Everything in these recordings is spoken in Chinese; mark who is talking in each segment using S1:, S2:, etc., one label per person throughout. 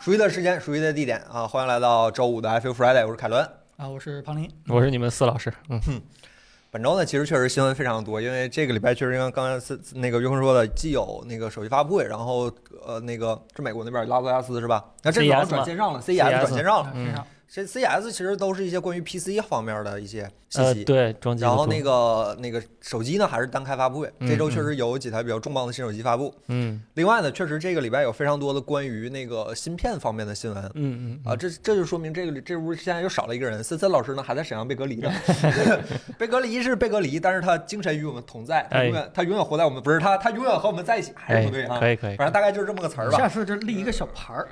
S1: 熟悉的时间，熟悉的地点啊！欢迎来到周五的 f u Friday，我是凯伦。
S2: 啊，我是庞林。
S3: 我是你们四老师，嗯，
S1: 本周呢，其实确实新闻非常多，因为这个礼拜确实像刚才是那个岳坤说的，既有那个手机发布会，然后呃那个是美国那边拉斯维加斯是吧？那这个
S3: CES
S1: 好像转线上了 E
S3: CES
S1: 转线上了。
S2: 啊身上
S1: 这 CES 其实都是一些关于 PC 方面的一些信
S3: 呃，
S1: 息。
S3: 对，装机的
S1: 然后
S3: 多
S1: 那，个那个手机呢，还是单开发布会。
S3: 嗯
S1: 这周确实有几台比较重磅的新手机发布。
S3: 嗯
S1: 另外呢，确实这个礼拜有非常多的关于那个芯片方面的新闻。
S3: 嗯嗯
S1: 啊，这这就说明这个这屋现在又少了一个人，森森老师呢还在沈阳被隔离 着，被隔离是被隔离，但是他精神与我们同在，他
S3: 哎
S1: 永远、他永远活在我们不是他他永远和我们在一起，还是
S3: 哎
S1: 不对啊？，
S3: 可以啊可以，
S1: 反正大概就是这么个词儿
S2: 下
S1: 吧。
S2: 次就立一个小牌儿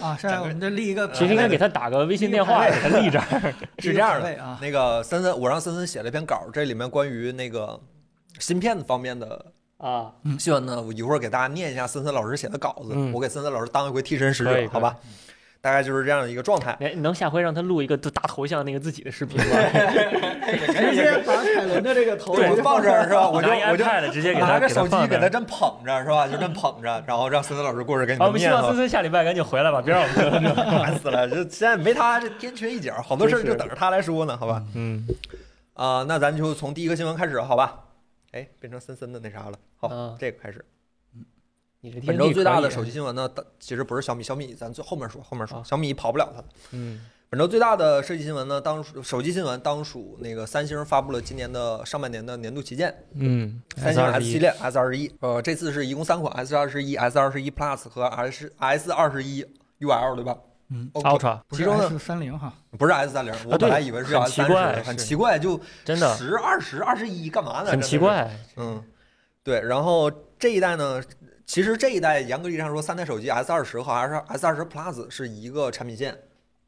S2: 啊，下次我们就立一个牌位。
S3: 其实应该给他打个微信电话，
S2: 哎
S3: 给他立这儿，
S1: 是这样的
S2: 立一个牌位啊，
S1: 那个森森，我让森森写了一篇稿，这里面关于那个芯片方面的
S3: 啊，
S1: 新闻呢，我一会儿给大家念一下森森老师写的稿子，
S3: 嗯
S1: 我给森森老师当一回替身使
S3: 可以
S1: 者，好吧？大概就是这样的一个状态。
S3: 哎你能下回让他录一个就大头像那个自己的视频吗？
S2: 直 接把凯伦的这个头
S1: 对，我就放这儿是吧？ 我就
S3: 拿一
S1: 我就
S3: iPad 直接给他
S1: 拿个
S3: 给他
S1: 手机
S3: 放
S1: 给
S3: 那
S1: 他
S3: 儿
S1: 这么捧着是吧？就这么捧着，然后让森森老师过去给你
S3: 啊，我
S1: 们
S3: 们希
S1: 念
S3: 望森
S1: 啊，
S3: 森下礼拜赶紧回来吧，别让我们得了。
S1: 烦死了！这现在没他这天缺一角，好多事儿就等着他来说呢，好吧？
S3: 嗯，
S1: 啊、那咱就从第一个新闻开始，好吧？哎，变成森森的那啥了，好，
S3: 嗯
S1: 这个开始。
S3: 你这
S1: 本周最大的手
S3: 机，
S1: 机新闻呢，它其实不是小米，小米咱最后面说，后面说，
S3: 啊
S1: 小米跑不了它了。
S3: 嗯
S1: 本周最大的设计新闻呢，当属手机新闻当属那个三星发布了今年的上半年的年度旗舰，
S3: 嗯
S1: 三星 S 系
S3: 21
S1: 列 S 二十一，呃，这次是一共三款 S 二十一、S 二十一 Plus 和 S S 二十一 UL 对吧？
S2: 嗯
S1: OK，
S3: Ultra
S2: 不
S1: 其
S2: 是
S1: 中呢
S2: 是三零哈，
S1: 不是 S 三零，我
S3: 啊对
S1: 本来以为是 S
S3: 很奇
S1: 三
S3: 怪
S1: 十，很
S3: 是
S1: 奇怪，就
S3: 真的
S1: 十、二十、二十一干嘛呢？真
S3: 很
S1: 的
S3: 奇
S1: 是，
S3: 怪，
S1: 嗯，对。然后这一代呢，其实这一代严格意义上说，三台手机 S 二十和 S S 二十 Plus 是一个产品线，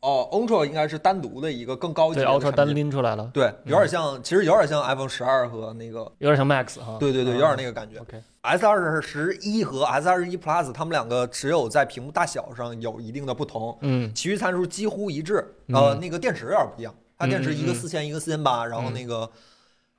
S1: 哦，Ultra 应该是单独的一个更高级
S3: 对
S1: 的产品线
S3: ，Ultra 单拎嗯出来了，
S1: 对，有点像，其实有点像 iPhone 十二和那个，
S3: 有点像 Max 哈，啊
S1: 对对对，有点那个感觉。
S3: OK，
S1: S 二十一和 S 二十一 Plus，它们两个只有在屏幕大小上有一定的不同，
S3: 嗯
S1: 其余参数几乎一致。呃，
S3: 嗯
S1: 那个电池有点不一样，它电池
S3: 嗯嗯
S1: 一个
S3: 嗯
S1: 四千，一个四千八，然后那个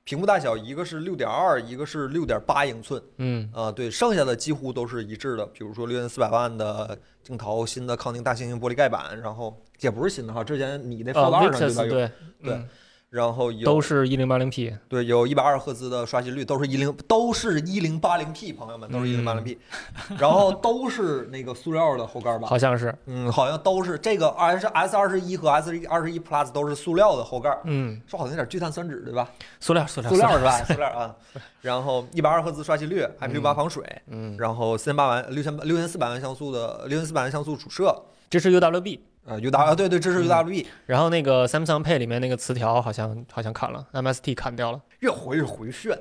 S1: 屏幕大小一个是六点二，一个是六点八英寸。
S3: 嗯
S1: 啊，对，剩下的几乎都是一致的，比如说六千四百万的镜头，新的康宁大猩猩玻璃盖板，然后也不是新的哈，之前你那 Fold
S3: 啊
S1: 二上就在
S3: ，Nexus
S1: 用，
S3: 对
S1: 对
S3: 嗯
S1: 然后有
S3: 都是一零八零 P，
S1: 对，有一百二十赫兹的刷新率，都是一零，都是一零八零 P，朋友们，都
S3: 嗯
S1: 是一零八零 P，然后都是那个塑料的后盖吧
S3: 好，像是，
S1: 嗯，好像都是这个 S S 二十一和 S 二十一 Plus 都是塑料的后盖，
S3: 嗯，
S1: 说好像有点聚碳酸酯对吧？
S3: 塑 料塑料
S1: 塑料是吧？塑料啊，然后一百二十赫兹刷新率，IP 6 8防水，
S3: 嗯，
S1: 然后四千八万六千六千四百万像素的六千四百万像素主摄，
S3: 支持 UWB。
S1: 呃，U W 啊，对对，支
S3: 嗯
S1: 持 UWB，
S3: 然后那个 Samsung Pay 里面那个词条好像好像砍了，MST 砍掉了。
S1: 越活越回旋。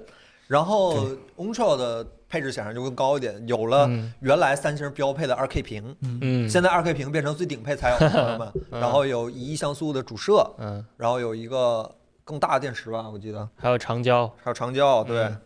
S1: 然后 Ultra 的配置显然就更高一点，有了
S3: 嗯
S1: 原来三星标配的2 K 屏，
S3: 嗯
S1: 现在2 K 屏变成最顶配才 有，朋友们。
S3: 嗯
S1: 然后有一亿像素的主摄，
S3: 嗯，
S1: 然后有一个更大的电池吧，我记得
S3: 还有长焦，
S1: 还有长焦，对
S3: 嗯，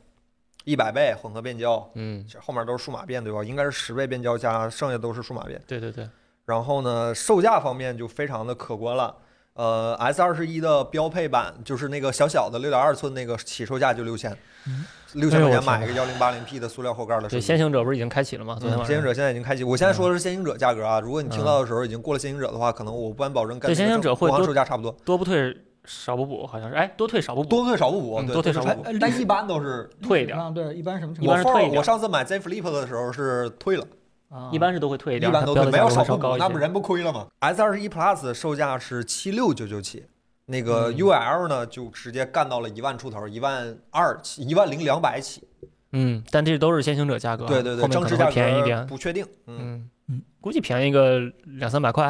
S1: 一百倍混合变焦，
S3: 嗯，
S1: 这后面都是数码变对啊吧？应该是十倍变焦加剩下都是数码变。
S3: 对对对，
S1: 然后呢，售价方面就非常的可观了。呃，S 二十一的标配版就是那个小小的六点二寸那个起售价就六千、
S3: 嗯
S1: 六
S3: 哎
S1: 千块钱买一个幺零八零 P 的塑料后盖的手
S3: 对，
S1: 机。
S3: 先行者不是已经开启了啊吗？昨
S1: 嗯，
S3: 天晚
S1: 先行
S3: 上。嗯
S1: 者现在已经开启，我现在说的是先行者价格啊。如果你听到的时候已经过了先行者的话，可能我不敢保证跟
S3: 对先行者会
S1: 国行
S3: 多嗯
S1: 售价差不多，
S3: 多不退少不补，好像是，哎，多退少不补，
S1: 多退少不补，
S3: 嗯
S1: 对
S3: 多退少不补
S1: 但但一般都是
S3: 退一
S2: 历史
S3: 点
S2: 上啊对，一般什么程
S3: 一
S2: 度
S1: 我
S3: 般是
S1: Fold-
S3: 退一点
S1: 我上次买 Z Flip 的时候是退了，
S2: 啊？
S3: 一般是都会退
S1: 一
S3: 点，
S1: 般
S3: 它
S1: 都
S3: 标
S1: 退，
S3: 的
S1: 没有
S3: 价格
S1: 少
S3: 会
S1: 不
S3: 稍
S1: 补，
S3: 高一
S1: 那不
S3: 些。
S1: 人不亏了吗？S 二十一 Plus 售价是七六九九起，那个
S3: 嗯
S1: UL 呢就直接干到了一万出头，一万二起，一万零两百起。
S3: 嗯，但这都是先行者价格，啊
S1: 对对对，
S3: 后面
S1: 正
S3: 可
S1: 式
S3: 能
S1: 价
S3: 会便宜一
S1: 格
S3: 点，
S1: 不确定，嗯
S3: 嗯
S2: 嗯，
S3: 估计便宜个两三百块，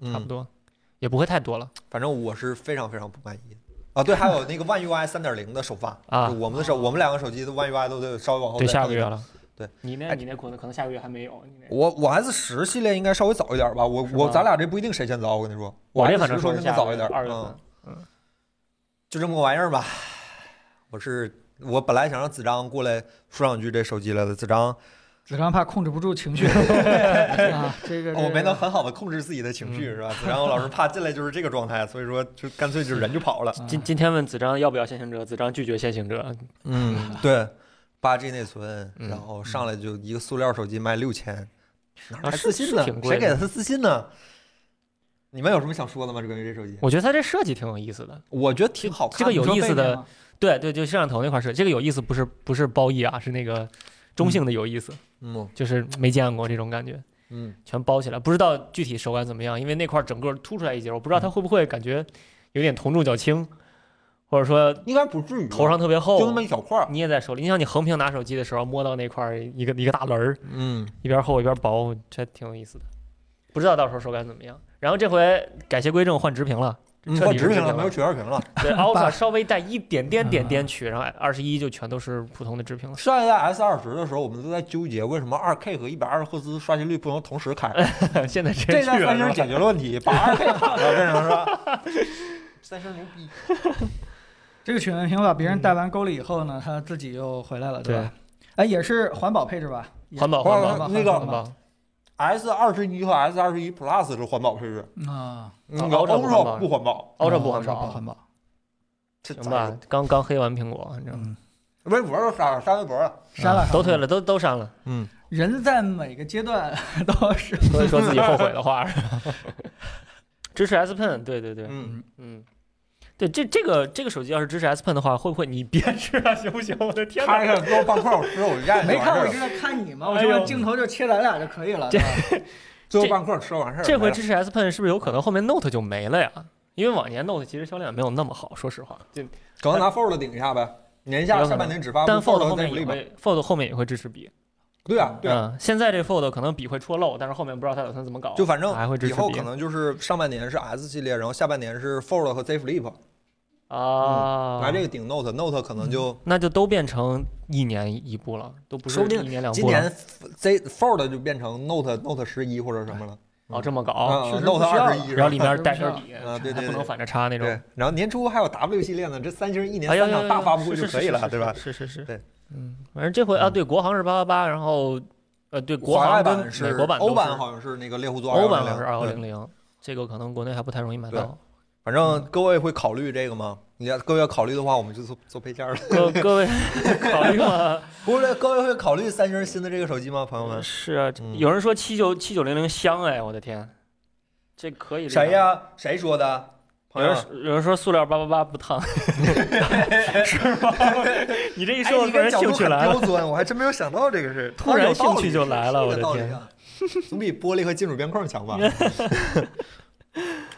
S3: 差不
S1: 嗯，
S3: 多，也不会太多了。
S1: 反正我是非常非常不满意的。啊，对，还有那个 One UI 三点零的首发
S3: 啊
S1: 就我们的手，我们两个手机的 One UI 都得稍微往后
S3: 对，
S1: 再
S3: 下
S1: 放
S3: 个
S1: 一
S3: 月
S1: 点。
S3: 了。
S1: 哦对，
S3: 你
S1: 哎
S3: 那你那可能可能下个月还没有，你那
S1: 我我 S 十系列应该稍微早一点吧，我
S3: 是
S1: 我
S3: 吧
S1: 咱俩这不一定谁先早，我跟你说，
S3: 我这
S1: S
S3: 反
S1: 十
S3: 正
S1: 说真的
S3: 下
S1: 早一点，
S3: 二月
S1: 嗯
S3: 份。
S1: 就这么个玩意儿吧。我是我本来想让子章过来说两句这手机来的，子章
S2: 子张怕控制不住情绪啊，这个
S1: 哦我没能很好的控制自己的情绪，
S3: 嗯
S1: 是吧？然后老师怕进来就是这个状态，所以说就干脆就人就跑了。
S2: 今
S4: 今今天问子章要不要先行者，子章拒绝先行者，
S1: 嗯，对，八 G 内存，
S3: 嗯
S1: 然后上来就一个塑料手机卖六千，哪
S3: 啊
S1: 来
S3: 是
S1: 自信
S3: 是
S1: 呢？
S3: 挺贵
S1: 谁
S3: 的
S1: 给他自信呢？你们有什么想说的吗？关于这手机，
S3: 我觉得它这设计挺有意思的。
S1: 我觉得挺好看
S3: 这
S1: 的。
S3: 个有意思的，
S2: 啊
S3: 对对，就摄像头那块设计，这个有意思不是不是褒义啊，是那个中性的有意思，
S1: 嗯
S3: 就是没见过这种感觉，
S1: 嗯，
S3: 全包起来，不知道具体手感怎么样，因为那块整个凸出来一截，我不知道
S1: 嗯
S3: 它会不会感觉有点头重脚轻，或者说
S1: 应该不至于吧，
S3: 头上特别
S1: 就那
S3: 厚
S1: 么，一小块儿。
S3: 捏在手里。你想你横平拿手机的时候摸到那块儿一个一个大轮儿，
S1: 嗯，
S3: 一边厚一边薄，这挺有意思的。不知道到时候手感怎么样。然后这回改邪归正换直屏了，彻
S1: 换
S3: 底
S1: 嗯直
S3: 是
S1: 屏
S3: 直
S1: 了，
S3: 屏
S1: 没有曲面屏 了。
S3: 对 Ultra 稍微带一点点点点曲，然后二十一就全都是普通的直屏 了。
S1: 上一代 S 二十的时候，我们都在纠结为什么二 K 和一百二十赫兹刷新率不能同时开。
S3: 现在直
S1: 这
S3: 接
S1: 一
S3: 去
S1: 代
S3: 了
S1: 三
S3: 是
S1: 星
S3: 吧。
S1: 解哎决了问题，把二 K 砍了，变成是吧？ 三星牛逼。
S2: 这个曲面屏把别人带完沟里以后呢，他自己又回来了，
S3: 对
S2: 吧？哎，也是环保配置吧？也
S3: 环保
S1: 环
S3: 环
S1: 保
S3: 保
S2: 环
S1: 那个
S2: 保
S3: 环保，
S1: S 二十一和 S 二十一 Plus 是环保配置，
S2: 嗯啊，
S1: 那个
S3: 高端不环保
S1: Ultra 不环保，
S3: Ultra
S2: 嗯
S3: 不环
S2: 不
S3: 保，啊
S2: 环保，
S1: 这
S3: 行吧？？刚刚黑完苹果，反正啊
S2: 嗯，
S1: 微博都删了，删微博啊了。
S2: 删了
S3: 都退。了，都都删了。
S1: 嗯，
S2: 人在每个阶段 都是
S3: 所以说自己后悔的话，支持 S Pen，对对对，
S1: 嗯，
S3: 嗯，对，这这个这个手机要是支持 S Pen 的话，会不会你别吃了，行不行？我的天哪！
S1: 开开之后半块儿，我吃我就咽
S2: 没看我一
S1: 我
S2: 直在看你吗？我
S3: 哎呦
S2: 说镜头就切咱俩就可以了。
S3: 这
S2: 是吧
S1: 最后半块儿吃完事儿。
S3: 这回
S1: 没了
S3: 支持 S Pen 是不是有可能后面 Note 就没了呀？因为往年 Note 其实销量没有那么好，说实话。就
S1: 可能拿 Fold 顶一下呗，年
S3: 有
S1: 下
S3: 可能
S1: 下半年只发布
S3: 但
S1: Fold
S3: Fold
S1: 的
S3: 后
S1: 内
S3: 面
S1: 部
S3: 也
S1: 力吧。
S3: 会，Fold 后面也会支持笔。
S1: 对啊，对啊，
S3: 嗯，现在这 Fold 可能笔会戳漏，但是后面不知道它打算怎么搞。
S1: 就反正
S3: 嗯还会支
S1: 以
S3: 持
S1: 后
S3: 笔
S1: 可能就是上半年是 S 系列，然后下半年是 Fold 和 Z Flip，
S3: 啊，
S1: 嗯拿这个顶 Note，Note 可能就
S3: 那就都变成一年一部了，都不是
S1: 说不定
S3: 一年两
S1: 今
S3: 部嗯了。
S1: 年 Z Fold 就变成 Note Note 十一或者什么了。
S3: 哦，这么搞，
S1: 啊
S2: 确实
S1: ，Note
S2: 不需要
S1: 二
S2: 了
S1: 十一，
S3: 然后里面
S2: 是
S3: 带
S2: 不是
S3: 根笔，
S1: 啊对对
S3: 还不
S1: 对
S3: 能反着插那种。
S1: 对，然后年初还有 W 系列呢，这三星一年
S3: 哎呀
S1: 三
S3: 呀
S1: 场
S3: 呀
S1: 大
S3: 呀
S1: 发布
S3: 是
S1: 就是可
S3: 是
S1: 以
S3: 是
S1: 了，
S3: 是
S1: 对吧？
S3: 是是是，
S1: 对，
S3: 嗯，反正这回啊，
S1: 嗯
S3: 对，国行是八八八，然后呃，对，国
S1: 华
S3: 行
S1: 外
S3: 跟
S1: 版
S3: 美
S1: 是
S3: 国版
S1: 欧
S3: 都
S1: 版
S3: 是
S1: 好像是那个猎户座
S3: 欧版
S1: 210
S3: 是二幺
S1: 对
S3: 零零，这个可能国内还不太容易买
S1: 嗯对
S3: 到。
S1: 反正各位会考虑这个吗？你要各位要考虑的话，我们就做做配件了。
S3: 各各位考虑吗？
S1: 不是，各位会考虑三星新的这个手机吗，朋友们？
S3: 是啊
S1: 嗯，
S3: 有人说七九七九零零香哎，我的天，这可以。
S1: 谁？呀？谁说的？
S3: 有
S1: 朋友
S3: 人，有人说塑料八八八 不烫，是吗？ 你这一
S1: 哎
S3: 说，
S1: 你
S3: 个
S1: 这
S3: 人
S1: 角度
S3: 兴
S1: 很
S3: 趣来了
S1: 刁。钻，我还真没有想到这个事。
S3: 突然
S1: 啊有道理
S3: 兴趣就来
S1: 是
S3: 了
S1: 有
S3: 我的
S1: 道理
S3: 天
S1: 啊！总比玻璃和金属边框强 吧？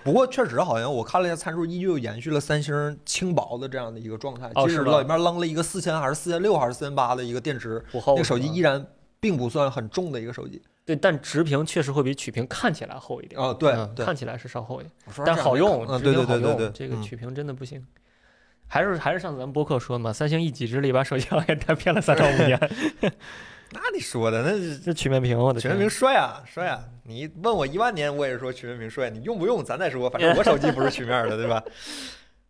S1: 不过确实好像我看了一下参数，依旧延续了三星轻薄的这样的一个状态，
S3: 哦
S1: 即使
S3: 是吧
S1: 里面扔了一个四千还是四千六还是四千八的一个电池，
S3: 不厚
S1: 那
S3: 哦是吧，
S1: 个手机依然并不算很重的一个手机。
S3: 对，但直屏确实会比曲屏看起来厚一点。
S1: 啊，对
S3: 嗯
S1: 对，
S3: 看起来是稍厚一点，
S1: 我说
S3: 但
S1: 这样
S3: 好用，
S1: 嗯，
S3: 直
S1: 对
S3: 屏
S1: 对
S3: 好
S1: 对对
S3: 用。
S1: 对，
S3: 这个
S1: 嗯
S3: 曲屏真的不行。还是还是上次咱们播客说的嘛，三星一己之力把手机行业带偏了三到五年，
S1: 那你说的那是
S3: 这曲面屏，我的
S1: 曲
S3: 天
S1: 面！屏帅啊帅啊！你问我一万年，我也说曲面屏帅，你用不用咱再说，反正我手机不是曲面的，对吧？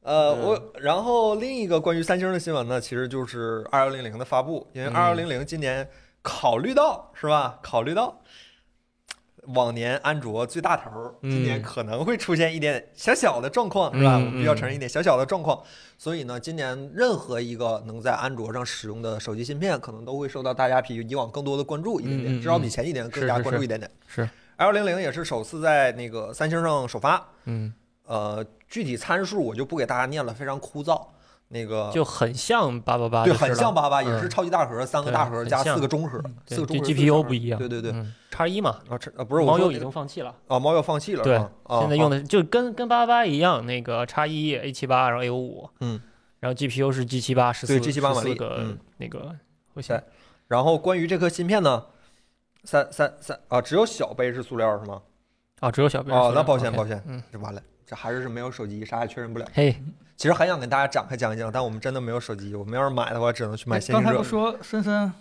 S1: 呃，
S3: 嗯
S1: 我然后另一个关于三星的新闻呢，其实就是二幺零零的发布，因为
S3: 嗯
S1: 二幺零零今年考虑到是吧？考虑到往年安卓最大头儿，今年
S3: 嗯
S1: 可能会出现一点小小的状况，是吧？
S3: 嗯
S1: 我们必须要
S3: 嗯
S1: 承认一点小小的状况。所以呢，今年任何一个能在安卓上使用的手机芯片，可能都会受到大家比以往更多的关注一点点，
S3: 嗯嗯
S1: 至少比前几年更加
S3: 是是
S1: 关注一点点。
S3: 是
S1: L 零零也是首次在那个三星上首发，
S3: 嗯，
S1: 呃，具体参数我就不给大家念了，非常枯燥。那个
S3: 就很像八八八，
S1: 啊对，很像八八八，也
S3: 嗯
S1: 是超级大核，三个
S3: 对
S1: 大核
S3: 很
S1: 加
S3: 像
S1: 四个中核
S2: 嗯，
S1: 四个中
S3: 对
S1: 核四个
S3: 这
S1: 小
S3: GPU
S1: 核
S3: 不一样
S1: 对对对，
S3: 叉一嘛，
S1: 啊，这啊不是我
S3: 网
S1: 说
S3: 友已经放弃了，
S1: 啊，猫友放弃了是
S3: 对
S1: 吧？啊
S3: 现在用的就跟跟八八八一样，那个叉一 A 七八，然后 A 五五，
S1: 嗯，
S3: 然后 GPU 是 G 七八十
S1: 对
S3: 四
S1: G78 马力
S3: 四个
S1: 嗯
S3: 那个会
S1: 对然后关于这颗芯片呢，三三三啊，只有小杯是塑料是吗？
S3: 啊，只有小贝
S1: 哦，那抱歉抱歉，
S3: 嗯，
S1: 这完了，这还是没有手机，啥也确认不了。
S3: 嘿，
S1: 其实很想给大家展开讲一讲，但我们真的没有手机，我们要是买的话，只能去
S3: 哎
S1: 买新
S2: 刚才
S1: 热
S2: 不。说森森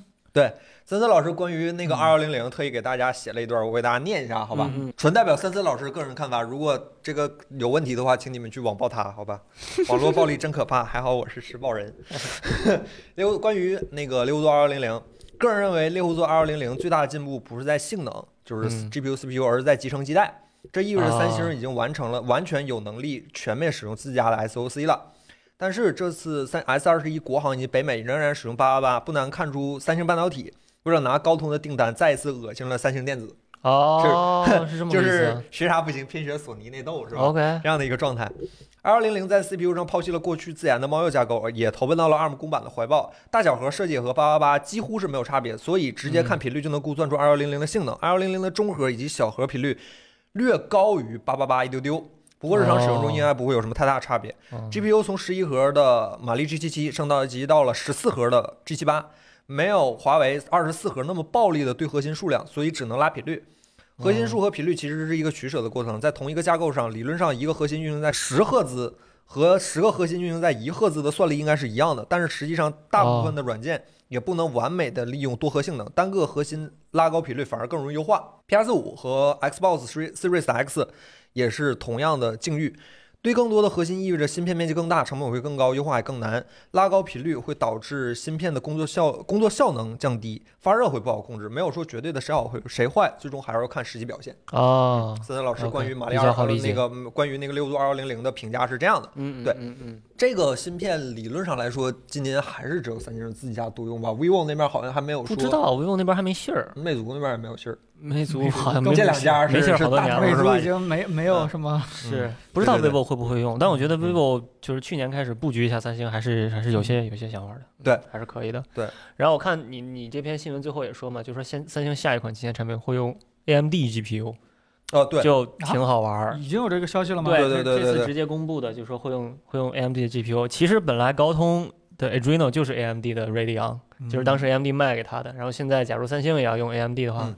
S1: 森森老师关于那个二幺零零特意给大家写了一段，我给大家念一下，好吧？
S3: 嗯嗯嗯
S1: 纯代表森森老师个人看法，如果这个有问题的话，请你们去网暴他，好 吧？网络暴 力真可怕，还好我是施暴人。刘关于那个刘多二幺零零，个人认为，猎户座二幺零零最大的进步不是在性能，就是
S3: 嗯
S1: GPU、CPU，而是在集成基带。这意味着
S3: 啊
S1: 三星已经完成了完全有能力全面使用自家的 SOC 了。但是这次三 S 二十一国行以及北美仍然使用八八八，不难看出三星半导体为了拿高通的订单，再一次恶心了三星电子，
S3: 哦， 是这么个
S1: 就
S3: 意思
S1: 是
S3: 啊。
S1: 学啥不行，偏学索尼内斗是吧？
S3: OK，
S1: 这样的一个状态。R 幺零零在 CPU 上抛弃了过去自研的猫鼬架构，也投奔到了 ARM 公版的怀抱。大小核设计和八八八几乎是没有差别，所以直接看频率就能估算出 R 幺零零的性能。R 幺零零的中核以及小核频率略高于八八八一丢丢，不过日常使用中应该不会有什么太大差别。
S3: 嗯
S1: GPU 从十一核的马力 G 7 7升到级到了十四核的 G 7 8没有华为二十四核那么暴力的对核心数量，所以只能拉频率。核心数和频率其实是一个取舍的过程，在同一个架构上，理论上一个核心运行在十赫兹和十个核心运行在一赫兹的算力应该是一样的，但是实际上大部
S3: 哦
S1: 分的软件也不能完美的利用多核性能，单个核心拉高频率反而更容易优化。PS 五和 Xbox Series- Series X 也是同样的境遇。堆更多的核心意味着芯片面积更大，成本会更高，优化也更难。拉高频率会导致芯片的工作效工作效能降低，发热会不好控制。没有说绝对的谁好会谁坏，最终还是要看实际表现。
S3: 哦，
S1: 森森老师
S3: OK，
S1: 关于马里
S3: 比
S1: 奥
S3: 较好
S1: 还有
S3: 理解
S1: 那个嗯关于那个六度二幺零零的评价是这样的：
S4: 嗯，嗯
S1: 对
S4: 嗯嗯，
S1: 这个芯片理论上来说，今年还是只有三星自家独用吧？vivo 那边好像还没有说，
S3: 不知，道，vivo 那边还没信儿，
S1: 魅族那边也没有信儿。
S3: 魅族好像
S1: 更
S3: 没
S1: 这
S3: 信儿
S1: 两家是
S3: 没信儿
S1: 是
S3: 好多
S1: 大
S3: 年
S1: 头
S3: 了
S1: 儿
S2: 魅。
S1: 是吧
S2: 族已经没没有什么，
S1: 嗯
S3: 是不知道
S1: 对嗯对对
S3: vivo 会不会用，但我觉得 vivo 就是去年开始布局一下三星，还是还是有些有些想法的，
S1: 嗯对，
S3: 还是可以的。
S1: 对，
S3: 然后我看你你这篇新闻最后也说嘛，就说先三星下一款旗舰产品会用 AMD GPU，
S1: 哦，对，
S3: 就挺好玩儿。
S2: 已经有这个消息了吗？
S1: 嗯对
S3: 这
S1: 对对
S3: 这
S1: 对
S3: 次直接公布的就说会用会用 AMD 的 GPU，其实本来高通的 Adreno 就是 AMD 的 Radeon，就是
S1: 嗯
S2: 嗯
S3: 当时 AMD 卖给他的，然后现在假如三星也要用 AMD 的话
S1: 嗯，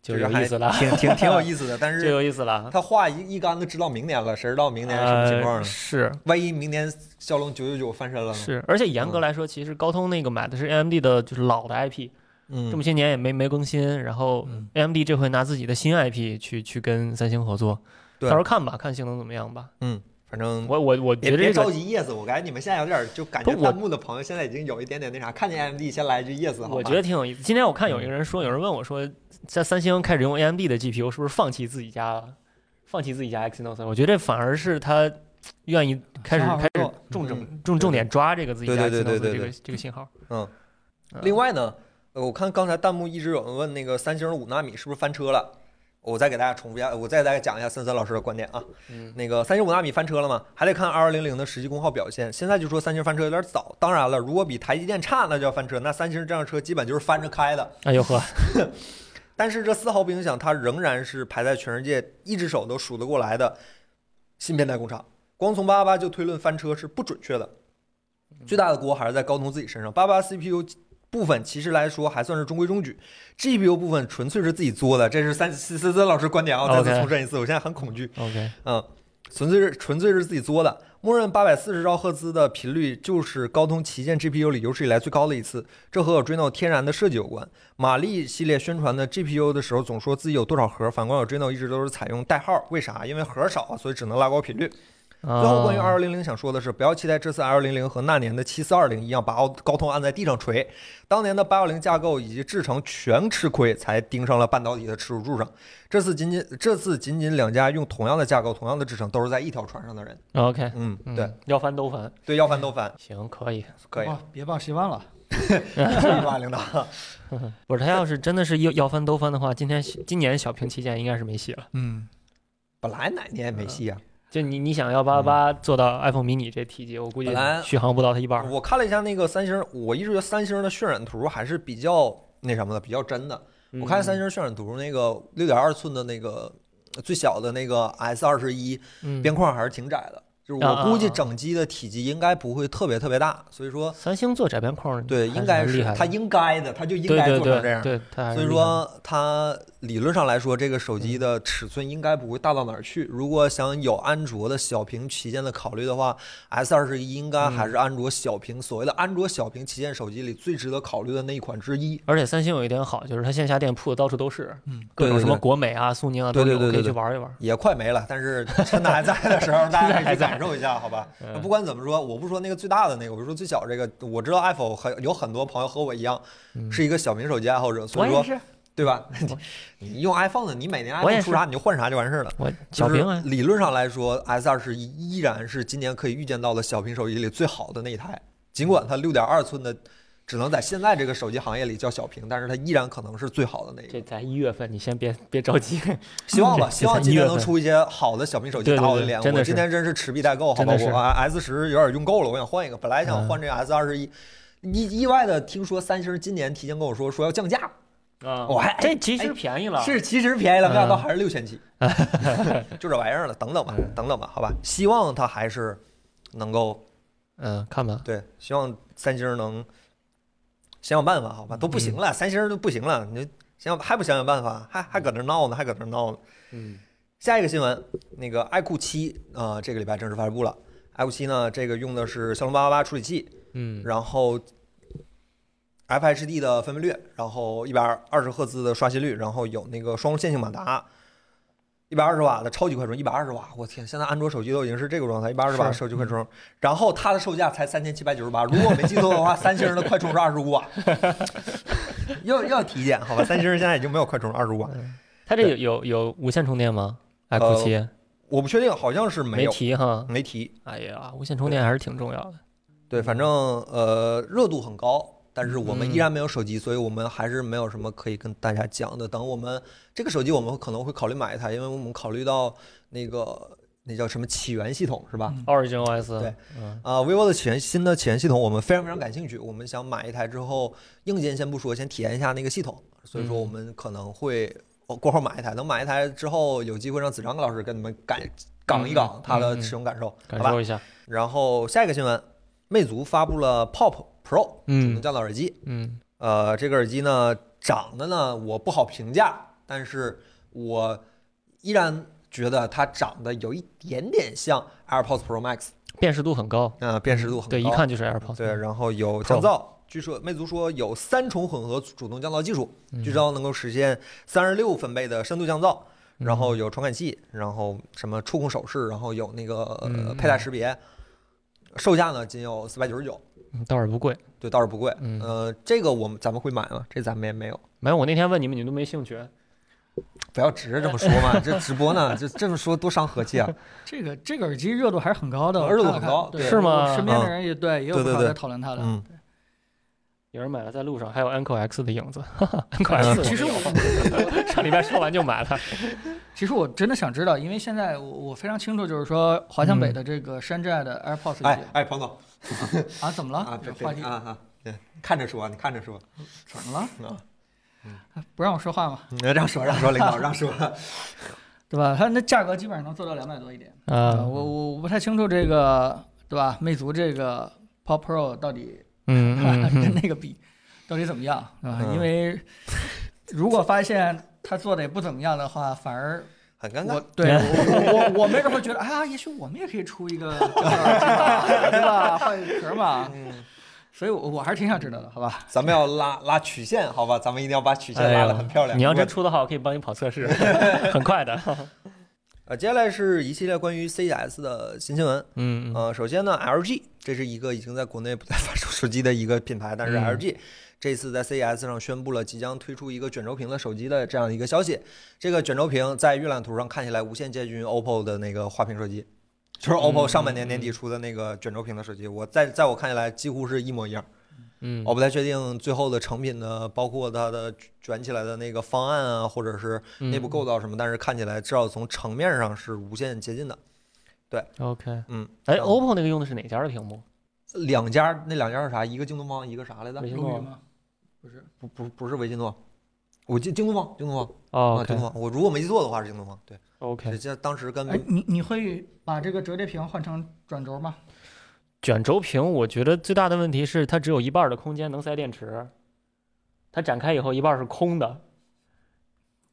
S3: 就
S1: 这
S3: 有
S1: 个还
S3: 意思了，
S1: 挺挺挺有意思 的。但
S3: 就是有意思了。
S1: 他话一一竿子知道明年了，谁知道明年什么情况
S3: 呃
S1: 呢？
S3: 是
S1: 万一明年骁龙九九九翻身了呢？
S3: 是，而且严格来说，其实高通那个买的是 AMD 的，就是老的 IP，
S1: 嗯，
S3: 这么些年也没没更新。然后
S1: 嗯
S3: AMD 这回拿自己的新 IP 去去跟三星合作，
S1: 对
S3: 到时候看吧，看性能怎么样吧。
S1: 反正
S3: 我我我觉
S1: 别
S3: 得
S1: 别
S3: 这
S1: 着
S3: 个，
S1: 急 yes，我感觉你们现在有点就感觉
S3: 不我
S1: 弹幕的朋友现在已经有一点点那啥，看见 AMD 先来一句 yes，好吧嗯
S3: 我觉得挺有意思。今天我看有一个人说，有人问我说，在三星开始用 AMD 的 GPU，是不是放弃自己家了？放弃自己家 Exynos？了我觉得这反而是他愿意开始
S2: 想好
S3: 开始
S2: 做
S3: 重重
S1: 嗯
S3: 重重点抓这个自己家
S1: 对对
S3: Exynos
S1: 对
S3: 的
S1: 对
S3: 这
S1: 对
S3: 个这个信号。
S1: 嗯
S3: 嗯，
S1: 另外呢，呃我看刚才弹幕一直有人问那个三星五纳米是不是翻车了，我再给大家重复一下，我再再讲一下森森老师的观点啊。
S4: 嗯
S1: 那个三星五纳米翻车了吗？还得看二二零零的实际功耗表现。现在就说三星翻车有点早，当然了，如果比台积电差，那就要翻车。那三星这辆车基本就是翻着开的。
S3: 哎呦呵，
S1: 但是这丝毫不影响它仍然是排在全世界一只手都数得过来的芯片代工厂。光从八八八就推论翻车是不准确的，最大的锅还是在高通自己身上。八八 CPU 部分其实来说还算是中规中矩，GPU 部分纯粹是自己作的，这是三思思老师观点啊，我再次
S3: OK
S1: 重申一次，我现在很恐惧。
S3: OK，
S1: 嗯，纯粹是纯粹是自己作的。默认八百四十兆赫兹的频率就是高通旗舰 GPU 里有史以来最高的一次，这和 Adreno 天然的设计有关。马力系列宣传的 GPU 的时候总说自己有多少核，反观 Adreno 一直都是采用代号，为啥？因为核少，所以只能拉高频率。
S3: 最
S1: 最后
S3: 嗯啊
S1: 关于二幺零零想说的是，不要期待这次二幺零零和那年的七四二零一样把高高通按在地上锤，当年的八幺零架构以及制程全吃亏，才盯上了半导体的耻辱柱上。这次仅仅这次仅仅两家用同样的架构、同样的制程，都是在一条船上的人。
S3: OK，
S1: 嗯，
S3: 嗯
S1: 对，
S3: 要翻都翻，
S1: 对，要翻都翻，
S3: 行，可以。
S1: 可以，
S2: 哇哦别报十万了。
S1: 注意吧，领导。
S3: 不是他要是真的是要要翻都翻的话，今天今年小屏旗舰应该是没戏了。
S2: 嗯，
S1: 本来哪年也没戏啊？
S3: 就你你想要八八八做到 iPhone mini 这体积，我估计
S1: 嗯本来
S3: 续航不到它一半儿。
S1: 我看了一下那个三星，我一直觉得三星的渲染图还是比较那什么的，比较真的。
S3: 嗯
S1: 我看三星渲染图那个六点二寸的那个呃最小的那个 S 二十一，
S3: 嗯，
S1: 边框还是挺窄的，就是
S3: 啊啊
S1: 我估计
S3: 啊
S1: 整机的体积应该不会特别特别大，所以说
S3: 三星做窄边框，
S1: 对，
S3: 还是
S1: 应该
S3: 蛮厉
S1: 是
S3: 害的
S1: 它应该的，它就应
S3: 对
S1: 该
S3: 对
S1: 做成
S3: 对
S1: 这样。
S3: 对，它还是
S1: 所以
S3: 厉害的嗯
S1: 说，它理论上来说，这个手机的尺寸应该不会大到哪儿去。如果想有安卓的小屏旗舰的考虑的话，S 二十一应该
S3: 嗯
S1: 还是安卓小屏所谓的安卓小屏旗舰手机里最值得考虑的那一款之一。
S3: 而且三星有一点好，就是它线下店铺到处都是，
S2: 嗯，
S3: 各种
S1: 对对
S3: 什么
S1: 对
S3: 国美啊、苏宁啊
S1: 对
S3: 都
S1: 对
S3: 有，
S1: 对
S3: 可
S1: 对
S3: 以去
S1: 对
S3: 玩一玩。
S1: 也快没了，但是趁它还在的时候，大家可以去
S3: 还在嗯
S1: 赶感受一下，好吧？那不管怎么说，我不说那个最大的那个，我说最小这个。我知道 Apple 很有很多朋友和我一样，
S3: 嗯
S1: 是一个小明手机爱好者，所
S3: 我
S1: 以
S3: 也
S1: 说
S3: 是，
S1: 对吧？你用 iPhone 的，你每年
S3: 我也
S1: iPhone 出啥你就换啥就完事儿了。
S3: 我
S1: 就
S3: 小
S1: 是
S3: 平啊，
S1: 理论上来说，S 二十一依然是今年可以预见到的小屏手机里最好的那一台，尽管它六点二寸的只能在现在这个手机行业里叫小屏，但是它依然可能是最好的那一个。
S4: 这才一月份，你先别别着急。
S1: 希望吧，
S3: 这
S1: 希望今年
S3: 这才一月
S1: 能
S3: 份
S1: 出一些好的小屏手机
S3: 对对
S1: 打我的
S3: 对
S1: 脸。
S3: 真的
S1: 我
S3: 是
S1: 今天真是持币待购，好吧，
S3: 真的是
S1: 我 S 十有点用够了，我想换一个。本来想
S3: 嗯
S1: 换这个 S 二十一，意意外的听说三星今年提前跟我说说要降价，
S4: 啊
S1: 我还
S3: 这其实
S4: 实便宜了，
S1: 哎是，其实便宜了，没想到
S3: 嗯
S1: 还是六千 七，就这玩意儿了。等等吧，
S4: 嗯
S1: 等等吧，好吧。希望它还是能够
S3: 嗯，看吧，
S1: 对，希望三星能想想办法，好吧？
S4: 嗯
S1: 都不行了，三星都不行了，你想想还不想想办法，还还搁那闹呢，还搁那闹呢。
S4: 嗯，
S1: 下一个新闻，那个爱酷七啊、呃这个礼拜正式发布了。爱酷七呢，这个用的是骁龙八八八处理器，
S3: 嗯，
S1: 然后 FHD 的分辨率，然后一百二十赫兹的刷新率，然后有那个双线性马达，一百二十瓦的超级快充，一百二十瓦，我天！现在安卓手机都已经是这个状态，一百二十瓦的
S3: 是
S1: 超级快充，然后它的售价才三千七百九十八，如果我没记错的话，三星的快充是二十五瓦， 要要体检好吧？三星现在已经没有快充二十五瓦，
S3: 它这有有有无线充电吗？iQOO 七
S1: 我不确定，好像是呃没
S3: 没
S1: 有，
S3: 提哈。
S1: 没提。
S3: 哎呀，无线充电还是挺重要的。
S1: 对，反正呃热度很高，但是我们
S3: 嗯
S1: 依然没有手机，所以我们还是没有什么可以跟大家讲的。等我们这个手机，我们可能会考虑买一台，因为我们考虑到那个那叫什么起源系统是吧？
S2: 嗯
S3: Origin OS，
S1: 对，
S3: 嗯
S1: 啊、v i v o 的起源新的起源系统，我们非常非常感兴趣。我们想买一台之后，硬件先不说，先体验一下那个系统。所以说，我
S3: 嗯
S1: 们可能会哦过会儿买一台，等买一台之后，有机会让子章老师跟你们感讲一讲他的使用感受，
S3: 嗯感
S1: 好吧？
S3: 受一下。
S1: 然后下一个新闻，魅族发布了 Pop Pro 智能
S3: 嗯
S1: 降噪耳机。
S3: 嗯，
S1: 呃，这个耳机呢，长得呢我不好评价，但是我依然觉得它长得有一点点像 AirPods Pro Max，
S3: 辨识度很高，
S1: 啊、辨识度很高，
S3: 嗯对，一看就是 AirPods。
S1: 对，然后有降
S3: Pro
S1: 噪。据说魅族说有三重混合主动降噪技术，
S3: 嗯，
S1: 据说能够实现三十六分贝的深度降噪，
S3: 嗯
S1: 然后有传感器，然后什么触控手势，然后有那个、呃
S3: 嗯
S1: 佩戴识别，售价呢仅有四百九十九，
S3: 嗯倒是不贵。
S1: 对，倒是不贵。
S3: 嗯
S1: 呃，这个我们咱们会买吗？这咱们也没有。
S3: 没有，我那天问你们，你们都没兴趣。
S1: 不要直着这么说嘛，这直播呢，这这么说多伤和气啊！
S2: 这个这个耳机热度还是很高的，
S1: 热度
S2: 我
S1: 很
S2: 看了
S1: 高
S2: 看
S1: 对
S2: 对
S3: 是吗
S2: 我身边的人也对，也有
S1: 对
S2: 不
S1: 对
S2: 少
S1: 对
S2: 在讨论它的。
S1: 嗯，
S4: 有人买了在路
S3: 路上
S4: 上，
S3: 还有 Anko X 的影子 ，Anko
S1: 嗯
S3: X
S2: 其实我
S3: 上礼拜说完就 买了。
S2: 其实我真的想知道，因为现在我我非常清楚，就是说华强北的这个山寨的 AirPods 耳
S1: 嗯哎
S2: 机、
S1: 哎，彭总
S2: 啊，怎么了？
S1: 啊，
S2: 这
S1: 别别
S2: 话题
S1: 啊啊，对看着说，你看着说，
S2: 怎么了？
S1: 啊
S2: 不让我说话吗？
S1: 你嗯让说啊让说，领导让说，
S2: 对吧？它那价格基本上能做到两百多一点。
S3: 啊，
S2: 呃我我我不太清楚这个，对吧？魅族这个 Pop Pro 到底、
S3: 嗯 嗯
S2: 跟
S3: 嗯，
S2: 那个比，到底怎么样，对吧？
S1: 嗯
S2: 因为如果发现它做的也不怎么样的话，反而
S1: 很尴
S2: 我
S1: 尬。
S2: 对我我我我没准会觉得，哎呀，也许我们也可以出一个，对吧？换一壳嘛。
S1: 嗯，
S2: 所以我，我还是挺想知道的，好吧？
S1: 咱们要拉拉曲线，好吧？咱们一定要把曲线
S3: 哎呀
S1: 拉得很漂亮。
S3: 你要
S1: 如果
S3: 真出的好，我可以帮你跑测 试，很快的。
S1: 呃，接下来是一系列关于 CES 的新新闻。
S3: 嗯，嗯
S1: 呃，首先呢，LG 这是一个已经在国内不再发售手机的一个品牌，但是
S3: 嗯
S1: LG 这次在 CES 上宣布了即将推出一个卷轴屏的手机的这样一个消息。这个卷轴屏在预览图上看起来无限接近 OPPO 的那个花屏手机，就是
S3: 嗯
S1: OPPO 上半年年底出的那个卷轴屏的手机。我在在我看起来几乎是一模一样。
S3: 嗯
S1: 我不太确定最后的成品呢，包括它的卷起来的那个方案啊，或者是
S3: 嗯
S1: 内部构造什么，但是看起来至少从层面上是无限接近的。
S3: OK，
S1: 嗯，
S3: 哎
S1: 然后
S3: ，OPPO 那个用的是哪家的屏幕？
S1: 两家那两家是啥？一个京东方，一个啥来着？
S4: 没听
S2: 鲁
S4: 过
S2: 豫吗？不是，
S1: 不不不是微信诺，我记京东方，京东方
S3: 哦
S1: 啊，京东方。我如果没记错的话是京东方，对，
S3: ，OK，
S1: 这当时跟
S2: 哎，你你会把这个折叠屏换成转轴吗？
S3: 卷轴屏，我觉得最大的问题是它只有一半的空间能塞电池，它展开以后一半是空的，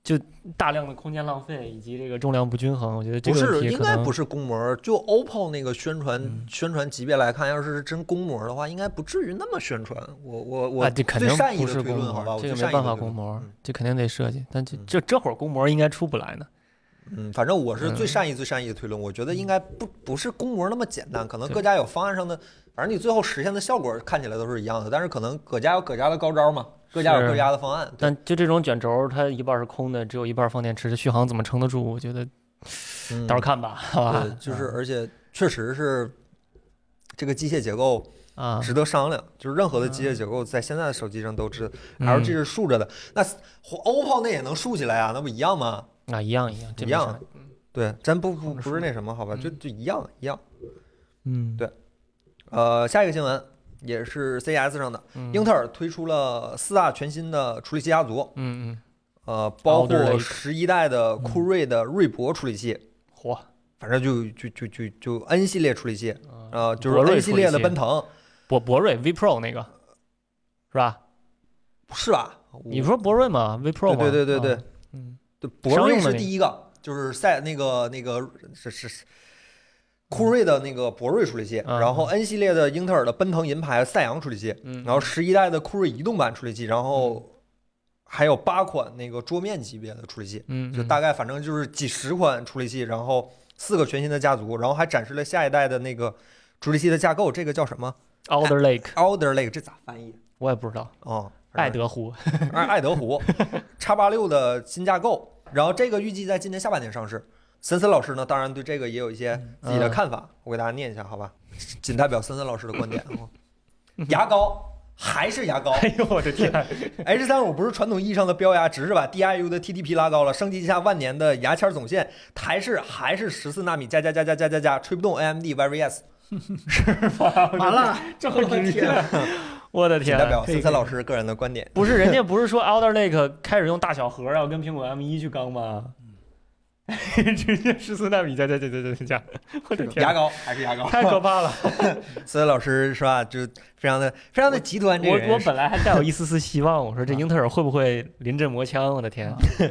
S3: 就大量的空间浪费以及这个重量不均衡，我觉得这
S1: 不
S3: 个问
S1: 是
S3: 题
S1: 应
S3: 可
S1: 该
S3: 能
S1: 不是公模，就 OPPO 那个宣传
S3: 嗯
S1: 宣传级别来看，要是真公模的话，应该不至于那么宣传。我我我
S3: 啊，这肯
S1: 最
S3: 定
S1: 善意
S3: 不
S1: 的
S3: 是
S1: 推
S3: 公
S1: 论，好吧，
S3: 模，
S1: 我
S3: 这
S1: 最
S3: 个
S1: 善
S3: 没
S1: 意的推
S3: 办法公
S1: 论。
S3: 模
S1: 嗯，
S3: 这肯定得设计，但这
S1: 嗯
S3: 这这会儿公模应该出不来呢。
S1: 嗯，反正我是最善意、最善意的推论，我觉得
S3: 嗯
S1: 应该不不是公模那么简单，可能各家有方案上的，反正你最后实现的效果看起来都是一样的，但是可能各家有各家的高招嘛，各家有各家的方案。对
S3: 但就这种卷轴，它一半是空的，只有一半放电池，这续航怎么撑得住？我觉得
S1: 嗯
S3: 到时候看吧，好吧嗯
S1: 对，？就是而且确实是这个机械结构
S3: 啊，
S1: 值得商量，就是任何的机械结构在现在的手机上都是
S3: 嗯
S1: LG 是竖着的，那 OPPO 那也能竖起来啊，那不一样吗？
S3: 啊，一样一样，这
S1: 一
S3: 没啥
S1: 样，对，咱不不不是那什么，好吧，就就一样一样。
S3: 嗯，
S1: 呃，下一个新闻也是 CES 上的，
S3: 嗯
S1: 英特尔推出了四大全新的处理器家族，
S3: 嗯嗯，
S1: 呃，包
S3: Alder
S1: 括
S3: Lake 嗯
S1: 十一代的酷睿的睿博处理器，
S3: 火，
S1: 反正就就就就就 N 系列处理器，
S3: 啊
S1: 呃，就是
S3: 博瑞
S1: N 系列
S3: 处
S1: 的
S3: 理器
S1: 奔腾，
S3: 博博瑞 V Pro 那个是吧？
S1: 是吧？
S3: 你
S1: 我
S3: 不是博瑞吗？V Pro 吗？
S1: 对对对对
S3: 啊，嗯，
S1: 对，博
S3: 商
S1: 瑞
S3: 用的
S1: 是
S3: 那
S1: 第一个，就是赛那个那个是是是酷睿的那个博瑞处理器，
S3: 嗯
S1: 然后 N 系列的英特尔的奔腾银牌赛扬处理器，
S3: 嗯
S1: 然后十一代的酷睿移动版处理器，然后还有八款那个桌面级别的处理器，
S3: 嗯，
S1: 就
S3: 嗯
S1: 大概反正就是几十款处理器，然后四个全新的家族，然后还展示了下一代的那个处理器的架构，这个叫什么
S3: Alder Lake，
S1: ？Alder Lake 这咋翻译？
S3: 我也不知道，
S1: 哦，
S3: 爱德湖，
S1: 爱爱德湖 x 八六的新架构，然后这个预计在今年下半年上市。森森老师呢，当然对这个也有一些自
S3: 嗯
S1: 己的看法，我给大家念一下，好吧？仅代表森森老师的观点。哦牙膏还是牙膏
S3: 哎呦我的天，
S1: ，H 三五不是传统意义上的标牙，只是把 DIU 的 TDP 拉高了，升级一下万年的牙签总线，台式还是十四纳米加加加加加加加，吹不动 AMD YVS。
S2: 完了，
S3: 这么直接， 我的
S1: 仅
S3: 天
S1: 啊代，表
S3: 这
S1: 森森老师个人的观点。
S3: 不是人家不是说 Alder Lake 开始用大小核，然后跟苹果 M 一去刚吗？ 直接十四纳米加加加加加加加，我的
S1: 牙
S3: 天，啊
S1: 膏还是牙膏，
S3: 太可 怕了！
S1: 森森老师是吧？就非常的非常的极端。这个啊人
S3: 我我
S1: 是
S3: 本来还带有一丝丝希望，我说这英特尔会不会临阵磨枪？我的天，啊
S1: 啊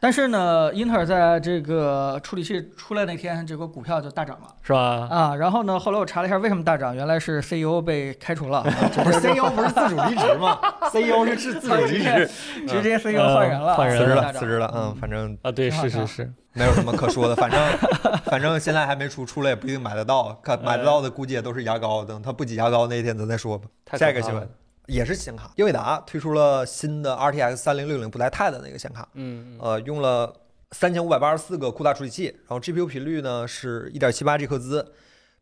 S2: 但是呢，英特尔在这个处理器出来那天，这个股票就大涨了
S3: 是吧？
S2: 啊。然后呢，后来我查了一下为什么大涨，原来是 CEO 被开除 了，
S1: 不是 CEO 不是自主离职吗？CEO 是自自主离职，
S2: 直接 CEO 换人了，
S3: 啊换
S1: 辞
S3: 人
S1: 职
S2: 所以
S1: 了，
S2: 大涨
S1: 辞职了，嗯，反正
S3: 啊，对，
S2: 挺好
S3: 是
S2: 挺好
S3: 是是，
S1: 没有什么可说的，反 正反正现在还没出，出来也不一定买得到，看
S3: 嗯
S1: 买得到的估计也都是牙膏，等它不挤牙膏那一天咱再说吧。
S3: 太可
S1: 下一个
S3: 怕
S1: 新
S3: 了
S1: 闻也是显卡，英伟达推出了新的 RTX 三零六零不带钛的那个显卡，
S3: 嗯，
S1: 呃，用了三千五百八十四个酷大处理器，然后 GPU 频率呢是一点七八 G 赫兹，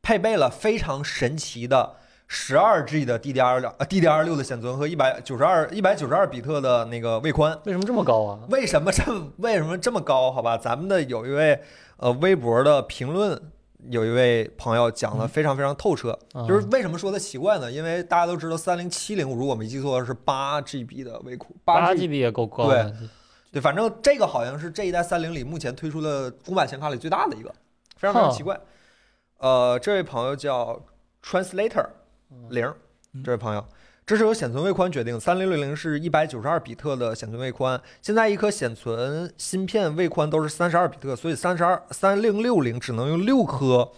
S1: 配备了非常神奇的十二 G 的 DDR 六呃 DDR 六的显存和一百九十二一百九十二比特的那个位宽。
S3: 为什么这么高啊？
S1: 为什么这么为什么这么高？好吧，咱们的有一位呃微博的评论，有一位朋友讲
S3: 嗯
S1: 的非常非常透彻，
S3: 啊
S1: 就是为什么说它奇怪呢？因为大家都知道三零七零，如果我没记错是八 GB 的微库，
S3: 八
S1: G
S3: GB 也够高的，
S1: 对，反正这个好像是这一代三零里目前推出的公版显卡里最大的一个，非常非常
S3: 哼
S1: 奇怪。呃，这位朋友叫 Translator 零，这位朋友，这是由显存位宽决定，三零六零是一百九十二比特的显存位宽，现在一颗显存芯片位宽都是三十二比特，所以三十二三零六零只能用六颗。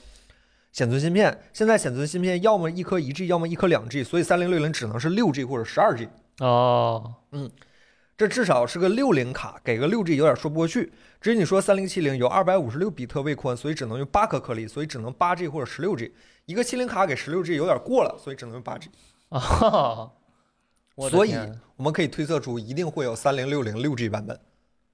S1: 显存芯片现在显存芯片要么一颗一 G，要么一颗两 G，所以三零六零只能是六 G 或者十二 G。
S3: 哦，
S1: 这至少是个六零卡，给个六 G 有点说不过去。至于你说三零七零有二百五十六比特位宽，所以只能用八颗颗粒，所以只能八 G 或者十六 G。一个七零卡给十六 G 有点过了，所以只能用八 G。
S3: 啊，我的
S1: 所以
S3: 天啊
S1: 我们可以推测出一定会有三零六零六 G 版本，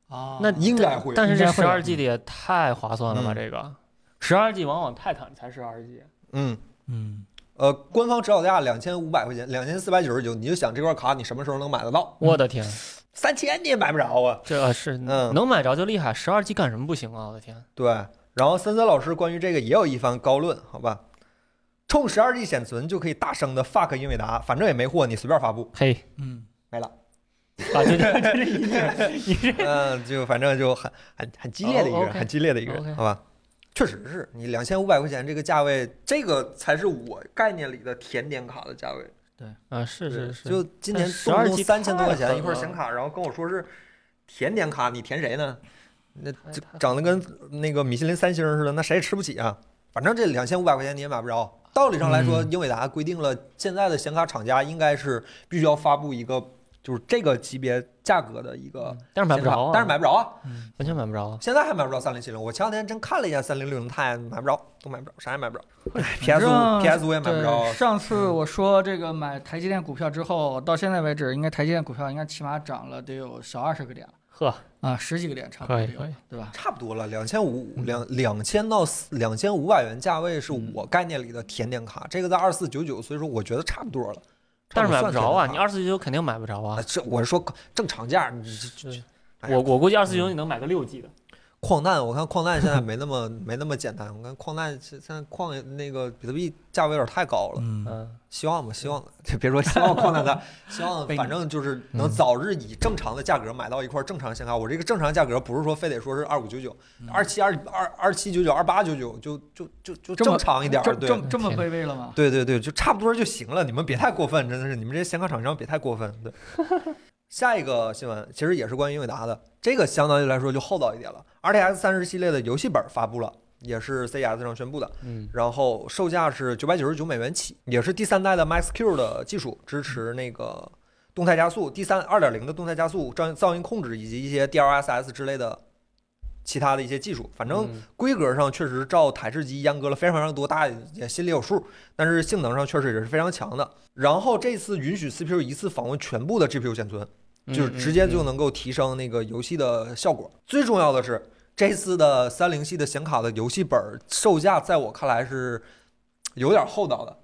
S2: 啊。
S3: 那
S1: 应该会有。
S3: 但是这
S2: 应该会
S3: 十
S2: 有
S3: 二 G 的也太划算了吧？
S1: 嗯
S3: 这个十二 G 往往泰坦才十二 G，
S1: 嗯，
S2: 嗯，
S1: 呃，官方指导价两千五百块钱，两千四百九十九，你就想这块卡你什么时候能买得到？
S3: 我的 天，
S1: 三千你也买不着啊。
S3: 这呃是
S1: 嗯
S3: 能买着就厉害，十二 G 干什么不行啊？我的天，
S1: 对，然后森森老师关于这个也有一番高论，好吧？冲十二 G 显存就可以大声的 fuck 英伟达，反正也没货，你随便发布。
S3: 嘿，
S2: 嗯，
S1: 没了，
S3: 啊，就 这这一点，你这
S1: 嗯，就反正就很很很激烈的一个
S3: 哦
S1: 人，
S3: ，OK
S1: 很激烈的一个人，
S3: OK
S1: 好吧？确实是你两千五百块钱这个价位，这个才是我概念里的甜点卡的价位。
S3: 啊是是是，
S1: 就今年动不
S3: 但
S1: 动
S3: 12
S1: 三千多块
S3: 太
S1: 钱
S3: 狠
S1: 一块显卡，然后跟我说是甜点卡，你甜谁 呢？那这长得跟那个米其林三星似的，那谁也吃不起啊。反正这两千五百块钱你也买不着。
S3: 嗯
S1: 道理上来说，英伟达规定了，现在的显卡厂家应该是必须要发布一个就是这个级别价格的一个
S3: 但是买不着、啊，
S1: 但是买不着啊，
S3: 完全买不着、啊。
S1: 现在还买不着三零七零。我前两天真看了一下三零六零 i 买不着，都买不着，啥也买不着。PS
S3: 哎啊
S1: 五 PS 五也买不着
S2: 对。上次我说这个买台积电股票之后，到现在为止，应该台积电股票应该起码涨了得有小二十个点了。
S3: 呵，
S2: 啊，十几个点差不多有，对吧？
S1: 差不多了，两千五
S3: 嗯
S1: 两两千到两千五百元价位是我概念里的甜点卡，这个在二四九九，所以说我觉得差不多了。
S3: 但是买不着啊，
S1: 这
S3: 你二四九九肯定买不着啊。
S1: 这我是说正常价，你这这，哎呀
S3: 我我估计二四九九你能买个六 G 的，
S1: 矿难，我看矿难现在没那么没那么简单，我看矿难现在矿也那个比特币价位有点太高了，
S2: 嗯，
S3: 嗯，
S1: 希望吧， 希望就别说希望矿难的， 希望
S2: 被你嗯
S1: 反正就是能早日以正常的价格买到一块正常显卡。我这个正常价格不是说非得说是二五九九、
S2: 嗯
S1: 二七二二二七九九、二八九九，就就就就
S2: 这么
S1: 正常一点儿，
S2: 这
S1: 对嗯
S2: 这这么卑微了吗？
S1: 对对对，就差不多就行了。你们别太过分，真的是，你们这些显卡厂商别太过分。对， 下一个新闻其实也是关于英伟达的，这个相当于来说就厚道一点了。RTX 三十系列的游戏本发布了，也是 CES 上宣布的，
S3: 嗯，
S1: 然后售价是九百九十九美元起，也是第三代的 Max-Q 的技术，支持那个动态加速，第三二点零的动态加速、噪噪音控制以及一些 DLSS 之类的。其他的一些技术，反正
S3: 嗯
S1: 规格上确实照台式机阉割了非常非常多，大家也心里有数。但是性能上确实也是非常强的。然后这次允许 CPU 一次访问全部的 GPU 线存，
S3: 嗯
S1: 就是直接就能够提升那个游戏的效果。最重要的是，这次的三零系的显卡的游戏本儿售价，在我看来是有点厚道的。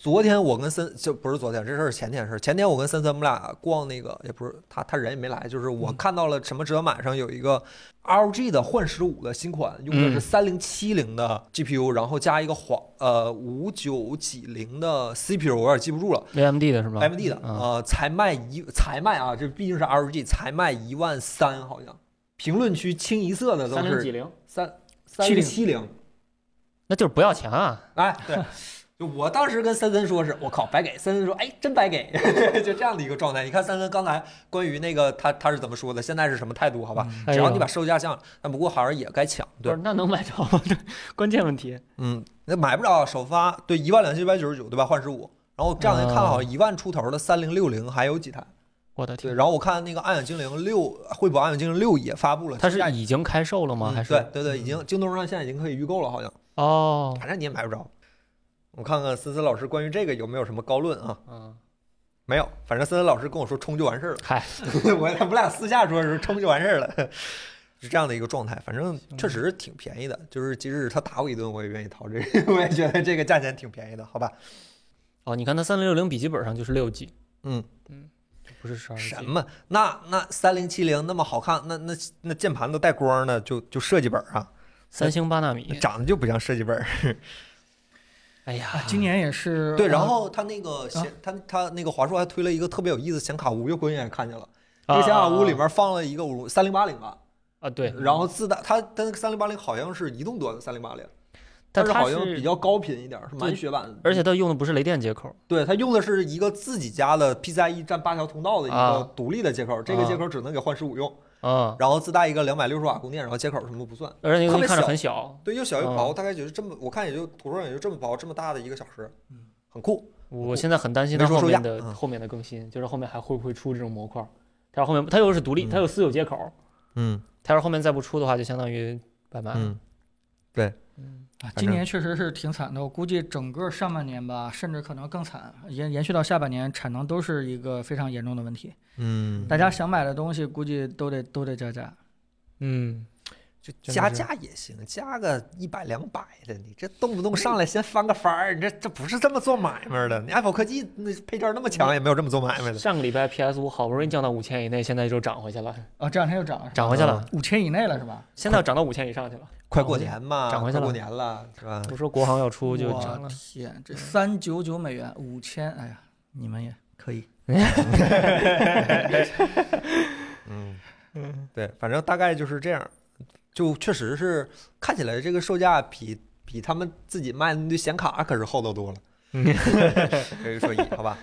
S1: 昨天我跟森就不是昨天，这事儿是前天事儿。前天我跟森森我们俩逛那个也不是他他人也没来，就是我看到了什么折满上有一个 ROG 的幻十五的新款，用的是
S3: 嗯
S1: 三零七零的 GPU，、然后加一个黄呃五九几零的 CPU，我有点记不住了。
S3: AMD 的是吗
S1: M D 的，
S3: 嗯
S1: 呃，才卖一才卖啊，这毕竟是 R G，才卖一万三好像。评论区清一色的都
S3: 三零几
S1: 是
S3: 零，
S1: 三三零七零，
S3: 那就是不要钱啊。
S1: 哎，对，就我当时跟森森说是，我靠，白给。森森说，哎，真白给， 就这样的一个状态。你看森森刚才关于那个他他是怎么说的，现在是什么态度？好吧，
S2: 嗯
S3: 哎
S1: 只要
S3: 呦
S1: 你把售价降，那不过好像也该抢，
S3: 不
S1: 对
S3: 是，，那能买着吗？ 这关键问题。
S1: 嗯，那买不着首发，对，一万两千九百九十九，对吧？换十五。然后这两天看了好像一万出头的三零六零还有几台。
S3: 我的
S1: 对，
S3: 天，
S1: 然后我看那个《暗影精灵六》，惠普《暗影精灵六》也发布了，
S3: 它是
S1: 现在
S3: 已经开售了吗？
S1: 嗯
S3: 还是
S1: 对对对，已经京东上现在已经可以预购了，好像，
S3: 哦，
S1: 反正你也买不着。我看看森森老师关于这个有没有什么高论啊？
S3: 嗯，
S1: 没有，反正森森老师跟我说冲就完事儿了。
S3: 嗨，
S1: 我我们俩私下说的时候冲就完事儿了，是这样的一个状态。反正确实挺便宜的，就是即使他打我一顿，我也愿意掏这个， 我也觉得这个价钱挺便宜的，好吧？
S3: 哦，你看它三零六零笔记本上就是六 G，
S1: 嗯
S3: 嗯，不是十二 G，
S1: 什么？那那三零七零那么好看，那那那键盘都带光呢，就就设计本儿啊，
S3: 三星八纳
S1: 那
S3: 米，
S1: 长得就不像设计本儿。啊
S3: 哎呀，
S2: 啊今年也是
S1: 对，然
S2: 呃
S1: 后他那个
S3: 啊
S1: 显，他他那个华硕还推了一个特别有意思的显卡屋，又滚远也看见了。这
S3: 啊
S1: 个显卡屋
S3: 啊
S1: 里面放了一个五三零八零吧，
S3: 啊，对，
S1: 然后自带它它那个三零八零好像是移动端的三零八零，
S3: 但
S1: 是
S3: 它
S1: 好像
S3: 是
S1: 比较高频一点，是满血版。
S3: 而且它用的不是雷电接口，
S1: 对它用的是一个自己家的 PCIe E 占八条通道的一个
S3: 啊
S1: 独立的接口，这个
S3: 啊
S1: 接口只能给幻十五用，
S3: 嗯，
S1: 然后自带一个两百六十瓦供电，然后接口什么都不算。
S3: 而且那个
S1: 特
S3: 东
S1: 别
S3: 西看
S1: 小
S3: 着很小，
S1: 对，又小又
S3: 啊
S1: 薄，大概就是这么，我看也就图书上也就这么薄，这么大的一个小盒，
S2: 嗯
S1: 很酷。
S3: 我现在很担心它
S1: 没说
S3: 后
S1: 售价
S3: 面的
S1: 嗯
S3: 后面的更新，就是后面还会不会出这种模块儿？它要后面它又是独立，它有私有接口，
S1: 嗯
S3: 它要是后面再不出的话，就相当于拜拜了。，嗯
S2: 啊，
S1: 反
S2: 今
S1: 正
S2: 年确实是挺惨的，我估计整个上半年吧，甚至可能更惨，延延续到下半年，产能都是一个非常严重的问题。
S1: 嗯
S2: 大家想买的东西，估计都得都得加价。
S3: 嗯，
S1: 就
S3: 真的
S1: 加
S3: 是
S1: 价也行，加个一百两百的，你这动不动上来先翻个番儿，你这这不是这么做买卖的。你 Apple 科技那配件那么
S3: 嗯
S1: 强，也没有这么做买卖的。
S3: 上个礼拜 PS 五好不容易降到五千以内，现在就涨回去了，
S2: 啊，这两天又涨了，
S3: 涨回去了，
S2: 五千以内了是吧？
S3: 现在要涨到五千以上去了。
S1: 快过年嘛，
S3: 嗯涨回去
S1: 快
S3: 了
S1: 过年了是吧？
S3: 不是说国行要出就涨
S2: 我
S3: 了，
S2: 天，这三九九美元，五千，哎呀，你们也 可以。
S1: 嗯，对，反正大概就是这样。就确实是看起来这个售价比比他们自己卖的那堆显卡可是厚道多了，
S2: 嗯
S1: 可以说一好吧。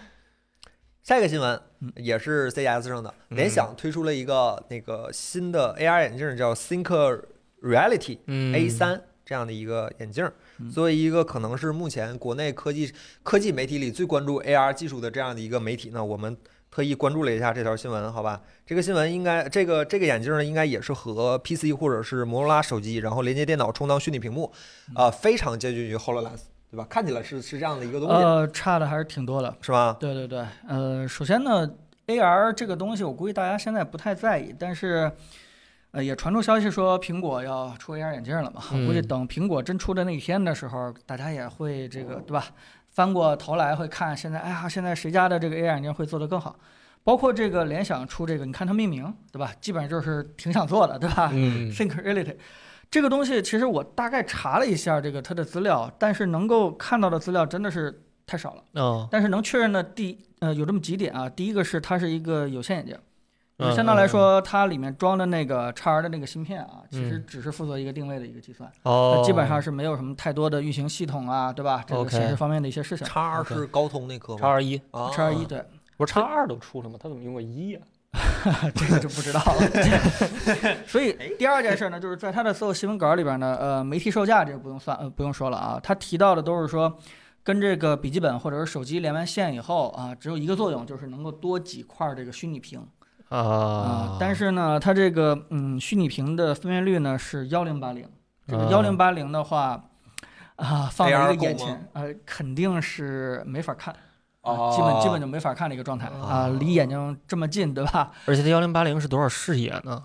S1: 下一个新闻
S2: 嗯
S1: 也是 CES 上的，
S3: 嗯
S1: 联想推出了一个那个新的 AR 眼镜，叫 Think Reality
S3: 嗯
S1: A 三这样的一个眼镜儿
S2: 嗯，
S1: 作为一个可能是目前国内科技科技媒体里最关注 AR 技术的这样的一个媒体呢，我们特意关注了一下这条新闻，好吧？这个新闻应该，这个这个眼镜呢，应该也是和 PC 或者是摩托罗拉手机，然后连接电脑充当虚拟屏幕，
S2: 嗯
S1: 啊、非常接近于 HoloLens，对吧？看起来是是这样的一个东西，
S2: 呃，差的还是挺多的。
S1: 是吧？
S2: 对对对，呃，首先呢，AR 这个东西，我估计大家现在不太在意，但是，呃，也传出消息说苹果要出 AR 眼镜了嘛，
S3: 嗯
S2: 估计等苹果真出的那一天的时候，大家也会这个对吧？翻过头来会看现在，哎呀，现在谁家的这个 AR 眼镜会做得更好？包括这个联想出这个，你看它命名对吧？基本上就是挺想做的对吧？
S3: 嗯
S2: Think Reality 这个东西，其实我大概查了一下这个它的资料，但是能够看到的资料真的是太少了。
S3: 哦，
S2: 但是能确认的第呃有这么几点啊，第一个是它是一个有线眼镜，就
S3: 嗯
S2: 是相当来说它里面装的那个 XR 的那个芯片啊，其实
S3: 嗯
S2: 只是负责一个定位的一个计算，
S3: 哦
S2: 它，基本上是没有什么太多的运行系统啊，对吧？这个
S3: OK
S2: 显示方面的一些事情。
S1: 叉二是高通那颗
S3: 叉
S1: 吗？
S3: 二一，
S1: 啊
S2: X 二一对，
S4: 不是叉二都出了吗？他怎么用个一呀？
S2: 这个就不知道了。所以第二件事呢，就是在他的所有新闻稿里边呢，呃，媒体售价这个不用算，呃，不用说了啊。他提到的都是说，跟这个笔记本或者是手机连完线以后啊，只有一个作用，就是能够多几块这个虚拟屏。啊
S3: 啊，，
S2: 但是呢，它这个嗯虚拟屏的分辨率呢是幺零八零，这个
S3: 啊
S2: 幺零八零的话啊，放在
S1: AR
S2: 一个眼
S1: 够吗
S2: 前，呃，肯定是没法看。啊，
S1: 哦
S2: 基本基本就没法看的一个状态
S3: 哦
S2: 啊，离眼睛这么近，对吧？
S3: 而且它幺零八零是多少视野呢？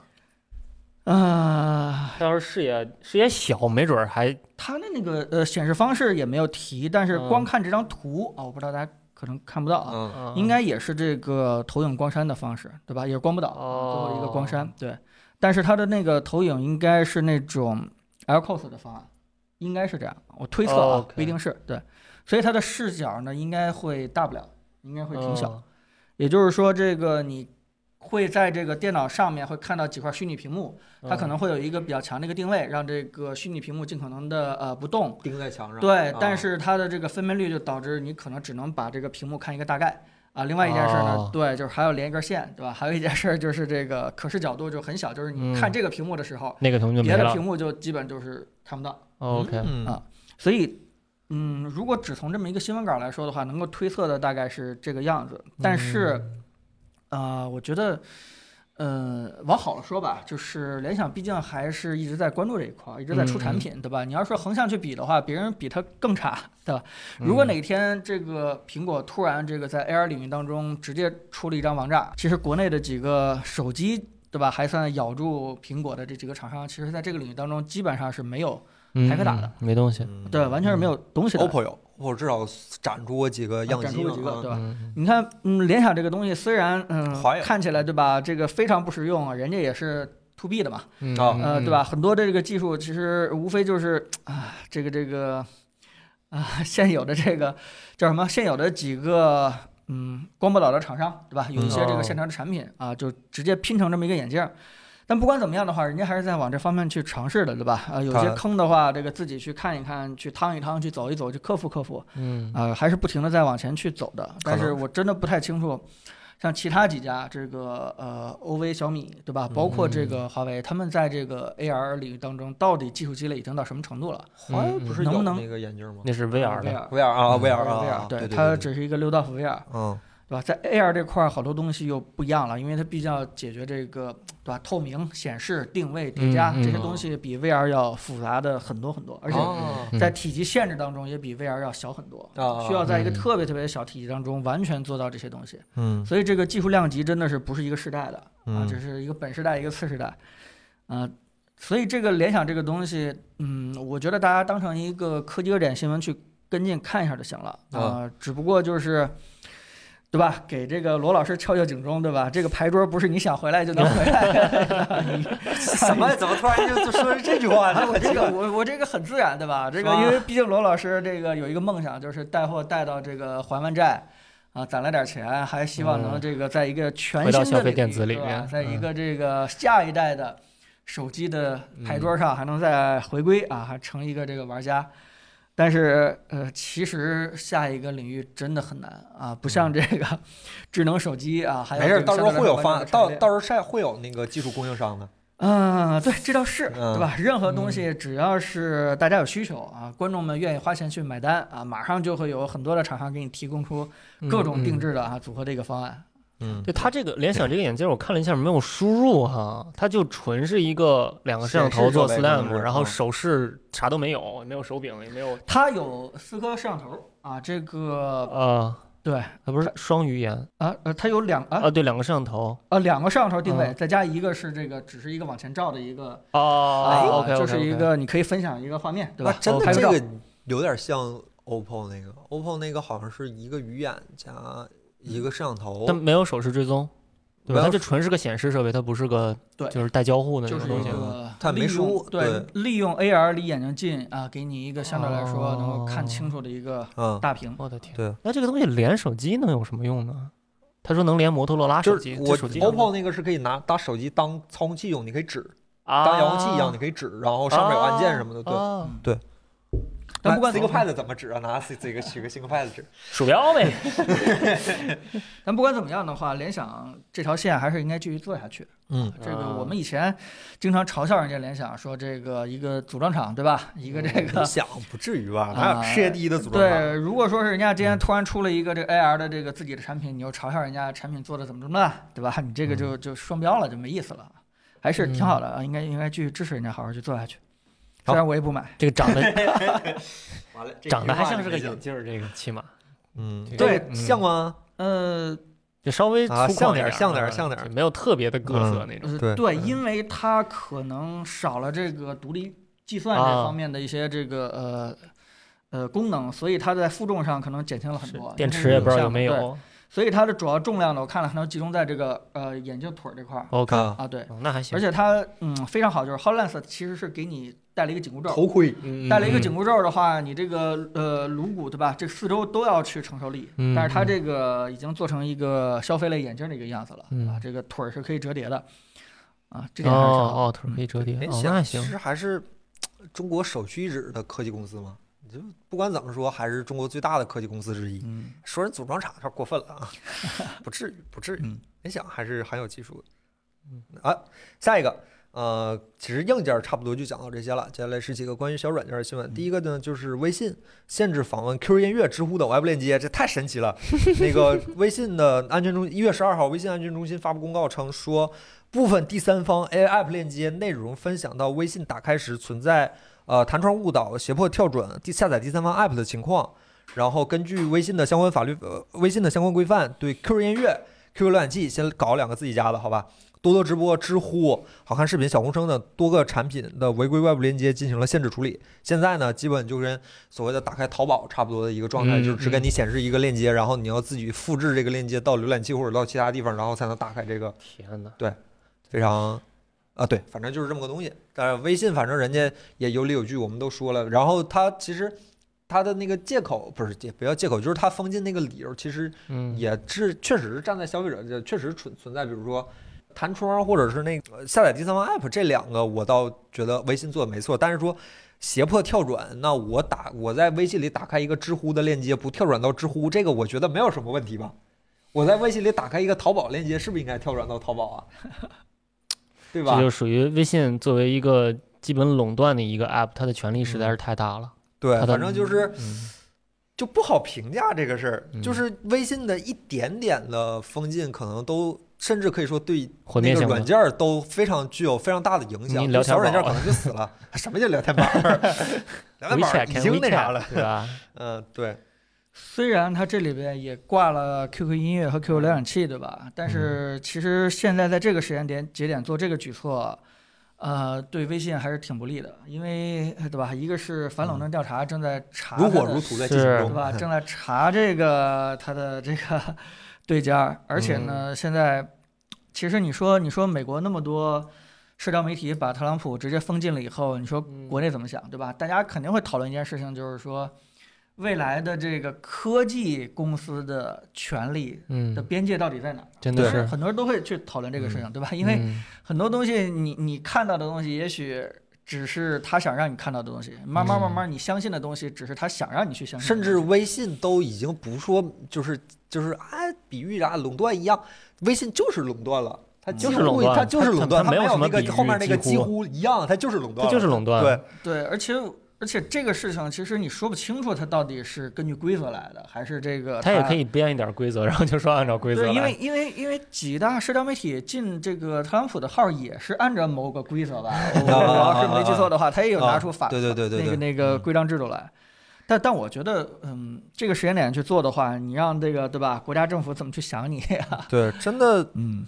S2: 啊，
S3: 它要是视野视野小，没准儿还
S2: 它的那个呃显示方式也没有提，但是
S3: 嗯
S2: 光看这张图啊，我不知道大家可能看不到啊，
S1: 嗯，
S2: 应该也是这个投影光栅的方式，对吧？也是光不倒，最
S3: 哦
S2: 后一个光栅，对。但是它的那个投影应该是那种 LCOS 的方案，应该是这样，我推测
S3: 哦
S2: 啊，
S3: ，OK
S2: 不一定是对。所以它的视角呢，应该会大不了，应该会挺小。
S3: 哦
S2: 也就是说，这个你会在这个电脑上面会看到几块虚拟屏幕，
S3: 嗯哦
S2: 它可能会有一个比较强的一个定位，让这个虚拟屏幕尽可能的呃不动，
S1: 钉在墙上。
S2: 对，但
S1: 啊
S2: 是它的这个分辨率就导致你可能只能把这个屏幕看一个大概啊。另外一件事呢，
S3: 哦
S2: 对，就是还要连一根线，对吧？还有一件事儿就是这个可视角度就很小，就是你看
S3: 嗯
S2: 这个屏幕的时候，
S3: 那个可能就没
S2: 别的
S3: 了
S2: 屏。幕就基本就是看不到。
S3: OK，
S1: 嗯
S2: 啊所以，嗯，如果只从这么一个新闻稿来说的话，能够推测的大概是这个样子。但是，啊、我觉得，呃，往好了说吧，就是联想毕竟还是一直在关注这一块儿，一直在出产品，对吧？你要说横向去比的话，别人比它更差，对吧？如果哪天这个苹果突然这个在 AR 领域当中直接出了一张王炸，其实国内的几个手机。对吧？还算咬住苹果的这几个厂商，其实在这个领域当中，基本上是没有
S3: 嗯
S2: 还可打的，
S3: 嗯没东西。
S1: 嗯
S2: 对，完全是没有东西的。
S1: OPPO 有，OPPO 至少展出过几
S3: 呃
S1: 个样
S2: 展
S1: 机
S2: 出
S1: 嘛
S2: 过几个，
S1: 啊
S2: 对吧？
S3: 嗯
S2: 你看，嗯，联想这个东西虽然嗯
S1: 华为
S2: 看起来对吧，这个非常不实用，啊，人家也是 to B 的嘛，
S3: 嗯
S1: 啊
S3: 嗯
S2: 呃，对吧？很多的这个技术其实无非就是啊，这个这个啊，现有的这个叫什么？现有的几个嗯光波导的厂商对吧？有一些这
S3: 嗯
S2: 个
S3: 哦
S2: 现成的产品啊，就直接拼成这么一个眼镜儿。但不管怎么样的话，人家还是在往这方面去尝试的，对吧？啊，有些
S1: 它
S2: 坑的话，这个自己去看一看，去趟一趟，去走一走，去克服克服。
S3: 嗯
S2: 啊、还是不停的在往前去走的。但
S1: 可
S2: 是
S1: 能
S2: 我真的不太清楚，像其他几家这个呃，OV、小米对
S3: 嗯
S2: 吧？包括这个华为，他们在这个 AR 领域当中到底技术积累已经到什么程度了
S1: 华为不是
S2: 嗯能不
S1: 有
S2: 能
S1: 那个眼镜吗
S3: 那是 VR 的，
S2: ？VR。
S1: ？VR 啊
S3: 嗯
S1: ，VR 啊，
S2: VR，
S1: 啊对对，
S2: 它
S1: 对
S2: 只是一个六道夫 VR，
S1: 嗯
S2: 对吧？在 AR 这块儿，好多东西又不一样了，因为它毕竟要解决这个，对吧？透明、显示、定位、叠加、
S3: 嗯嗯
S2: 这些东西，比 VR 要复杂的很多很多，而且
S1: 哦
S3: 嗯
S2: 在体积限制当中也比 VR 要小很多，
S1: 啊
S2: 需要在一个
S3: 嗯
S2: 特别特别小体积当中完全做到这些东西。
S1: 嗯
S2: 所以这个技术量级真的是不是一个时代的啊，
S1: 嗯
S2: 这是一个本时代一个次时代，啊、所以这个联想这个东西，嗯，我觉得大家当成一个科技热点新闻去跟进看一下就行了啊、只不过就是。对吧？给这个罗老师敲敲警钟，对吧？这个牌桌不是你想回来就能回来。 你
S1: 什么？怎么突然就就说出这句话？
S2: 啊，我
S1: 很奇
S2: 这个
S1: 怪
S2: 我我这个很自然，对吧？这个
S1: 是吧
S2: 因为毕竟罗老师这个有一个梦想，就是带货带到这个还完债，啊，攒了点钱，还希望能
S3: 嗯
S2: 这个在一个全
S3: 回
S2: 新的
S3: 到消费
S2: 领
S3: 电
S2: 域
S3: 子里
S2: 对吧
S3: 面
S2: 在一
S3: 嗯
S2: 个这个下一代的手机的牌桌
S3: 嗯
S2: 上还能再回归啊，还成一个这个玩家。但是，呃，其实下一个领域真的很难啊，不
S3: 嗯
S2: 像这个智能手机啊，还有
S1: 没事儿，
S2: 这个
S1: 到时候
S2: 相对来
S1: 会有
S2: 说
S1: 方
S2: 完
S1: 案，
S2: 整
S1: 到
S2: 的产业链
S1: 到时候晒会有那个技术供应商的。
S2: 嗯，对，这倒是，
S1: 嗯
S2: 对吧？任何东
S3: 嗯
S2: 西只要是大家有需求啊，观众们愿意花钱去
S3: 嗯
S2: 买单啊，马上就会有很多的厂商给你提供出各种定制的啊组合的一个方案。
S1: 嗯
S3: 就它这个联想这个眼镜儿，我看了一下没有输入哈，它就纯是一个两个摄像头做
S1: 显示设备可能
S3: slam，
S1: 是
S3: 然后
S1: 嗯
S3: 手势啥都没有，也没有手柄，也没有
S2: 它有四颗摄像头啊，这个
S3: 呃，
S2: 对
S3: 它不是双鱼眼
S2: 啊呃，它有两啊
S3: 啊，对，两个摄像头
S2: 呃两个摄像头定位，
S3: 嗯
S2: 再加一个是这个只是一个往前照的一个啊
S3: 哦，OK，
S2: 就是一个你可以分享一个画面，对吧
S1: 啊？真的
S2: 拍
S1: 这
S2: 照
S1: 个有点像 OPPO 那个，OPPO 那个好像是一个鱼眼加一个摄像头，
S3: 但没有手势追踪，对吧？
S1: 没有
S3: 它就纯是个显示设备，它不是个
S2: 对
S3: 就是带交互的那
S2: 就是
S3: 种
S2: 一
S3: 东西。
S2: 个
S1: 它没
S2: 利用
S1: 输
S2: 对
S1: 对，
S2: 利用 AR 离眼睛近啊，给你一个相对来说能够看
S3: 哦
S2: 清楚的一个
S1: 嗯，
S2: 大屏。
S3: 我的天，
S1: 对，
S3: 那这个东西连手机能有什么用呢？他说能连摩托罗拉手
S1: 就
S3: 机，
S1: 是
S3: 这
S1: 我
S3: 手机上
S1: OPPO 那个是可以拿打手机当操控器用，你可以指
S3: 啊
S1: 当遥控器一样，你可以指，然后上面有按键什么的，对。
S3: 啊
S2: 但不管怎么看
S1: ThinkPad 怎么指啊？拿 C 这个取个 ThinkPad 指，
S3: 鼠标呗。
S2: 但不管怎么样的话，联想这条线还是应该继续做下去。
S1: 嗯，
S2: 这个
S3: 啊
S2: 我们以前经常嘲笑人家联想，说这个一个组装厂，对吧？一个这
S1: 你
S2: 个。
S1: 想不至于吧？哪
S2: 啊
S1: 有世界嗯第一的组装厂？嗯
S2: 对，如果说是人家今天突然出了一个这个 AR 的这个自己的产品，你又嘲笑人家产品做的怎么怎么烂，对吧？你这个就
S1: 嗯
S2: 就双标了，就没意思了。还是挺好的，啊，应该应该继续支持人家，好好去做下去。虽然我也不买，
S3: 这个长得
S1: 完了，这
S3: 长得
S1: 一句
S3: 还
S1: 话
S3: 像
S1: 你
S3: 是个
S1: 没想
S3: 眼镜儿，这个起码
S1: 嗯，这
S2: 对
S1: 个像吗？
S2: 呃，
S3: 就稍微粗
S1: 啊像
S3: 犷
S1: 点儿
S3: 儿，
S1: 像点儿
S3: 啊
S1: 像点儿
S3: 就没有特别的各色那种。
S2: 呃
S1: 对
S2: 对，
S1: 嗯
S2: 因为它可能少了这个独立计算这
S3: 啊
S2: 方面的一些这个呃呃功能，所以它在负重上可能减轻了很
S3: 是
S2: 多。
S3: 电池也不知道有没
S2: 对，
S3: 有。
S2: 所以它的主要重量呢，我看了可能集中在这个呃眼镜腿儿这块儿
S3: OK，
S1: 啊，
S2: 啊，对，
S3: 哦那还行
S2: 而。且它嗯非常好，就是 HoloLens 其实是给你带了一个紧箍咒。
S1: 盔，
S3: 嗯
S2: 带了一个
S3: 嗯
S2: 紧箍咒的话，你这个呃颅骨对吧？这四周都要去承受力，
S3: 嗯
S2: 但是它这个已经做成一个消费类眼镜的一个样子了、
S3: 嗯
S2: 啊，这个腿儿是可以折叠的啊，这
S3: 哦
S2: 点还是挺好的。
S3: 哦，腿儿可以折叠，
S1: 联
S3: 哦那还
S1: 想其
S3: 行。
S1: 实还是中国首屈一指的科技公司嘛。你就不管怎么说，还是中国最大的科技公司之一。
S2: 嗯，
S1: 说人组装厂有点过分了啊， 不至于，不至于
S2: 嗯。
S1: 联哎想还是很有技术的。啊，下一个，呃，其实硬件儿差不多就讲到这些了。接下来是几个关于小软件儿的新闻。第一个呢，就是微信限制访问 QQ 音乐、知乎等外部链接，这太神奇了。那个微信的安全中心，一月十二号，微信安全中心发布公告称说，部分第三方 A App 链接内容分享到微信打开时存在呃弹窗误导、胁迫跳转、第下载第三方 App 的情况。然后根据微信的相关法律，呃，微信的相关规范，对 QQ 音乐、QQ 浏览器先搞两个自己家的，好吧？多多直播、知乎、好看视频、小红书等多个产品的违规外部链接进行了限制处理。现在呢，基本就跟所谓的打开淘宝差不多的一个状态，
S3: 嗯
S1: 就是只给你显示一个链接，然后你要自己复制这个链接到浏览器或者到其他地方，然后才能打开这个
S3: 天哪，
S1: 非常啊，对，反正就是这么个东西。但是微信反正人家也有理有据，我们都说了。然后它其实它的那个借口不是也不要借口，就是它封禁那个理由，其实
S3: 嗯，
S1: 也是确实是站在消费者这确实存存在，比如说。弹窗或者是那个呃下载第三方 app 这两个，我倒觉得微信做的没错。但是说胁迫跳转，那我打我在微信里打开一个知乎的链接，不跳转到知乎，这个我觉得没有什么问题吧？我在微信里打开一个淘宝链接，是不是应该跳转到淘宝啊？对吧
S3: 这？就属于微信作为一个基本垄断的一个 app，它的权力
S2: 嗯
S3: 实在是太大了。
S1: 对，
S3: 它的
S1: 反正就是
S3: 嗯
S1: 就不好评价这个事儿，
S3: 嗯
S1: 就是微信的一点点的封禁，可能都甚至可以说对
S3: 毁
S1: 那
S3: 灭
S1: 个
S3: 性
S1: 软
S3: 的。
S1: 件儿都非常具有非常大的影响。
S3: 你
S1: 就
S3: 聊
S1: 小
S3: 天
S1: 软件儿
S3: 宝
S1: 可能就死 了，什么叫聊天板儿？聊天板儿
S3: WeChat
S1: 已
S3: can
S1: 经那啥
S3: WeChat，啊
S1: 了。
S3: 对吧？
S1: 嗯，对，
S2: 虽然它这里边也挂了 QQ 音乐和
S3: 嗯
S2: QQ 浏览器，对吧？但是其实现在在这个时间点节点做这个举措，呃，对微信还是挺不利的，因为呃对吧？一个是反
S3: 嗯
S2: 垄断调查正在查它
S1: 如
S2: 的，
S1: 火如荼在进行
S3: 是
S2: 对吧？
S1: 中。
S2: 正在查这个它的这个 对家儿，而且
S3: 嗯
S2: 呢，现在其实你说你说美国那么多社交媒体把特朗普直接封禁了以后，你说
S3: 嗯
S2: 国内怎么想，对吧？大家肯定会讨论一件事情，就是说未来的这个科技公司的权利的
S3: 嗯，
S2: 边界到底在哪儿？
S3: 真
S1: 对
S3: 的
S2: 就是
S3: 是，
S2: 很多人都会去讨论这个事情，对吧？因为
S3: 嗯
S2: 很多东西你你看到的东西，也许只是他想让你看到的东西，慢慢
S3: 嗯
S2: 慢慢你相信的东西，只是他想让你去相信的
S1: 甚
S2: 东西，
S1: 至微信都已经不说，就是就是哎，比喻啥垄断一样，微信就是垄断了，它
S2: 嗯
S1: 就
S3: 就是垄
S1: 故意，它
S3: 断
S1: 就是
S3: 它
S1: 垄
S3: 它
S1: 断，它
S3: 没有
S1: 有
S3: 什么
S1: 那个
S3: 比喻
S1: 后面那个
S3: 几
S1: 几
S3: 乎
S1: 乎一样，它就是垄断了，
S3: 它就是垄断。
S1: 对，
S2: 对，而且而且这个事情其实你说不清楚，它到底是根据规则来的，还是这个
S3: 他也可以编一点规则，然后就说按照规则
S2: 对，
S3: 来。
S2: 因为因为因为几大社交媒体进这个特朗普的号也是按照某个 规则吧，我
S1: 啊啊
S2: 我要是
S1: 啊
S2: 没记错的话，他也有拿
S1: 啊
S2: 出法
S1: 对对对对
S2: 那个
S1: 对，
S2: 那个
S1: 嗯
S2: 规章制度来。但但我觉得，嗯，这个时间点去做的话，你让这个对吧，国家政府怎么去想你呀、
S1: 对，真的
S2: 嗯，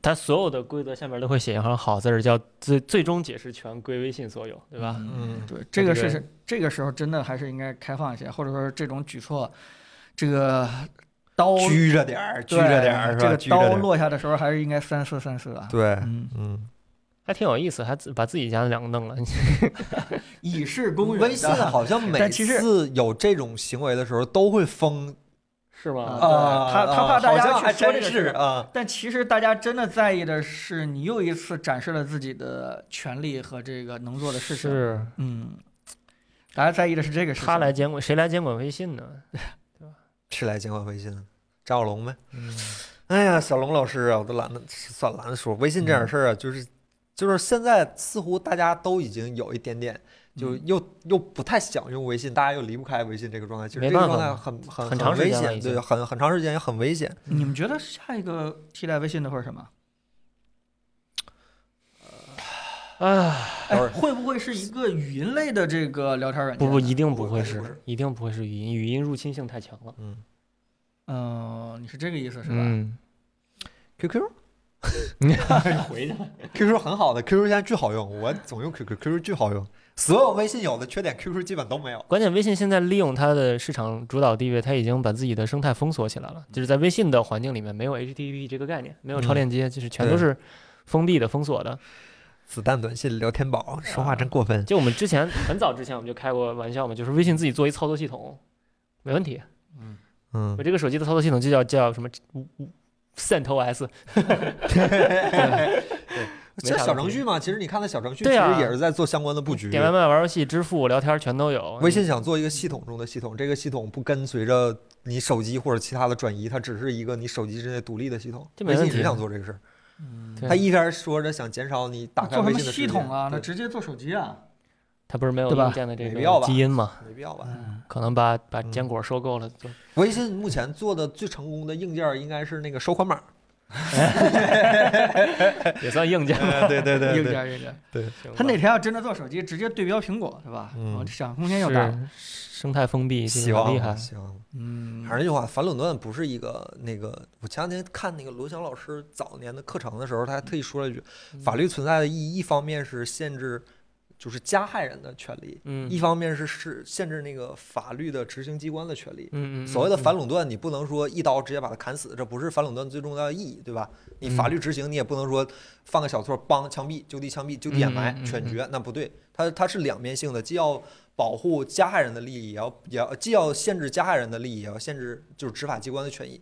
S3: 他所有的规则下面都会写一行好字儿，叫最最终解释权归微信所有， 对吧？
S1: 嗯
S2: 对，这个
S3: 这个
S2: 是这个时候真的还是应该开放一些，或者说这种举措，这个刀
S1: 拘着点儿，拘
S2: 对
S1: 着点儿是
S2: 这
S1: 吧？
S2: 个
S1: 拘着
S2: 刀
S1: 点儿，
S2: 落下的时候还是应该三思三思啊。
S1: 对，
S2: 嗯，
S1: 嗯，
S3: 还挺有意思，还自把自己家的两个弄了。
S2: 以示公允的。啊
S1: 微信好像每
S2: 但其实
S1: 次有这种行为的时候都会封
S3: 是吗？
S2: 啊对他他怕大家
S1: 好像
S2: 去
S1: 还
S2: 说
S1: 真
S2: 这个
S1: 是
S2: 事
S1: 啊，
S2: 但其实大家真的在意的是，你又一次展示了自己的权利和这个能做的事情。
S3: 是
S2: 嗯，大家在意的是这个事情。
S3: 他来监管，谁来监管微信呢？
S1: 是来监管微信，张小龙呗。
S3: 嗯
S2: 嗯
S1: 哎呀，小龙老师啊，我都懒得算了懒得说微信这点事
S2: 嗯
S1: 儿啊，就是就是现在似乎大家都已经有一点点，
S2: 嗯
S1: 就又、又不太想用微信，大家又离不开微信这个状态，就是
S3: 没
S1: 这个
S3: 办
S1: 状
S3: 法
S1: 态很很
S3: 很长时
S1: 危
S3: 间了
S1: 险，
S3: 已经
S1: 对，很很长时间也很危 险。
S2: 嗯你们觉得下一个替代微信的会是什么？
S3: 啊，
S2: 哎
S1: 等会儿，
S2: 会不会是一个语音类的这个聊天软件
S3: 不
S2: 呢？
S3: 不，一定不
S1: 不
S3: 会
S1: 肯定不
S3: 是
S1: 是，
S3: 一定不会是语音，语音入侵性太强了，
S1: 嗯
S2: 嗯、你是这个意思是吧？
S3: 嗯，
S1: ，QQ
S3: 回去了。
S1: QQ 很好的，QQ 现在巨好用，我总用 QQ，QQ 巨好用，所有微信有的缺点 QQ 基本都没有。
S3: 关键微信现在利用它的市场主导地位，它已经把自己的生态封锁起来了，就是在微信的环境里面没有 HTTP 这个概念，没有超
S1: 嗯
S3: 链接，就是全
S1: 对
S3: 都是封闭的、封锁的。
S1: 子弹短信、聊天宝，说话真过分。
S3: 啊就我们之前很早之前我们就开过玩笑嘛，就是微信自己做一操作系统，没问题。
S1: 嗯
S3: 我，这个手机的操作系统就叫叫什么五五 CentOS，
S1: 这小程序嘛，其实你看那小程序，其
S3: 对啊
S1: 实也是在做相关的布局。
S3: 点外嗯卖、玩游戏、支付、聊天全都有。
S1: 微信想做一个系统中的系统，这个系统不跟随着你手机或者其他的转移，它只是一个你手机之内独立的系统。
S3: 这没
S1: 微信
S3: 问
S1: 也
S3: 题
S1: 想做这个事儿，
S2: 嗯
S3: 对
S1: 他一开始说着想减少你打开
S2: 做什
S1: 微
S2: 么
S1: 信的时
S2: 系
S1: 间
S2: 统啊？那
S1: 对
S2: 直接做手机啊？
S3: 它不是没有
S2: 对吧
S3: 硬件的这
S1: 没必要
S3: 个
S1: 吧
S3: 基因嘛？
S1: 没必要吧？
S2: 嗯，
S3: 可能把把
S1: 嗯
S3: 坚果收购了，就
S1: 微信目前做的最成功的硬件儿应该是那个收款 码。
S3: 也算硬件 吧。
S1: 对对
S2: 硬件硬件。
S3: 行吧
S2: 他哪天要真的做手机，直接对标苹果，是吧？哦
S1: 嗯
S2: 我这想象空间又大。
S3: 是生态封闭，这
S1: 希
S3: 个很
S1: 望
S3: 厉害
S1: 吧。希望吧。
S2: 嗯
S1: 还是那句话，反垄断不是一个那个。我前两天看那个罗翔老师早年的课程的时候，他还特意说了一句：法律存在的意义，一方面是限制就是加害人的权利，
S3: 嗯
S1: 一方面是是限制那个法律的执行机关的权利。
S3: 嗯嗯，
S1: 所谓的
S3: 嗯
S1: 反垄断，你不能说一刀直接把它砍死，这不是反垄断最重要的意义，对吧？
S3: 嗯
S1: 你法律执行，你也不能说犯个小错，梆枪毙，就地枪毙，就地掩埋
S3: 嗯嗯嗯、嗯
S1: 犬决，那不对。它它是两面性的，既要保护加害人的利益，也要也要既要限制加害人的利益，也要限制就是执法机关的权益。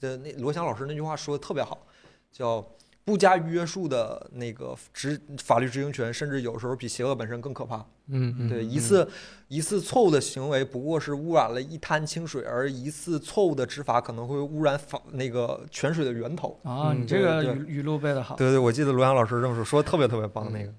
S1: 这那罗翔老师那句话说的特别好，叫不加约束的那个执法律执行权，甚至有时候比邪恶本身更可怕。
S3: 嗯嗯
S1: 对，
S3: 嗯
S1: 一次一次错误的行为不过是污染了一滩清水，而一次错误的执法可能会污染法那个泉水的源头。
S2: 啊，
S3: 嗯
S2: 你这个
S1: 对
S2: 语语录背得好。
S1: 对对，我记得罗阳老师这么说，说的特别特别棒。那个，嗯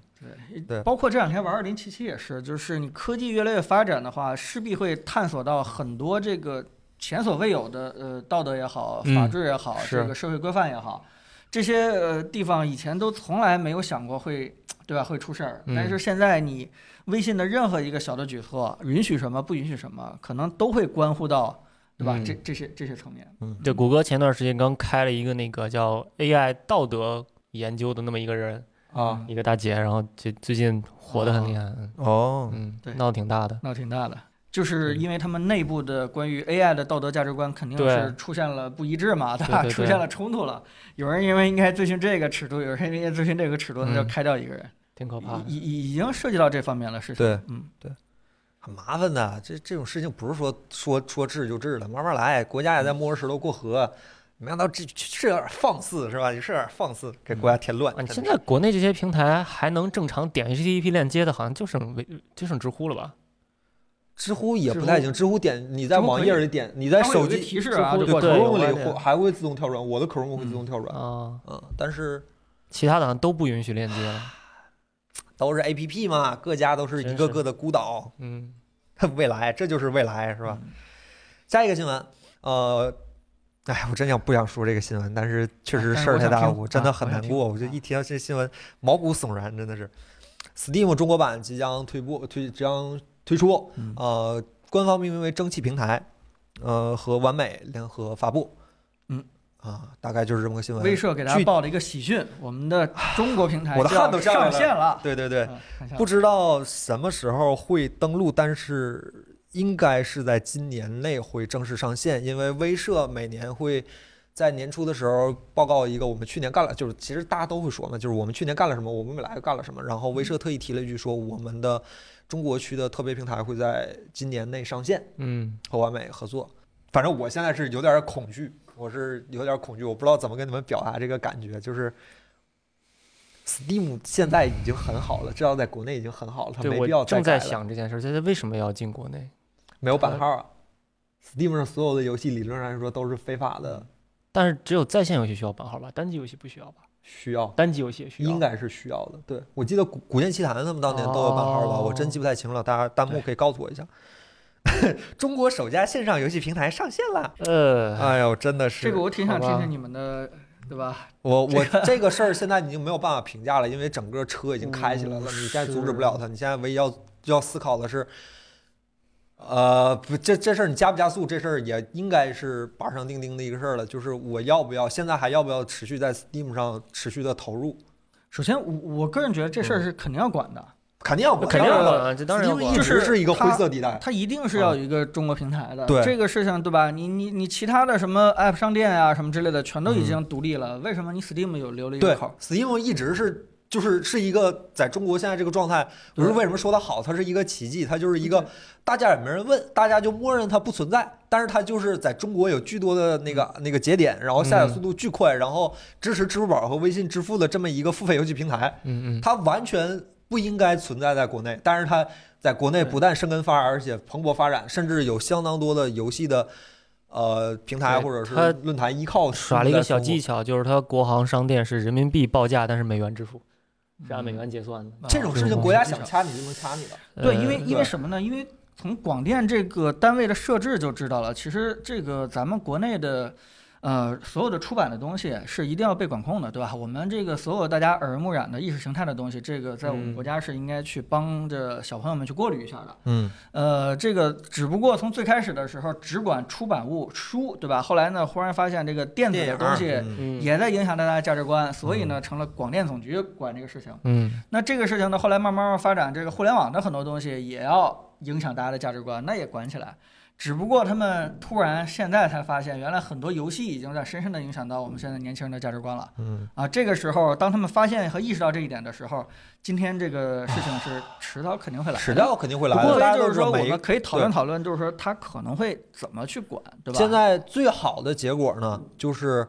S2: 对
S1: 对
S2: 包括这两天玩二零七七也是，就是你科技越来越发展的话，势必会探索到很多这个前所未有的呃道德也好，
S3: 嗯
S2: 法治也好，
S3: 是
S2: 这个社会规范也好，这些呃地方以前都从来没有想过会。对吧？会出事儿，
S3: 嗯
S2: 但是现在你微信的任何一个小的举措，允许什么，不允许什么，可能都会关乎到，对吧？
S3: 嗯
S2: 这这些这些层面，
S3: 对，谷歌前段时间刚开了一个那个叫 AI 道德研究的那么一个人
S1: 啊，
S3: 一个大姐，然后就最近火得很厉害，嗯
S1: 哦，
S3: 嗯
S2: 对，
S3: 闹得挺大的。
S2: 闹挺大的。就是因为他们内部的关于 AI 的道德价值观肯定
S3: 对
S2: 是出现了不一致嘛，对
S3: 对
S2: 吧？
S3: 对对
S2: 出现了冲突了，有人因为应该遵循这个尺度，有人因为遵循这个尺度，那就
S3: 嗯
S2: 开掉一个人，
S3: 挺可怕的。
S2: 已已已经涉及到这方面了事情。
S1: 对，
S2: 嗯，
S1: 很麻烦的。这这种事情不是说说说治就治了，慢慢来。国家也在摸着石头过河，没想到这这这有点放肆是吧？你是有点放肆，给国家添乱
S3: 啊，。你
S1: 真
S3: 现
S1: 的
S3: 在国内这些平台还能正常点 HTTP 链接的，好像就剩微就剩知乎了吧？
S1: 知乎也
S2: 知
S1: 不
S2: 乎
S1: 太行，知乎点你在
S2: 知乎
S1: 网
S2: 可
S1: 页
S2: 以
S1: 里点，你在
S2: 它会有
S1: 手
S2: 一个
S1: 机
S2: 提示啊，
S3: 知
S2: 就
S3: 乎
S2: 过
S3: 对
S1: Chrome
S2: 去
S3: 有
S1: 里
S3: 关
S1: 会
S3: 联
S1: 还会自动跳转，我的嗯 Chrome 会自动跳转。
S3: 啊，
S1: 嗯，但是啊
S3: 其他的好像都不允许链接了。
S1: 都是 A P P 嘛，各家都是一个个的孤岛，
S3: 嗯，
S1: 未来，这就是未来，是吧？
S2: 嗯
S1: 下一个新闻，呃，哎，我真想不想说这个新闻，但是确实
S2: 哎
S1: 事儿太
S2: 但
S1: 大，
S2: 是我想听
S1: 我真的很难过。
S2: 啊我
S1: 我
S2: 想听
S1: 就一提到这新闻，毛骨悚然，真的是。Steam 中国版即将推播推即将推出，
S2: 嗯
S1: 呃，官方命名为蒸汽平台，呃，和完美联合发布。
S2: 嗯，
S1: 啊，大概就是这么个新闻。
S2: 威社给大家
S1: 具
S2: 报了一个喜讯，我们的中国平台
S1: 我的汗
S2: 要
S1: 都下来
S2: 上
S1: 了
S2: 线了。
S1: 对对对，
S2: 嗯，看一下
S1: 不知道什么时候会登录，但是应该是在今年内会正式上线，因为威社每年会在年初的时候报告一个我们去年干了，就是其实大家都会说嘛，就是我们去年干了什么，我们未来干了什么。然后威社特意提了一句说，我们的中国区的特别平台会在今年内上线，
S3: 嗯，
S1: 和完美合作。反正我现在是有点恐惧，我是有点恐惧，我不知道怎么跟你们表达这个感觉，就是。Steam 现在已经很好了，至少在国内已经很好了，它
S3: 对
S1: 啊没
S3: 我
S1: 必要再
S3: 正
S1: 改
S3: 在
S1: 了。
S3: 想这件事，他他为什么要进国内？
S1: 没有版号啊，Steam 上所有的游戏理论上来说都是非法的，
S3: 但是只有在线游戏需要版号吧，单机游戏不需要吧？
S1: 需要
S3: 单机游戏也需要。
S1: 应该是需要的。对我记得古《古剑奇谭》他们当年都有版号吧，
S3: 哦
S1: 我真记不太清了，大家弹幕
S3: 对
S1: 可以告诉我一下。 中国首家线上游戏平台上线了，
S3: 呃，
S1: 哎呦，真的是
S2: 这个我挺想
S3: 好吧
S2: 听听你们的，对吧？
S1: 我我这个事儿现在已经没有办法评价了，因为整个车已经开起来了，
S3: 嗯
S1: 你现在阻止
S3: 是
S1: 不了它。你现在唯一要要思考的是，呃，不，这这事儿你加不加速，这事儿也应该是板上钉钉的一个事儿了。就是我要不要现在还要不要持续在 Steam 上持续的投入？
S2: 首先，我我个人觉得这
S1: 嗯
S2: 事儿是肯定要管的，
S1: 肯定要管，
S3: 肯定要
S1: 当然
S3: 管
S1: 了
S3: 啊，这当然要
S1: Steam
S3: 管
S1: 一
S2: 就
S1: 直
S2: 是
S1: 是一个灰
S2: 它
S1: 色地带。
S2: 它一定是要有一个中国平台的。
S1: 啊对
S2: 这个事情，对吧？你你你其他的什么 App 商店啊什么之类的，全都已经独立了，为什么你 Steam 有留了一
S1: 嗯
S2: 个
S1: 对
S2: 口？
S1: ，Steam 一直是。就是是一个在中国现在这个状态，不是为什么说它好，它是一个奇迹，它就是一个大家也没人问，大家就默认它不存在，但是它就是在中国有巨多的那个
S3: 嗯
S1: 那个节点，然后下载速度巨快，然后支持支付宝和微信支付的这么一个付费游戏平台，
S3: 嗯嗯，
S1: 它完全不应该存在在国内，但是它在国内不但生根发芽，而且蓬勃发展，甚至有相当多的游戏的呃平台
S3: 对
S1: 或者是
S3: 它
S1: 论坛依靠
S3: 耍了一个小技
S1: 技巧。
S3: 巧，就是它国行商店是人民币报价，但是美元支付，是啊按美啊元结算的。
S1: 这种事情国家想掐
S2: 掐。
S1: 你就能掐你了。
S2: 嗯对，
S3: 呃
S2: 因为因为
S1: 嗯对
S2: 什么呢？因为从广电这个单位的设置就知道了，其实这个咱们国内的。呃，所有的出版的东西是一定要被管控的，对吧？我们这个所有大家耳濡目染的意识形态的东西，这个在我们
S3: 嗯
S2: 国家是应该去帮着小朋友们去过滤一下的。
S1: 嗯，
S2: 呃，这个只不过从最开始的时候只管出版物书，对吧？后来呢，忽然发现这个电子
S1: 电
S2: 的
S1: 影
S2: 东西
S1: 嗯
S3: 嗯
S2: 也在影响大家的价值观，所以呢，成了广电总局管这个事情。
S3: 嗯
S2: 那这个事情呢，后来慢慢慢发展，这个互联网的很多东西也要影响大家的价值观，那也管起来。只不过他们突然现在才发现，原来很多游戏已经在深深的影响到我们现在年轻人的价值观了
S1: 嗯，
S2: 啊！这个时候，当他们发现和意识到这一点的时候，今天这个事情是迟早肯定会来的。
S1: 迟早肯定会来
S2: 不过
S1: 的。大家
S2: 非
S1: 都
S2: 就是
S1: 知道
S2: 说，我
S1: 每一个
S2: 们可以讨论讨论，就是说他可能会怎么去管，对吧？
S1: 现在最好的结果呢，就是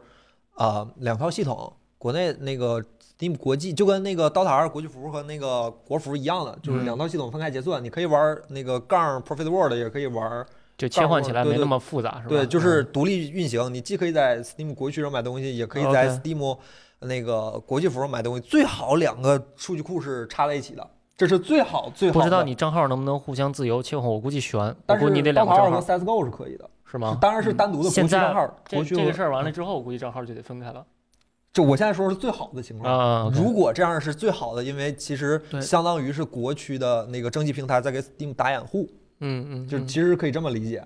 S1: 呃两套系统，国内那个 Steam 国际就跟那个 DOTA 二国际服和那个国服一样的，就是
S3: 嗯
S1: 两套系统分开结算。你可以玩那个杠 Profit World，也可以玩
S3: 就切换起来
S1: 对
S3: 没
S1: 对
S3: 那么复杂，是吧？嗯
S1: 对，就是独立运行。你既可以在 Steam 国际区上买东西，也可以在
S3: OK
S1: Steam 那个国际服上买东西。最好两个数据库是插在一起的，这是最好最好的。
S3: 不知道你账号能不能互相自由切换，我估计悬，我
S1: 但
S3: 估
S1: 是
S3: 计你得两个
S1: Dota
S3: 账
S1: 2和
S3: 号
S1: CSGO 是可以的，
S3: 是吗？
S1: 当然是单独的
S3: 现
S1: 国区
S3: 在
S1: 账号，
S3: 这
S1: 国区
S3: 这
S1: 和
S3: 个事儿完了之后，我估计账号就得分开了
S1: 就我现在说是最好的情况。
S3: 啊。OK
S1: 如果这样是最好的，因为其实
S2: 对
S1: 相当于是国区的那个蒸汽平台在给 Steam 打掩护，
S3: 嗯嗯，
S1: 就
S3: 嗯
S1: 其实可以这么理解。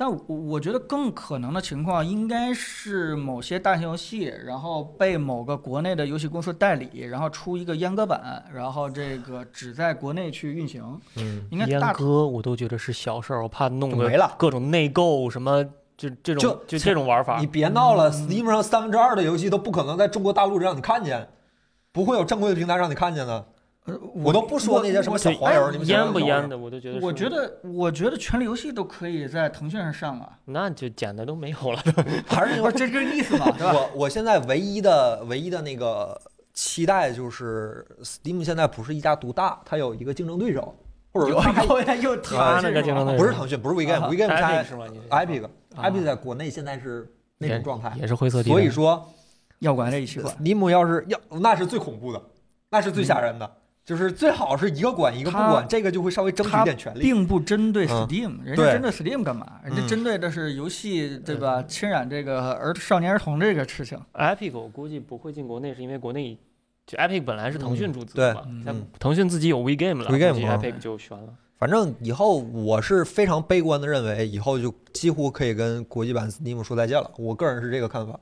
S2: 但我我觉得更可能的情况应该是某些大型游戏，然后被某个国内的游戏公司代理，然后出一个阉割版，然后这个只在国内去运行。
S1: 嗯，
S2: 应该
S3: 阉
S2: 大
S3: 割我都觉得是小事儿，我怕弄
S1: 就
S3: 个
S1: 没了。
S3: 各种内购什么，就这种
S1: 就
S3: 就这种玩法
S1: 你。别闹
S3: 嗯
S1: 了，Steam 上三分之二的游戏都不可能在中国大陆让你看见，不会有正规的平台让你看见的。
S2: 呃，
S1: 我都不说那些什么小黄油，
S2: 哎
S1: 你们想
S3: 阉
S1: 想
S3: 不
S1: 就
S3: 阉的，我都觉得是。
S2: 我觉得我觉得权力游戏都可以在腾讯上上 啊，
S3: 那就剪的都没有了。
S1: 还是因
S2: 不
S1: 为
S2: 是这这个意思嘛，对吧？
S1: 我我现在唯一的唯一的那个期待就是 Steam 现在不是一家独大，它有一个竞争对手，或者
S2: 有
S1: 说它还
S2: 有又提了
S3: 他那个竞争对手
S1: 不是腾讯，不是 WeGame，WeGame 现在
S3: 呃啊 Epic 是吗？你是
S1: Epic，Epic
S3: 啊
S1: Epic 在国内现在是那种状态，
S3: 也是灰色地带。
S1: 所以说
S2: 要管这一起管。
S3: 嗯
S1: Steam 要是要那是最恐怖的，那是最吓人的。就是最好是一个管一个不管，这个就会稍微争取一点权利。
S2: 并不针对
S1: 嗯
S2: Steam，、人
S1: 对嗯
S2: 家针对 Steam 干嘛？人家针对的是游戏，对吧？侵染这个儿少年儿童这个事情，
S3: Epic 我估计不会进国内，是因为国内就 Epic 本来是腾讯注资
S1: 对嗯
S3: 嘛，
S2: 嗯
S3: 像腾讯自己有 WeGame 了
S1: WeGame
S3: 估计
S1: 嘛
S3: ，Epic 就悬了。
S1: 反正以后我是非常悲观的认为，以后就几乎可以跟国际版 Steam 说再见了。我个人是这个看法。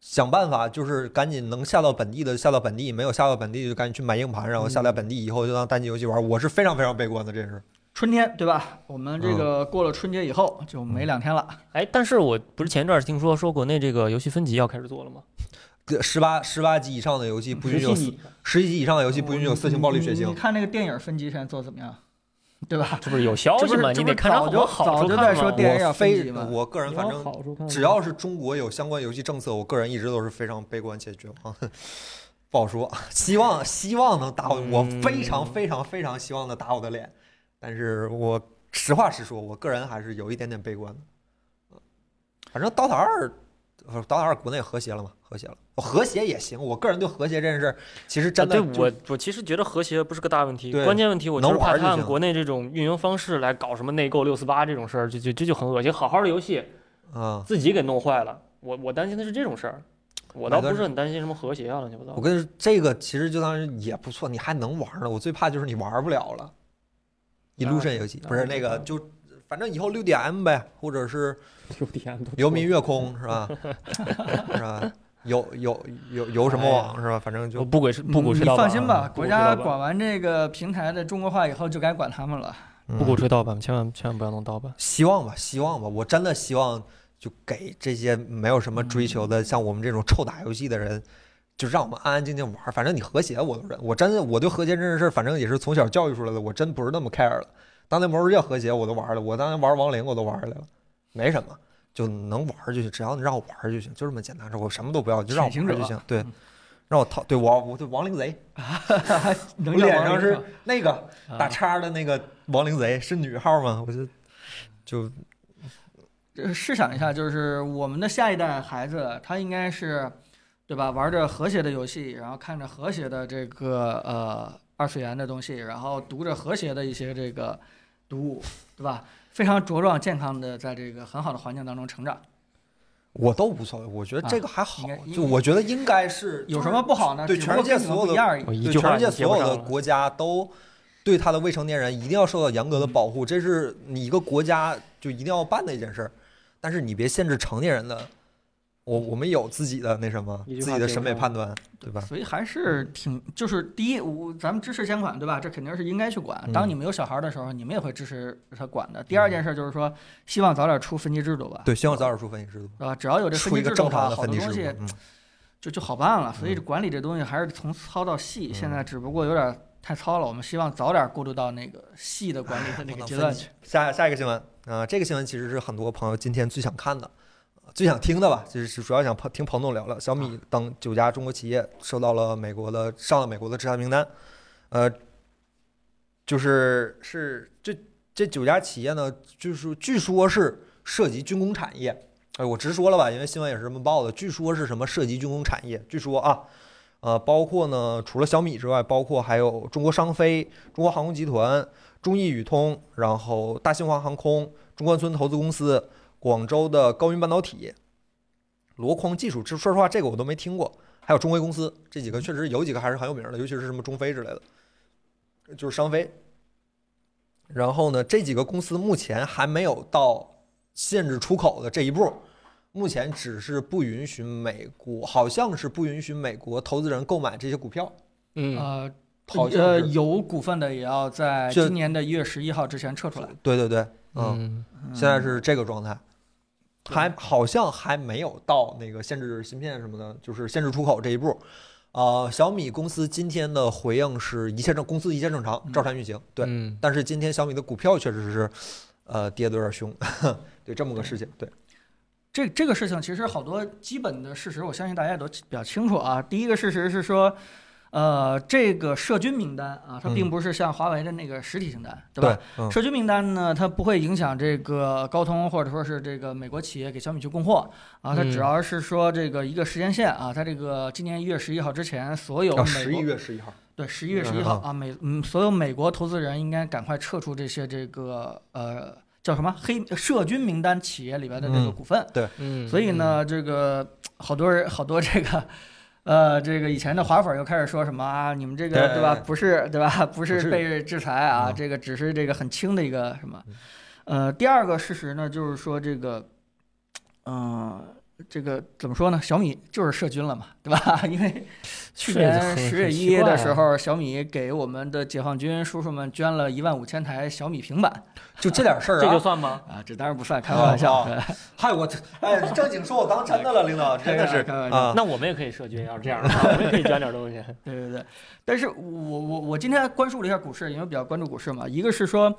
S1: 想办法就是赶紧能下到本地的下到本地，没有下到本地就赶紧去买硬盘，然后
S3: 嗯
S1: 下载本地以后就当单机游戏玩。我是非常非常悲观的，这是。
S2: 春天对吧？我们这个
S1: 嗯
S2: 过了春节以后就没两天了，
S3: 哎，但是我不是前一段听说说国内这个游戏分级要开始做了吗？
S1: 十八十八级以上的游戏不允许有
S3: 游
S1: 四
S3: 戏
S1: 十一级以上的游戏不允许有色情暴力血
S2: 你你
S1: 腥。
S2: 看那个电影分级现在做得怎么样？对吧？
S3: 这不是有消息吗？
S2: 这
S3: 你
S2: 不是
S3: 得看着
S2: 这不
S3: 好
S2: 是早就
S3: 好
S2: 早
S3: 处
S2: 就在
S3: 看
S2: 说
S3: 嘛
S2: 电影
S1: 我
S2: 要分级
S1: 非
S2: 嘛哦
S1: 我个人反正
S4: 好处看
S1: 只要是中国有相关游戏政策，我个人一直都是非常悲观且绝望。 不好说，希望希望能打我，我非常
S2: 嗯
S1: 非常非常希望能打我的脸，但是我实话实说，我个人还是有一点点悲观的。反正《刀塔二》，呃《刀塔二》国内和谐了嘛，和谐了，和谐也行。我个人对和谐这件事儿，其实真的
S3: 啊
S1: 就
S3: 对我我其实觉得和谐不是个大问题，
S1: 对
S3: 关键问题我就是
S1: 能玩
S3: 怕
S1: 就
S3: 他们
S1: 行
S3: 国内这种运营方式来搞什么内购六四八这种事儿，就就这就很恶心。好好的游戏
S1: 啊、
S3: 自己给弄坏了，我我担心的是这种事儿，我倒
S1: 买断
S3: 不是很担心什么和谐啊乱七八糟
S1: 我。跟你说，这个其实就当然也不错，你还能玩呢。我最怕就是你玩不了了。illusion 游戏
S3: 那
S1: 不是
S3: 那
S1: 那
S3: 就
S1: 个，
S3: 好
S1: 就反正以后六 DM 呗，或者是
S4: 有点多
S1: 游民月空是吧？是吧？游游游游什么网是吧？反正
S3: 我
S1: 就
S3: 不轨是不
S2: 你
S3: 鼓
S2: 嗯
S3: 吹
S2: 你
S3: 盗版啊，
S2: 放心吧，国
S3: 不鼓吹
S2: 家
S3: 盗版
S2: 管完这个平台的中国化以后，就该管他们了。
S3: 不鼓
S1: 嗯
S3: 吹盗版，千万千万不要弄盗版。
S1: 希望吧，希望吧，我真的希望就给这些没有什么追求的，像我们这种臭打游戏的人。就让我们安安静静玩儿，反正你和谐我都认，我真的我对和谐这件事儿，反正也是从小教育出来的，我真不是那么 care 了。当年魔兽世界和谐我都玩儿了，我当年玩亡灵我都玩儿来了，没什么，就能玩儿就行，只要你让我玩儿就行，就这么简单。我什么都不要，就让我
S2: 潜行
S1: 玩儿就
S2: 者
S1: 行。对，让我套，对我我对亡灵贼，
S2: 能
S1: 我
S2: 叫
S1: 脸
S2: 王
S1: 上
S2: 力
S1: 是
S2: 吗
S1: 那个
S3: 啊
S1: 打叉的那个亡灵贼是女号吗？我就就
S2: 呃试想一下，就是我们的下一代孩子，他应该是，对吧？玩着和谐的游戏，然后看着和谐的这个呃二次元的东西，然后读着和谐的一些这个读物，对吧？非常茁壮健康的，在这个很好的环境当中成长，
S1: 我都无所谓，我觉得这个还好
S2: 啊应，该
S1: 就我觉得应该是
S2: 有什么不好呢？
S1: 对
S2: 只不过
S1: 全世界
S2: 跟你们
S1: 所有的
S2: 不一样而已
S3: 我。一
S1: 对
S3: 句话
S1: 全世
S3: 你
S1: 界
S3: 接不
S1: 所有
S3: 上
S1: 的
S3: 了。
S1: 国家都对他的未成年人一定要受到严格
S2: 嗯
S1: 的保护，这是你一个国家就一定要办的一件事儿。但是你别限制成年人的，我我们有自己的那什么，
S3: 一句
S1: 自
S3: 话
S1: 己的
S3: 接
S1: 审
S3: 不
S1: 美
S3: 上
S1: 判断，对吧？
S2: 所以还是挺，就是第一，我咱们支持监管，对吧？这肯定是应该去管。
S1: 嗯
S2: 当你们有小孩儿的时候，你们也会支持他管的。第二件事就是说，希望早点出分级制度吧，
S1: 对，希望早点出分析制度，
S2: 对吧？只要有这分
S1: 出
S2: 级
S1: 一个
S2: 制度
S1: 正
S2: 的话，
S1: 常的
S2: 好
S1: 分
S2: 多
S1: 析制
S2: 东
S1: 度
S2: 西。
S1: 嗯
S2: 就就好办了。所以管理这东西还是从糙到细，现
S1: 嗯
S2: 在只不过有点太糙了。我们希望早点过渡到那个细的管理的 那个阶段去。
S1: 下下一个新闻啊、呃这个新闻其实是很多朋友今天最想看的、呃最想听的吧，就是主要想彭听彭总聊聊小米等九家中国企业收到了美国的上了美国的制裁名单，呃，就是是这这九家企业呢，就是据说是涉及军工产业，哎，我直说了吧，因为新闻也是这么报的，据说是什么涉及军工产业，据说啊。呃，包括呢，除了小米之外，包括还有中国商飞、中国航空集团、中意宇通，然后大新华航空、中关村投资公司、广州的高云半导体、箩筐技术，这说实话，这个我都没听过。还有中微公司这几个，确实有几个还是很有名的，尤其是什么中飞之类的，就是商飞。然后呢，这几个公司目前还没有到限制出口的这一步，目前只是不允许美国，好像是不允许美国投资人购买这些股票，
S3: 嗯，
S2: 呃，
S1: 好像
S2: 呃，
S1: 是。
S2: 有股份的也要在
S1: 这
S2: 今年的一月十一号之前撤出来。
S1: 对对对，嗯
S3: 嗯，
S1: 现在
S2: 嗯
S1: 是这个状态，还好像还没有到那个限制芯片什么的，就是限制出口这一步。呃，小米公司今天的回应是一切正，公司一切正常，
S2: 嗯
S1: 照常运行。对，
S3: 嗯
S1: 但是今天小米的股票确实是，呃，跌得有点凶， 对这么个事情。对，
S2: 这这个事情其实好多基本的事实，我相信大家也都比较清楚啊。第一个事实是说，呃，这个社军名单啊，它
S1: 嗯
S2: 并不是像华为的那个实体清单，对吧？
S1: 对，嗯
S2: 社区名单呢，它不会影响这个高通或者说是这个美国企业给小米去供货啊，它
S3: 嗯
S2: 只要是说这个一个时间线啊，它这个今年一月十一号之前，所有
S1: 要
S2: 美
S1: 啊哦十一
S2: 国
S1: 月十一号，
S2: 对十一月十一号
S1: 嗯
S2: 啊，美嗯，所有美国投资人应该赶快撤出这些这个呃叫什么黑社军名单企业里边的这个
S1: 嗯
S2: 股份，
S3: 嗯
S2: 所以，呢，这个好多人好多这个。呃，这个以前的华粉又开始说什么啊？你们这个
S1: 对
S2: 吧？
S1: 对
S2: 不是对吧？不
S1: 不
S2: 是
S1: 是
S2: 被制裁啊，
S1: 嗯
S2: 这个只是这个很轻的一个什么。呃，第二个事实呢，就是说这个，嗯、这个怎么说呢？小米就是社军了嘛，对吧？ 因为
S3: 嗯
S2: 去年十月一的
S1: 啊
S3: 啊
S2: 时候，小米给我们的解放军叔叔们捐了一万五千台小米平板
S1: 就这点事 儿
S3: 这就
S1: 啊！
S3: 算吗？
S2: 啊，这当然不算，开个玩笑，
S1: 哦哦嗨，我哎，正经说，我当真的了，领导，真的是
S2: 开玩笑
S1: 啊，
S3: 那我们也可以设军，要是这样的话，我们也可以捐点东 西。
S2: 对对对，但是我我我今天关注了一下股市，因为比较关注股市嘛，一个是说，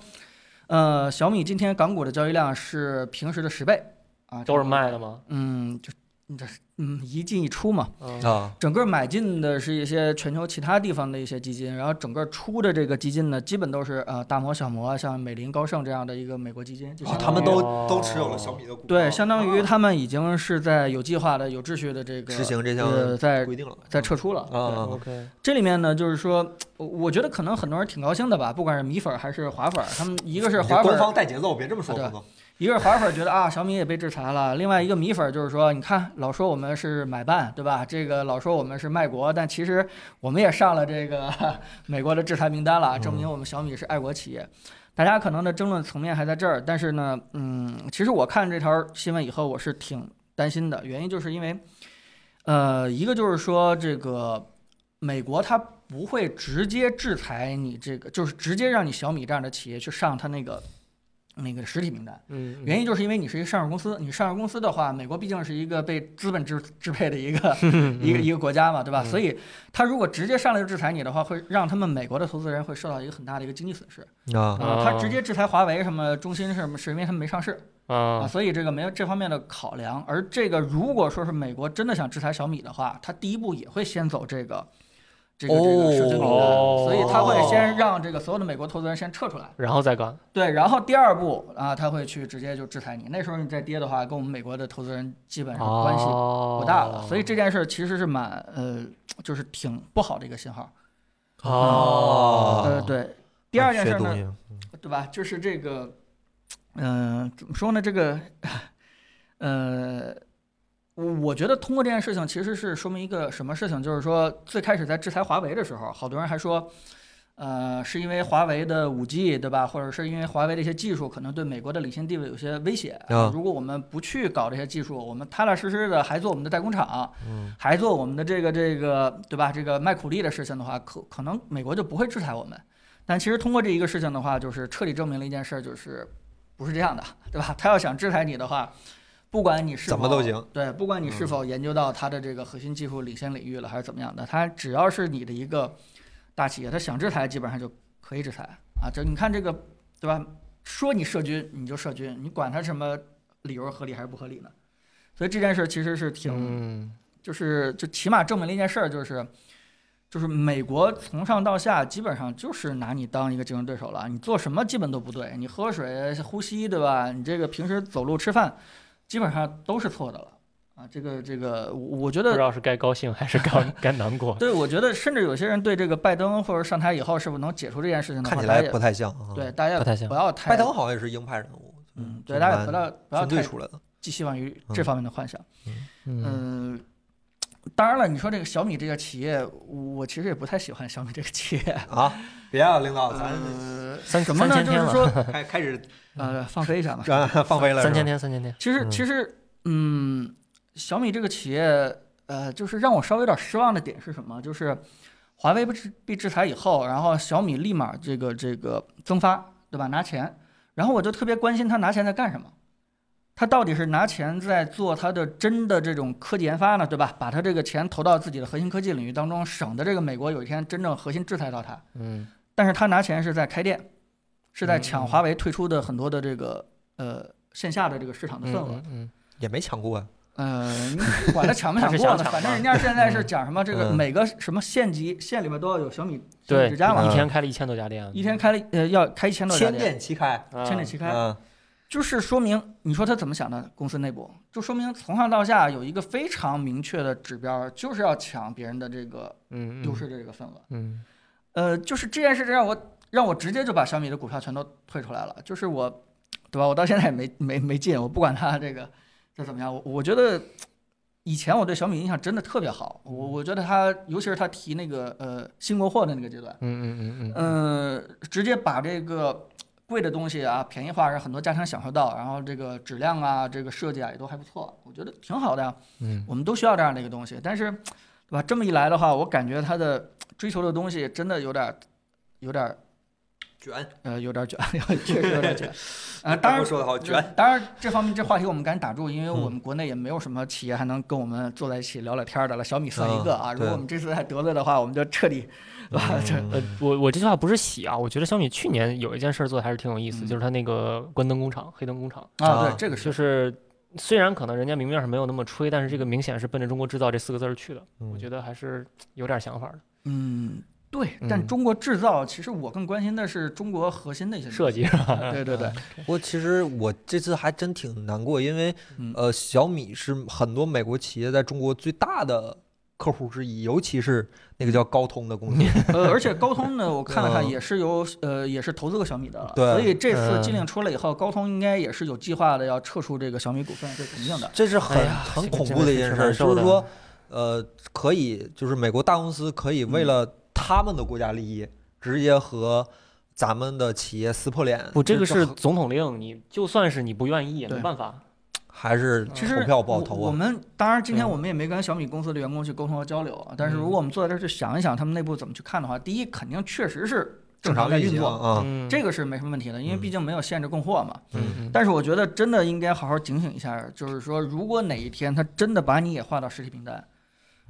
S2: 呃，小米今天港股的交易量是平时的十倍啊，
S3: 都是卖的，吗？
S2: 嗯，就这是嗯一进一出嘛，
S3: 嗯
S1: 啊，
S2: 整个买进的是一些全球其他地方的一些基金，然后整个出的这个基金呢，基本都是呃大摩、小摩，像美林、高盛这样的一个美国基金，就
S1: 啊
S2: 相
S1: 他
S2: 当于、
S1: 们都
S3: 哦
S1: 都持有了小米的股票，
S2: 对，相当于他们已经是在有计划的、有秩序的这个
S1: 执行这项
S2: 呃在
S1: 规定了，
S2: 在撤出了，
S1: 啊啊啊
S3: ，OK，
S2: 这里面呢，就是说，我我觉得可能很多人挺高兴的吧，不管是米粉儿还是华粉儿，他们一个是
S1: 你这
S2: 华粉
S1: 官
S2: 儿，
S1: 方带节奏，别这么说，
S2: 啊对
S1: 彭总
S2: 一个是华粉儿觉得啊，小米也被制裁了；，另外一个米粉儿就是说，你看老说我们是买办，对吧？这个老说我们是卖国，但其实我们也上了这个 美国的制裁名单了，证明我们小米是爱国企业。大家可能的争论层面还在这儿，但是呢，嗯，其实我看这条新闻以后，我是挺担心的，原因就是因为，呃，一个就是说这个美国它不会直接制裁你这个，就是直接让你小米这样的企业去上它那个那个实体名单。
S3: 嗯，
S2: 原因就是因为你是一个上市公司，你上市公司的话，美国毕竟是一个被资本支支配的一 个一个一个国家嘛，对
S3: 嗯
S2: 吧？所以它如果直接上来就制裁你的话，会让他们美国的投资人会受到一个很大的一个经济损失。
S1: 啊
S2: 啊，
S3: 啊
S2: 他直接制裁华为什么中兴什么，是因为他们没上市啊，
S3: 啊，
S2: 所以这个没有这方面的考量。而这个如果说是美国真的想制裁小米的话，他第一步也会先走这个这个这个社区名单，
S3: 哦
S2: 所以他会先让这个所有的美国投资人先撤出来。
S3: 然后再干，
S2: 对，然后第二步啊，他会去直接就制裁你。那时候你再跌的话，跟我们美国的投资人基本上哎
S3: 哦
S2: 关系不
S3: 不
S2: 大了。所以这件事其实是蛮呃，就是挺不好的一个信号。
S3: 哦，
S2: 呃，嗯对。第二件事呢，
S1: 呢，
S2: 对吧？就是这个，嗯、怎么说呢？这个，呃，我我觉得通过这件事情，其实是说明一个什么事情，就是说最开始在制裁华为的时候，好多人还说。呃，是因为华为的五 G 对吧？或者是因为华为的一些技术可能对美国的领先地位有些威胁。
S1: 啊
S2: 如果我们不去搞这些技术，我们踏踏实实的还做我们的代工厂，
S1: 嗯
S2: 还做我们的这个这个对吧？这个卖苦力的事情的话，可可能美国就不会制裁我们。但其实通过这一个事情的话，就是彻底证明了一件事儿，就是不是这样的，对吧？他要想制裁你的话，不管你是否
S1: 怎么都行，嗯
S2: 对，不管你是否研究到它的这个核心技术领先领域了，还是怎么样的，它只要是你的一个大企业，它想制裁基本上就可以制裁啊。就你看这个，对吧？说你涉军你就涉军，你管它什么理由合理还是不合理呢？所以这件事儿其实是挺。
S3: 嗯，
S2: 就是就起码证明了一件事儿，就是就是美国从上到下基本上就是拿你当一个竞争对手了，你做什么基本都不对，你喝水、呼吸，对吧？你这个平时走路、吃饭，基本上都是错的了啊！这个这个，我我觉
S3: 不
S2: 得
S3: 知道是该高兴还是该 该难过。
S2: 对，我觉得甚至有些人对这个拜登或者上台以后是否能解除这件事情的话，
S1: 看起
S2: 大
S1: 来
S2: 家也
S1: 不太像啊。
S2: 对，大家
S3: 不太
S2: 也
S3: 像
S2: 不要太
S1: 拜登好像也是鹰派人物，
S2: 嗯，
S1: 就是
S2: 对，大家也
S1: 蛮
S2: 不要不要
S1: 军
S2: 太
S1: 队出 来的，
S2: 寄希望于这方面的幻想。
S3: 嗯，
S2: 嗯，当然了，你说这个小米这个企业，我其实也不太喜欢小米这个企业。
S1: 啊，别啊，领导，咱
S2: 呃，
S3: 三
S2: 什么呢？
S3: 三千
S2: 就
S3: 天
S2: 是
S3: 了
S2: 说，
S1: 开开始
S2: 呃，放飞一下嘛。
S1: 啊放飞了，
S3: 三千
S1: 是吧
S3: 天，三千天，
S2: 其实，其实，嗯，小米这个企业，呃，就是让我稍微有点失望的点是什么？就是华为被制被制裁以后，然后小米立马这个这个增发，对吧？拿钱，然后我就特别关心他拿钱在干什么。他到底是拿钱在做他的真的这种科技研发呢，对吧？把他这个钱投到自己的核心科技领域当中，省得这个美国有一天真正核心制裁到他。
S3: 嗯，
S2: 但是他拿钱是在开店，是在抢
S3: 嗯
S2: 华为退出的很多的这个呃线下的这个市场的份额。
S3: 嗯，
S1: 也没抢过啊，
S2: 嗯，管他抢没
S3: 他
S2: 抢
S3: 是
S2: 过
S3: 想
S2: 呢，
S3: 抢
S2: 反
S3: 吗
S2: 正人家现在是讲什么这个
S1: 嗯
S2: 每个什么县级县里面都要有小米小米
S3: 对，嗯
S2: 之家嘛，
S3: 一天啊开了一千多家店，
S2: 一天开了呃要开一千多家
S1: 千
S2: 店，
S1: 店齐开，
S3: 啊
S2: 千点齐开，
S1: 嗯
S2: 就是说明你说他怎么想的？公司内部就说明从上到下有一个非常明确的指标，就是要抢别人的这个
S3: 嗯，嗯
S2: 优势的这个份额。
S3: 嗯
S2: 呃，就是这件事让我让我直接就把小米的股票全都退出来了，就是我，对吧？我到现在也没没没进，我不管它这个这怎么样，我我觉得以前我对小米印象真的特别好，我我觉得它尤其是它提那个呃新国货的那个阶段，
S3: 嗯嗯嗯嗯
S2: 嗯，直接把这个贵的东西啊便宜化，让很多家庭享受到，然后这个质量啊、这个设计啊也都还不错，我觉得挺好的呀。
S3: 嗯，
S2: 我们都需要这样的一个东西，但是，对吧？这么一来的话，我感觉他的追求的东西真的有点儿，有点儿，
S1: 卷，
S2: 呃，有点儿卷，确实有点儿卷。啊、当然
S1: 说的好卷。
S2: 当然，这方面这话题我们赶紧打住，因为我们国内也没有什么企业还能跟我们坐在一起聊聊天儿的了。小米算一个啊，
S1: 嗯
S2: 如果
S1: 对
S2: 我们这次还得罪的话，我们就彻底， 对吧？这
S1: 嗯
S3: 呃，我我这句话不是洗啊，我觉得小米去年有一件事儿做的还是挺有意思，
S2: 嗯
S3: 就是它那个关灯工厂、黑灯工厂，
S2: 啊，
S1: 啊
S2: 对，这个
S3: 就是是虽然可能人家明面上没有那么吹，但是这个明显是奔着“中国制造”这四个字儿去的，
S1: 嗯
S3: 我觉得还是有点想法的。
S2: 嗯。对，
S3: 嗯
S2: 但中国制造，其实我更关心的是中国核心的一些东西
S3: 设计。是
S1: 啊
S3: 吧？
S2: 对 对对，
S1: 不过其实我这次还真挺难过，因为
S2: 嗯
S1: 呃，小米是很多美国企业在中国最大的客户之一，尤其是那个叫高通的公司。
S2: 呃，而且高通呢，我看了看
S1: 嗯
S2: 也是有呃，也是投资过小米的了，
S1: 对
S2: 所以这次
S3: 嗯
S2: 禁令出来以后，高通应该也是有计划的要撤出这个小米股份，这是肯定的。
S1: 这是很、
S3: 哎呀
S1: 很
S3: 这个
S1: 恐
S3: 真
S1: 怖
S3: 的
S1: 的一
S3: 是
S1: 件
S3: 挺
S1: 事儿，
S3: 难受
S1: 就是
S3: 的
S1: 说，呃，可以，就是美国大公司可以为
S2: 嗯
S1: 了他们的国家利益，直接和咱们的企业撕破脸。
S3: 不，这个是
S1: 很
S3: 总统令，你就算是你不愿意也没
S2: 对
S3: 办法。
S1: 还是
S2: 其
S1: 投
S2: 实
S1: 票不好
S2: 我
S1: 投
S2: 我
S1: 啊？
S2: 们当然今天
S3: 对
S2: 我们也没跟小米公司的员工去沟通和交流啊，但
S1: 嗯
S2: 是如果我们坐在这儿去想一想，他们内部怎么去看的话，第一肯定确实是正常在
S1: 运
S2: 运
S1: 行
S2: 作，
S1: 啊，
S3: 嗯，
S2: 这个是没什么问题的，因为毕竟没有限制供货嘛。
S3: 嗯嗯
S2: 但是我觉得真的应该好好警醒一下，就是说，如果哪一天他真的把你也划到实体名单，
S1: 嗯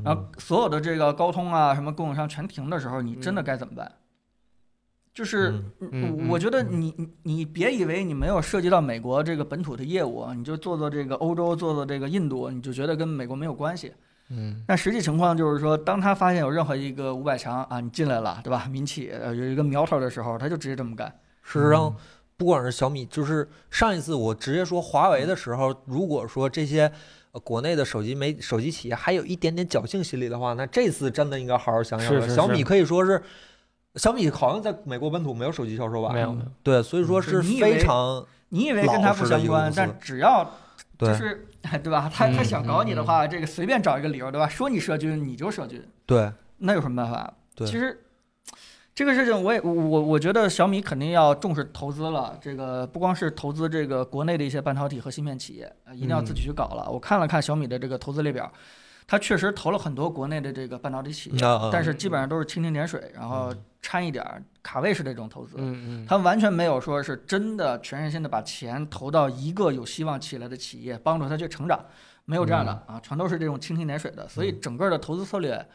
S2: 然后所有的这个高通啊、什么供应商全停的时候，你真的该怎么办？就是
S1: 嗯
S3: 嗯
S2: 我我觉得你你你别以为你没有涉及到美国这个本土的业务，你就做做这个欧洲，做做这个印度，你就觉得跟美国没有关系。
S3: 嗯
S2: 但实际情况就是说，当他发现有任何一个五百强啊，你进来了，对吧？民企呃有一个苗头的时候，他就直接这么干。
S1: 事实上，不管是小米，就是上一次我直接说华为的时候，如果说这些呃国内的手机没手机企业还有一点点侥幸心理的话，那这次真的应该好好想想
S3: 是
S1: 了。
S3: 是
S1: 小
S3: 是
S1: 米可以说是，小米好像在美国本土没有手机销售吧？
S3: 没有没有，
S1: 对，所以说
S2: 嗯
S1: 是
S2: 是你以
S1: 非
S2: 为
S1: 常
S2: 你以为跟他不相
S1: 老实，的
S2: 关
S1: 一个公司
S2: 但只要
S1: 对、
S2: 就是 对吧？他他
S3: 嗯
S2: 想搞你的话，这个随便找一个理由，对吧？说你涉军你就涉军，
S1: 对，
S2: 那有什么办法？
S1: 对
S2: 其实这个事情我也我我我觉得小米肯定要重视投资了。这个不光是投资这个国内的一些半导体和芯片企业，呃一定要自
S3: 嗯
S2: 己去搞了。我看了看小米的这个投资列表，它确实投了很多国内的这个半导体企业，
S1: 那
S3: 嗯
S2: 但是基本上都是蜻蜓点水，然后掺一点儿卡位式的这种投资。
S3: 嗯嗯，
S2: 他们完全没有说是真的全身心的把钱投到一个有希望起来的企业，帮助他去成长，没有这样的
S3: 嗯
S2: 啊，全都是这种蜻蜓点水的。所以整个的投资策略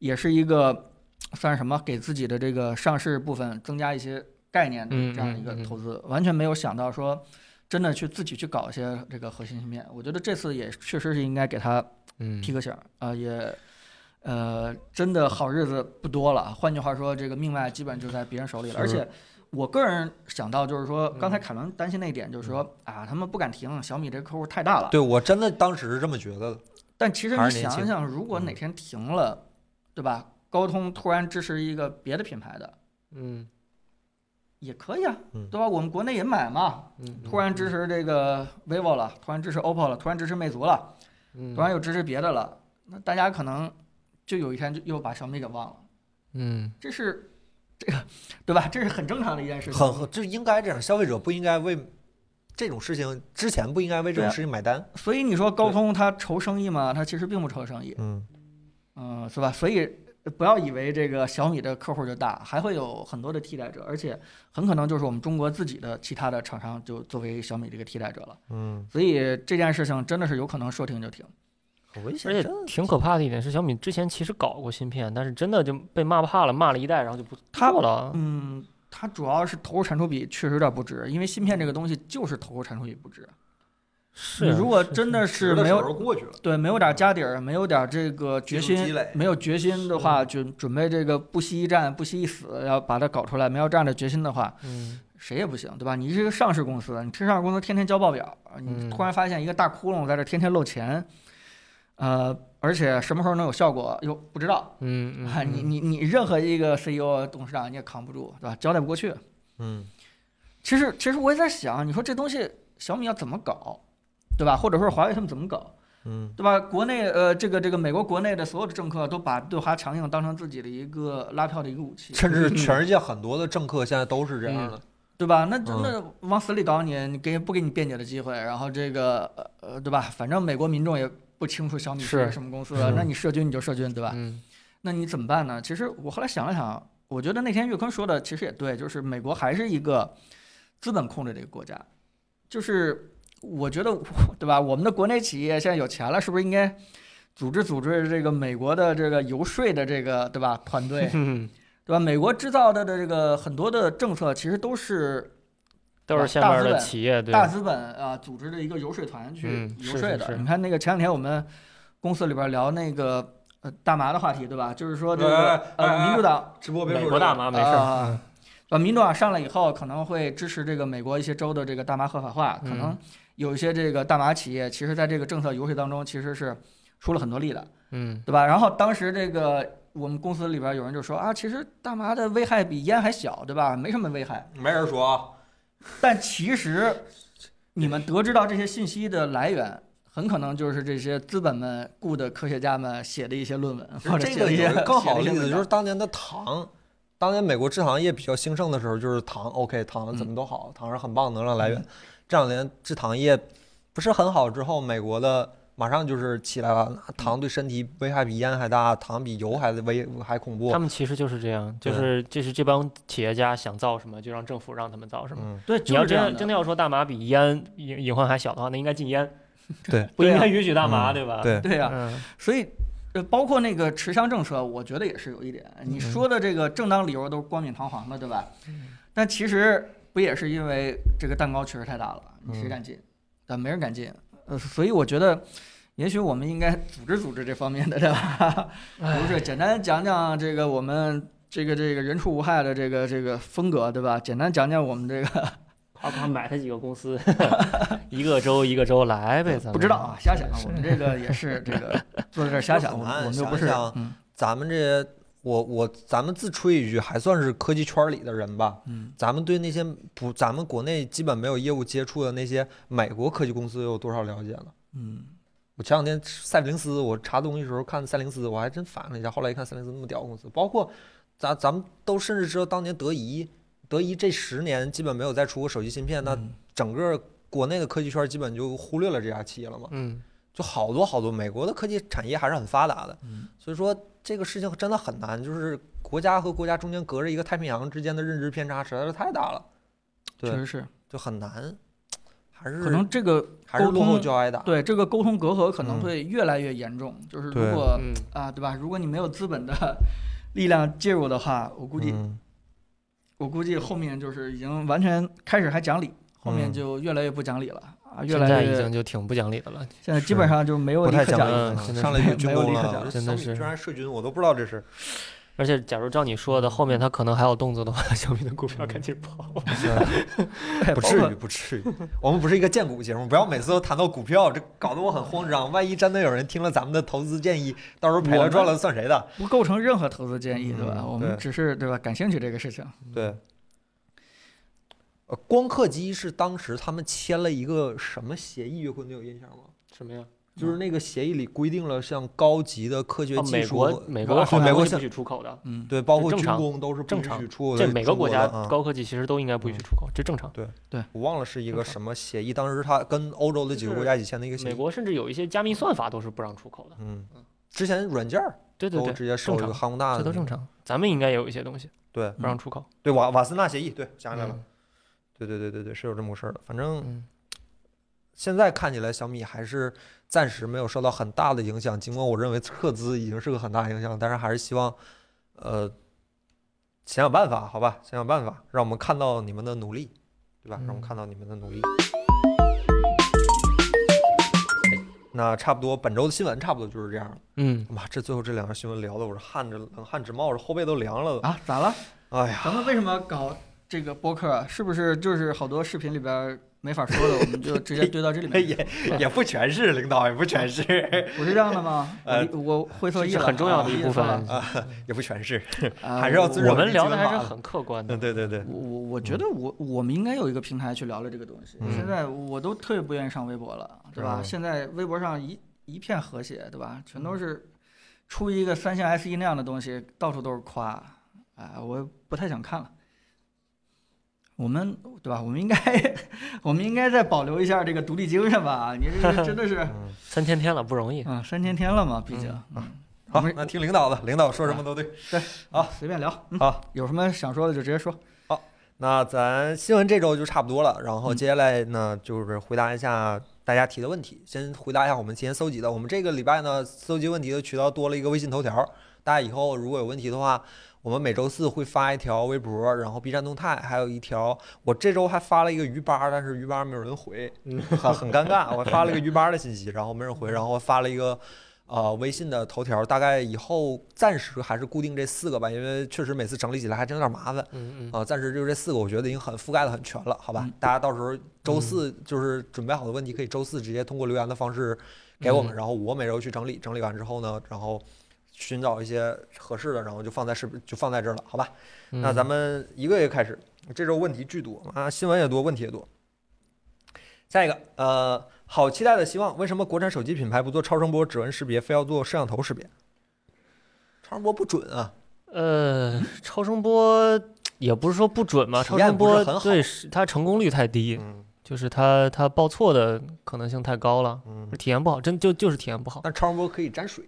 S2: 也是一个算是什么，给自己的这个上市部分增加一些概念的
S3: 嗯
S2: 这样一个投资，完全没有想到说真的去自己去搞一些这个核心芯片。我觉得这次也确实是应该给他
S3: 嗯
S2: 提个醒儿啊、也呃，真的好日子不多了。换句话说，这个命脉基本就在别人手里了。而
S1: 是嗯
S2: 且我个人想到就是说，刚才凯文担心那一点，就是说、啊，他们不敢停，小米这个客户太大了。
S1: 对我真的当时是这么觉得的。
S2: 但其实
S1: 还
S2: 你
S1: 是年
S2: 想
S1: 轻嗯
S2: 想，如果哪天停了，对吧？高通突然支持一个别的品牌的。
S3: 嗯
S2: 也可以啊
S1: 嗯，
S2: 对吧？我们国内也买嘛，
S3: 嗯，
S2: 突然支持这个 vivo 了，突然支持 oppo 了，突然支持魅族了，
S3: 嗯
S2: 突然又支持别的了，那大家可能就有一天就又把小米给忘了。
S3: 嗯
S2: 这是这个对吧？这是很正常的一件事情。
S1: 很很，就应该这样，消费者不应该为这种事情之前不应该为这
S2: 对
S1: 种
S2: 啊
S1: 事情买单。
S2: 所以你说高通它愁生意吗？它其实并不愁生意，
S1: 嗯，
S2: 嗯，是吧？所以不要以为这个小米的客户就大，还会有很多的替代者，而且很可能就是我们中国自己的其他的厂商就作为小米这个替代者了。
S1: 嗯，
S2: 所以这件事情真的是有可能说停就停。
S1: 很危险。
S3: 而且
S1: 真的
S3: 挺可怕的一点是，小米之前其实搞过芯片，但是真的就被骂怕了，骂了一代，然后就不
S2: 他
S3: 做了。
S2: 嗯，它主要是投入产出比确实有点不值，因为芯片这个东西就是投入产出比不值。
S3: 是
S2: 你
S3: 啊
S2: 如果真的是
S1: 的时
S2: 没有
S1: 候过去了，
S2: 对没有点家底儿，没有点这个决
S1: 技术积
S2: 心
S1: 累，
S2: 没有决心的话，就准备这个不惜一战不惜一死，要把它搞出来，没有这样的决心的话，
S3: 嗯
S2: 谁也不行，对吧？你是一个上市公司，你这上市公司天天交报表，你
S3: 嗯
S2: 突然发现一个大窟窿在这天天漏钱，呃，而且什么时候能有效果又不知道，
S3: 嗯嗯
S2: 你你你任何一个 CEO 董事长你也扛不住，对吧？交代不过去。
S1: 嗯，
S2: 其实其实我也在想，你说这东西小米要怎么搞，对吧？或者说华为他们怎么搞，
S1: 嗯，
S2: 对吧？国内呃，这个这个美国国内的所有的政客都把对华强硬当成自己的一个拉票的一个武器，嗯
S1: 甚至 全世界很多的政客现在都是这样的，
S2: 对吧？那真的往死里搞你，你给不给你辩解的机会？然后这个呃呃，对吧？反正美国民众也不清楚小米是
S3: 是
S2: 个什么公司了，啊
S1: 是
S2: 那你涉军你就涉军，对吧？
S3: 嗯，
S2: 那你怎么办呢？其实我后来想了想，我觉得那天岳坤说的其实也对，就是美国还是一个资本控制的一个国家，就是我觉得对吧？我们的国内企业现在有钱了，是不是应该组织组织这个美国的这个游说的这个对吧团队
S3: 嗯，
S2: 对吧？美国制造的这个很多的政策其实都是
S3: 都是下
S2: 大
S3: 面
S2: 资
S3: 的
S2: 本
S3: 企业对
S2: 大资本啊组织的一个游说团去
S3: 嗯
S2: 游
S3: 是
S2: 说
S3: 是
S2: 的。
S3: 是
S2: 你看那个前两天我们公司里边聊那个呃大麻的话题，对吧？就是说这
S1: 哎
S2: 个
S1: 哎哎
S2: 呃
S1: 哎
S2: 民主党。
S1: 直播别
S3: 美
S1: 说
S3: 国大麻没事儿，
S2: 啊，呃，民主党上来以后，可能会支持这个美国一些州的这个大麻合法化，可能
S3: 嗯
S2: 有一些这个大麻企业，其实在这个政策游说当中，其实是出了很多力的，
S3: 嗯
S2: 对吧？然后当时这个我们公司里边有人就说啊，其实大麻的危害比烟还小，对吧？没什么危害。
S1: 没人说啊，
S2: 但其实你们得知到这些信息的来源。很可能就是这些资本们雇的科学家们写的一些论文， 或者
S1: 这
S2: 写的
S1: 个有
S2: 一些
S1: 一个更好的
S2: 写
S1: 例
S2: 一
S1: 子
S2: 些文
S1: 就
S2: 章
S1: 是当年的糖，当年美国制糖业比较兴盛的时候，就是糖，OK，糖
S2: 嗯
S1: 怎么都好，糖是很棒的能量来源。这两年制糖业不是很好之后，美国的马上就是起来了，糖对身体危害比烟还大，糖比油还危还恐怖
S3: 他。们其实就是这样，就
S1: 对
S3: 是就是这帮企业家想造什么就让政府让他们造什么。
S1: 嗯，
S2: 对，
S3: 你
S2: 就
S3: 要
S2: 是这样
S3: 真
S2: 的
S3: 真的要说大麻比烟隐隐患还小的话，那应该禁烟，
S1: 对，
S3: 不
S2: 对
S3: 应
S2: 啊
S3: 该允许大麻，
S1: 嗯
S3: 对吧？
S1: 对，
S2: 对呀、
S3: 嗯，
S2: 所以，呃，包括那个持枪政策，我觉得也是有一点，
S1: 嗯
S2: 你说的这个正当理由都是冠冕堂皇的，对吧？但其实不也是因为这个蛋糕确实太大了，你谁
S1: 嗯
S2: 敢进？但没人敢进，呃，所以我觉得。也许我们应该组织组织这方面的，对吧？不
S1: 哎
S2: 是，简单讲讲这个我们这个这个人畜无害的这个这个风格，对吧？简单讲讲我们这个
S3: 夸夸买他几个公司， 一个州一个州来呗，咱们
S2: 不知道啊，瞎想啊，我们这个也是 这个坐在这儿瞎想，
S1: 很
S2: 我们
S1: 难
S2: 我们又不
S1: 想
S2: 是
S1: 一想，
S2: 嗯
S1: 咱们这些我我咱们自吹一句，还算是科技圈里的人吧。
S2: 嗯，
S1: 咱们对那些不，咱们国内基本没有业务接触的那些美国科技公司有多少了解呢？
S2: 嗯，
S1: 我前两天赛灵思，我查东西的时候看赛灵思，我还真反应了一下，后来一看赛灵思那么屌公司，包括咱咱们都甚至知道当年德仪，德仪这十年基本没有再出过手机芯片，
S2: 嗯
S1: 那整个国内的科技圈基本就忽略了这家企业了嘛。
S3: 嗯，
S1: 就好多好多美国的科技产业还是很发达的，
S2: 嗯
S1: 所以说这个事情真的很难，就是国家和国家中间隔着一个太平洋之间的认知偏差实在是太大了，对
S2: 确实是，
S1: 就很难，还是
S2: 可能这个
S1: 还是
S2: 沟
S1: 落后
S2: 通
S1: 就要挨打。
S2: 对这个沟通隔阂可能
S1: 嗯
S2: 会越来越严重。就是
S1: 对
S2: 如果
S3: 嗯
S2: 啊，对吧？如果你没有资本的 力量介入的话，我估计、
S1: 嗯
S2: 我估计后面就是已经完全开始还讲理，后面
S1: 嗯
S2: 就越来越不讲理了啊，越
S3: 现
S2: 来
S3: 在
S2: 越
S3: 已经就挺不讲理的了。
S2: 现在基本上就没有
S1: 不
S2: 理
S1: 太
S2: 可
S1: 讲
S2: 讲
S1: 理
S2: 理。
S1: 了，
S3: 嗯真的
S1: 上来就是军
S2: 没有
S1: 工
S2: 立刻
S1: 了
S2: 讲，
S1: 我这
S3: 真
S1: 小
S3: 的
S1: 米
S3: 是
S1: 居然涉军，我都不知道这 事。
S3: 而且假如照你说的，后面他可能还有动作的话， 小米的股票赶紧跑。
S1: 不
S2: 包
S1: 至
S2: 括
S1: 于，不至于。 我们不是一个荐股节目，不要每次都谈到股票，这搞得我很慌张。万一真的有人听了咱们的投资建议，到时候赔
S2: 我
S1: 了
S2: 们
S1: 赚了算谁的？
S2: 不构成任何投资建议，对吧？
S1: 嗯
S2: 我们
S1: 对
S2: 只是对吧感兴趣这个事情。
S1: 对。呃，光刻机是当时他们签了一个什么协议？岳坤，你有印象吗？
S3: 什么呀？
S1: 就是那个协议里规定了，像高级的科学
S3: 哦
S1: 技
S3: 美
S1: 术，
S3: 国美国
S1: 啊
S3: 好像
S1: 美国
S3: 东西
S1: 像
S3: 不许出口的，
S2: 嗯，
S1: 对，包括
S3: 正
S1: 军
S3: 常
S1: 工都是不
S3: 正
S1: 允
S3: 常
S1: 许出口的
S3: 这
S1: 中国的。
S3: 每个国家
S1: 啊
S3: 高科技其实都应该不许出口，这正常。
S1: 我忘了是一个
S3: 正常
S1: 什么协议，当时他跟欧洲的几个国家一起签的一个协
S3: 美
S1: 议。
S3: 国甚至有一些加密算法都是不让出口的。
S1: 嗯，之前软件儿
S3: 对对
S1: 都
S3: 对，
S1: 直接收一
S3: 正
S1: 个
S3: 常
S1: 航空大
S3: 这
S1: 的
S3: 都
S1: 那
S3: 正
S1: 个，
S3: 常。咱们应该也有一些东西
S1: 对
S3: 不让出口。
S1: 对，瓦瓦斯纳协议，对，想起来了，
S3: 嗯
S1: 对对对对对，是有这么个事儿的。反正
S3: 嗯
S1: 现在看起来，小米还是暂时没有受到很大的影响，尽管我认为撤资已经是个很大影响，但是还是希望，呃，想想办法，好吧，想想办法，让我们
S2: 嗯
S1: 看到你们的努力，对吧？让我们
S3: 嗯
S1: 看到你们的努力。那差不多本周的新闻差不多就是这样了。
S3: 嗯，
S1: 妈，这最后这两条新闻聊的我这汗这冷汗直冒，这后背都凉了都。
S2: 啊，咋了？
S1: 哎呀，
S2: 咱们为什么搞这个播客啊？是不是就是好多视频里边没法说的，我们就直接堆到这里面去？
S1: 也也不全是领导，也不全是，
S2: 不是这样的吗？我
S1: 呃
S2: 我会错
S3: 这
S2: 意
S3: 是
S2: 了，
S3: 很重要的
S2: 啊
S3: 一部分。
S2: 我理解错了
S1: 也不全是。
S2: 啊
S1: 还是要
S2: 我
S1: 尊重
S3: 我们聊的还
S1: 基
S3: 是
S1: 本法
S3: 很客观的。
S1: 嗯，对对对，
S2: 我我我觉得我我们应该有一个平台去聊聊这个东西。
S1: 嗯
S2: 现在我都特别不愿意上微博了，对吧？
S1: 嗯
S2: 现在微博上一一片和谐，对吧？全都是出一个三星 S E 一那样的东西，到处都是夸，哎，我不太想看了。我们对吧？我们应该， 我们应该再保留一下这个独立精神吧。你这个真的是
S1: 嗯，
S3: 三千天了不容易，
S2: 啊，三千天了嘛，毕竟嗯
S1: 好，
S2: 我们
S1: 那听领导的，领导说什么都对。好
S2: 随便聊。嗯
S1: 好，
S2: 有什么想说的就直接说。
S1: 那咱新闻这周就差不多了，然后接下来呢就是回答一下大家提的问题。先回答一下我们今天搜集的，我们这个礼拜呢搜集问题的渠道多了一个微信头条，大家以后如果有问题的话，我们每周四会发一条微博，然后 B 站动态，还有一条我这周还发了一个鱼吧，但是鱼吧没有人回，很很尴尬，我发了一个鱼吧的信息，然后没人回，然后发了一个。呃，微信的头条大概以后暂时还是固定这四个吧，因为确实每次整理起来还真有点麻烦。
S3: 嗯嗯，
S1: 啊，暂时就这四个，我觉得已经很覆盖的很全了，好吧
S2: 嗯？
S1: 大家到时候周四就是准备好的问题，可以周四直接通过留言的方式给我们，
S3: 嗯
S1: 然后我每周去整理，整理完之后呢，然后寻找一些合适的，然后就放在视频，就放在这儿了，好吧？
S3: 嗯
S1: 那咱们一个一个开始，这周问题巨多啊，新闻也多，问题也多。下一个，呃，好期待的希望，为什么国产手机品牌不做超声波指纹识别，非要做摄像头识别？超声波不准啊，
S3: 呃，超声波也不是说不准嘛，
S1: 体
S3: 超
S1: 验
S3: 声
S1: 不是
S3: 波
S1: 很好
S3: 对是它成功率太低，
S1: 嗯
S3: 就是它它报错的可能性太高了，
S1: 嗯，
S3: 体验不好，真就就是体验不好。
S1: 但超声波可以沾水。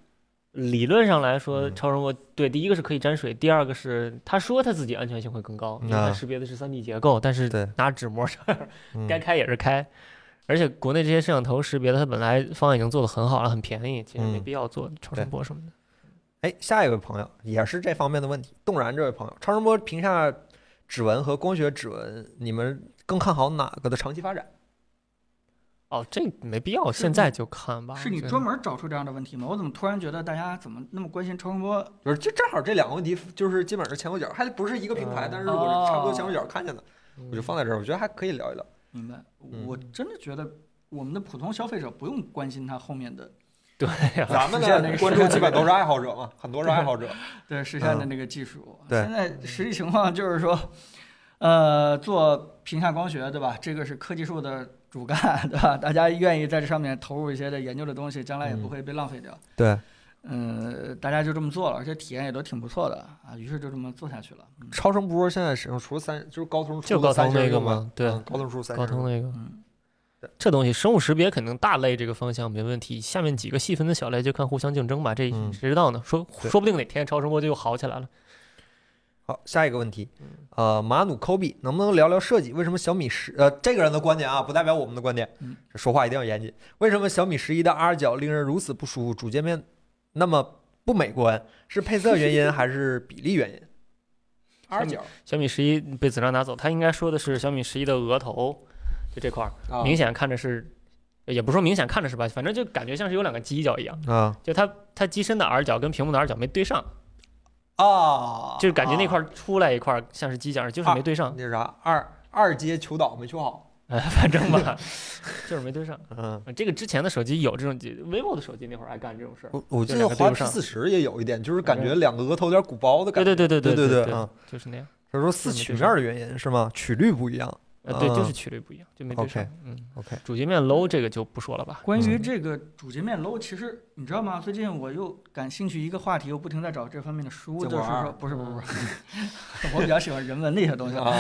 S3: 理论上来说，
S1: 嗯
S3: 超声波对第一个是可以沾水，第二个是他说他自己安全性会更高，因为
S1: 啊
S3: 它识别的是 3D 结构，但是
S1: 对
S3: 拿纸膜
S1: 嗯
S3: 该开也是开。而且国内这些摄像头识别的，它本来方案已经做的很好了，很便宜，其实没
S1: 嗯
S3: 必要做超
S1: 对
S3: 声波什么的。
S1: 哎，下一位朋友也是这方面的问题。冻然这位朋友，超声波屏下指纹和光学指纹，你们更看好哪个的长期发展？
S3: 哦，这没必要，
S2: 是
S3: 现
S2: 你
S3: 在就看吧。
S2: 是
S3: 我
S2: 你
S3: 觉得
S2: 专门找出这样的问题吗？我怎么突然觉得大家怎么那么关心超声波
S1: 就是就正好这两个问题，就是基本上是前后脚，还不是一个平台，
S3: 嗯
S1: 但是我是差不多前后脚看见的，我就放在这儿。我觉得还可以聊一聊。
S2: 明白，
S1: 嗯
S2: 我真的觉得我们的普通消费者不用关心它后面的
S3: 对呀、
S1: 咱们
S2: 是这样
S1: 的
S2: 的
S1: 观众基本都是爱好者嘛，很多是爱好者。
S2: 对实现的那个技术。
S1: 嗯对
S2: 现在实际情况就是说，呃，做屏下光学，对吧？这个是科技树的主干， 对吧？大家愿意在这上面投入一些的研究的东西，将来也不
S1: 嗯
S2: 会被浪费掉。
S1: 对，
S2: 嗯、大家就这么做了，而且体验也都挺不错的啊，于是就这么做下去了。嗯
S1: 超声波现在使用除了三，就是高通出
S3: 就
S1: 的
S3: 高
S1: 三
S3: 通
S1: 星
S3: 那个
S1: 用吧
S3: 嘛，对，
S1: 嗯高通出三星
S3: 高通那个
S2: 嗯，
S3: 这东西，生物识别肯定大类这个方向没问题。下面几个细分的小类就看互相竞争吧，这
S1: 嗯
S3: 谁知道呢？说
S1: 对
S3: 说不定哪天超声波就又好起来了。
S1: 好，下一个问题，呃，马努科比能不能聊聊设计？为什么小米十呃这个人的观点啊，不代表我们的观点
S2: 嗯，
S1: 这说话一定要严谨。为什么小米十一的 R 角令人如此不舒服？主界面那么不美观，是配色原 因还是比例原因？R 角
S3: 小米十一被子章拿走，他应该说的是小米十一的额头，就这块儿，
S1: 啊
S3: 明显看着是，也不是说明显看着是吧，反正就感觉像是有两个犄角一样，
S1: 啊
S3: 就它它机身的 R 角跟屏幕的 R 角没对上，
S1: 啊，
S3: 就是感觉那块儿出来一块儿像是犄角，就是没对上，
S1: 那啥二二阶求导没求好，
S3: 哎，反正 吧，就是没对上。
S1: 嗯。
S3: 这个之前的手机有这种，vivo 的手机那会儿爱干这种事儿。
S1: 我我记得
S3: 就两个对
S1: 华
S3: 不
S1: 为
S3: 上
S1: 四十也有一点，就是感觉两个额头有点鼓包的感
S3: 对
S1: 觉。
S3: 对对对
S1: 对
S3: 对
S1: 对
S3: 对，
S1: 嗯，
S3: 就是那样。
S1: 他说四
S3: 是没
S1: 曲
S3: 对
S1: 面
S3: 上
S1: 的原因是吗？曲率不一样。
S3: 呃，对，就
S1: 嗯
S3: 是曲率不一样，就没对上
S1: OK。
S3: 嗯
S1: OK
S3: 主界面 low 这个就不说了吧。
S2: 关于这个主界面 low，其实你知道吗？最近我又感兴趣一个话题，我不停在找这方面的书，
S1: 建
S2: 就
S1: 国
S2: 是
S1: 二
S2: 说不是不是不是， 我比较喜欢人文的一些东西。
S1: 啊，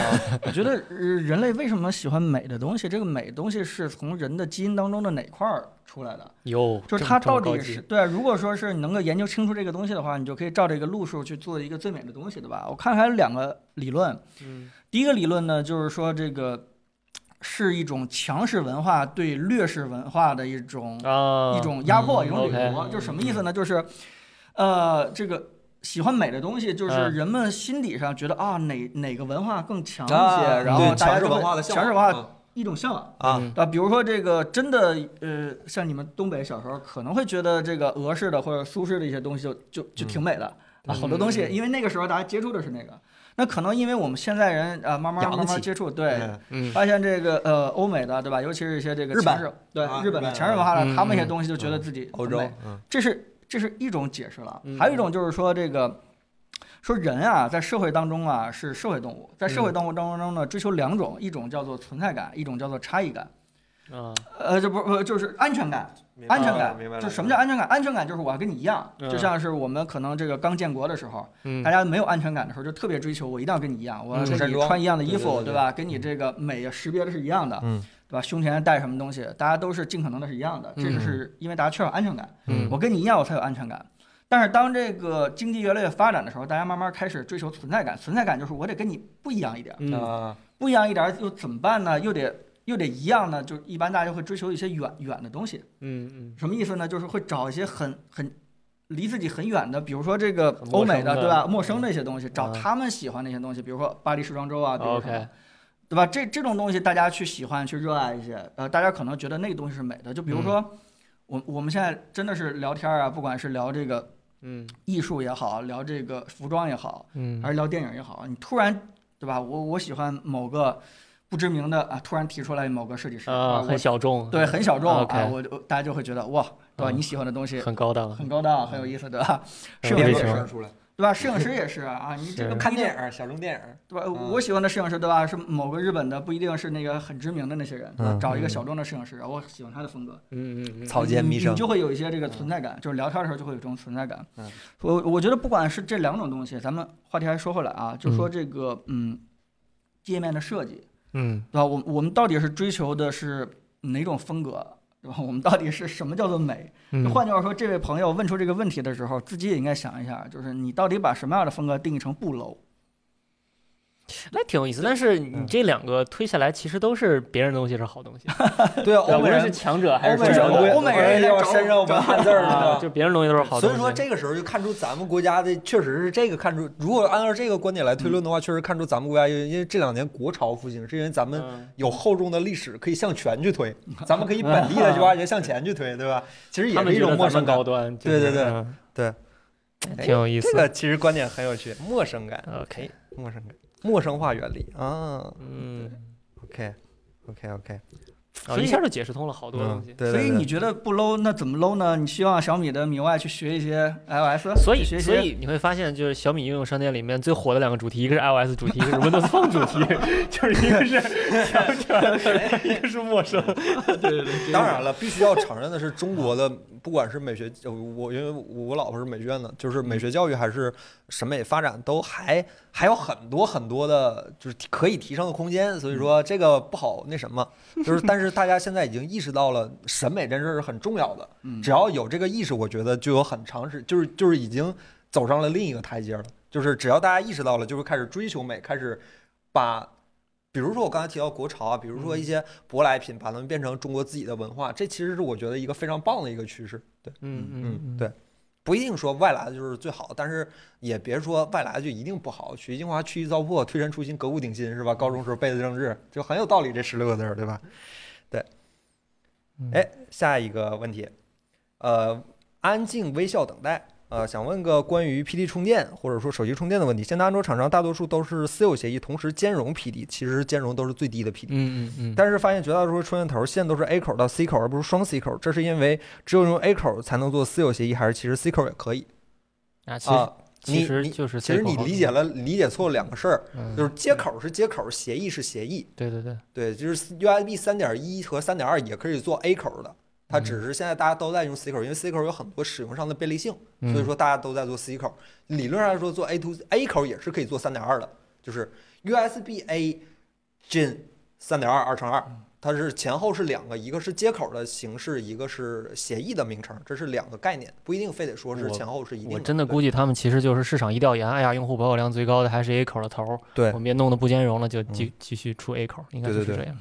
S2: 我觉得呃人类为什么喜欢美的东西？这个美东西是从人的基因当中的哪块儿出来的？
S3: 有，
S2: 就是它到底是对啊？如果说是你能够研究清楚这个东西的话，你就可以照这个路数去做一个最美的东西，对吧？我看还有两个理论，
S3: 嗯
S2: 第一个理论呢，就是说这个是一种强势文化对劣势文化的一种
S3: 啊，
S2: 一种压迫，
S3: 嗯
S2: 一种掠
S3: OK
S2: 夺，就是什么意思呢？就是，呃，这个喜欢美的东西，就是
S3: 嗯
S2: 人们心理上觉得啊，哪哪个文化更强一
S1: 啊
S2: 些，然后
S1: 对
S2: 大
S1: 强
S2: 家
S1: 势
S2: 就
S1: 文化
S2: 会
S1: 的向
S2: 强势文
S1: 往嗯
S2: 化一种向往。
S1: 啊，
S3: 嗯
S2: 对吧？比如说这个真的，呃，像你们东北小时候可能会觉得这个俄式的或者苏式的一些东西就就
S1: 嗯
S2: 就挺美的、啊，好多东西，因为那个时候大家接触的是那个。那可能因为我们现在人啊、慢慢
S1: 洋
S2: 慢慢
S1: 气
S2: 接触，对，
S1: 嗯
S3: 嗯
S2: 发现这个呃欧美的对吧，尤其是一些这个
S1: 日本
S2: 强势对、
S1: 啊
S2: 日本
S1: 日
S2: 的
S1: 本
S2: 强势文化
S3: 嗯
S2: 的，他们一些
S3: 嗯
S2: 东西就觉得自己
S1: 欧
S2: 很
S1: 洲
S2: 美，
S1: 嗯
S2: 这是这是一种解释了
S3: 嗯。
S2: 还有一种就是说这个。说人啊，在社会当中啊是社会动物，在
S3: 嗯
S2: 社会动物当中呢，追求两种，一种叫做存在感，一种叫做差异感。
S3: 啊，
S2: 呃，这不不就是安全感，
S1: 明白
S2: 安全
S1: 了
S2: 感
S1: 明白，了
S2: 就什么叫安全感？安全感就是我跟你一样，
S3: 嗯
S2: 就像是我们可能这个刚建国的时候，
S3: 嗯
S2: 大家没有安全感的时候，就特别追求我一定要跟你一样，我要
S3: 嗯
S2: 跟
S1: 山
S2: 你
S1: 庄
S2: 穿一样的衣服，
S1: 对对对对
S2: 吧？跟你这个美也识别的是一样的，
S1: 嗯
S2: 对吧？胸前戴什么东西，大家都是尽可能的是一样的，这
S3: 嗯
S2: 个是因为大家缺少安全感。
S3: 嗯
S2: 我跟你一样，我才有安全感。但是当这个经济越来越发展的时候，大家慢慢开始追求存在感，存在感就是我得跟你不一样一点，
S3: 嗯
S1: 啊，
S2: 不一样一点又怎么办呢？又得又得一样呢？就一般大家会追求一些远远的东西。
S3: 嗯
S2: 什么意思呢？就是会找一些很很离自己很远的，比如说这个
S3: 很陌
S2: 欧美
S3: 生的
S2: 的，对吧？陌生的一些东西，找
S3: 嗯
S2: 他们喜欢的一些东西，比如说巴黎时装周啊，比如说
S3: ，OK，
S2: 对吧？这这种东西大家去喜欢、去热爱一些，呃，大家可能觉得那个东西是美的。就比如说，
S3: 嗯
S2: 我我们现在真的是聊天啊，不管是聊这个
S3: 嗯
S2: 艺术也好，聊这个服装也好，
S3: 嗯
S2: 还是聊电影也好，你突然对吧？我我喜欢某个不知名的啊，突然提出来某个设计师
S3: 啊，
S2: 我
S3: 很小众，
S2: 对，很小众啊
S3: OK
S2: 我我大家就会觉得哇，对吧？
S3: 嗯
S2: 你喜欢的东西
S3: 很高档了，
S2: 很高档，很有意思，对吧？摄
S3: 嗯
S2: 影
S3: 这
S2: 师
S3: 行
S1: 说出来，
S2: 对吧？摄影师也是啊，你这
S3: 是
S2: 个不
S1: 看
S2: 一定
S1: 电影儿，小众电影儿，
S2: 对吧？
S1: 嗯
S2: 我喜欢的摄影师对吧？是某个日本的，不一定是那个很知名的那些人，对吧
S1: 嗯
S2: 找一个小众的摄影师，我喜欢他的风格，
S3: 嗯嗯嗯，
S1: 草间弥
S2: 你
S1: 生
S2: 你，就会有一些这个存在感，就是聊天的时候就会有这种存在感
S1: 嗯。
S2: 我我觉得不管是这两种东西，咱们话题还说回来啊，就说这个嗯，界面的设计，
S3: 嗯
S2: 对吧？我我们到底是追求的是哪种风格，对吧？我们到底是什么叫做美？
S3: 嗯，
S2: 换句话说，这位朋友问出这个问题的时候，自己也应该想一下，就是你到底把什么样的风格定义成不 low？
S3: 那挺有意思。但是
S1: 嗯
S3: 你这两个推下来，其实都是别人的东西是好东西，
S1: 对啊，欧
S3: 无
S1: 美
S3: 论是
S1: 人，
S3: 强者哎还是
S1: 欧美人
S2: 欧
S3: 弱者
S2: 美
S1: 对，
S2: 欧美人
S1: 要
S2: 来找
S1: 身上
S2: 找
S1: 纹汉字儿
S3: 啊
S1: 呢，
S3: 就别人的东西都是好东
S1: 所
S3: 西。
S1: 以说这个时候就看出咱们国家的确实是这个看出，如果按照这个观点来推论的话，确实看出咱们国家因为因为这两年国潮复兴，是因为咱们
S3: 嗯
S1: 有厚重的历史可以向前去推，咱们可以本地的去挖掘向前去推，对吧？其实也
S3: 他们
S1: 是一
S3: 觉得
S1: 种陌
S3: 咱
S1: 生
S3: 们
S1: 感
S3: 高。端，
S1: 对对对
S3: 对
S1: 对
S3: 对，挺有意思
S1: 哎这。个其实观点很有趣，陌生感，
S2: 哎
S3: OK，
S1: 陌生感，陌生化原理啊。
S3: 嗯，
S1: OK OK OK，
S3: 啊
S2: 所以
S3: 一下就解释通了好多东
S1: 嗯，
S3: 西。
S1: 对对
S2: 所以
S1: 对
S2: 你觉得不 low，那怎么 low 呢？你希望小米的米外去学一些 iOS，
S3: 所以，
S2: 去学一些
S3: 所以你会发现，就是小米应用商店里面最火的两个主题，一个是 iOS 主题，一个是 Windows Phone 主题， 就是一个是强者，一个是陌生。
S1: 当然了，必须要承认的是，中国的不管是美学，呃我因为我老婆是美学院的，就是美学教育还是审美发展都还还有很多很多的，就是提可以提升的空间。所以
S2: 嗯
S1: 说这个不好那什么，就是但是大家现在已经意识到了审美这事儿是很重要的，
S2: 嗯
S1: 只要有这个意识，我觉得就有很长时，就是就是已经走上了另一个台阶了。就是只要大家意识到了，就会开始追求美，开始把，比如说我刚才提到国潮啊，比如说一些舶来品，把它们变成中国自己的文化，这其实是我觉得一个非常棒的一个趋势。对，
S3: 嗯
S1: 嗯，对，不一定说外来的就是最好，但是也别说外来的就一定不好。曲艺精华，去意糟粕，推陈出新，革故鼎新，是吧？高中时候背的政治，就很有道理这十六个字儿，对吧？对。
S3: 嗯
S1: 哎，下一个问题，呃，安静微笑等待。呃，想问个关于 PD 充电或者说手机充电的问题。现在安卓厂商大多数都是私有协议，同时兼容 PD，其实兼容都是最低的 PD。
S3: 嗯嗯嗯，
S1: 但是发现绝大多数充电头线都是 A 口到 C 口，而不是双 C 口，这是因为只有用 A 口才能做私有协议，还是其实 C 口也可以
S3: 啊，其实
S1: 啊？
S3: 其实
S1: 你
S3: 就是
S1: 其实你理解了，理解错了两个事儿，
S3: 嗯
S1: 就是接口是接口，协议是协议，
S3: 对对对，
S1: 对，就是 USB 三点一和三点二也可以做 A 口的，
S3: 嗯
S1: 它只是现在大家都在用 C 口，因为 C 口有很多使用上的便利性，所
S3: 嗯
S1: 以说大家都在做 C 口。理论上来说，做 A to A 口也是可以做三点二的，就是 USB A Gen 三点二二乘二，
S3: 嗯
S1: 它是前后是两个，一个是接口的形式，一个是协议的名称，这是两个概念，不一定非得说是
S3: 我
S1: 前后是一定
S3: 我真的
S1: 对
S3: 估计他们其实就是市场一调研，哎呀，用户保有量最高的还是 A 口的头儿，
S1: 对嗯
S3: 我们也弄得不兼容了，就继继续出 A 口，应该就是
S1: 对
S3: 这
S1: 对
S3: 样。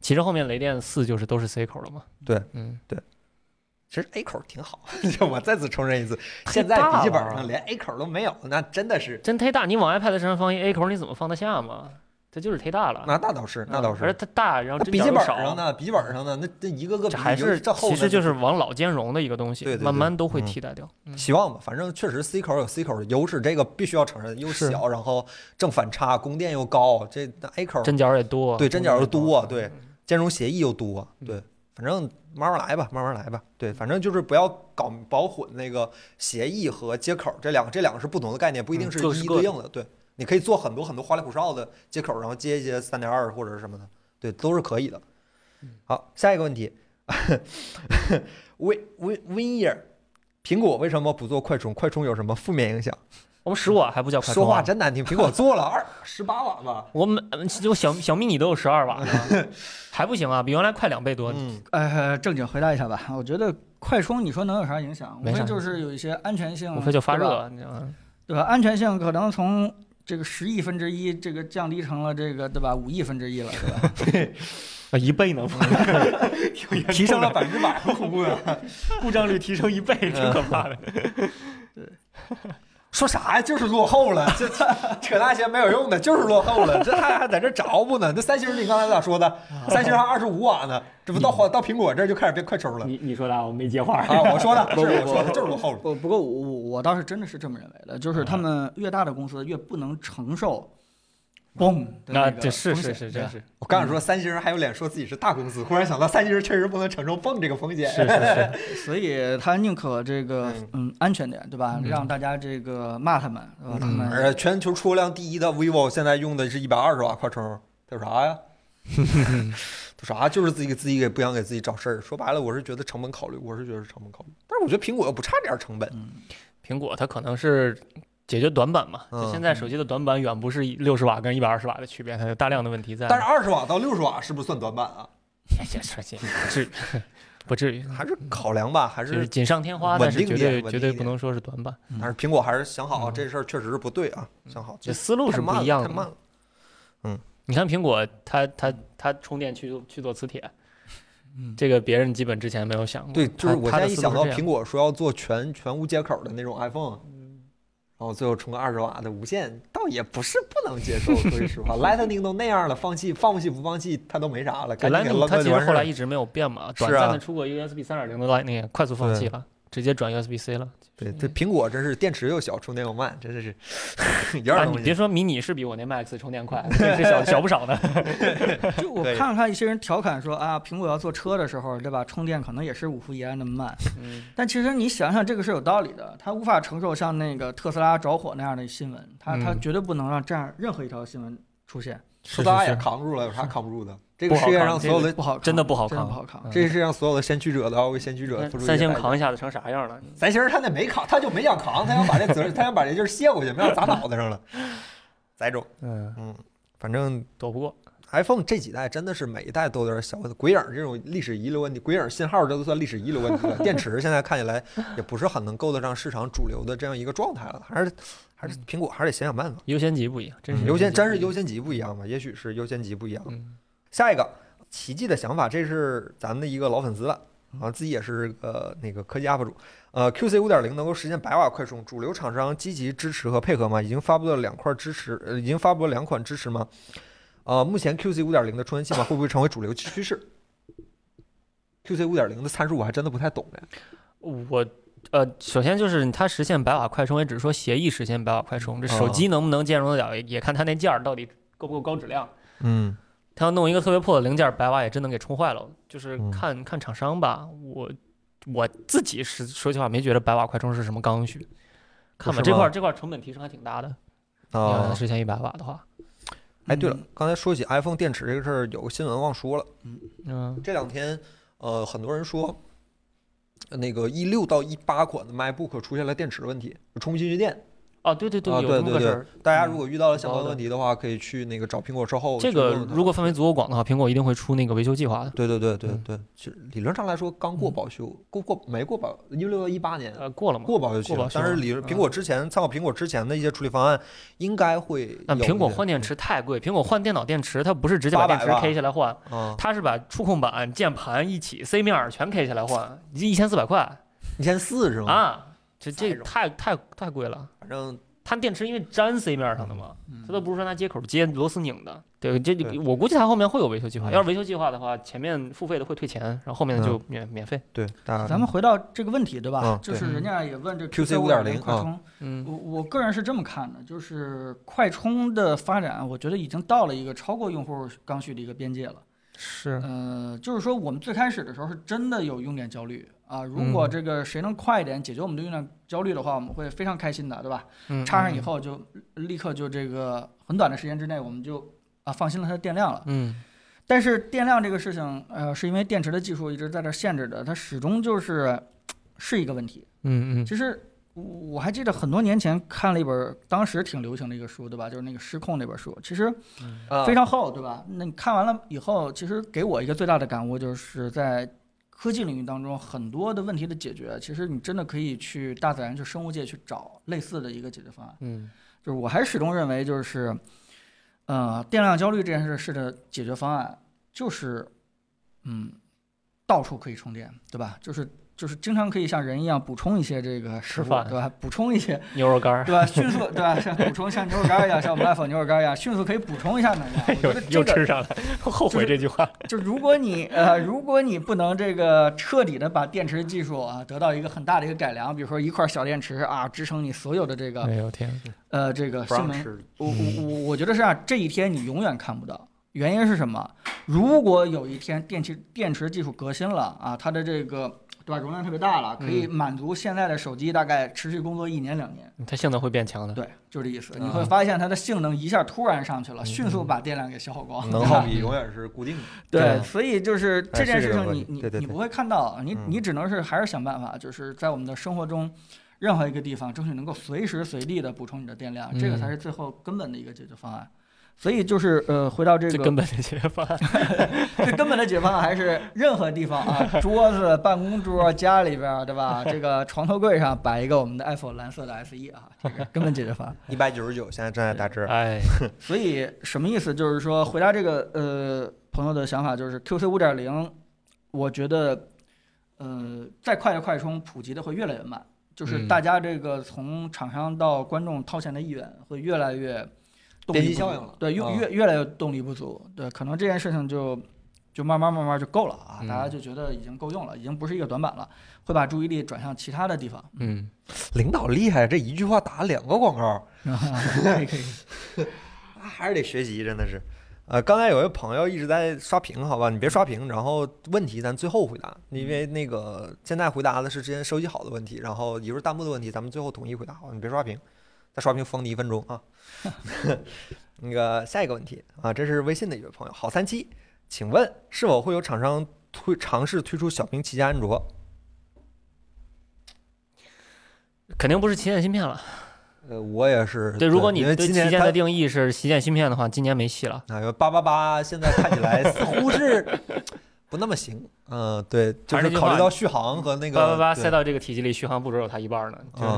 S3: 其实后面雷电四就是都是 C 口了嘛。
S1: 对，
S3: 嗯，
S1: 其实 A 口挺好， 我再次重申一次，现在
S3: 太大
S1: 笔记本
S3: 了啊
S1: 上连 A 口都没有，那真的是
S3: 真忒大，你往 iPad 身上放一 A 口，你怎么放得下嘛？它就是忒大了。啊
S1: 那那倒是，那倒
S3: 嗯而且
S1: 是。
S3: 它大，然后
S1: 那
S3: 针
S1: 笔记
S3: 脚又
S1: 本
S3: 少。
S1: 上呢，笔记本上呢，那这一个个笔
S3: 这
S1: 记
S3: 还
S1: 尤其
S3: 是
S1: 这后
S3: 其实
S1: 面
S3: 就是往老兼容的一个东西，
S1: 对对对
S3: 慢慢都会
S1: 嗯
S3: 替代掉。嗯
S1: 希望吧，反正确实 C 口有 C 口的优势，这个必须要承认，又
S3: 是
S1: 小，然后正反差，供电又高，这那 A 口
S3: 针脚也多，
S1: 对针脚又多，对
S3: 嗯，
S1: 兼容协议又多，
S3: 嗯
S1: 对，反正慢慢来吧，慢慢来吧，对，反正就是不要搞搞混那个协议和接口这两个，这两个是不同的概念，不一定
S3: 嗯
S1: 是
S3: 各是
S1: 一一
S3: 各的
S1: 对应的，对，你可以做很多很多花里胡哨的接口，然后接一些三点二或者是什么的，对，都是可以的。
S3: 嗯
S1: 好，下一个问题，Win Win Winyer，苹果为什么不做快充？快充有什么负面影响？
S3: 我们十五瓦还不叫快充
S1: 说话
S3: 啊？
S1: 真难听，苹果做了二十八瓦吧？
S3: 我们嗯就小小迷你都有十二瓦了，还不行啊，比原来快两倍多。
S1: 嗯，
S2: 呃，正经回答一下吧，我觉得快充你说能有啥影响？无
S3: 没啥
S2: 非就是有一些安全性，
S3: 无非就发
S2: 对吧，
S3: 热，你知道吗？
S2: 对吧？安全性可能从这个十亿分之一，这个降低成了这个对吧五亿分之一了，对吧？
S3: 啊，一倍呢，
S1: 提升了百分之百，很恐怖的。
S3: 故障率提升一倍，挺可怕的。
S1: 说啥呀？就是落后了，这 这扯那些没有用的，就是落后了。这还还在这着不呢？那三星你刚才咋说的？三星还二十五瓦呢，这不到花到苹果这儿就开始变快充了
S3: 你你说的啊，我没接话。
S1: 啊！我 说的，是我说的，就是落后了。
S2: 不不过我我我倒是真的是这么认为的，就是
S3: 嗯
S2: 他们越大的公司越不能承受嘣的
S3: 那
S2: 那
S1: 嗯
S3: 这
S2: 个
S3: 是
S2: 风
S3: 是
S2: 险
S3: 是
S2: 对
S3: 真
S2: 吧
S3: 是
S1: 我刚想说三星还有脸说自己是大公司，忽然想到三星确实不能承受泵这个风险。
S3: 是 是
S2: 所以他宁可这个嗯安全点，对吧？让大家这个骂他们，对吧？他
S3: 嗯
S2: 们
S1: 而且全球出货量第一的 vivo 现在用的是一百二十瓦快充，它有啥呀？ 有啥？就是自己给自己给不想给自己找事儿。说白了，我是觉得成本考虑，我是觉得是成本考虑。但是我觉得苹果又不差这点成
S2: 嗯
S1: 本。
S3: 是，苹果它可能是。解决短板嘛，就
S1: 嗯
S3: 现在手机的短板远不是六十瓦跟一百二十瓦的区别，它有大量的问题在。
S1: 但是二十瓦到六十瓦是不是算短板啊？
S3: 这这这不至于，不至于，
S1: 嗯还是考量吧，还
S3: 就是
S1: 是
S3: 锦上添
S1: 稳
S3: 花，但是
S1: 定
S3: 绝
S1: 点
S3: 对
S1: 稳
S3: 绝
S1: 定
S3: 对
S1: 一
S3: 不能说是短板。
S1: 但是苹果还是想好
S3: 嗯
S1: 这事儿确实是不对啊，想好
S3: 这
S1: 这
S3: 思路是
S1: 太
S3: 不
S1: 慢
S3: 一样
S1: 了
S3: 的
S1: 太
S3: 嘛。
S1: 慢了。
S3: 你看苹果，它它它充电去去做磁铁，
S2: 嗯
S3: 这个别人基本之前没有想过。
S1: 对，就是
S3: 它
S1: 我
S3: 它
S1: 现
S3: 的
S1: 在一
S3: 思
S1: 想
S3: 路
S1: 到
S3: 是这样嗯
S1: 苹果说要做全全无接口的那种 iPhone，然后最后充个二十瓦的无线，倒也不是不能接受。说句实 话，Lightning 都那样了，放弃放弃不放弃，它都没啥了，
S3: 对
S1: 赶紧给
S3: Lightning 它
S1: 扔
S3: 其
S1: 就
S3: 实
S1: 完事
S3: 后
S1: 儿
S3: 来
S1: 了。
S3: 一直没有变嘛，
S1: 是啊
S3: 短暂的出过 USB 三点零的 Lightning，快速放弃了，直接转 USB C 了。
S1: 对，这苹果真是电池又小，充电又慢，真的是 有点
S3: 啊，
S1: 儿
S3: 你
S1: 东西。
S3: 别说迷你是比我那 Max 充电快，这 这小小不少呢。
S2: 就我
S1: 对
S2: 看了看一些人调侃说啊，苹果要做车的时候，对吧？充电可能也是五伏一安那么慢，
S3: 嗯
S2: 但其实你想想，这个是有道理的。他无法承受像那个特斯拉着火那样的新闻，他他
S3: 嗯
S2: 绝对不能让这样任何一条新闻出现，
S1: 特
S3: 是
S1: 斯拉
S3: 是
S1: 也
S3: 是
S1: 扛住了，有啥扛不住的？这
S3: 不
S1: 个
S3: 好
S1: 世界
S3: 扛
S1: 上
S3: 这
S1: 所有的
S2: 不好，
S3: 真的不好
S2: 真的
S3: 扛嗯
S2: 不好扛。嗯
S1: 这个世界上所有的先驱者都要为先驱者付出一些
S3: 三星
S1: 代价
S3: 扛一下子成啥样了？
S1: 咱其实他那没扛，他就没想扛，他想把这责任，他想把这劲儿卸过去，没想砸脑袋上了。栽种，
S3: 嗯，
S1: 嗯，反正
S3: 躲不过。
S1: iPhone 这几代真的是每一代都有点小问题，鬼影儿这种历史遗留问题，鬼影儿信号这都算历史遗留问题了。电池现在看起来也不是很能够得上市场主流的这样一个状态了，还是还是苹果还是得想想办法。
S3: 优先级不一样，真是
S1: 优先
S3: 级不
S1: 真是
S3: 一样
S1: 优先级不一样吧？也许是优先级不一样。
S3: 嗯
S1: 下一个奇迹的想法，这是咱们的一个老粉丝了，啊，自己也是个那个科技 UP 主。呃，QC 五点零能够实现百瓦快充，主流厂商积极支持和配合吗？已经发布了两块支持，呃，已经发布了两款支持吗？呃，目前 QC 五点零的充电器码会不会成为主流趋势？QC 五点零的参数我还真的不太懂哎。
S3: 我呃，首先就是它实现百瓦快充，也只是说协议实现百瓦快充，这手
S1: 哦
S3: 机能不能兼容得了，也也看它那件儿到底够不够高质量。
S1: 嗯
S3: 它要弄一个特别破的零件儿，百瓦也真能给充坏了，就是
S1: 嗯
S3: 看、看厂商吧。我我自己是说句话，没觉得百瓦快充是什么刚需。看吧，
S1: 是
S3: 这
S1: 吗
S3: 块儿这块儿成本提升还挺大的。你要能
S1: 啊，
S3: 实现一百瓦的话，
S1: 哎，对了
S2: 嗯，
S1: 刚才说起 iPhone 电池这个事儿，有个新闻忘说了。
S3: 嗯，
S1: 这两天，呃，很多人说，呃那个一六到一八款的 MacBook 出现了电池的问题，充不进去电。
S3: 哦，对对对，
S1: 啊
S3: 有
S1: 对
S3: 这么
S1: 对
S3: 个事
S1: 对
S3: 儿。
S1: 大家如果遇到了相
S3: 嗯
S1: 关
S3: 好的
S1: 问题的话，可以去那个哦找苹果售后去
S3: 这
S1: 问问
S3: 个
S1: 他们。
S3: 如果范围足够广的话，苹果一定会出那个维修计划的。
S1: 对对对对
S3: 嗯
S1: 对，其实理论上来说，刚过保修，过过没过保一六到一八年
S3: 呃，过了吗？
S1: 过保修期
S3: 过
S1: 了
S3: 保，修
S1: 但是
S3: 了
S1: 理
S3: 嗯
S1: 苹果之前参考苹果之前的一些处理方案，应该会
S3: 但
S1: 有
S3: 嗯苹果
S1: 一些
S3: 换电池太贵，苹果换电脑电池，它不是直接把
S1: 800
S3: 电池
S1: 吧
S3: K 下来换，
S1: 啊，
S3: 它是把触控板、键盘一起、C 面儿全 K 下来换，一千四百块
S1: 一千四是吗？
S3: 啊！这这
S1: 塞着
S3: 太太太贵了。
S1: 反正
S3: 它电池因为粘 C 面上的嘛，它都不是说拿接口接螺丝拧的。对，这
S1: 嗯对
S3: 我估计它后面会有维修计划。
S1: 嗯
S3: 要是维修计划的话，前面付费的会退钱，然后后面的就免免费。
S1: 对，大
S2: 咱们回到这个问题，对吧？
S1: 嗯
S2: 就是
S3: 啊对
S2: 人家也问这
S1: QC
S2: 五
S1: 5.0
S2: 快充，
S3: 嗯，
S2: 我我个人是这么看的，就是快充的发展，我觉得已经到了一个超过用户刚需的一个边界了。
S3: 是，
S2: 呃，就是说我们最开始的时候是真的有用电焦虑啊。如
S3: 嗯
S2: 果这个谁能快一点解决我们的用电焦虑的话，我们会非常开心的，对吧？
S3: 嗯
S2: 插上以，后就立刻就这个很短的时间之内，我们就啊放心了它的电量了。
S3: 嗯
S2: 但是电量这个事情，呃，是因为电池的技术一直在这儿限制的，它始终就是是一个问题。
S3: 嗯嗯
S2: 其实我我还记得很多年前看了一本当时挺流行的一个书，对吧？就是那个《失控》那本书，其实
S1: 啊
S2: 非常厚，对吧？那你看完了以后，其实给我一个最大的感悟就是在。科技领域当中很多的问题的解决，其实你真的可以去大自然、去生物界去找类似的一个解决方案。
S3: 嗯
S2: 就是我还始终认为，就是，呃，电量焦虑这件事事的解决方案就是，嗯，到处可以充电，对吧？就是就是经常可以像人一样补充一些这个食
S3: 吃
S2: 物，
S3: 饭
S2: 对吧？补充一些，
S3: 嗯，牛肉干儿
S2: 对吧？迅速，对吧？像补充像牛肉干儿一样，像我们爱否牛肉干儿一样，迅速可以补充一下能量。我觉
S3: 又
S2: 得这
S3: 又
S2: 个
S3: 吃上来， 后悔这句话。
S2: 就如果你呃，如果你不能这个彻底的把电池技术啊得到一个很大的一个改良，比如说一块小电池啊支撑你所有的这个
S3: 哎呦天，
S2: 呃这个
S1: 不
S2: 性
S1: 让
S2: 能
S1: 吃，
S2: 我我我我觉得是啊，这一天你永远看不到。原因是什么？如果有一天电池电池技术革新了啊，它的这个对吧，容量特别大了，可以满足现在的手机大概持续工作一年两年。
S3: 它性能会变强的。
S2: 对，就这意思。
S1: 啊
S2: 你会发现它的性能一下突然上去了，
S3: 嗯
S2: 迅速把电量给消耗光。
S1: 能 耗比永远是固定的。
S2: 对，
S3: 对
S2: 所以就是这件
S1: 是
S2: 事
S1: 这个
S2: 情
S1: 问
S2: 你
S1: 题，
S2: 你
S1: 对对
S2: 你
S1: 对
S2: 不会看到，你
S1: 嗯
S2: 你只能是还是想办法，就是在我们的生活中，任何一个地方争取能够随时随地的补充你的电量，这个
S3: 嗯
S2: 才是最后根本的一个解决方案。所以就是呃，回到这
S3: 最
S2: 个
S3: 根本的解决方案。
S2: 最根本的解决方案还是任何地方啊，桌子、办公桌、家里边儿，对吧？这个床头柜上摆一个我们的 iPhone 蓝色的 SE 啊，这个根本解决方案。
S1: 一百九十九，现在正在打折。
S3: 哎，
S2: 所以什么意思？就是说回答这个呃朋友的想法，就是 QC 五点零，我觉得呃再快的快充普及的会越来越慢，就是
S3: 嗯
S2: 大家这个从厂商到观众掏钱的意愿会越来越动
S1: 边
S2: 力
S1: 际
S2: 不
S1: 效
S2: 足
S1: 应了
S2: 对，越
S1: 嗯
S2: 越越来越动力不足，对，可能这件事情就。就慢慢慢慢就够了啊！
S3: 嗯
S2: 大家就觉得已经够用了，已经不是一个短板了，会把注意力转向其他的地方。
S3: 嗯，
S1: 领导厉害，这一句话打两个广告，
S2: 可以可以，
S1: 还是得学习，真的是。呃，刚才有位朋友一直在刷屏，好吧，你别刷屏。然后问题咱最后回答，因为那个现在回答的是之前收集好的问题，然后一会儿弹幕的问题，咱们最后统一回答，好吧，你别刷屏，再刷屏封你一分钟啊。那个下一个问题啊，这是微信的一位朋友，好三七，请问是否会有厂商推尝试推出小屏旗舰安卓？
S3: 肯定不是旗舰芯片了。
S1: 呃，我也是。
S3: 对，如果你
S1: 呃因为
S3: 对
S1: 今
S3: 旗
S1: 年
S3: 舰
S1: 它
S3: 的定义是旗舰芯片的话，今年没戏了。
S1: 啊，八八八现在看起来似乎是不那么行。嗯，对，就
S3: 还
S1: 是
S3: 是那句
S1: 考虑
S3: 话
S1: 到续航和那个
S3: 八八八
S1: 对
S3: 塞到这个体积里，续航不只有它一半儿呢。就是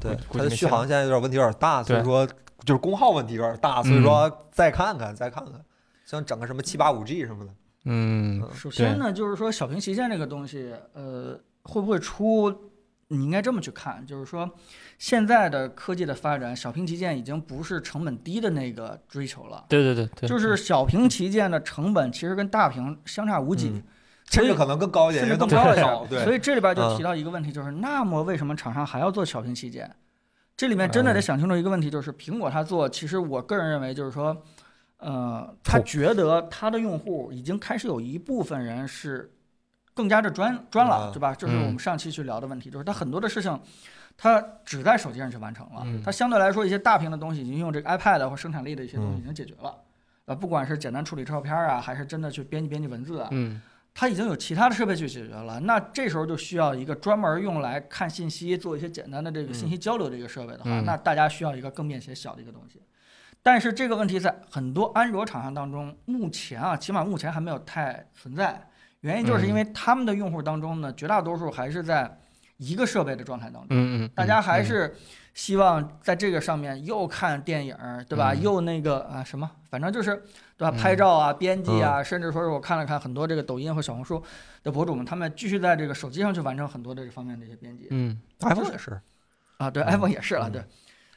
S1: 对
S3: 估
S1: 它的
S3: 计没
S1: 续
S3: 戏了
S1: 航现在有点问题，有点大，所以
S3: 对嗯
S1: 说就是功耗问题有点大，所以说再看看，再看看，像整个什么七八五 G 什么的，
S3: 嗯，
S2: 首先呢，就是说小屏旗舰这个东西，呃，会不会出？你应该这么去看，就是说，现在的科技的发展，小屏旗舰已经不是成本低的那个追求了，
S3: 对对对对，嗯
S2: 就是小屏旗舰的成本其实跟大屏相差无几，
S1: 嗯甚至可能更高一点，
S2: 甚
S1: 因
S2: 至
S1: 为
S2: 更
S1: 它
S2: 高
S1: 们
S2: 了
S1: 更少。
S2: 点。所
S1: 对，
S2: 以这里边就
S1: 嗯
S2: 提到一个问题，就是、那么为什么厂商还要做小屏旗舰？这里面真的
S3: 嗯
S2: 得想清楚一个问题，就是苹果它做，其实我个人认为就是说，呃，他
S3: 土
S2: 觉得他的用户已经开始有一部分人是更加的专专了，
S1: 嗯
S2: 对吧？这是我们上期去聊的问题，就是他很多的事情，他只在手机上去完成了
S3: 嗯，
S2: 他相对来说一些大屏的东西已经用这个 iPad 或生产力的一些东西
S1: 嗯
S2: 已经解决了。呃，不管是简单处理照片啊，还是真的去编辑编辑文字啊，
S3: 嗯
S2: 它已经有其他的设备去解决了，那这时候就需要一个专门用来看信息、做一些简单的这个信息交流的一个设备的话，
S3: 嗯
S2: 那大家需要一个更便携小的一个东西。但是这个问题在很多安卓厂商当中，目前啊，起码目前还没有太存在。原因就是因为他们的用户当中呢，绝大多数还是在一个设备的状态当中。
S3: 嗯嗯，
S2: 大家还
S3: 嗯
S2: 是希望在这个上面又看电影儿，对吧？
S3: 嗯
S2: 又那个啊什么，反正就是对吧？
S3: 嗯
S2: 拍照啊、编辑啊，甚至说是我看了看很多这个抖音和小红书的博主们，他们继续在这个手机上去完成很多这个方面的一些编辑
S3: 嗯
S1: ，iPhone 也是，
S2: 啊。对
S1: 嗯
S2: ，iPhone 也是了，
S1: 嗯
S2: 对。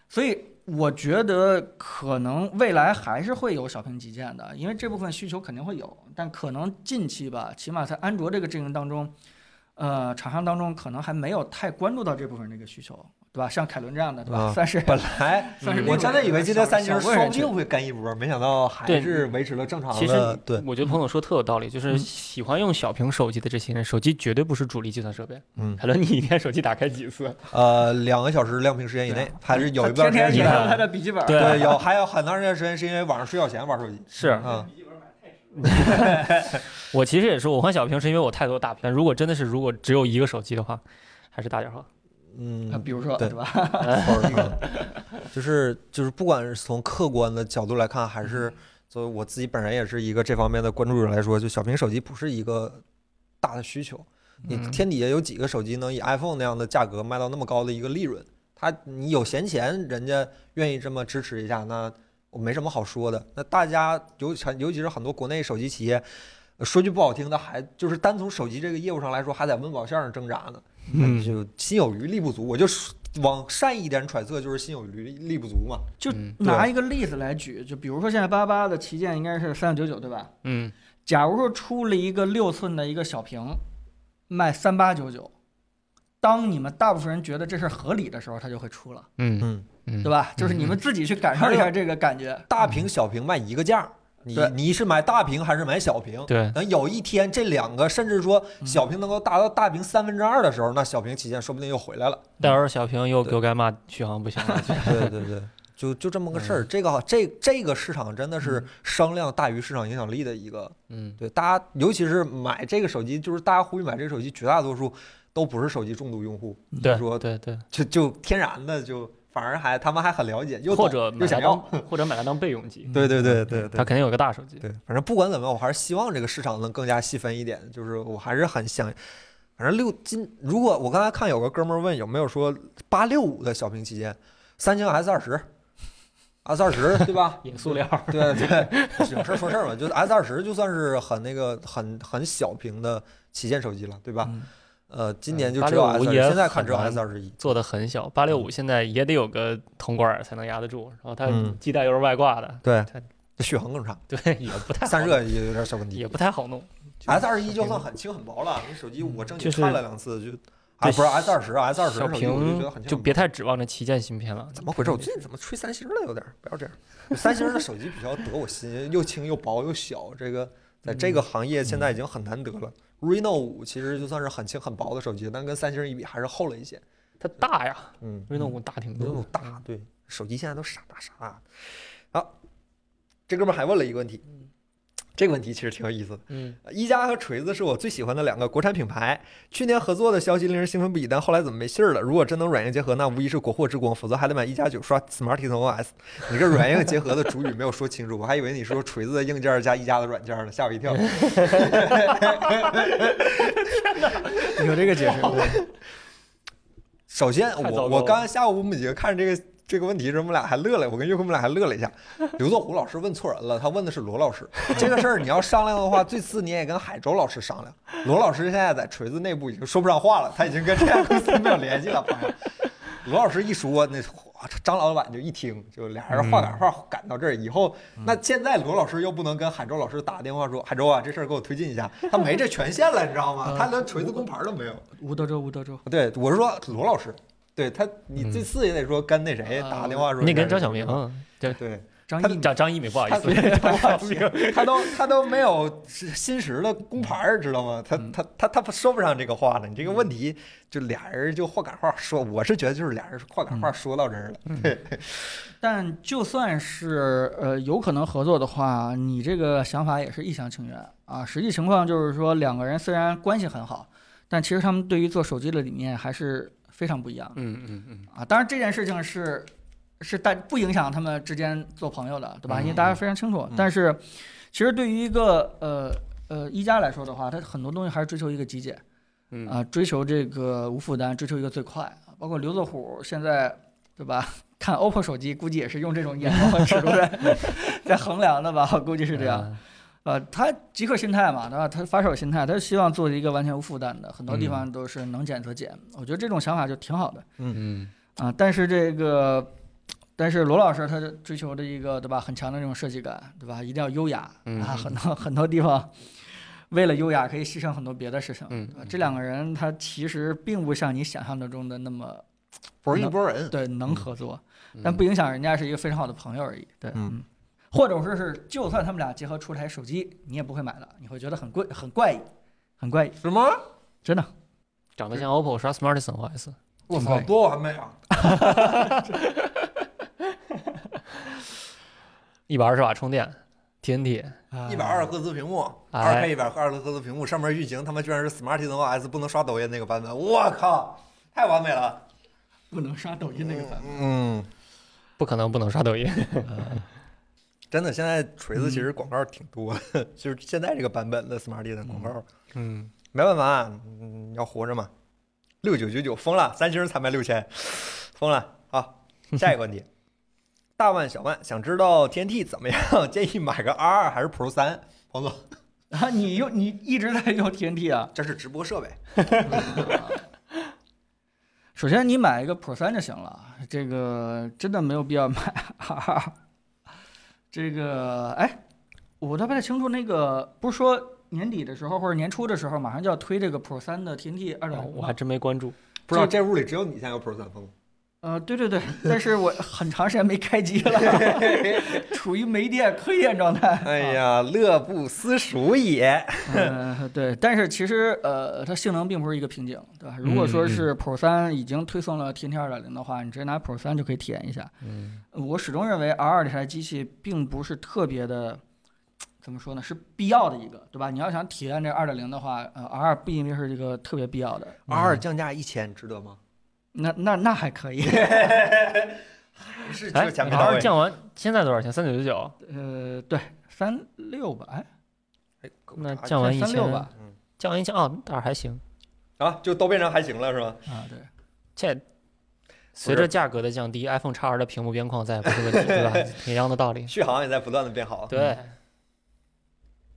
S2: 所以我觉得可能未来还是会有小屏旗舰的，因为这部分需求肯定会有，但可能近期吧，起码在安卓这个阵营当中，呃，厂商当中可能还没有太关注到这部分这个需求，对吧？像凯伦这样的，对吧？
S1: 啊
S2: 算是
S1: 本来
S2: 算是
S1: 我
S2: 另
S1: 真的以为今天
S2: 小
S1: 三星
S2: 小个
S1: 说
S2: 人
S1: 不
S2: 群
S1: 定会干一波，没想到还
S3: 对
S1: 是维持了正常
S3: 其实嗯
S1: 的。对，
S3: 我觉得彭总说特有道理，就是
S2: 嗯
S3: 喜欢用小屏手机的这些人，手机绝对不是主力计算设备。
S1: 嗯，
S3: 海伦，你一天手机打开几次？
S1: 呃，两个小时亮屏时间以
S3: 对啊
S1: 内，还是有一
S2: 他
S1: 段
S2: 天
S1: 时间
S2: 天
S1: 是
S2: 研
S3: 看
S2: 究他的笔记本，
S3: 对
S1: 对，有还有很长时间时间是因为晚上睡觉前玩手机。
S3: 是
S1: 嗯，
S3: 我其实也是，我换小屏是因为我太多大片。如果真的是如果只有一个手机的话，还是大点好。
S2: 啊
S1: 嗯，
S2: 比如说
S1: 对
S2: 对吧？
S1: 就是就是，不管是从客观的角度来看，还
S3: 嗯
S1: 是作为我自己本人也是一个这方面的关注者来说，就小屏手机不是一个大的需求。你
S3: 嗯
S1: 天底下有几个手机能以 iPhone 那样的价格卖到那么高的一个利润？他你有闲钱，人家愿意这么支持一下，那我没什么好说的。那大家尤其尤其是很多国内手机企业，呃说句不好听的，还就是单从手机这个业务上来说，还在温饱线上挣扎呢。
S3: 嗯
S1: 就心有余力不足，我就说往善意一点揣测，就是心有余力力不足嘛。
S2: 就
S3: 嗯
S2: 拿一个例子来举，就比如说现在八八的旗舰应该是三九九九，对吧？
S3: 嗯，
S2: 假如说出了一个六寸的一个小屏，卖三八九九，当你们大部分人觉得这事儿合理的时候，它就会出了，
S3: 嗯
S1: 嗯，
S3: 嗯
S2: 对吧？就是你们自己去感受一下这个感觉。
S1: 大屏小屏卖一个价儿，你
S2: 对
S1: 你是买大屏还是买小屏？
S3: 对，
S1: 等有一天这两个，甚至说小屏能够达到大屏三分之二的时候，那小屏旗舰说不定又回来了。
S3: 到时候小屏又给我该骂续航不行 了。
S1: 对对对，就就这么个事
S3: 嗯
S1: 儿。这个这这个市场真的是商量大于市场影响力的一个
S3: 嗯
S1: 对大家，尤其是买这个手机，就是大家呼吁买这个手机，绝大多数都不是手机重度用户，
S3: 对
S1: 说
S3: 对对，
S1: 就就天然的就反而还他们还很了解，又懂
S3: 或者
S1: 又
S3: 买
S1: 想
S3: 它
S1: 要
S3: 当。或者买它当备用机，
S1: 对对对对
S3: 它
S1: 对
S3: 肯定有一个大手机。？
S1: 对，反正不管怎么样，我还是希望这个市场能更加细分一点。就是我还是很想，反正六今如果我刚才看有个哥们儿问有没有说八六五的小屏旗舰，三星 S 二十，S 二十对吧
S3: 也塑料，
S1: 对对，有事儿说事儿嘛，就是 S 二十就算是很那个很很小屏的旗舰手机了，对吧？
S2: 嗯
S1: 呃，今年
S3: 嗯
S1: 就只有 S
S3: 865
S1: 二，
S3: 也
S1: 现在看只有
S3: 很
S1: S 二十一。
S3: 做的很小，八六五现在也得有个铜管儿才能压得住，然后它
S1: 嗯
S3: 基带又是外挂的，
S1: 对
S3: 它，
S1: 这续航更差，
S3: 对，也不太好
S1: 散热也有点小问题。
S3: 也不太好弄。
S1: S 二一就算很轻很薄了，你手机我正经
S3: 嗯就是
S1: 看了两次就，啊不是 S 二十，S 二十
S3: 小
S1: 手机我就觉得很轻
S3: 屏就
S1: 很
S3: 别
S1: 薄
S3: 太指望着旗舰芯片了。
S1: 怎么回事？我最近怎么吹三星了？有点儿不要这样。三星的手机比较得我心， 又轻又薄又小，这个在这个
S3: 嗯
S1: 行业现在已经很难得了。Reno 五其实就算是很轻很薄的手机，但跟三星一比还是厚了一些。
S3: 它大呀
S1: 嗯
S3: ，Reno 五大挺
S1: ，Reno
S3: 多
S1: 五。大，对，手机现在都傻大傻大的。好，这哥们儿还问了一个问题，这个问题其实挺有意思的。
S3: 嗯，
S1: 一加和锤子是我最喜欢的两个国产品牌。去年合作的消息令人兴奋不已，但后来怎么没信儿了？如果真能软硬结合，那无疑是国货之光，否则还得买一加九刷 Smart i n OS。你这软硬结合的主语没有说清楚，我还以为你说锤子的硬件加一加的软件呢，吓我一跳。
S2: 有这个解释，
S1: 首先，
S3: 太糟
S1: 我
S3: 糕
S1: 我
S3: 了
S1: 刚才下午我们几个看这个这个问题时，我们俩还乐了，我跟岳坤我们俩还乐了一下。刘作虎老师问错人了，他问的是罗老师。这个事儿你要商量的话，最次你也跟海州老师商量。罗老师现在在锤子内部已经说不上话了，他已经跟这家公司没有联系了，朋友。罗老师一说，那哇张老板就一听，就俩人话赶话赶到这儿以后，
S3: 嗯
S1: 那现在罗老师又不能跟海州老师打电话说，海州啊，这事儿给我推进一下，他没这权限了，你知道
S3: 嗯
S1: 吗？他连锤子工牌都没有。
S2: 吴德州，吴德州，
S1: 对，我是说罗老师，对他，你这次也得说跟那谁
S2: 啊
S1: 打电话说，
S3: 嗯你跟张晓明，
S1: 嗯
S3: 对，
S1: 对
S2: 张
S1: 他
S2: 毅，
S3: 张张一鸣，不好意
S1: 他
S3: 思，
S1: 他都他都没有新时的工牌儿，知道吗？他
S3: 嗯
S1: 他他他说不上这个话了。你这个问题就俩人就话赶话说，我是觉得就是俩人话赶
S3: 嗯
S1: 话说到这儿了。
S2: 但就算是呃有可能合作的话，你这个想法也是一厢情愿啊。实际情况就是说，两个人虽然关系很好，但其实他们对于做手机的理念还是非常不一样的。
S3: 嗯嗯嗯，
S2: 啊，当然这件事情是是大不影响他们之间做朋友的，对吧？因为大
S3: 嗯
S2: 家非常清楚。但是其实对于一个呃呃一加来说的话，它很多东西还是追求一个极简，
S3: 嗯
S2: 啊，追求这个无负担，追求一个最快。啊包括刘作虎现在对吧？看 OPPO 手机，估计也是用这种眼光和尺度 在在衡量的吧？我估计是这样。
S3: 嗯。
S2: 呃，他极客心态嘛，对吧？他发烧心态，他希望做一个完全无负担的，很多地
S3: 嗯
S2: 方都是能减则减。我觉得这种想法就挺好的。
S3: 嗯
S2: 啊，但是这个但是罗老师他追求的一个对吧，很强的这种设计感，对吧？一定要优雅、
S3: 嗯
S2: 啊，很多 很多地方为了优雅可以牺牲很多别的事情。
S3: 嗯
S2: 对吧这两个人他其实并不像你想象的中的那么
S1: 不是一拨人。
S2: 对
S3: 嗯
S2: 能合作，但不影响人家是一个非常好的朋友而已。对，
S1: 嗯，
S2: 或者说是就算他们俩结合出台手机，你也不会买的，你会觉得很贵、很怪异、很怪异，
S1: 什么？
S2: 真的。
S3: 长得像 OPPO 刷 Smartisan OS，
S1: 我
S2: 挺
S3: 嗯
S1: 操，
S2: 快
S1: 多完美啊！
S3: 一百二十瓦充电，TNT，
S2: 啊
S1: 一百二十赫兹屏幕，二
S3: 嗯哎
S1: K 一百二十赫兹屏幕，上面运行他妈居然是 Smart OS，不能刷抖音那个版本，我靠，太完美了！
S2: 不能刷抖音那个版
S1: 嗯，
S3: 不可能不能刷抖音。
S1: 真的，现在锤
S3: 嗯
S1: 子其实广告挺多，的， 就是现在这个版本的 Smart 的广告，
S3: 嗯，
S1: 没办法，嗯，要活着嘛。六九九九疯了，三星才卖六千，疯了。好，下一个问题，大万小万想知道天 t 怎么样？ 建议买个 R 二还是 Pro 三？黄总，
S2: 本啊！你用你一直在用 TNT 啊？
S1: 这是直播设备，
S2: 首先你买一个 Pro 三就行了，这个真的没有必要买 R。这个哎，我都不太清楚，那个不是说年底的时候或者年初的时候，马上就要推这个 Pro 三的 TNT 二点零
S3: 哦我还真没关注。
S1: 不知道这屋里只有你现在有 Pro 三疯吗。
S2: 呃，对对对，但是我很长时间没开机 了，处于没电亏电状态。
S1: 哎呀，乐不思蜀也。
S2: 呃，对，但是其实呃，它性能并不是一个瓶颈，对吧？如果
S3: 嗯
S2: 说是 Pro 三已经推送了 TNT 二点零的话，你直接拿 Pro 三就可以体验一下。呃
S3: 嗯
S2: 我始终认为 R 二这台机器并不是特别的，怎么说呢？是必要的一个，对吧？你要想体验这二点零的话，呃，R 二不一定是一个特别必要的。
S1: R 二降价一千，值得吗？
S2: 那那那还可以，
S1: 是这
S3: 哎
S1: 个钱没
S3: 然
S1: 到
S3: 后
S1: 位。
S3: 降完现在多少钱？三九九九。
S2: 呃，对，三六吧，哎，
S1: 哎给我
S3: 那
S1: 查一下
S3: 降完一
S2: 三
S3: 千，
S2: 六吧，
S1: 嗯
S3: 降完一千啊，倒是还行。
S1: 啊，就都变成还行了是吧？
S2: 啊，对。
S3: 这随着价格的降低，iPhone X R 的屏幕边框再也不是问题，对吧？一样的道理。
S1: 续航也在不断的变好。
S3: 对，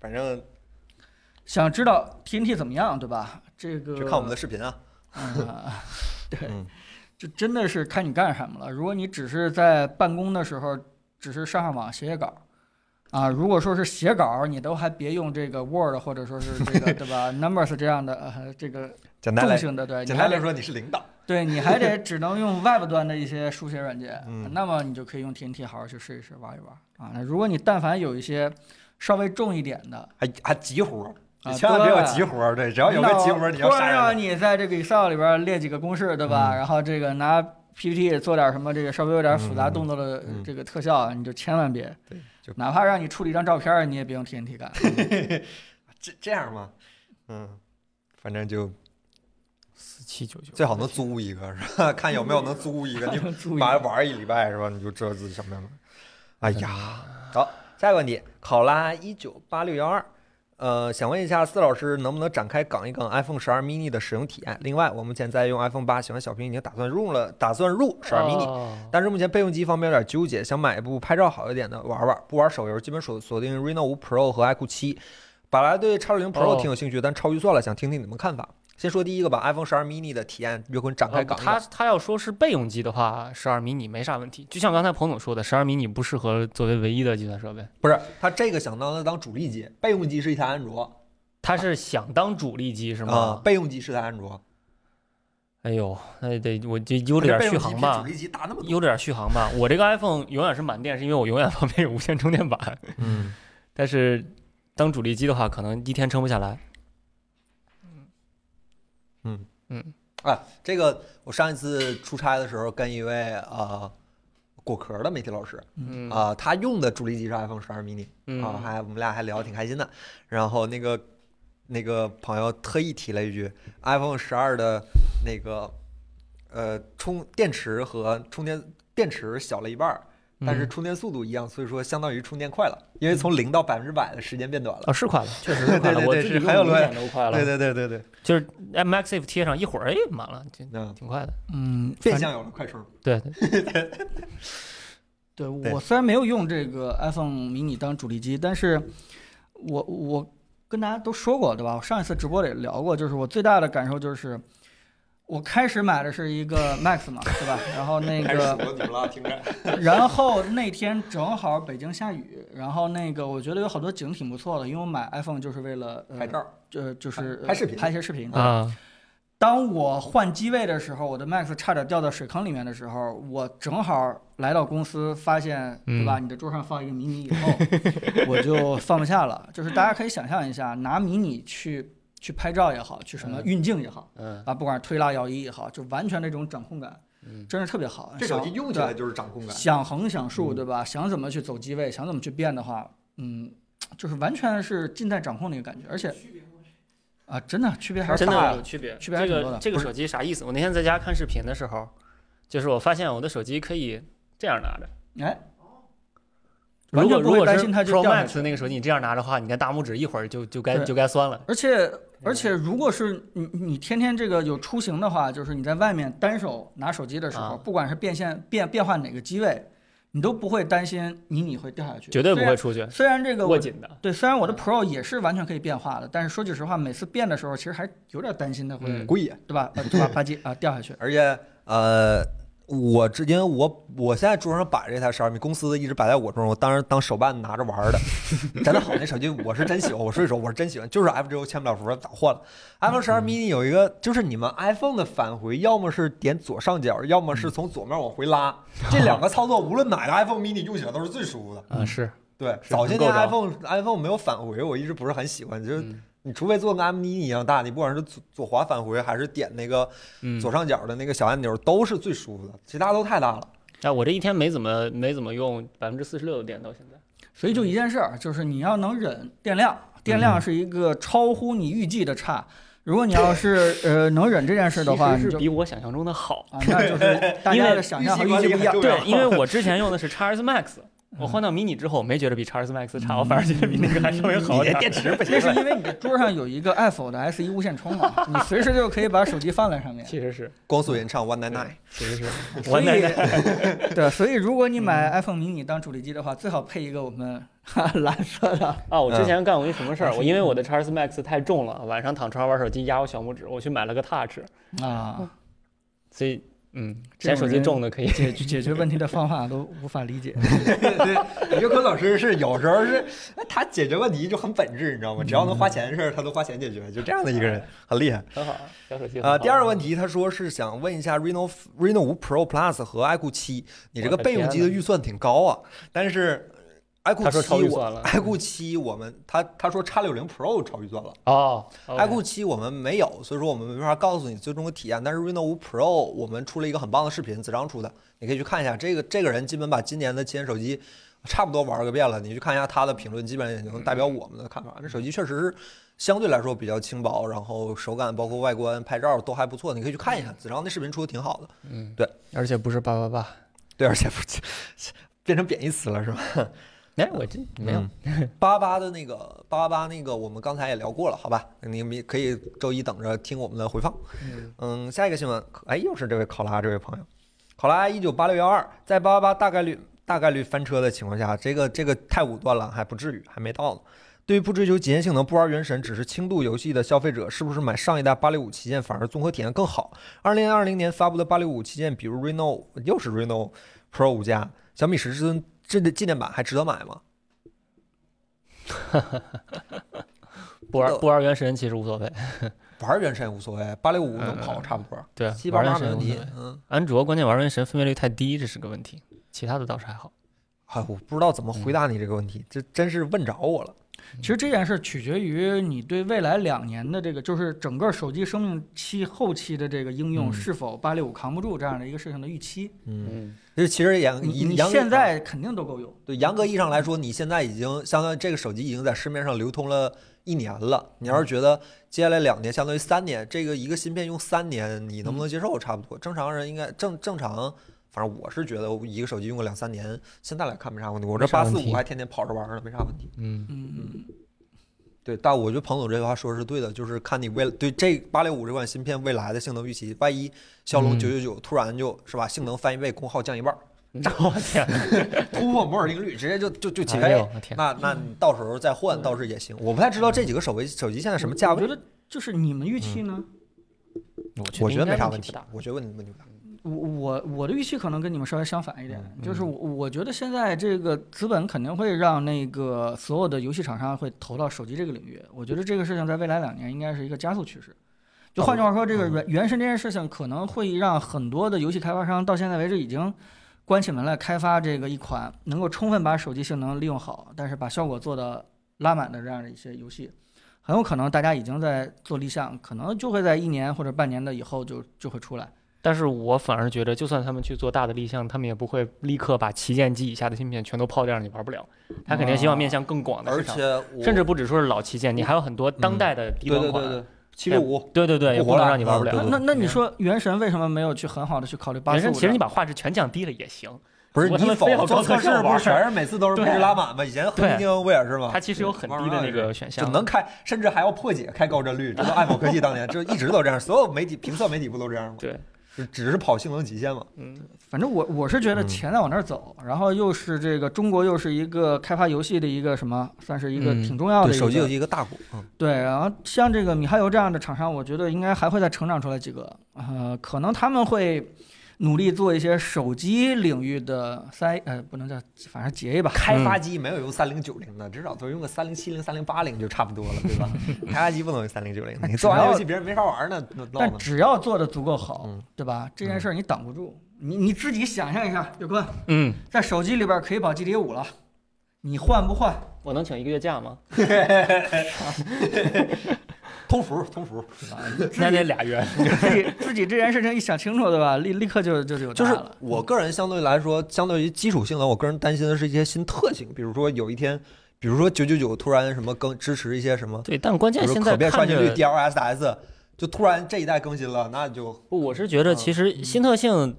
S1: 反正
S2: 想知道 TNT 怎么样，对吧？这个
S1: 就看我们的视频啊。
S2: 啊， 对
S1: 嗯，
S2: 就真的是看你干什么了。如果你只是在办公的时候，只是上上网写写稿，啊，如果说是写稿，你都还别用这个 Word 或者说是这个 对吧，Numbers 这样的呃这个
S1: 简单
S2: 重
S1: 来，
S2: 性的，对，你
S1: 简
S2: 还
S1: 单来
S2: 得
S1: 说，你是领导。
S2: 对，你还得只能用 Web 端的一些书写软件
S1: 嗯，
S2: 那么你就可以用 TNT 好好去试一试玩一玩啊。那如果你但凡有一些稍微重一点的，
S1: 还还急活儿，
S2: 啊
S1: 你千万别有
S2: 对
S1: 急活儿，对，只要有个急活儿，你要
S2: 突
S1: 杀
S2: 然让
S1: 人。
S2: 你在这个 Excel 里边列几个公式，对吧？
S1: 嗯
S2: 然后这个拿 PPT 做点什么这个稍微有点复杂动作的
S1: 嗯
S2: 这个特效，你就千万别，
S1: 对，就
S2: 哪怕让你处理一张照片，你也别用 TNT 干。
S1: 这这样嘛，嗯，反正就
S3: 四七九九
S1: 最好能租一个是吧？ 看有没有能租一个， 你
S2: 注意，
S1: 玩玩一礼拜是吧？你就知道自己什么样了。哎呀，好，下一个问题，考拉一九八六幺二，呃，想问一下四老师能不能展开讲一讲 iPhone 十二 mini 的使用体验？另外，我目前在用 iPhone 八，喜欢小屏，已经打算入了，打算入十二 mini，
S3: 哦
S1: 但是目前备用机方面有点纠结，想买一部拍照好一点的玩玩，不玩手游，基本锁锁定 Reno 五 Pro 和 iQOO 七。本来对叉六零 Pro
S3: 哦
S1: 挺有兴趣，但超预算了，想听听你们看法。先说第一个吧，iPhone 十二 mini 的体验，岳坤展开
S3: 呃
S1: 讲一
S3: 他
S1: 讲。
S3: 他要说是备用机的话，十二迷你没啥问题。就像刚才彭总说的，十二迷你不适合作为唯一的计算设备，
S1: 不是，他这个想当它当主力机，备用机是一台安卓
S3: 它是想当主力机是
S1: 啊
S3: 吗？，
S1: 备用机是台安卓。
S3: 哎呦，那得我就悠着
S1: 这
S3: 点
S1: 备
S3: 续
S1: 用机
S3: 航
S1: 比
S3: 吧
S1: 主。力机大那么多。
S3: 悠着点续航吧，我这个 iPhone 永远是满电，是因为我永远 旁边有无线充电板。
S1: 嗯，
S3: 但是当主力机的话，可能一天撑不下来。
S1: 啊， 这个我上一次出差的时候跟一位啊果壳的媒体老师
S3: 嗯
S1: 啊、他用的主力机是 iPhone 十二 mini。啊，
S3: 嗯，
S1: 还我们俩还聊得挺开心的。然后那个那个朋友特意提了一句，iPhone 十二的那个呃充电池和充电电池小了一半儿，但是
S3: 嗯
S1: 充电速度一样，所以说相当于充电快了，因为从零到百分之百的时间变短了。
S3: 啊是快了，确实是快
S1: 对
S3: 了，
S1: 对对
S3: 我自己
S1: 是
S3: 用
S1: 还有
S3: 明
S1: 轮
S3: 显都快了。
S1: 对对对对对，
S3: 就是 MaxSafe 贴上一会儿，哎，满了，就
S1: 嗯，
S3: 挺快的。
S2: 嗯，
S1: 变
S2: 反
S1: 相有了快充。
S3: 对，对
S2: 对
S1: 对
S2: 我虽然没有用这个 iPhone mini 当主力机，但是我我跟大家都说过，对吧？我上一次直播里也聊过，就是我最大的感受就是，我开始买的是一个 Max 嘛，对吧？然后 那
S1: 开始
S2: 个，
S1: 了你们了，听着。
S2: 然后那天正好北京下雨，然后那个我觉得有好多景挺不错的，因为我买 iPhone 就是为了、呃、
S1: 拍照，
S2: 呃，就是
S1: 拍拍视频
S2: 拍一些视
S1: 嗯
S2: 频。
S3: 啊，
S2: 当我换机位的时候，我的 Max 差点掉到水坑里面的时候，我正好来到公司，发现
S3: 嗯
S2: 对吧？你的桌上放一个迷你以后， 我就放不下了。就是大家可以想象一下，拿迷你去去拍照也好，去什么运镜也好，
S3: 嗯，
S2: 啊，不管是推拉摇移也好，就完全那种掌控感，
S3: 嗯
S2: 真是特别好。
S1: 这手机
S2: 想
S1: 用起来就是掌控
S2: 对
S1: 感，
S2: 想横想
S3: 嗯
S2: 竖，对吧？想怎么去走机位，想怎么去变的话，嗯，就是完全是尽在掌控的一个感觉，而且啊，真的区别还是
S3: 真
S2: 大
S3: 的有
S2: 了。
S3: 区别。
S2: 区别还
S3: 这
S2: 挺多的
S3: 个这个手机啥意思？我那天在家看视频的时候，就是我发现我的手机可以这样拿着。
S2: 哎，完
S3: 如
S2: 全
S3: 果
S2: 不
S3: 如
S2: 会
S3: 果
S2: 担
S3: 是
S2: 心它就
S3: Pro
S2: 掉下
S3: Max 那个手机，你这样拿着的话，你看大拇指一会儿就就该
S2: 对
S3: 就该酸了。
S2: 而且而且，如果是你你天天这个有出行的话，就是你在外面单手拿手机的时候，
S3: 啊
S2: 不管是变现变变换哪个机位，你都不会担心迷你会掉下去，
S3: 绝对不
S2: 虽
S3: 会
S2: 然。
S3: 出去啊
S2: 虽然这个
S3: 握
S2: 我
S3: 紧的。
S2: 对，虽然我的
S3: 嗯
S2: Pro 也是完全可以变化的，但是说句实话，每次变的时候，其实还有点担心它会，
S3: 嗯
S1: 故意。
S2: 对吧？呃对 吧？吧唧啊掉下去。
S1: 而且呃，我至今我我现在桌上摆着这台十二米，公司的一直摆在我桌上，我当时当手办拿着玩 儿的，真的好。那手机我是真喜欢，我说一说哎我是真喜欢，就是 F G O 签不了符，早换了。iPhone 十二
S3: 嗯
S1: mini 有一个，就是你们 iPhone 的返回，要么是点左上角，要么是从左面往回 拉，这两个操作，无论哪个 iPhone mini 用起来都是最舒服的。
S2: 嗯
S3: 啊，是，
S1: 对，
S3: 是
S1: 早些
S3: 能
S1: 年
S3: 够着
S1: iPhone iPhone 没有返回，我一直不是很喜欢，就是
S3: 嗯
S1: 你除非做跟 M 一一样大，你不管是左左滑返回还是点那个
S3: 嗯
S1: 左上角的那个小按钮，都是最舒服的，其他都太大了。
S3: 哎，我这一天没怎么没怎么用，百分之四十六的电到现在。
S2: 所以就一件事儿，就是你要能忍电量，电
S3: 嗯
S2: 量是一个超乎你预计的差。如果你要是呃能忍这件事的话，
S3: 其
S2: 你
S3: 实
S2: 就是
S3: 比我想象中的好。
S2: 啊，那就是大家的想象和预计不一样。
S3: 对， 因为我之前用的是 x S Max，我换到 mini 之后，我没觉得比 x S Max
S2: 嗯
S3: 差，我反而觉得比那个还稍微好点。
S1: 电池不
S2: 那是因为你 的桌上有一个 Apple 的 S 1无线充嘛，你随时就可以把手机放在上面。
S3: 其实是，
S1: 光速原唱 One Nine Nine，
S3: 其实是，
S2: 所
S3: 我
S2: 以
S3: 奶嗯奶，
S2: 对，所以如果你买 iPhone mini 当主力机的话，最好配一个我们 蓝色的。
S3: 啊，我
S1: 嗯
S3: 之前干过一什 么事儿？我因为我的 x S Max 太重了，晚上躺床上玩手机压我小拇指，我去买了个 Touch，哦
S2: 啊，
S3: 所以嗯，
S2: 这种
S3: 嫌手机
S2: 人
S3: 重的可以。
S1: 啊
S2: 解解决问题的方法都无法理解。
S1: 对，刘坤老师是有时候是，哎他解决问题就很本质，你知道吗？只要能花钱的事儿，他都花钱解决，就这样的一个人，嗯很厉害。
S3: 很好，小手机
S1: 啊、第二个问
S3: 题，
S1: 题，他说是想问一下 Reno Reno 五 Pro Plus 和 iQOO 七，你这个
S3: 我的
S1: 备用
S3: 天
S1: 机的预算挺高啊，但是呃
S3: 他
S1: iQOO
S3: 说超
S1: 七
S3: 预
S1: 我
S3: 算了
S1: iQOO 七我们他他说 x 六零 Pro 超预算了
S3: 哦
S1: iQOO 七我们没有，所以说我们没法告诉你最终的体验。但是 Reno 五 Pro 我们出了一个很棒的视频，子章出的，你可以去看一下。这个这个人基本把今年的旗舰手机差不多玩个遍了，你去看一下他的评论，基本也能代表我们的看法。这手机确实是相对来说比较轻薄，然后手感包括外观、拍照都还不错，你可以去看一下。子章那视频出的挺好的，
S3: 嗯，
S1: 对，
S3: 而且不是八八八，
S1: 对，而且不 变成贬义词了是吧？
S3: 哎，我
S1: 嗯
S3: 这没有，
S1: 八八的那个八八八那个，我们刚才也聊过了，好吧？你们也可以周一等着听我们的回放。嗯，下一个新闻，哎，又是这位考拉这位朋友，考拉一九八六幺二，在八八八大概率大概率翻车的情况下，这个这个太武断了，还不至于，还没到呢。对于不追求极限性能、不玩原神，只是轻度游戏的消费者，是不是买上一代八六五旗舰反而综合体验更好？二零二零年发布的八六五旗舰，比如 Reno 又是 Reno Pro 五加，小米十至尊这纪念版还值得买吗？
S3: 不玩不玩原神其实无所谓，
S1: 玩原神也无所谓，八六五
S3: 嗯
S1: 能跑差不多，
S3: 对，
S1: 七八
S3: 玩原
S1: 八没
S3: 神无
S1: 问
S3: 所
S1: 题
S3: 谓。。
S1: 嗯，
S3: 安卓关键玩原神分辨率太低，这是个问题，其他的倒是还好。
S1: 哎，我不知道怎么回答你这个问题，这真是问着我了。
S2: 其实这件事取决于你对未来两年的这个，就是整个手机生命期后期的这个应用
S3: 嗯
S2: 是否八六五扛不住这样的一个事情的预期。
S1: 嗯，
S3: 嗯，
S1: 这其实严
S2: 你你
S1: 严格
S2: 现在肯定都够用，
S1: 啊对严格意义上来说，你现在已经相当于这个手机已经在市面上流通了一年了。你要
S3: 嗯
S1: 是觉得接下来两年，相当于三年，这个一个芯片用三年，你能不能接受？差不
S3: 嗯
S1: 多，正常人应该正正常。反正我是觉得一个手机用个两三年，现在来看没啥问题。我这
S3: 没啥
S1: 八
S3: 问
S1: 四
S3: 题
S1: 五还天天跑着玩呢，没啥问题。
S3: 嗯，
S2: 嗯，
S1: 对，但我觉得彭总这句话说的是对的，就是看你未来对这八六五这款芯片未来的性能预期，万一骁龙
S3: 嗯
S1: 九九九突然就是吧，性能翻一倍，功耗降一半儿，
S3: 我天，
S1: 突破摩尔定律，直接就就就起
S3: 哎
S1: 飞
S3: 呦，，我天，
S1: 那那你到时候再换倒是也行。我不太知道这几个手机手机现在什么价
S2: 我觉
S1: 位，
S2: 得就是你们预期呢？
S1: 我我觉
S3: 觉得
S1: 得
S3: 应
S1: 没
S3: 该
S1: 啥
S3: 问
S1: 问
S3: 题
S1: 题
S3: 不大，
S1: 我觉得问题问题不大。
S2: 我我我的预期可能跟你们稍微相反一点，
S3: 嗯
S2: 就是我我觉得现在这个资本肯定会让那个所有的游戏厂商会投到手机这个领域。我觉得这个事情在未来两年应该是一个加速趋势。就
S3: 哦
S2: 换句话说，这个原原神这件事情可能会让很多的游戏开发商到现在为止已经关起门来开发这个一款能够充分把手机性能利用好，但是把效果做的拉满的这样的一些游戏，很有可能大家已经在做立项，可能就会在一年或者半年的以后就就会出来。
S3: 但是我反而觉得，就算他们去做大的立项，他们也不会立刻把旗舰机以下的芯片全都抛掉，你玩不了。他肯定希望面向更广的
S1: 啊而
S3: 市场，
S1: 且我
S3: 甚至不只说是老旗舰，你还有很多当代的低
S1: 对
S3: 端
S1: 对
S3: 款。
S1: 对对，七六五
S3: 对对对也
S1: 不
S3: 不
S1: 活
S3: 能
S1: 了
S3: 让你玩
S1: 嗯
S3: 不
S1: 对
S3: 了
S1: 对。
S2: 那那你
S3: 嗯
S2: 说《原神》为什么没有去很好的去考虑八
S3: 本
S2: 四
S3: 身
S2: 五？
S3: 其实你把画质全降低了也行，
S1: 不是
S3: 如果他
S1: 你
S3: 们非要
S1: 否做
S3: 装
S1: 测
S3: 测
S1: 试
S3: 试
S1: 不
S3: 玩
S1: 是全是每次都是配置
S3: 对
S1: 拉满吗？以前黑
S3: 对
S1: 猩猩不也是吗
S3: 它？其实有很低的那个选
S1: 就
S3: 项。
S1: 能开，甚至还要破解开高帧率，这都爱某科技当年就一直都这样，所有媒体评测媒体不都这样吗？
S3: 对，
S1: 就只是跑性能极限嘛。
S3: 嗯，
S2: 反正我我是觉得
S1: 嗯
S2: 钱在往那儿走，然后又是这个中国又是一个开发游戏的一个什么，算是一个
S3: 嗯
S2: 挺重要的一个、
S1: 一个大股，嗯，
S2: 对，然后像这个米哈游这样的厂商，我觉得应该还会再成长出来几个，呃，可能他们会努力做一些手机领域的三呃不能叫反正 GA 吧，
S1: 开
S3: 嗯
S1: 发机没有用三零九零的，至少都用个三零七零、三零八零就差不多了，对 吧？开发机不能用三零九零，你做完游戏别人没法玩呢，那闹
S2: 但
S1: 呢。
S2: 只要做的足够好
S1: 嗯，
S2: 对吧？这件事儿你挡不住，你你自己想象一下，有哥，
S3: 嗯，
S2: 在手机里边可以跑 GTA 五了，你换不 换？
S3: 我能请一个月假吗？
S1: 通服通服，
S3: 那得 俩月。
S2: 自己自己这件事情一想清楚，对吧？立立刻就就就有答
S1: 就
S2: 案
S1: 是
S2: 了。
S1: 我个人相对来说，相对于基础性能，我个人担心的是一些新特性，比如说有一天，比如说九九九突然什么更支持一些什么，
S3: 对，但关
S1: 比
S3: 键
S1: 如
S3: 现
S1: 说
S3: 在
S1: 可变刷
S3: 看
S1: 新率
S3: 着，
S1: DLSS，就突然这一代更新了，那就
S3: 不，我是觉
S1: 嗯
S3: 得其实新特性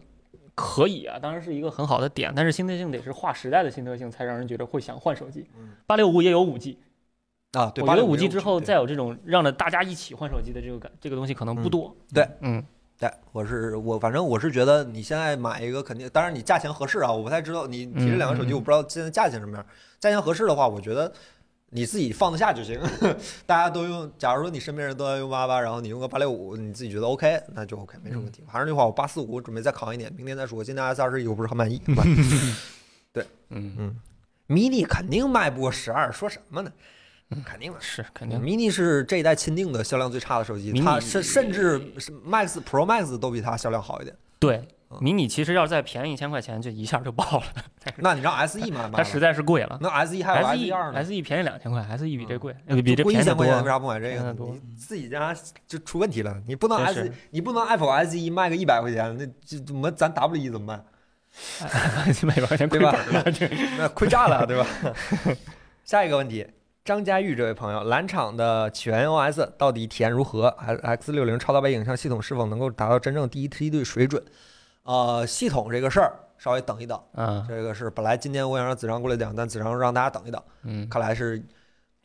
S3: 可以啊，当然是一个很好的点，但是新特性得是划时代的新特性，才让人觉得会想换手机
S1: 嗯。
S3: 八六五也有五 G，
S1: 啊，对，
S3: 我觉得
S1: 865
S3: 五 G 之后
S1: 对
S3: 再有这种让着大家一起换手机的这个感，这个东西可能不多。
S1: 嗯对，
S3: 嗯，
S1: 对，我是我，反正我是觉得你现在买一个肯定，当然你价钱合适啊，我不太知道你提这两个手机，
S3: 嗯嗯
S1: 我不知道现在价钱什么样。价钱合适的话，我觉得你自己放得下就行。 大家都用，假如说你身边人都在用八八，然后你用个八六五，你自己觉得 OK，那就 OK，没什么问
S3: 嗯
S1: 题。还是那句话，我八四五准备再扛一年，明年再说。今年 S 二十一我不是很满 意，
S3: 嗯，
S1: mini 肯定卖不过十二，说什么呢？
S3: 嗯
S1: 肯定卖。
S3: 是肯定。
S1: mini 嗯是这一代钦定的销量最差的手机，
S3: Mini-
S1: 它甚甚至是 Max Pro Max 都比它销量好一点。
S3: 对
S1: 嗯，
S3: 迷你其实要再便宜一千块钱，就一下就爆了，
S1: 那你让 SE 买 E 吗
S3: 哎它？实在是贵了。
S1: 那 S 一还有
S3: S
S1: S 二呢
S3: S E 便宜两千块，S E 比这
S1: 嗯
S3: 贵，呃比这
S1: 贵
S3: 便
S1: 一
S3: 宜
S1: 千
S3: 得
S1: 块
S3: 多
S1: 钱，为。啥不买这
S3: 便宜
S1: 个
S3: 得
S1: 呢？
S3: 多
S1: 你自己家就出问题了，你不能
S3: 真
S1: S，
S3: 是
S1: 你不能 Apple S 一卖个一百块钱，那这怎么咱 W E 一怎么办？
S3: 一百块钱
S1: 对
S3: 亏
S1: 吧
S3: 本儿了，这
S1: 那亏炸了， 对吧？下一个问题，张佳玉这位朋友，蓝厂的起源 OS 到底体验如何？X 六零超大杯影像系统是否能够达到真正第一梯队水准？呃，系统这个事儿稍微等一等，
S3: 啊，
S1: 这个是本来今天我想让子章过来讲，但子章让大家等一等，
S3: 嗯
S1: 看来是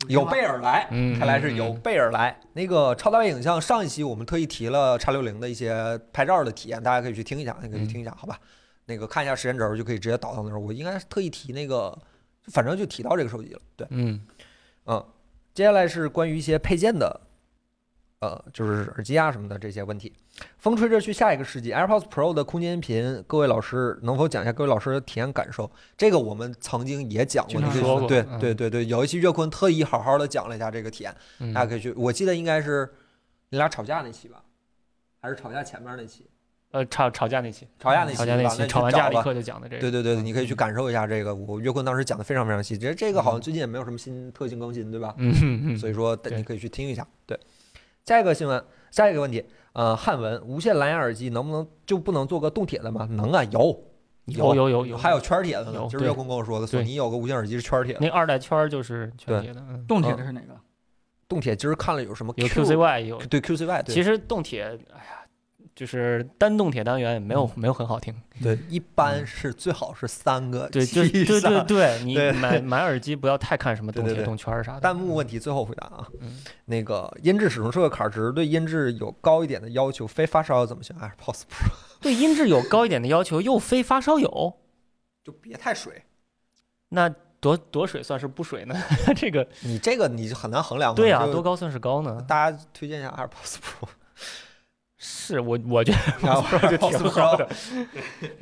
S1: 有备而来，
S3: 嗯，
S1: 看来是有备而来。那个超大杯影像上一期我们特意提了叉六零的一些拍照的体验，大家可以去听一下，那个去
S3: 嗯
S1: 听一下，好吧？那个看一下时间轴就可以直接导到那儿。我应该是特意提那个，反正就提到这个手机了。对，
S3: 嗯，
S1: 嗯，接下来是关于一些配件的，呃，就是耳机啊什么的这些问题。风吹着去下一个世纪，AirPods Pro 的空间音频，各位老师能否讲一下各位老师的体验感受？这个我们曾经也讲过
S3: 经常
S1: 类似
S3: 说
S1: 的，
S3: 过
S1: 对
S3: 嗯
S1: 对对对，有一期岳坤特意好好的讲了一下这个体验。
S3: 嗯
S1: 大家可以去，我记得应该是你俩吵架那期吧，还是吵架前面那期？
S3: 呃吵吵架那期，嗯
S1: 吵架那期
S3: 吵架
S1: 对
S3: 那
S1: 吧那
S3: 期，
S1: 你
S3: 吵完
S1: 找
S3: 架立
S1: 吧
S3: 刻嗯就讲的这个，
S1: 对对对，你可以去感受一下这个。我岳坤当时讲的非常非常细，其实这个好像最近也没有什么新特性更新，对吧？
S3: 嗯嗯
S1: 所以说
S3: 对
S1: 你可以去听一下。对，下一个新闻，下一个问题，呃，汉文无线蓝牙耳机能不能就不能做个动铁的吗？能啊，有
S3: 有有有
S1: 有
S3: 有，
S1: 还有圈铁的呢
S3: 有。
S1: 今儿
S3: 对
S1: 岳坤跟我说的，索
S3: 对
S1: 尼有个无线耳机是圈铁的，
S3: 那二代圈儿就是全
S1: 对
S3: 铁的，嗯
S2: 动
S1: 呃
S2: 铁的是哪个？
S1: 动铁今儿看了有什么
S3: 有
S1: Q
S3: QCY 有，
S1: 对 QCY，对
S3: 其实动铁，哎呀，就是单动铁单元也没有没有很好听，
S1: 对，一般是最好是三个，
S3: 嗯对，就是
S1: 以
S3: 对
S1: 上
S3: 对对，你
S1: 对
S3: 买买耳机不要太看什么
S1: 对
S3: 动
S1: 对
S3: 铁
S1: 对
S3: 动圈儿啥的，
S1: 弹幕问题最后回答啊，
S3: 嗯
S1: 那个音质使用设备卡池对音质有高一点的要求，非发烧友怎么选 AirPods Pro？
S3: 对音质有高一点的要求，又非发烧友，
S1: 就别太水，
S3: 那多多水算是不水呢？ 这个
S1: 你这个你就很难衡量了。
S3: 对啊，
S1: 就
S3: 多高算是高呢？
S1: 大家推荐一下 AirPods Pro。
S3: 是我我觉得
S1: 然后
S3: 就挺好的，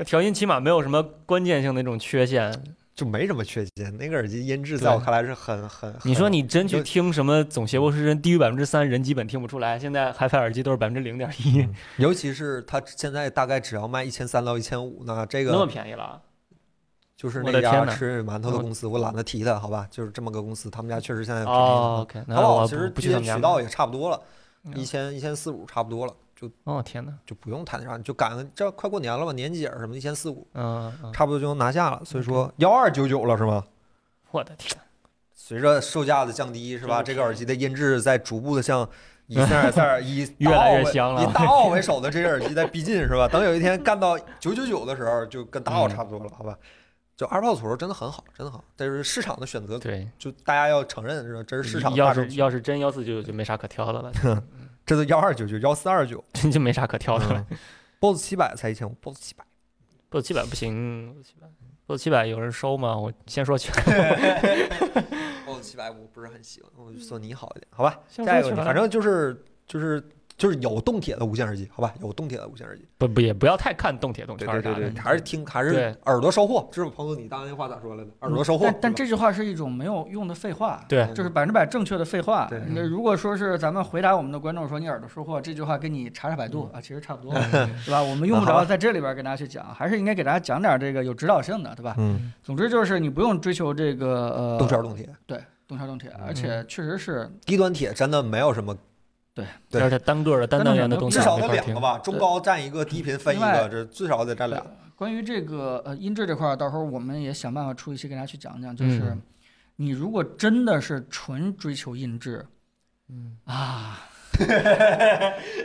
S3: 调音起码没有什么关键性的那种缺陷。
S1: 就没什么缺陷。那个耳机音质在我看来是很很。
S3: 你说你真去
S1: 就
S3: 听什么总谐波失真低于百分之三，人基本听不出来。现在 HiFi 耳机都是百分之零点一，
S1: 尤其是它现在大概只要卖一千三到一千五呢，这
S3: 那么
S1: 个
S3: 便宜了。啊
S1: 就是
S3: 我
S1: 那
S3: 的天
S1: 家
S3: 哪
S1: 吃馒头的公司，我懒得提它，好吧，就是这么个公司，他们家确实现在有便宜
S3: 哦，OK，
S1: 淘
S3: 那
S1: 宝
S3: 我
S1: 其实
S3: 不不去
S1: 接
S3: 他们家
S1: 渠
S3: 买。
S1: 道也差不多了，
S3: 嗯
S1: 一千一千四五差不多了，就
S3: 哦天哪，
S1: 就不用谈啥，就赶上这快过年了嘛，年节什么一千四五，
S3: 嗯，嗯
S1: 差不多就能拿下了。所以说幺二九九了是吗？
S3: 我的天，
S1: 随着售价的降低，是吧？这
S3: 真的是
S1: 个耳机的音质在逐步的 向以塞尔塞尔以
S3: 越来
S1: 大奥为
S3: 越香了
S1: 以大奥为首的这些耳机在逼近，是吧？等有一天干到九九九的时候，就跟大奥差不多了，好吧？嗯就 AirPods Pro 真的很好，真的好，但是市场的选择，
S3: 对，
S1: 就大家要承认，是吧？这是市场的
S3: 要
S1: 大众
S3: 是，要是真幺四九九就没啥可挑的了，
S1: 这都幺二九九、幺四二九
S3: 真就没啥可挑的
S1: 嗯
S3: 了。
S2: 嗯
S1: ，BOSS 七百才一千五，BOSS 七百，
S3: BOSS 七百不行，BOSS 七百，BOSS 七百有人收吗？我先说全，
S1: BOSS 七百我不是很喜欢，我就
S2: 嗯
S1: 索尼好一点，好吧？
S3: 先
S1: 下
S3: 说
S1: 一个问题，
S3: 全
S1: 反正就是就是就是有动铁的无线耳机，好吧？有动铁的无线耳机。
S3: 不不也不要太看动铁动
S1: 对
S3: 圈
S1: 对
S3: 儿啥
S1: 对
S3: 的。
S1: 对，还是听，还
S3: 对
S1: 是耳朵收获。这是彭总，你当时那话咋说来的？耳朵收获。
S2: 嗯但但
S1: 对吧
S2: 这句话是一种没有用的废话，
S3: 对
S1: 嗯
S2: 就是百分之百正确的废话
S1: 对。嗯
S2: 那如果说是咱们回答我们的观众说你耳朵收获这句话，跟你查查百
S1: 嗯
S2: 度啊，其实差不 多，对吧？我们用不
S1: 那好
S2: 着
S1: 吧
S2: 在这里边跟大家去讲，还是应该给大家讲点这个有指导性的，对吧？
S1: 嗯，
S2: 总之就是你不用追求这个呃
S1: 动嗯圈动铁，
S2: 对动圈动铁，而且确实是
S1: 低端铁真的没有什么，对
S3: 而且单个的单单元的动
S2: 嗯
S1: 至
S3: 圈
S1: 少
S3: 没
S1: 得
S3: 法
S1: 两
S3: 听
S1: 个。吧，中高占一个，低频分一
S2: 另
S1: 个
S2: 外，
S1: 这至少得占俩。
S2: 呃关于这个呃音质这块儿，到时候我们也想办法出一期给大家去讲讲。就是
S3: 嗯
S2: 你如果真的是纯追求音质，嗯啊，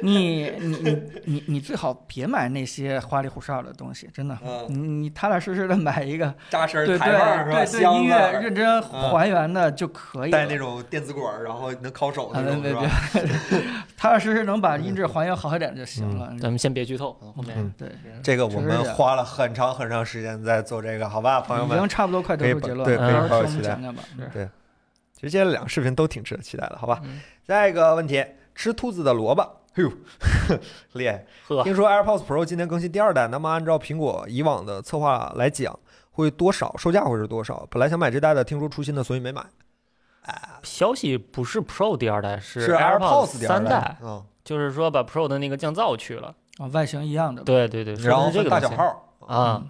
S2: 你你你你你最好别买那些花里胡哨的东西，真的。
S1: 嗯，
S2: 你你踏踏实实的买一个，
S1: 扎实
S2: 对对
S1: 台范儿是吧？
S2: 对对，
S1: 箱
S2: 音
S1: 子
S2: 乐认真
S1: 嗯
S2: 还原的就可以了。
S1: 带那种电子管儿，然后能烤手
S2: 啊，
S1: 那
S2: 别
S1: 种
S2: 别
S1: 是
S2: 别
S1: 吧？，
S2: 踏踏实实能把音质还原好一点就行了。
S3: 咱们先别剧透，后面
S1: 嗯
S2: 嗯对，
S1: 这个我
S2: 确实
S1: 们
S2: 是嗯
S1: 花了很长很长时间在做这个，好吧，朋友
S2: 已
S1: 们
S2: 经。差不多快得
S1: 可以
S2: 出
S1: 把
S2: 结论
S1: 对
S2: 了，
S1: 可以
S2: 到时
S1: 抱
S2: 候
S1: 有
S2: 听
S1: 期
S2: 我们
S1: 待
S2: 讲讲吧。对
S1: 其实今天两个视频都挺值得期待的，好吧？
S2: 嗯
S1: 下一个问题，吃兔子的萝卜，嘿呦， 厉害！
S3: 呵，
S1: 听说 AirPods Pro 今年更新第二代，那么按照苹果以往的策划来讲，会多少售价会是多少？本来想买这代的，听说出新的，所以没买。
S3: 消息不是 Pro 第二代，是
S1: AirPods 第
S3: 三
S1: 二
S3: 代，
S1: 嗯，
S3: 就是说把 Pro 的那个降噪去了。
S2: 啊，外形一样的嗯吧。
S3: 对对对，说
S1: 然
S3: 的
S1: 后
S3: 是这
S1: 分
S3: 个
S1: 大
S3: 东
S1: 小
S3: 西
S1: 号，
S3: 啊，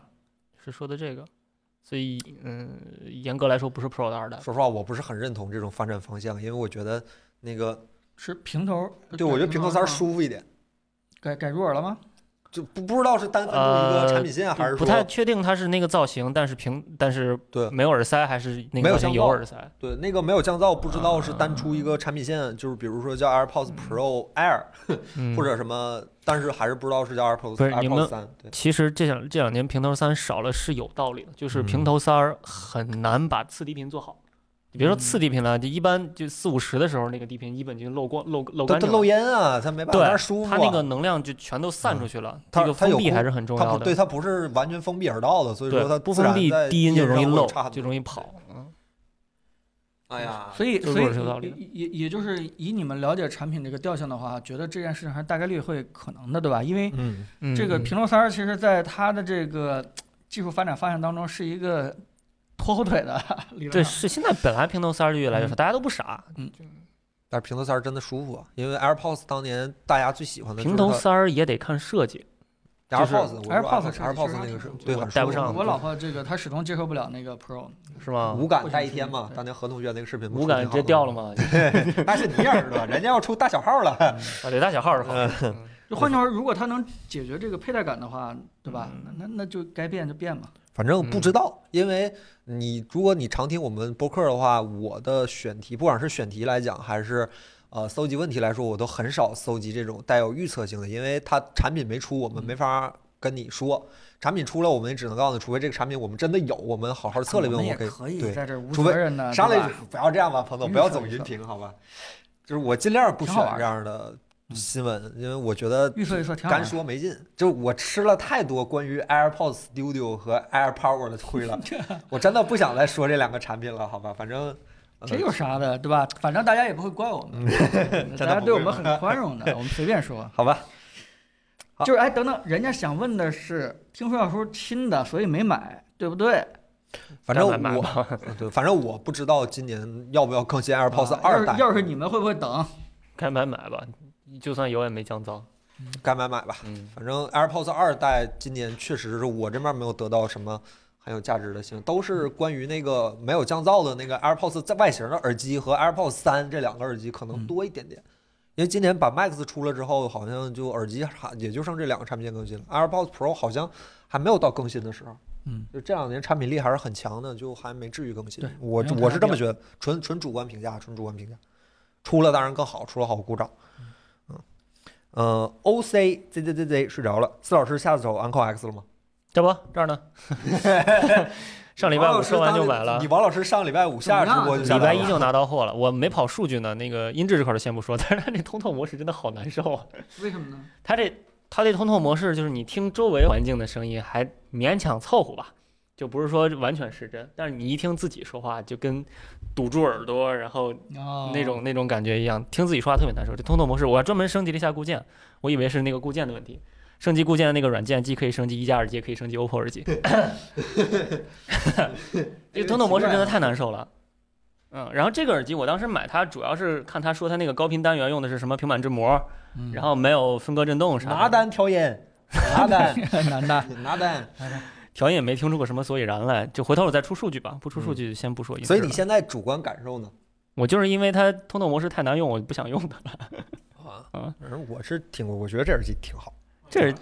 S3: 是说的这个，所以嗯，严格来说不是 Pro 的二代。
S1: 说实话，我不是很认同这种发展方向，因为我觉得那个，
S2: 是平头儿。
S1: 对我觉得平头塞儿
S2: 儿
S1: 舒服一点，
S2: 改改入耳了吗？
S1: 就不不知道是单分出一个
S3: 呃
S1: 产品线，还是说
S3: 不太确定它是那个造型，但是平但是
S1: 对
S3: 没有耳塞还是那
S1: 没
S3: 个
S1: 有
S3: 造型
S1: 降
S3: 有
S1: 噪
S3: 耳塞，
S1: 对那个没有降噪，不知道是单出一
S3: 啊
S1: 个产品线，就是比如说叫 AirPods Pro Air
S3: 嗯
S1: 或者什么，但是还是不知道是叫 AirPods
S3: 不是你们
S1: AirPods 三，对，
S3: 其实这两这两年平头三少了是有道理的，就是
S1: 嗯
S3: 平头三儿很难把次低频做好。你别说
S1: 嗯
S3: 次低频了，就一般就四五十的时候，那个低频基本就漏光漏漏
S1: 它它
S3: 干净
S1: 漏
S3: 了。
S1: 音啊，它没办法
S3: 对
S1: 那儿舒服啊。
S3: 它那个能量就全都散出去了，
S1: 嗯它
S3: 这个
S1: 它有
S3: 封闭
S1: 空
S3: 还是很重
S1: 它
S3: 要
S1: 不
S3: 的。
S1: 对，它不是完全封闭耳道的，所以说它
S3: 对，不
S1: 自
S3: 封
S1: 然
S3: 闭
S1: 在
S3: 低音就容易
S1: 上会有
S3: 漏
S1: 差，很
S3: 就
S1: 多
S3: 容易跑。嗯
S1: 哎呀，
S2: 所以
S3: 这
S2: 所
S3: 入耳是有道理
S2: 以
S3: 的
S2: 也也就是以你们了解产品这个调性的话，觉得这件事情还是大概率会可能的，对吧？因为
S1: 嗯，
S3: 嗯，
S2: 这个
S3: 嗯
S2: 平头塞儿其实在它的这个技术发展方向当中是一个拖后腿的， 理
S1: 嗯
S3: 对
S2: 论上。
S3: 是现在本来平头三儿就越来越少，大家都不傻。
S1: 但是平头塞儿真的舒服啊，因为 AirPods 当年大家最喜欢的
S3: 平头塞儿也得看设计，就是
S1: AirPods，AirPods
S2: ，AirPods 设计
S1: AirPods
S2: 其实还
S1: 那个是
S2: 挺
S1: 对
S3: 我
S1: 很
S3: 戴不
S1: 舒服
S3: 上
S2: 我老婆这个她始终接受不了那个 Pro，
S3: 是吗？
S1: 无感戴一天
S2: 不
S1: 嘛
S2: 想，出
S1: 当年何同学那个视频
S3: 无感直接掉了
S1: 吗？
S3: 嘛，
S1: 那是你也知道，人家要出大小号了，
S3: 啊，对，大小号是好的。嗯
S2: 就换句话说，如果它能解决这个佩戴感的话，对吧？
S1: 嗯
S2: 那那那就该变就变嘛。
S1: 反正
S2: 嗯
S1: 不知道，因为你如果你常听我们播客的话，我的选题不管是选题来讲，还是呃搜集问题来说，我都很少搜集这种带有预测性的，因为它产品没出，我们
S2: 嗯
S1: 没法跟你说。产品出了，我们也只能告诉你，除非这个产品我们真的有，我们好好测了一
S2: 我
S1: 遍，
S2: 们
S1: 我
S2: 也
S1: 们可以
S2: 可以
S1: 对
S2: 在这儿无
S1: 除非
S2: 责任的
S1: 上来
S2: 对
S1: 就
S2: 吧嗯
S1: 不要这样吧，彭总，
S2: 预测
S1: 不要总云评，好吧？就是我尽量不选这样的
S2: 嗯
S1: 新闻，因为我觉得
S2: 预测预测挺好
S1: 干
S2: 的。
S1: 说没劲，就我吃了太多关于 AirPods Studio 和 AirPower 的亏 了，我真的不想再说这两个产品了，好吧？反正、呃
S2: 这有啥的，对吧？反正大家也不会怪我们，大
S1: 真的
S2: 家
S1: 嗯不
S2: 对我
S1: 会
S2: 们很宽容的，我们随便说。
S1: 好吧。 好
S2: 就是哎，等等，人家想问的是，听说要出新的，所以没买，对不对？
S1: 反正
S3: 再买
S1: 我呃
S3: 吧
S1: 对，反正我不知道今年要不要更新 AirPods
S2: 啊
S1: 二代，
S2: 要是要是你们会不会等？
S3: 该买买吧，就算有也没降噪。
S1: 该买买吧。
S3: 嗯，
S1: 反正 AirPods 二代今年确实是我这边没有得到什么很有价值的新闻，都是关于那个没有降噪的那个 AirPods 在外形的耳机和 AirPods 三这两个耳机可
S2: 嗯
S1: 能多一点点。因为今年把 Max 出了之后，好像就耳机还也就剩这两个产品线更新了，AirPods Pro 好像还没有到更新的时候。
S2: 嗯，
S1: 就这两年产品力还是很强的，就还没至于更新
S2: 对。
S1: 我
S2: 没有
S1: 我
S2: 太
S1: 是这
S2: 大
S1: 么觉得，纯纯主观评价，纯主观评价。出了当然更好，出了好鼓掌。嗯，呃，OC ZZZZ 睡着了，四老师下次走 Uncle X 了吗？
S3: 这不 这儿呢， 上礼拜
S1: 王老
S3: 五
S1: 师
S3: 说完
S1: 当
S3: 就
S1: 时
S3: 买了
S1: 你。王老师上礼拜五下
S2: 怎么
S1: 直
S2: 样
S1: 播就下
S3: 礼
S1: 来
S3: 拜
S1: 了
S3: 一就拿到货了，我没跑数据呢。那个音质这块儿先不说，但是它这通透模式真的好难受啊！
S2: 为什么呢？
S3: 它这它这通透模式就是你听周围环境的声音还勉强凑合吧，就不是说完全失真，但是你一听自己说话就跟堵住耳朵，然后
S2: 哦，
S3: 那种那种感觉一样，听自己说话特别难受。这通透模式，我还专门升级了一下固件，我以为是那个固件的问题。升级固件的那个软件，既可以升级一加耳机，也可以升级 OPPO 耳机。 这个通透模式真的太难受了。
S2: 啊
S3: 嗯，然后这个耳机我当时买它，主要是看他说他那个高频单元用的是什么平板振膜，
S2: 嗯
S3: 然后没有分割振动啥的。
S1: 拿单挑烟， 拿单
S2: 男的，
S1: 拿单。
S3: 调音也没听出个什么所以然来，就回头我再出数据吧，不出数据先不说音 质
S1: 嗯所
S3: 了。
S1: 以你现在主观感受呢？
S3: 我就是因为它通透模式太难用，我不想用它了。
S1: 啊
S3: 啊，
S1: 反正我是挺，我觉得这耳机挺好。
S3: 这是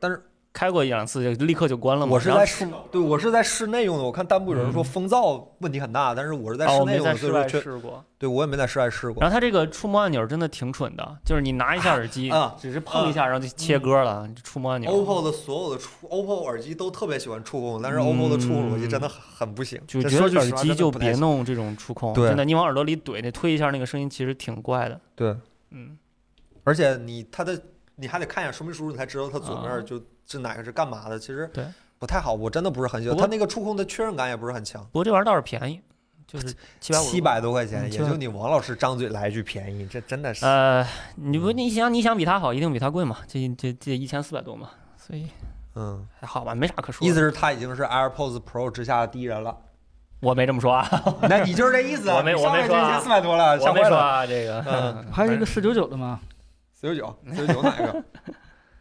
S1: 但是
S3: 开过一两次就立刻就关了嘛。
S1: 我是
S3: 然后
S1: 在室，对我是在室内用的。我看弹幕有人说风噪问题很大，但是我是在
S3: 嗯哦，
S1: 室
S3: 我
S1: 内
S3: 没
S1: 用
S3: 在
S1: 的，所
S3: 室
S1: 以说
S3: 外
S1: 确
S3: 试过。
S1: 对我也没在室外试过。
S3: 然后它这个触摸按钮真的挺蠢的，就是你拿一下耳机，
S1: 啊哦
S3: 只是碰一下，然后就切割了，就触摸按钮。
S1: OPPO 的所有的触 OPPO 耳机都特别喜欢触控，但是
S3: 嗯
S1: OPPO 的触控逻辑真的很很不行。
S3: 就
S1: 这
S3: 觉
S1: 说
S3: 得
S1: 句
S3: 耳
S1: 实话
S3: 机
S1: 真的
S3: 就
S1: 不太
S3: 别
S1: 行
S3: 弄这种触控，
S1: 对
S3: 真的，你往耳朵里怼，那推一下那个声音其实挺怪的。
S1: 对，
S3: 嗯，
S1: 而且你它的你还得看一眼说明书，你才知道它左
S3: 啊
S1: 面就是哪个是干嘛的。其实
S3: 对
S1: 不太好，我真的不是很喜欢。
S3: 不
S1: 它
S3: 过
S1: 那个触控的确认感也不是很强，
S3: 不过这玩意儿倒是便宜，就是七百五。
S1: 七百多块钱，
S3: 嗯
S1: 也
S3: 700
S1: 就你王老师张嘴来一句便宜，这真的是。
S3: 呃，你不你想你想比它好，一定比它贵嘛？这这这一千四百多嘛，所以
S1: 嗯，
S3: 还好吧，没啥可说
S1: 意
S3: 的。
S1: 思是它已经是 AirPods Pro 之下的第一人 了。
S3: 我没这么说啊，
S1: 那你就是这意思？
S3: 我没我没说啊
S1: 四百多了，
S3: 我
S1: 吓
S3: 没
S1: 坏
S3: 说
S1: 了。
S3: 啊，这个。
S1: 嗯
S2: 还有一个四九九的吗？
S1: 四九九，四九九哪一个？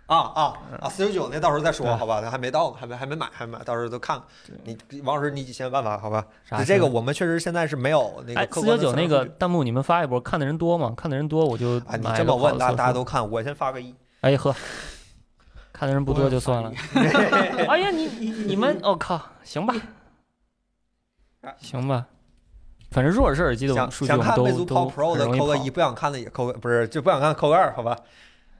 S1: 啊 啊啊！四九九那到时候再说
S3: 对
S1: 好吧，还没到呢，还没还没买，还没买，到时候都看看。你王老师，你得想想办法好吧？
S3: 啥
S1: 这个我们确实现在是没有那
S3: 哎
S1: 个，客
S3: 四
S1: 观的
S3: 九九
S1: 参
S3: 那
S1: 考
S3: 个
S1: 数据
S3: 弹幕你们发一波，看的人多吗？看的人多我就
S1: 啊，你
S3: 买
S1: 这
S3: 一
S1: 么
S3: 个
S1: 问，
S3: 好的
S1: 大
S3: 测
S1: 大家
S3: 试
S1: 都看，我先发个一。
S3: 哎呵，看的人不多就算了。哎呀，你你你们，我、靠，行吧，行吧，反正入耳式耳机的
S1: 啊想
S3: 数据我
S1: 想
S3: 们
S1: 看魅
S3: 都
S1: 族
S3: 都
S1: Pop Pro
S3: 很
S1: 的
S3: 容易
S1: 扣个
S3: 跑
S1: 一，不想看的也扣个，不是就不想看扣个二好吧？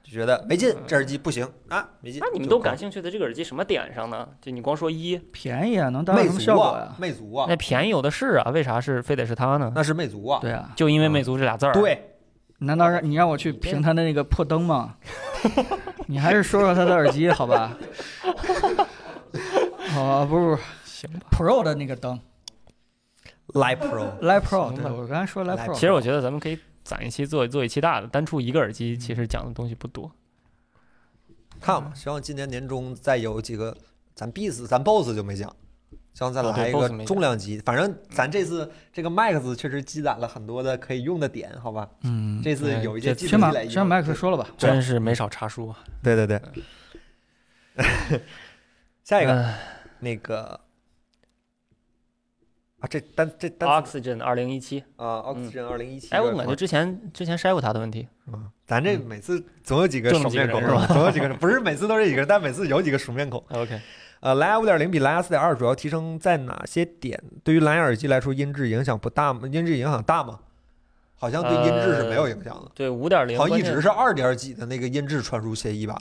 S1: 就觉得没劲，这耳机不行啊，没劲。
S3: 嗯那你们
S1: 就
S3: 都
S1: 扣
S3: 感兴趣的这个耳机什么点上呢？就你光说一，
S2: 便宜啊，能达到
S1: 魅
S2: 什么效
S1: 族
S2: 果
S1: 啊
S2: 呀？？
S1: 魅族啊
S3: 那，便宜有的是啊，为啥是非得是它呢？
S1: 那是魅族啊。
S2: 对啊，
S3: 就因为魅族这俩字儿。，
S1: 对，
S2: 难道让你让我去评它的那个破灯 吗？你还是说说它的耳机好吧？好吧，不不
S3: 行吧。
S2: ，Pro 的那个灯
S1: 来 Pro。
S2: ，Live Pro，
S3: 行
S2: 对
S3: 吧
S2: 我刚才说 Live
S1: Live
S2: Pro，
S3: 其实我觉得咱们可以攒一期做做一期大的，单出一个耳机，其实讲的东西不
S1: 嗯
S3: 多。
S1: 看吧，希望今年年中再有几个，咱 b e s 咱 BOSS 就没讲，希望再
S3: 啊
S1: 来
S3: 对
S1: 一个
S3: Bose 没讲
S1: 重量级。反正咱这次这个 Max 确实积攒了很多的可以用的点，好吧？
S2: 嗯，
S1: 这次
S3: 对
S1: 有一些
S3: 这
S1: 技术
S2: 先把
S1: 积累，
S2: 先把麦克说了吧，
S3: 真是没少查书啊。
S1: 对对对。 下一个
S3: 嗯
S1: 那个啊，这单这单词
S3: ，Oxygen 二零一七，
S1: 啊
S3: 嗯
S1: ，Oxygen 二零一七。
S3: 哎，我感觉之前之前筛过他的问题。
S1: 嗯咱这每次总有几个
S3: 就那
S1: 熟
S3: 么几个
S1: 面孔，
S3: 人
S1: 是吧？总有几个，不是每次都是这几个人，但每次有几个熟面孔。
S3: OK，
S1: 呃，蓝牙五点零比蓝牙四点二主要提升在哪些点？对于蓝牙耳机来说，音质影响不大吗？音质影响大吗？好像对音质是没有影响的，
S3: 对，五点零，
S1: 好像一直是二点几的那个音质传输协议吧？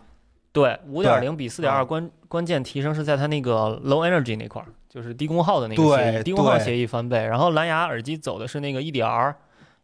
S3: 对，五点零比四点
S1: 啊
S3: 二关关键提升是在它那个 low energy 那块儿，就是低功耗的那个
S1: 对
S3: 协议，低功耗
S1: 对
S3: 协议翻倍。然后蓝牙耳机走的是那个 EDR。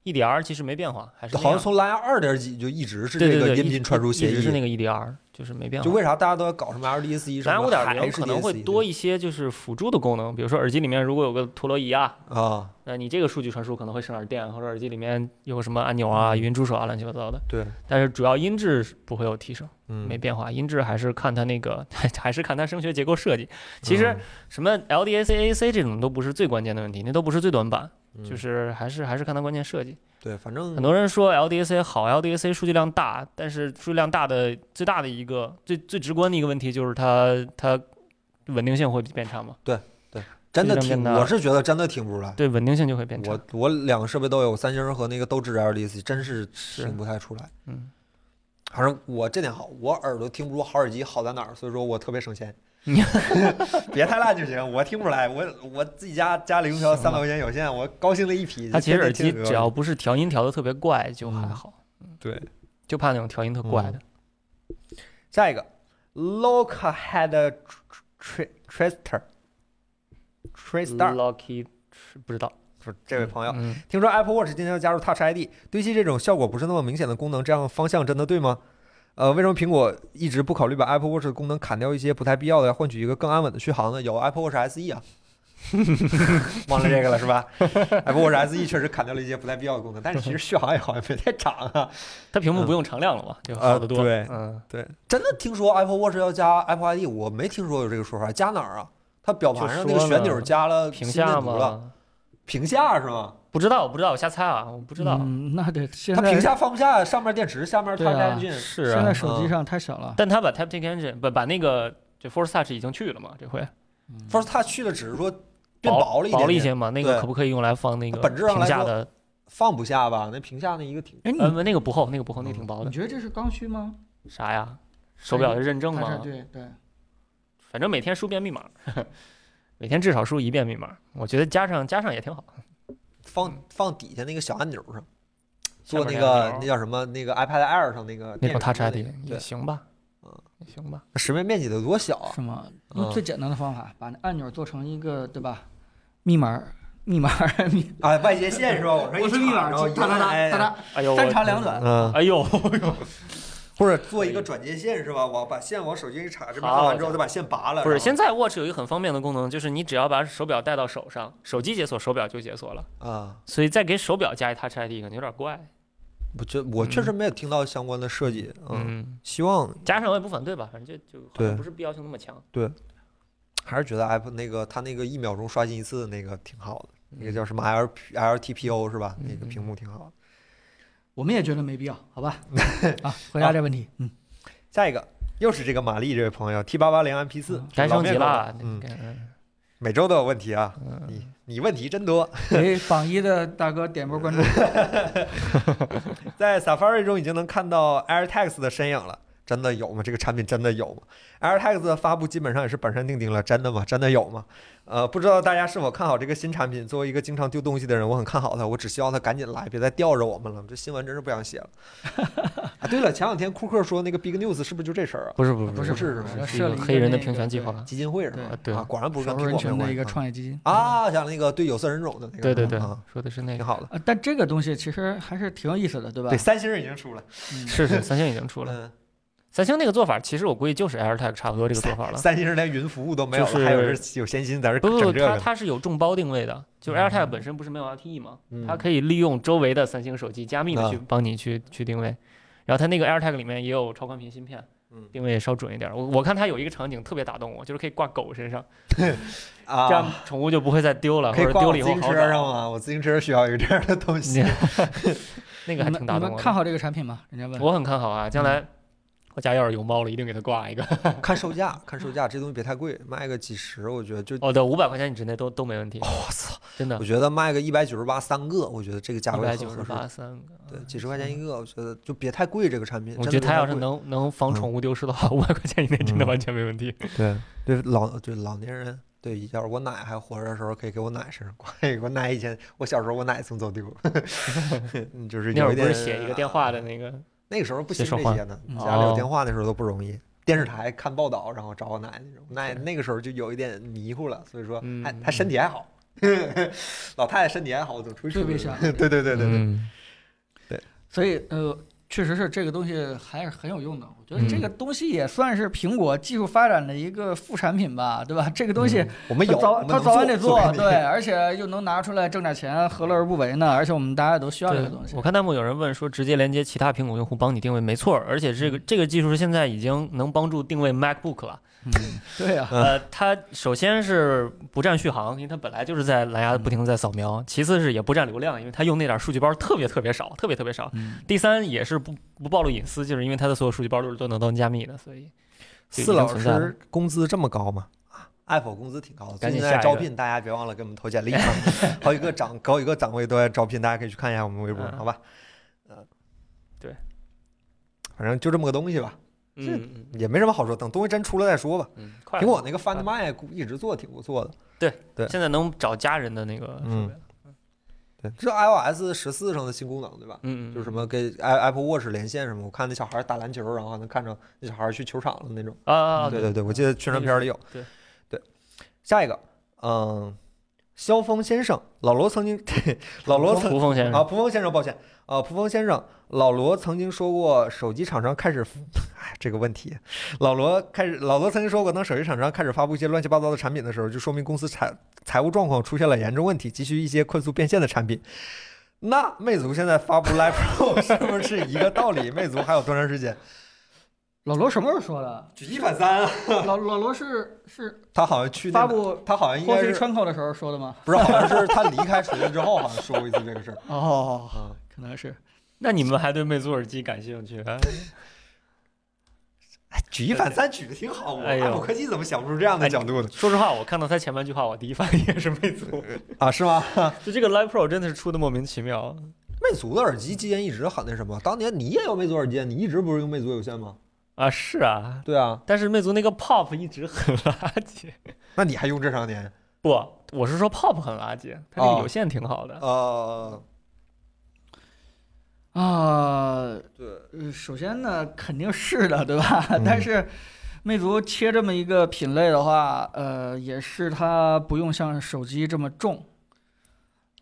S3: EDR 其实没变化，还是那
S1: 好像
S3: 样
S1: 从蓝牙二点几就一直是
S3: 对
S1: 这
S3: 对
S1: 个
S3: 对
S1: 音
S3: 一
S1: 频传输协
S3: 一直是
S1: 议，
S3: 那个 EDR，就是没变化。
S1: 就为啥大家都要搞什么 LDC E 什
S3: 蓝牙
S1: 么
S3: 五
S1: 的，
S3: 点
S1: 还
S3: 零
S1: 是
S3: 可能会
S1: DSC
S3: 多一些就是辅助的功能，比如说耳机里面如果有个陀螺仪啊，
S1: 啊？
S3: 那你这个数据传输可能会省点电，或者耳机里面有什么按钮啊、语音助手啊，乱七八糟的。
S1: 嗯对，
S3: 但是主要音质是不会有提升，
S1: 嗯，
S3: 没变化，音质还是看它那个， 还是看它声学结构设计。其
S1: 嗯
S3: 实什么 LDAC、AAC 这种都不是最关键的问题，那都不是最短板，
S1: 嗯
S3: 就
S1: 嗯
S3: 是还是还是看它关键设计。
S1: 对，反正
S3: 很多人说 LDAC 好，LDAC 数据量大，但是数据量大的最大的一个最最直观的一个问题就是它它稳定性会变差嘛？
S1: 真的
S3: 质量
S1: 挺，
S3: 变大
S1: 我是觉得真的挺不出来。
S3: 对，稳定性就会变差
S1: 我。我两个设备都有，三星和那个都支持 LDC，真 E，是
S3: 是
S1: 听不太出来。
S3: 嗯，
S1: 反正我这点好，我耳朵听不出好耳机好在哪儿，所以说我特别省 钱。别太烂就行，我听不出来。我我自己家家里空调
S3: 行
S1: 三百块钱有线，我高兴了一匹。
S3: 它其实
S1: 天
S3: 耳
S1: 天
S3: 机
S1: 听
S3: 只要不是调音调的特别怪就还好，
S1: 嗯对。
S3: 就怕那种调音特怪的。
S1: 下一个 Lockheed Tri- Tri- Trister Trister，
S3: Lucky 是不知道，
S1: 不是这位朋友，
S3: 嗯，
S1: 听说 Apple Watch 今天要加入 Touch ID，堆砌这种效果不是那么明显的功能，这样方向真的对吗？呃，为什么苹果一直不考虑把 Apple Watch 的功能砍掉一些不太必要的，来换取一个更安稳的续航呢？有 Apple Watch SE 啊，忘了这个了是吧？Apple Watch SE 确实砍掉了一些不太必要的功能，但是其实续航也好像没太长啊。
S3: 它屏幕不用常亮了嘛，就好得多。
S1: 啊对
S3: 嗯，
S1: 对，真的听说 Apple Watch 要加 Apple ID，我没听说有这个说法，加哪儿啊？它表盘上那个
S3: 就说
S1: 旋
S3: 呢
S1: 钮加了
S3: 屏
S1: 心
S3: 下
S1: 电图了，
S3: 嘛，
S1: 屏下是吗？
S3: 不知道，我不知道，我瞎猜啊，我不知道。
S2: 嗯，那得现
S1: 它
S2: 在
S1: 屏下放不下，上面电池，下面
S2: 对
S1: Touch
S2: 啊
S1: Engine。
S3: 是
S2: 现在
S3: 啊，
S2: 手机上太小了。
S3: 但它把 Taptic Engine 把把那个就 Force Touch 已经去了嘛，这回。
S2: 嗯
S1: 不是他去了，只是说变
S3: 薄
S1: 薄了一
S3: 薄
S1: 点
S3: 了一
S1: 点，
S3: 些嘛，那个
S1: 对
S3: 可不可以用来放那个
S1: 本质上来
S3: 屏下
S1: 说嗯
S3: 的？
S1: 放不下吧？那屏下那一个挺
S2: 哎，你
S3: 呃，不那个不厚，那个不
S1: 嗯
S3: 厚，那个挺薄
S2: 你
S3: 的。
S2: 觉得这是刚需吗？
S3: 啥呀？手表的认证
S2: 它是
S3: 吗？
S2: 对对，
S3: 反正每天输遍密码，每天至少输一遍密码。我觉得加上加上也挺好。
S1: 放放底下那个小按钮上，
S3: 嗯下
S1: 做
S3: 面
S1: 那
S3: 两
S1: 个
S3: 条
S1: 那叫什么？那个 iPad Air 上那个
S3: 那
S1: 电
S3: 种
S1: 视
S3: Touch
S1: 屏
S3: ID
S1: 的那
S3: 也
S1: 个，
S3: 行吧，
S1: 嗯
S3: 也行吧。
S1: 对，实面面积得多
S3: 哦
S1: 小啊！
S2: 是吗？
S1: 嗯
S3: 呃
S2: 用最简单的方法，把那按钮做成一个，对吧？密码儿，密码儿，密，
S1: 啊，外接线是吧？我说
S2: 我
S1: 一
S2: 是密
S1: 插
S2: 码儿，
S1: 然后一
S2: 哒哒哒
S1: 按
S2: 哒哒，
S3: 哎呦，
S2: 三
S3: 我
S2: 长两短。
S1: 嗯，
S3: 哎呦，
S1: 或者做一个转接线是吧？我把线往手机一插，这边
S3: 好
S1: 按完之后再把线拔了。
S3: 不是，
S1: 然
S3: 现在 Watch 有一个很方便的功能，就是你只要把手表戴到手上，手机解锁，手表就解锁了。
S1: 后啊，
S3: 所以再给手表加一 Touch ID 可能有点怪。
S1: 我觉我确实没有听到相关的设计，嗯，
S3: 嗯，
S1: 希望
S3: 加上我也不反对吧，反正就就好
S1: 对
S3: 像不是必要性那么强。
S1: 还是觉得 Apple 那个它那个一秒钟刷新一次那个挺好的，那
S3: 嗯
S1: 个叫什么 L LTPO 是吧？那个屏幕挺好的。
S2: 我们也觉得没必要，好 吧？啊，回答这问题，嗯，
S1: 下一个又是这个玛丽这位朋友 T 八八零 MP 四
S2: 嗯，
S3: 该升级
S1: 了
S3: 了，。
S1: 嗯，
S3: 嗯那个
S1: 每周都有问题啊，你你问题真多。
S2: 给榜一的大哥点波关 注。
S1: 在 Safari 中已经能看到 AirTags 的身影了，真的有吗？这个产品真的有吗？AirTags 的发布基本上也是板上钉钉了，真的吗？真的有吗？呃，不知道大家是否看好这个新产品。作为一个经常丢东西的人，我很看好它，我只希望它赶紧来，别再吊着我们了。这新闻真是不想写 了。啊，对了，前两天库克说那个 Big News 是不是就这事儿啊？
S3: 不是不是
S2: 不
S1: 是
S2: 是
S1: 是
S2: 不
S1: 是
S3: 是一
S2: 设
S3: 个
S2: 立
S3: 黑人的
S2: 那
S3: 平
S2: 个
S3: 权计划。
S1: 基金会是
S2: 对
S1: 吗？
S3: 啊对
S1: 啊，果然不是
S2: 少
S1: 跟苹
S2: 数人
S1: 果
S2: 群
S1: 没
S2: 的
S1: 关
S2: 一
S1: 系
S2: 个
S3: 嗯
S1: 啊
S2: 创业基金。
S1: 啊，讲那个对有色人种的那个，
S3: 对对对
S1: 啊，，
S3: 说的是那
S1: 挺
S3: 个，
S1: 好的。
S2: 啊，但这个东西其实还是挺有意思的，对吧嗯
S1: 对，？三星人已经出了，
S3: 是是，三星已经出了。
S1: 嗯，
S3: 三星那个做法，其实我估计就是 AirTag 差不多这个做法了。
S1: 三星人连云服务都没有了，
S3: 就是
S1: 还有是有闲心在这
S3: 不
S1: 整这
S3: 不不，
S1: 个
S3: 它
S1: 呢，
S3: 它是有众包定位的，就是 AirTag 本身不是没有 LTE 嘛，
S1: 嗯
S3: 它可以利用周围的三星手机加密的
S1: 啊
S3: 去帮你去去定位。然后它那个 AirTag 里面也有超宽屏芯片
S1: 嗯，
S3: 定位稍准一点。我我看它有一个场景特别打动我，就是可以挂狗身上，这样
S1: 啊，
S3: 宠物就不会再丢了，
S1: 可
S3: 或
S1: 以
S3: 者
S1: 挂
S3: 丢
S1: 我自
S3: 了以后
S1: 行
S3: 好
S1: 车上
S3: 找。
S1: 吗？我自行车需要一个这样的东西啊
S3: 你。 那个还
S2: 你们
S3: 挺打
S2: 你
S3: 动
S2: 们
S3: 我
S2: 看
S3: 的。
S2: 好这个产品吗？人家问。
S3: 我很看好啊，将来我家要是有猫了，一定给它挂一个。
S1: 看售价，看售价，这东西别太贵，卖个几十，我觉得就，
S3: 哦，对，五百块钱以之内都都没问题，
S1: 我操，
S3: 真的
S1: 我。觉得卖个一百九十八三个，我觉得这个价
S3: 一
S1: 位
S3: 百
S1: 很
S3: 九十
S1: 合
S3: 八
S1: 适。
S3: 三个，嗯
S1: 对，几十块钱一个，我觉得就别太贵这个产品。
S3: 我嗯
S1: 真
S3: 觉
S1: 的
S3: 得
S1: 别
S3: 他
S1: 太
S3: 要是
S1: 贵
S3: 能能防宠物丢失的话，五百块钱以内真的
S1: 嗯
S3: 完全没问题。
S1: 对对老对老年人，对要是我奶还活着的时候，可以给我奶身上挂一个。我奶以前我小时候我奶总走丢， 嗯就是
S3: 那
S1: 有
S3: 会儿
S1: 一
S3: 不
S1: 点啊
S3: 是写一个电话的那个，
S1: 那个时候不
S3: 写
S1: 兴
S3: 手
S1: 这
S3: 环
S1: 些呢，
S2: 嗯
S1: 家里有
S3: 哦嗯
S1: 电话那时候都不容易。电视台看报道，然后找我奶那种，那那个时候就有一点迷糊了，所以说
S3: 嗯
S1: 还她身体还好，老太太身体还好，总出去
S2: 特别
S1: 吃
S2: 像
S1: 对对对对对，
S3: 嗯
S2: 所以呃，确实是这个东西还是很有用的。我觉
S3: 嗯
S2: 得这个东西也算是苹果技术发展的一个副产品吧，对
S3: 嗯
S2: 吧？这个东西
S1: 我们
S2: 他
S1: 有，我
S2: 早
S1: 们
S2: 他
S1: 能
S2: 早晚得
S1: 做，
S2: 做
S1: 做，给你
S2: 对，
S3: 啊
S2: 而且又能拿出来挣点钱，何乐而不为呢？而且我们大家都需要这个
S3: 对
S2: 东，西
S3: 我。看弹幕有人问说，直接连接其他苹果用户帮你定位，没错儿，而且这个这个技术是现在已经能帮助定位 MacBook 了。
S2: 嗯对啊呀、
S3: 呃，它首先是不占续航，因为它本来就是在蓝牙不停的在扫描；其次是也不占流量，因为它用那点数据包特别特别少，特别特别少。
S2: 嗯
S3: 第三也是不不暴露隐私，就是因为它的所有数据包都是都能都能加密的，所以就
S1: 四
S3: 已经
S1: 老
S3: 存在了
S1: 师工资这么高吗？啊，Apple 工资挺高的，
S3: 赶
S1: 最
S3: 紧
S1: 近
S3: 下
S1: 在
S3: 一
S1: 招
S3: 个
S1: 聘，大家别忘了给我们投简 历啊！ 好几个岗，好几个岗位都在招聘，大家可以去看一下我们微博，
S3: 嗯
S1: 好吧？呃，
S3: 对，
S1: 反正就这么个东西吧，
S4: 嗯嗯嗯
S1: 也没什么好说，等东西真出了再说吧。
S4: 嗯，
S3: 快
S1: 苹果那个 Find My 一直做得挺不错的，对
S3: 现在能找家人的那个设
S1: 嗯
S3: 备了。
S1: 对，这 iOS 十四上的新功能对吧？
S3: 嗯嗯，
S1: 就是什么跟 i- Apple Watch 连线什么，我看那小孩打篮球，然后还能看着那小孩去球场了那种。
S3: 啊啊，啊
S1: 对对对，我记得宣传片里有。
S3: 对
S1: 对，下一个，嗯，萧峰先生，老罗曾经，老罗曾
S3: 胡风先生
S1: 啊，蒲峰先生，抱歉啊，蒲峰先生，老罗曾经说过，手机厂商开始，哎，这个问题，老罗开始，老罗曾经说过，当手机厂商开始发布一些乱七八糟的产品的时候，就说明公司财财务状况出现了严重问题，急需一些快速变现的产品。那魅族现在发布 Live Pro 是不是一个道理？魅族还有多长时间？
S2: 老罗什么时候说的？
S1: 举一反三啊！
S2: 老老罗是是
S1: 他好像去那
S2: 发
S1: 个，
S2: 布
S1: 他好像应
S2: 霍
S1: 该
S2: 飞
S1: 是
S2: 窗口的时候说的吗？
S1: 不是，好像是他离开锤子之后，好像说过一次这个事儿。
S2: 哦，
S1: 嗯，
S2: 可能是。
S3: 那你们还对魅族耳机感兴趣？ 哎
S1: 哎举一反三举的挺好，啊我
S3: 哎呦
S1: Apple 科技怎么想不出这样的角度呢？
S3: 说实话，我看到他前半句话，我第一反应也是 魅族。
S1: 啊，是吗？
S3: 就这个 Live Pro 真的是出的莫名其妙。
S1: 魅族的耳机基因一直很那什么，当年你也有魅族耳机，你一直不是用魅族有线吗？
S3: 啊，是啊，
S1: 对啊，
S3: 但是魅族那个 Pop 一直很垃圾。
S1: 那你还用这常年？
S3: 不，我是说 Pop 很垃圾，它那
S1: 哦
S3: 个有线挺好的。
S1: 呃，
S2: 啊、
S1: 对，
S2: 呃首先呢，肯定是的，对吧？
S1: 嗯
S2: 但是魅族切这么一个品类的话，呃，也是它不用像手机这么重。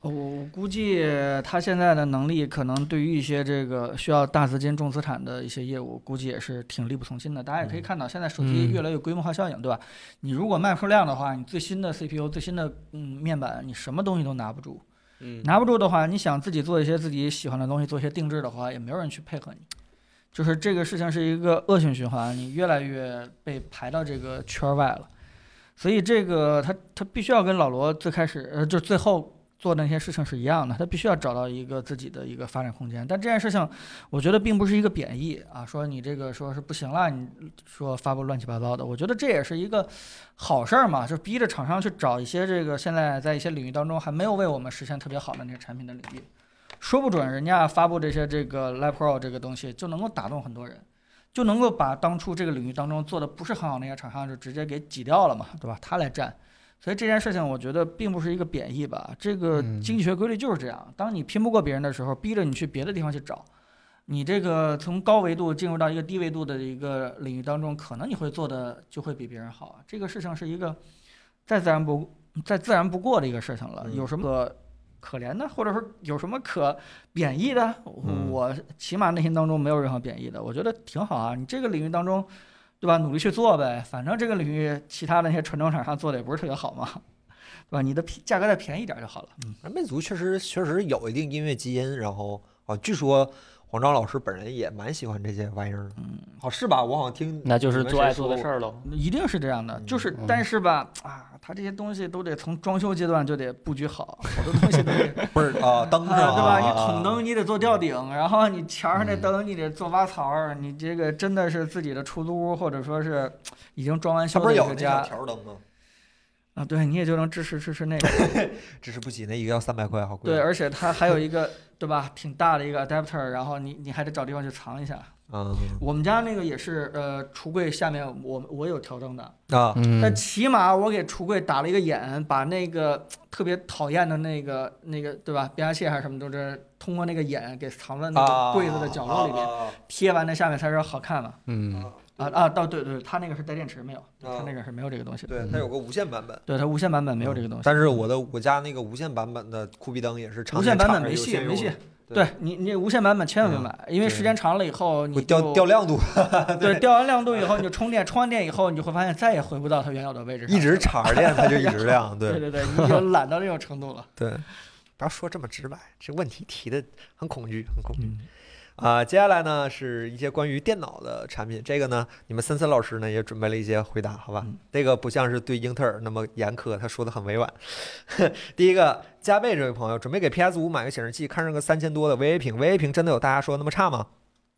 S2: 我我估计它现在的能力，可能对于一些这个需要大资金重资产的一些业务，估计也是挺力不从心的。大家也可以看到，现在手机
S3: 嗯
S2: 越来越规模化效应，对吧？你如果卖不出量的话，你最新的 CPU、最新的嗯面板，你什么东西都拿不住。
S4: 嗯
S2: 拿不住的话，你想自己做一些自己喜欢的东西，做一些定制的话，也没有人去配合你。就是这个事情是一个恶性循环，你越来越被排到这个圈儿外了。所以这个他他必须要跟老罗最开始呃，就最后做那些事情是一样的，他必须要找到一个自己的一个发展空间。但这件事情，我觉得并不是一个贬义啊，说你这个说是不行了，你说发布乱七八糟的，我觉得这也是一个好事儿嘛，就逼着厂商去找一些这个现在在一些领域当中还没有为我们实现特别好的那些产品的领域，说不准人家发布这些这个 Live Pro 这个东西就能够打动很多人，就能够把当初这个领域当中做的不是很好那些厂商就直接给挤掉了嘛，对吧？他来占。所以这件事情，我觉得并不是一个贬义吧。这个
S3: 嗯
S2: 经济学规律就是这样，当你拼不过别人的时候，逼着你去别的地方去找，你这个从高维度进入到一个低维度的一个领域当中，可能你会做的就会比别人好。这个事情是一个再自然不再自然不过的一个事情了。
S1: 嗯
S2: 有什么可可怜的，或者说有什么可贬义的？
S1: 嗯
S2: 我起码内心当中没有任何贬义的，我觉得挺好啊。你这个领域当中，对吧？努力去做呗，反正这个领域其他的那些传统厂商做的也不是特别好嘛，对吧？你的便价格再便宜一点就好了。
S1: 呃魅族确实确实有一定音乐基因，然后啊，据说黄章老师本人也蛮喜欢这些玩意儿的。
S2: 嗯，
S1: 好是吧？我好像听
S3: 那就是做爱做的事
S1: 儿。
S3: 儿喽。
S2: 一定是这样的，就是
S3: 嗯
S2: 但是吧，啊，它这些东西都得从装修阶段就得布局好，好多东西都得
S1: 不是啊， 灯是吧？
S2: 啊，对吧？
S1: 啊嗯
S2: 你筒灯，你得做吊顶，然后你墙上那灯你得做挖槽儿，你这个真的是自己的出租屋，或者说是已经装完
S1: 它
S2: 修
S1: 不是
S2: 的一
S1: 有
S2: 个
S1: 那小
S2: 家
S1: 条儿灯吗？
S2: 啊，对你也就能支持支持那个。
S1: 只是不起，那一个要三百块，好贵。
S2: 对，，而且它还有一个对吧，挺大的一个 adapter，然后你你还得找地方去藏一下。
S1: 嗯
S2: 我们家那个也是，呃，橱柜下面我我有调灯的，
S1: 啊，
S2: 但
S3: 嗯，
S2: 起码我给橱柜打了一个眼，把那个特别讨厌的那个那个对吧，变压器还是什么都是通过那个眼给藏在那
S1: 啊
S2: 个柜子的角落里边，
S1: 边。
S2: 贴完那下面才是好看嘛。
S3: 嗯，
S2: 啊啊，到对对，它那个是带电池没有，
S1: 啊
S2: 它那个是没有这个东西的。
S1: 对，它有个无线版本。
S2: 对，它无线版本没有这个东西。
S1: 但是我的我家那个无线版本的酷比灯也是常
S2: 无
S1: 年
S2: 线版
S1: 插
S2: 本
S1: 着
S2: 没
S1: 有
S2: 戏
S1: 线
S2: 没
S1: 用
S2: 戏
S1: 的，对嗯
S2: 对你，你无线版本千万别买，因为时间长了以后你
S1: 会
S2: 就
S1: 掉掉亮度，
S2: 对掉完亮度以 后你就充电，充完电以后你就会发现再也回不到它原有的位置 上，
S1: 一直插着电它就一直亮，
S2: 对
S1: 对
S2: 对对，
S3: 嗯
S2: 你就懒到这种程度了。
S1: 对。
S5: 不要说这么直白，这问题提的很恐惧，很恐惧。
S3: 嗯
S1: 啊、接下来呢是一些关于电脑的产品，这个呢，你们森森老师呢也准备了一些回答，好吧？
S2: 嗯
S1: 这个不像是对英特尔那么严苛，他说的很委婉。 第一个，加倍这位朋友准备给 PS 五买个显示器，看上个三千多的 VA 屏，VA 屏真的有大家说的那么差吗？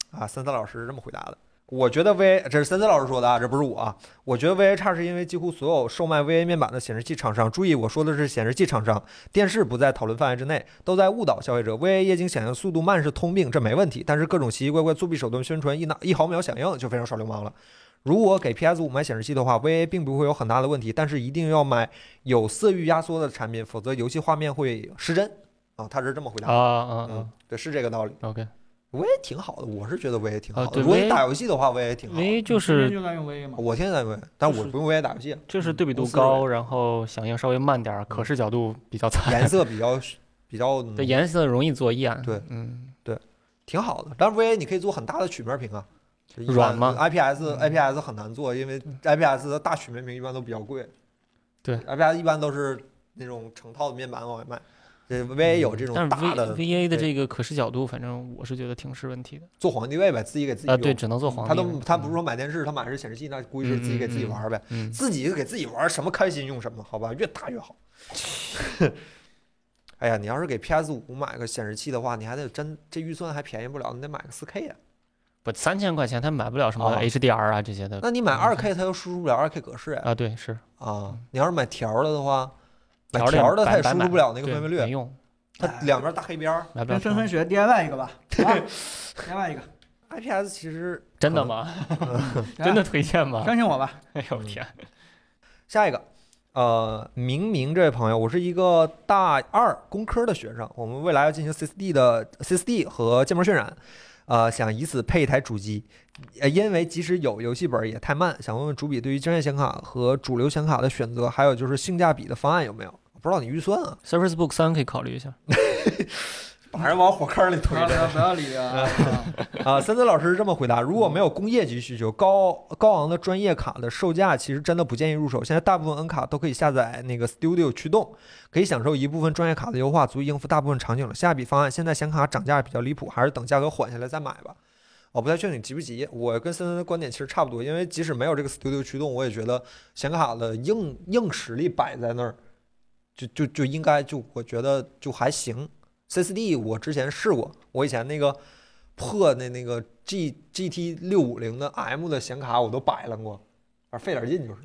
S1: 啊，森森老师是这么回答的。我觉得 VA 这是森森老师说的啊，这不是我啊。我觉得 VA 差是因为几乎所有售卖 VA 面板的显示器厂商，注意我说的是显示器厂商，电视不在讨论范围之内，都在误导消费者。VA 液晶响应速度慢是通病，这没问题。但是各种奇奇怪怪作弊手段宣传一拿一毫秒响应就非常耍流氓了。如果给 PS 五买显示器的话，VA 并不会有很大的问题，但是一定要买有色域压缩的产品，否则游戏画面会失真啊。他是这么回答
S3: 啊
S1: 的，
S3: 啊
S1: 嗯
S3: 啊，
S1: 对，是这个道理。
S3: ，OK，
S1: 我也挺好的，我是觉得 VA 挺好
S3: 啊
S1: 的。
S3: 对
S1: 如果你
S3: VA
S1: 打游戏的话，VA 挺好的。
S3: 为
S2: 天
S3: 就
S1: 嗯
S3: 是
S2: 就在用 VA 嘛，
S1: 我天天在 VA，但
S3: 就
S1: 我
S3: 是
S1: 不用 VA 打游戏，
S3: 就是对比
S1: 嗯
S3: 度
S1: 公司嗯
S3: 高，然后响应稍微慢点儿，可视角度比较惨，
S1: 颜色比较比较
S3: 对颜色容易作厌。
S1: 对，
S3: 嗯，
S1: 挺好的。但是 VA 你可以做很大的曲面屏啊，就一般呃
S3: 软吗嗯
S1: ？IPS IPS 很难做，因为 IPS 的大曲面屏一般都比较贵。
S3: 对
S1: ，IPS 一般都是那种成套的面板往外卖。这 VA 有这
S3: 嗯但
S1: 种
S3: 是
S1: 大
S3: V
S1: 的
S3: V A 的
S1: 对
S3: 这个可视角度，反正我是觉得挺是问题的
S1: 做皇帝位呗，自己给自己
S3: 啊。
S1: 用。
S3: 对，只能做黄历
S1: 他
S3: 了。
S1: 都他不是说买电视，他买的是显示器，那估计是自己给自己玩呗，
S3: 嗯，
S1: 自己给自己玩，什么开心用什么，好吧，越大越好。 哎呀，你要是给 PS 五买个显示器的话，你还得真这预算还便宜不了，你得买个啊 4K 呀、
S3: 不三千块钱他买不了什么
S1: 啊
S3: H D R 啊这些的
S1: 那你买 2K 它又输出不了 2K 格式呀、
S3: 啊。对，是
S1: 啊，你要是买条儿了的话，买
S3: 条
S1: 条儿的它
S3: 白
S1: 也
S3: 白
S1: 输
S3: 买
S1: 出不了那个
S3: 对
S1: 分辨
S3: 没
S1: 率，
S3: 用，
S1: 它两边大黑边儿。
S3: 买不
S2: 跟
S3: 了条
S2: 森森
S3: 儿。
S2: 学 DIY 一个吧 ，DIY 一个，
S1: IPS 其实
S3: 真的
S1: 可能？
S3: 吗？ 真的推 荐
S1: 啊
S3: 吗？
S2: 相信我吧，
S3: 哎呦天，
S1: 下一个，呃，明明这位朋友，我是一个大二工科的学生，我们未来要进行 CSD 的 CSD 和建模渲染，呃，想以此配一台主机，呃，因为即使有游戏本儿也太慢，想问问主笔对于专业显卡和主流显卡的选择，还有就是性价比的方案有没有？不知道你预算啊，
S3: Surface Book 三可以考虑一下。
S1: 把人往火坑里
S2: 不要不要不要理这个啊，
S1: 啊，森森老师是这么回答：如果没有工业级需求，高高昂的专业卡的售价其实真的不建议入手。现在大部分 N 卡都可以下载那个 Studio 驱动，可以享受一部分专业卡的优化，足以应付大部分场景了。下一笔方案，现在显卡涨价比较离谱，还是等价格缓下来再买吧。我不太确定你急不急，我跟森森的观点其实差不多，因为即使没有这个 Studio 驱动，我也觉得显卡的硬硬实力摆在那儿，就就就应该就我觉得就还行。CSD 我之前试过，我以前那个破那那个 G GT 六五零的 M 的显卡我都摆烂过，反正费点劲就是。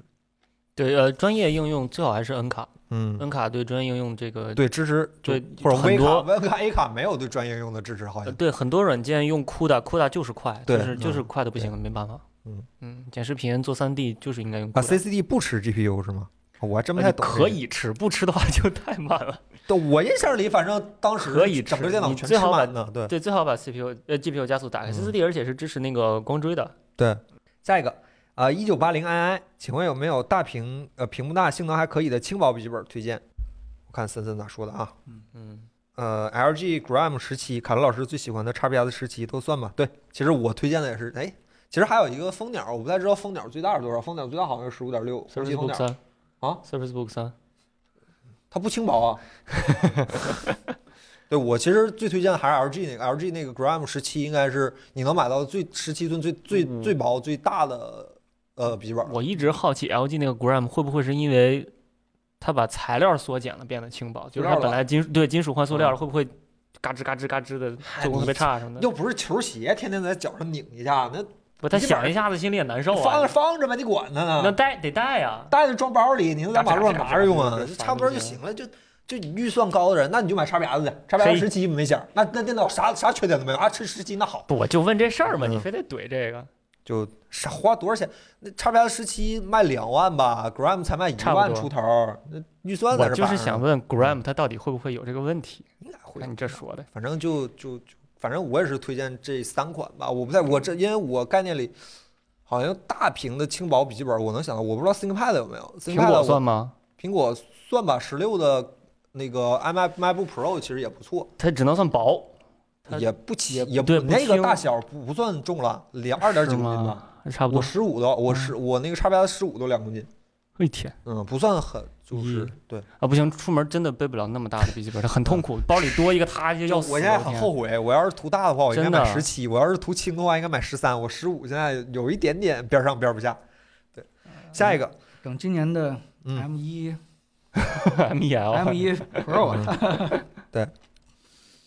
S3: 对，呃，专业应用最好还是 N 卡
S1: 嗯，
S3: ，N 卡对专业应用这个
S1: 对，支持就
S3: 对
S1: 或者
S3: 很
S1: V 卡
S3: 多
S1: V 卡 A 卡没有对专业用的支持，好
S3: 呃
S1: 像
S3: 对很多软件用 CUDA，CUDA 就是快，就
S1: 对
S3: 是就是
S1: 嗯
S3: 快的不行，没办法。
S1: 嗯
S3: 嗯，剪视频做 3D 就是应该用
S1: 啊
S3: CUDA。
S1: CCD 不吃 GPU 是吗？我还真不太
S3: 呃你
S1: 懂。
S3: 可，以吃，不吃的话 就太慢了。
S1: 对我印象里反正当时
S3: 可以吃
S1: 整个电脑
S3: 你
S1: 全吃
S3: 最好
S1: 满的，对。
S3: 对，最好把 CPU 呃 GPU 加速打开
S1: 嗯
S3: ，CCD 而且是支持那个光追的。
S1: 对，下一个，啊、呃，一九八零 ii，请问有没有大屏呃屏幕大、性能还可以的轻薄笔记本推荐？我看森森咋说的啊？
S3: 嗯，
S1: 呃，LG Gram 十七，凯伦老师最喜欢的 XPS 十七都算吧。对，其实我推荐的也是，哎，其实还有一个蜂鸟，我不太知道蜂鸟最大是多少，蜂鸟最大好像是十五点六，红
S3: Surface
S1: 旗蜂
S3: Book
S1: 鸟，
S3: 三
S1: 啊
S3: ，Surface Book 三，
S1: 它不轻薄 啊。对我其实最推荐的还是 LG 那个 LG 那个 Gram 十七，应该是你能买到最十七寸最最
S3: 嗯
S1: 最薄最大的呃笔记本了。
S3: 我一直好奇 LG 那个 Gram 会不会是因为它把材料缩减了，变得轻薄，就是它
S1: 塑料
S3: 本
S1: 了
S3: 来金对金属换塑料
S1: 嗯
S3: 了，会不会嘎吱嘎吱嘎吱的
S1: 嗨
S3: 做工
S1: 你
S3: 特别差什么的？
S1: 又不是球鞋，天天在脚上拧一下，那
S3: 不，他
S1: 笔记本
S3: 想一下子心里也难受
S1: 放着
S3: 啊。
S1: 放着呗，你管它
S3: 那
S1: 呢？
S3: 带得带啊呀、
S1: 带着装包里，你能在马路上拿着用啊
S3: 对对？对
S1: 差不多就行了，就就预算高的人，那你就买叉 PS 去，叉
S3: 可
S1: PS
S3: 以
S1: 十七没响，那那电脑啥啥缺点都没有啊，这十七那好，
S3: 不，我就问这事儿嘛，
S1: 嗯
S3: 你非得怼这个，
S1: 就啥花多少钱？那叉 PS 十七卖两万吧，Gram 才卖一
S3: 差
S1: 万
S3: 不多
S1: 出头儿，那预算在
S3: 我
S1: 这
S3: 就
S1: 摆
S3: 是
S1: 着
S3: 想
S1: 呢，
S3: 问 Gram 他到底会不会有这个问题？
S1: 应该会嗯
S3: 看你这说的，
S1: 反正就就就，反正我也是推荐这三款吧。我不太我这，因为我概念里好像大屏的轻薄笔记本，我能想到，我不知道 ThinkPad 有没有。
S3: 苹
S1: ThinkPad
S3: 果
S1: 我
S3: 算吗？
S1: 苹果算吧，十六的那个 iMac MacBook Pro 其实也不错。
S3: 它只能算薄，它
S1: 也不轻，啊
S3: 也
S1: 也
S3: 对
S1: 不
S3: 不
S1: 那个
S3: 轻
S1: 大小不不算重了，两二点几
S3: 是
S1: 公斤吧。
S3: 吗？差不
S1: 我
S3: 多。
S1: 十五的，我
S3: 嗯
S1: 十我那个叉 PS 十五都两公斤，
S3: 我哎天
S1: 嗯，不算很，就是对。
S3: 啊，不行，出门真的背不了那么大的笔记本，它很痛苦。包里多一个它就要死。
S1: 嗯我现在很后
S3: 悔。
S1: 悔，我要是图大的话，我应该
S3: 真的
S1: 买十七；我要是图轻的话，应该买十三。我十五现在有一点点边上边不下。对，下一个，
S2: 等今年的
S1: 嗯
S2: M 一
S3: M E L
S2: M 一 Pro，
S1: 嗯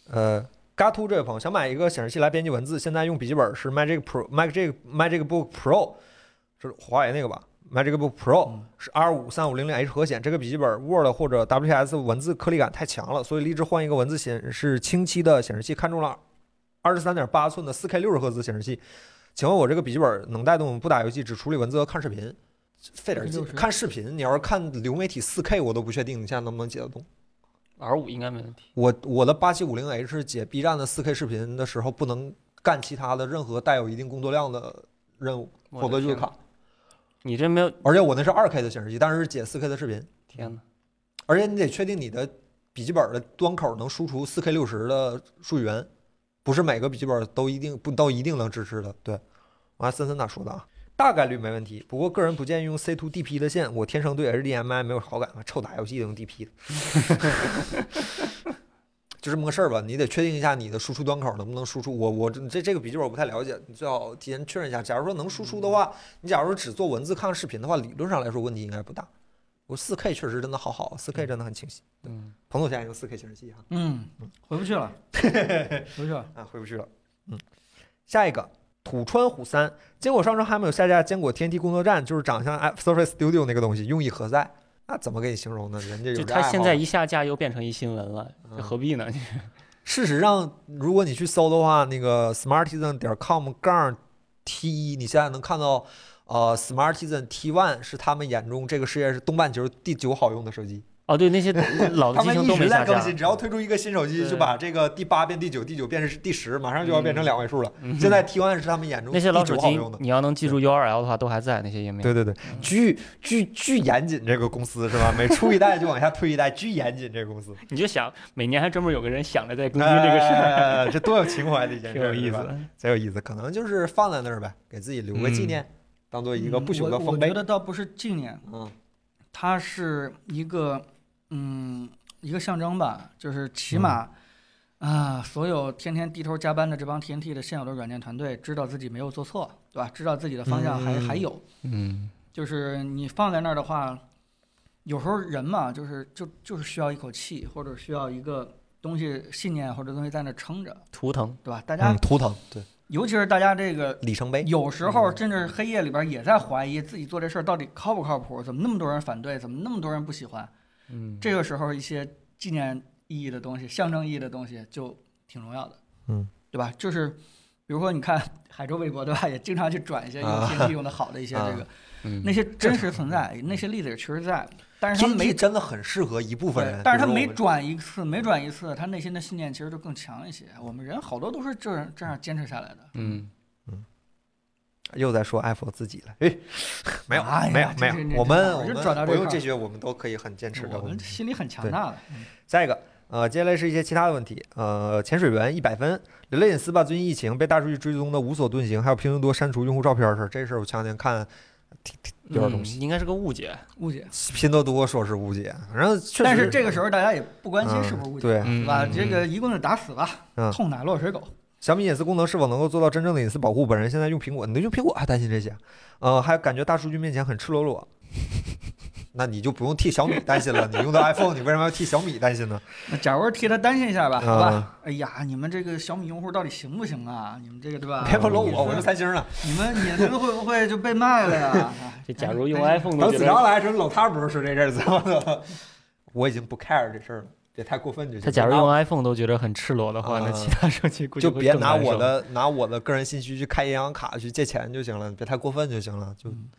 S1: 呃。嘎突这位朋友想买一个显示器来编辑文字，现在用笔记本是 Magic Pro、Magic Magic Book Pro，这是华为那个吧？Magic Book Pro
S2: 嗯
S1: 是 R 五三五零零 H 核显，这个笔记本 Word 或者 WPS 文字颗粒感太强了，所以立志换一个文字显示清晰的显示器，看中了二十三点八寸的四 K 六十赫兹显示器。请问我这个笔记本能带动不打游戏，只处理文字和看视频？费点劲，
S2: 4K 60
S1: 看视频，你要是看流媒体四 K，我都不确定你现在能不能解得动。
S3: R 五应该没问题。
S1: 我我的八七五零 H 是解 B 站的四 K 视频的时候，不能干其他的任何带有一定工作量的任务，
S3: 我
S1: 否
S3: 的
S1: 则就
S3: 天
S1: 是卡。
S3: 你这没有
S1: 而且我那是二 K 的显示器，但是是解四 K 的视频。
S3: 天呐，
S1: 而且你得确定你的笔记本的端口能输出 4K 六十的数据源，不是每个笔记本都一定不都一定能支持的。对，我按森森咋说的啊？大概率没问题，不过个人不建议用 C to DP 的线，我天生对 HDMI 没有好感，臭打游戏用 DP 的， 就这么个事儿吧。你得确定一下你的输出端口能不能输出。我我这这这个笔记本我不太了解，你最好提前确认一下。假如说能输出的话，你假如说只做文字看视频的话，理论上来说问题应该不大。我4 K 确实真的好好，4 K 真的很清晰。
S3: 嗯，
S1: 彭总现在用4 K 显示器哈，
S2: 嗯，回不去 了，回不去了。
S1: 啊，回不去了。嗯，下一个土川虎三，坚果商城还没有下架坚果天梯工作站，就是长相 Surface Studio 那个东西，用意何在？那怎么给你形容呢？人家有
S3: 就
S1: 这
S3: 它
S1: 爱好
S3: 现在一下架又变成一新闻了，
S1: 嗯
S3: 这何必呢？
S1: 事实上，如果你去搜的话，那个 smartisan 点 com 杠 t 一，你现在能看到，呃，smartisan t one 是他们眼中这个世界是东半球第九好用的手机。
S3: 哦，对，那些老的
S1: 他
S3: 机
S1: 们
S3: 型
S1: 一
S3: 都
S1: 直
S3: 没
S1: 在
S3: 下
S1: 更
S3: 架。嗯
S1: 新，只要推出一个新手机，
S3: 对
S1: 就把这个第八变第九，第九变是第十，马上就要变成两位数了。
S3: 嗯
S1: 现在 T one 是他们眼中
S3: 那些老
S1: 第
S3: 手
S1: 九好
S3: 机
S1: 用的，。
S3: 你要能记住 U R L 的话，都还在那些页面。
S1: 对对对，
S2: 嗯
S1: 巨巨巨严谨这个公司是吧？每出一代就往下推一代，巨严谨这个公 司。
S3: 你就想每年还专门有个人想着在更新这个事儿，
S1: 哎，这多有情怀的一件事
S3: 挺
S1: 儿，
S3: 有意
S1: 是
S3: 思
S1: 吧，
S3: 的。
S1: 贼有意思。可能就是放在那儿呗，给自己留个纪
S3: 嗯
S1: 念，当做一个不朽的
S2: 嗯我我
S1: 丰
S2: 觉
S1: 碑。
S2: 得倒不是纪念，
S1: 嗯
S2: 它是一个嗯一个象征吧，就是
S3: 嗯
S2: 起码、啊，所有天天低头加班的这帮 TNT 的现有的软件团队知道自己没有做错，对吧？知道自己的方向还、还有，
S3: 嗯，
S2: 就是你放在那儿的话，有时候人嘛，就是就就是需要一口气，或者需要一个东西信念或者东西在那撑着，
S3: 图腾
S2: 对吧？大家、
S1: 嗯，图腾对
S2: 尤其是大家这个
S1: 里
S3: 哎
S1: 程碑。
S2: 有时
S3: 嗯
S2: 候甚至黑夜里边也在怀疑自己做这事儿到底靠不靠谱，怎么那么多人反对，怎么那么多人不喜欢？
S3: 嗯
S2: 这个时候一些纪念意义的东西、象征意义的东西就挺重要的，
S1: 嗯，
S2: 对吧？就是比如说你看 海州微博，对吧？也经常去转一些用
S1: 啊
S2: TNT 用的好的一些这个、
S3: 嗯
S2: 那些真实存在，那些例子也确实在，但是他
S1: 天
S2: 们
S1: 梯
S2: 没。
S1: 真的很适合一部分
S2: 对
S1: 人，，
S2: 但是
S1: 比如说
S2: 他每
S1: 我们
S2: 转一次，每转一次，他内心的信念其实就更强一些。我们人好多都是这样这样坚持下来的。
S3: 嗯，
S1: 又在说 Apple 自己了，哎，没有，
S2: 哎呀
S1: 没有，
S2: 这
S1: 没
S2: 这这
S1: 有，我们
S2: 这
S1: 我
S2: 就转
S1: 们
S2: 到这
S1: 不用
S2: 块儿
S1: 这些，我们都可以很坚持的。
S2: 我们心里很强大的。嗯
S1: 下一个，呃，接下来是一些其他的问题，呃，潜水员一百分，人类隐私吧，最近疫情被大数据追踪的无所遁形，还有拼多多删除用户照片的事儿，这事儿我前两天看，挺挺有点东西。
S3: 嗯应该是个误解。
S2: 误解。
S1: 拼多多说是误解，反正确实，嗯
S2: 但是这个时候大家也不关心是不是误解，
S1: 对
S2: 对
S3: 嗯
S2: 吧？这个一棍子打死吧
S1: 嗯，
S2: 痛打落水狗。
S1: 小米隐私功能是否能够做到真正的隐私保护？本人现在用苹果，你都用苹果还担心这些？呃，还感觉大数据面前很赤裸裸。那你就不用替小米担心了，你用的 iPhone，你为什么要替小米担心呢？
S2: 那假如替他担心一下吧，
S1: 嗯
S2: 好吧？哎呀，你们这个小米用户到底行不行啊？你们这个对吧？
S1: 别不搂我，我是三星的。
S2: 你们隐私会不会就被卖了呀？哎
S3: 这假如用
S2: 担
S3: iPhone
S1: 等
S3: 都
S1: 子
S3: 觉
S1: 章
S3: 得，
S1: 来的时候，老他不是说这事儿，怎么的？ 我已经不 care 这事儿了，别太过分就行。
S3: 他假如用 iPhone 都觉得很赤裸的话，那
S1: 啊
S3: 其他手机估计
S1: 就
S3: 会
S1: 别
S3: 更
S1: 拿
S3: 难
S1: 我
S3: 受。
S1: 的拿我的个人信息去开银行卡去借钱就行了，别太过分就行了。就
S2: 嗯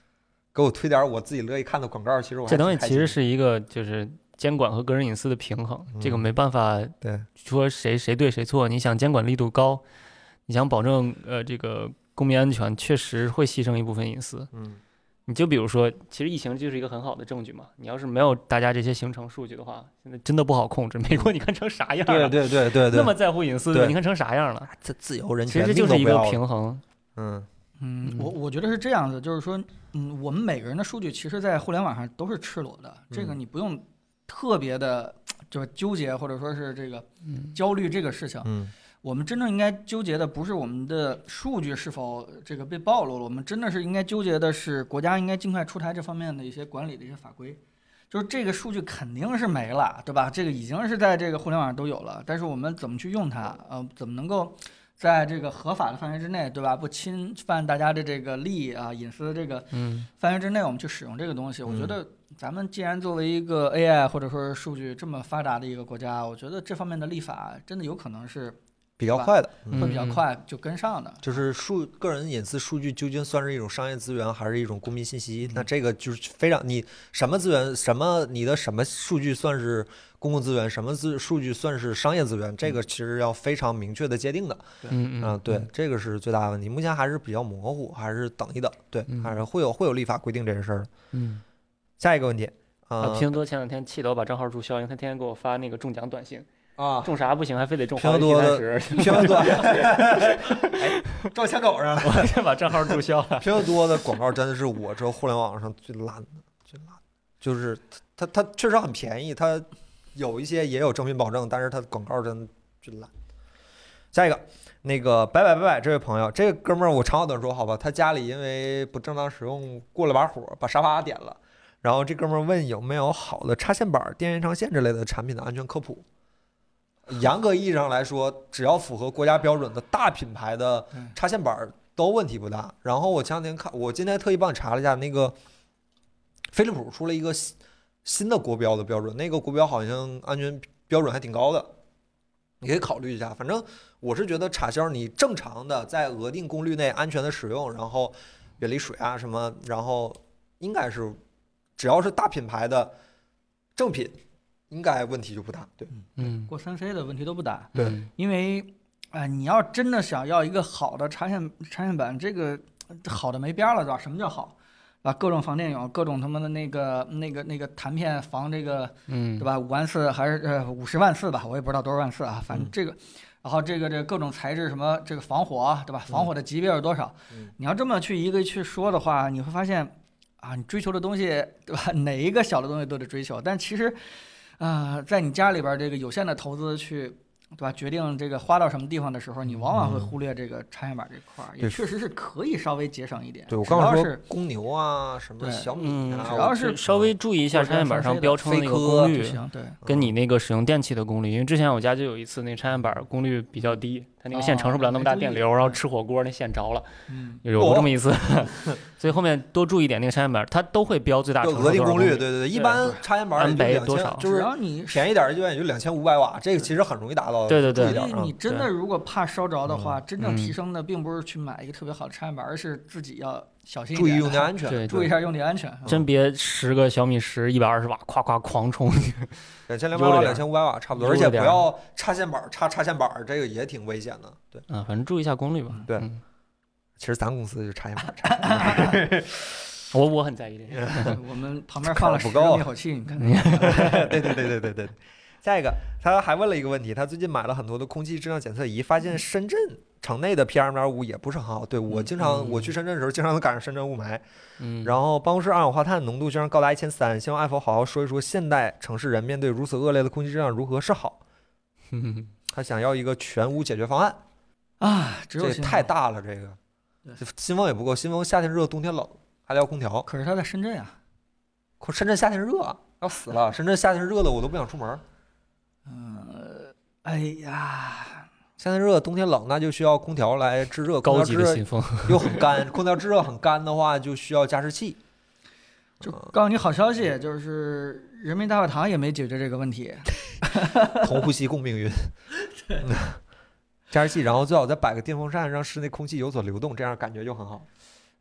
S1: 给我推点儿我自己乐意看的广告，其实我还
S3: 这东西
S1: 挺开
S3: 其
S1: 心
S3: 实是一个就是监管和个人隐私的平衡，这个
S1: 嗯
S3: 没办法
S1: 对
S3: 说谁谁对谁错。你想监管力度高，你想保证呃这个公民安全，确实会牺牲一部分隐私。
S1: 嗯
S3: 你就比如说，其实疫情就是一个很好的证据嘛。你要是没有大家这些行程数据的话，现在真的不好控制。美国你看成啥样了？
S1: 对对对对对，
S3: 那么在乎隐私
S1: 对
S3: 你看成啥样了？
S1: 这自由人
S3: 其
S1: 权
S3: 实就是一
S1: 命都
S3: 个
S1: 不要了，
S3: 平衡。
S1: 嗯
S2: 嗯，我
S3: 嗯
S2: 我觉得是这样子，就是说，嗯，我们每个人的数据，其实，在互联网上都是赤裸的，这个
S1: 嗯
S2: 你不用特别的，就是纠结或者说是这个
S3: 嗯
S2: 焦虑这个事情。
S1: 嗯
S2: 我们真正应该纠结的不是我们的数据是否这个被暴露了，我们真的是应该纠结的是国家应该尽快出台这方面的一些管理的一些法规。就是这个数据肯定是没了，对吧？这个已经是在这个互联网上都有了，但是我们怎么去用它？呃，怎么能够在这个合法的范围之内，对吧？不侵犯大家的这个利益啊、隐私的这个
S3: 嗯
S2: 范围之内，我们去使用这个东西。我觉
S1: 嗯
S2: 得咱们既然作为一个 AI 或者说是数据这么发达的一个国家，我觉得这方面的立法真的有可能是
S1: 比较快的，嗯
S2: 会比较
S3: 嗯
S2: 快就跟上的。
S1: 就是数个人隐私数据究竟算是一种商业资源，还是一种公民信息？
S3: 嗯
S1: 那这个就是非常你什么资源，什么你的什么数据算是公共资源，什么资数据算是商业资源？这个其实要非常明确的界定的。
S3: 嗯
S1: 啊，
S3: 嗯，
S1: 对，这个是最大的问题，目前还是比较模糊，还是等一等，对，
S3: 嗯
S1: 还是会有会有立法规定这个事儿的。
S3: 嗯。
S1: 下一个问题，
S3: 啊，
S1: 呃，
S3: 拼多多前两天气得我把账号注销，因为他天天给我发那个中奖短信，
S1: 啊，
S3: 中啥不行，还非得中
S1: 拼
S3: 华为
S1: 多多的
S3: 3十，
S1: 拼多 多，哎照枪口上了。
S3: 我就把账号注销了。
S1: 拼多多的广告真的是我这互联网上最烂的，最烂的，就是它它它确实很便宜，它有一些也有正品保证，但是它的广告真的最烂。下一个，那个拜拜拜拜这位朋友，这个哥们儿我长话短说，好吧，他家里因为不正当使用过了把火，把沙发点了，然后这哥们儿问有没有好的插线板、电延长线之类的产品的安全科普。严格意义上来说，只要符合国家标准的大品牌的
S2: 嗯
S1: 插线板儿都问题不大。然后我前两天看，我今天特意帮你查了一下，那个飞利浦出了一个新新的国标的标准，那个国标好像安全标准还挺高的，你可以考虑一下。反正我是觉得插销你正常的在额定功率内安全的使用，然后远离水啊什么，然后应该是只要是大品牌的正品，应该问题就不大。对，
S3: 嗯，
S2: 过三 C 的问题都不大，
S1: 对
S3: 嗯
S2: 因为啊、你要真的想要一个好的插线插线板，这个呃好的没边儿了，对吧？什么叫好？啊，各种防电泳，各种他妈的那个、那个、那个弹片防这个，
S3: 嗯
S2: 对吧？五万四还是呃五十万四吧，我也不知道多少万四啊，反正
S1: 嗯
S2: 这个，然后这个这个各种材质什么这个防火啊，对吧？防火的级别是多少？
S1: 嗯
S2: 你要这么去一个去说的话，你会发现啊，你追求的东西，对吧？ 哪一个小的东西都得追求，但其实啊、在你家里边儿这个有限的投资去。对吧？决定这个花到什么地方的时候，你往往会忽略这个插线板这块儿，也
S1: 嗯对
S2: 确实是可以稍微节省一点。
S1: 对我
S2: 只
S1: 刚
S2: 要
S1: 刚说
S2: 是
S1: 公牛啊，什么
S2: 对
S1: 小米
S3: 嗯，
S1: 啊，
S2: 只要
S1: 我
S2: 是
S3: 稍微注意一下插线板上标称的那个
S1: 啊
S3: 功
S2: 就
S3: 率，
S2: 行，对，
S3: 跟
S1: 嗯
S3: 你那个使用电器的功率，因为之前我家就有一次那插线板功率比较低，它那个线承受不了那么大电流，
S2: 哦
S3: 然后吃火锅那线着了，
S2: 嗯，
S3: 有过这么一次， 所以后面多注意点那个插线板，它都会标最大
S1: 就
S3: 承受
S1: 哦额定
S3: 多少
S1: 功率，对
S3: 对，
S1: 对对，一
S3: 对
S1: 般插线板儿也
S3: 安
S1: 就
S3: 培
S1: 两
S3: 多
S1: 千
S3: 少，
S1: 就
S2: 只
S1: 是
S2: 要你
S1: 便宜点儿就也就两千五百瓦，这个其实很容易达到的。
S3: 对对对
S1: 注意点儿
S2: 所以
S1: 啊
S2: 你真的如果怕烧着的话，真正
S3: 嗯
S2: 提升的并不是去买一个特别好的插线板，而是自己要小心一
S1: 注意
S2: 点，
S1: 用电安全。
S3: 对
S2: 注意一下用电 安全。啊
S1: 啊
S3: 真别十个小米十一百二十瓦，夸夸狂充，
S1: 两千两百
S3: 悠着
S1: 瓦、
S3: 点
S1: 两
S3: 儿
S1: 千五百瓦差不多，而
S3: 悠着
S1: 且不
S3: 点儿
S1: 要插线板儿插插线板儿，这个也挺危险的。对，
S3: 啊，反正注意一下功率吧。
S1: 对
S3: 嗯
S1: 其实咱公司就插线 板儿插，
S3: 我我很在意这个，
S2: 我们旁边放了
S1: 不
S2: 十
S1: 够
S2: 个
S1: 啊
S2: 灭 火器，你看，
S1: 对对对对对对。下一个，他还问了一个问题，他最近买了很多的空气质量检测仪，发现深圳城内的 PM 点五也不是很好。对我经常我去深圳的时候，经常能赶上深圳雾霾。
S3: 嗯，
S1: 然后办公室二氧化碳浓度居然高达一千三，希望艾佛好好说一说现代城市人面对如此恶劣的空气质量如何是好。
S3: 嗯
S1: 他想要一个全屋解决方案，
S2: 啊，只
S1: 这
S2: 有
S1: 也
S2: 新
S1: 太
S2: 房。
S1: 大了，这个
S2: 对
S1: 这新风也不够，新风夏天热，冬天冷，还得要空调。
S2: 可是他在深圳啊，
S1: 可深圳夏天热啊，要死了，深圳夏天热的我都不想出门。
S2: 嗯，哎呀，
S1: 夏天热，冬天冷，那就需要空调来制热。空
S3: 高
S1: 调
S3: 级
S1: 制
S3: 的
S1: 热
S3: 信封，
S1: 又很干，空调制热很干的话，就需要加湿器。
S2: 就
S1: 嗯
S2: 告诉你好消息，就是人民大会堂也没解决这个问题。
S1: 同呼吸共命 运。嗯加湿器，然后最好再摆个电风扇，让室内空气有所流动，这样感觉就很好。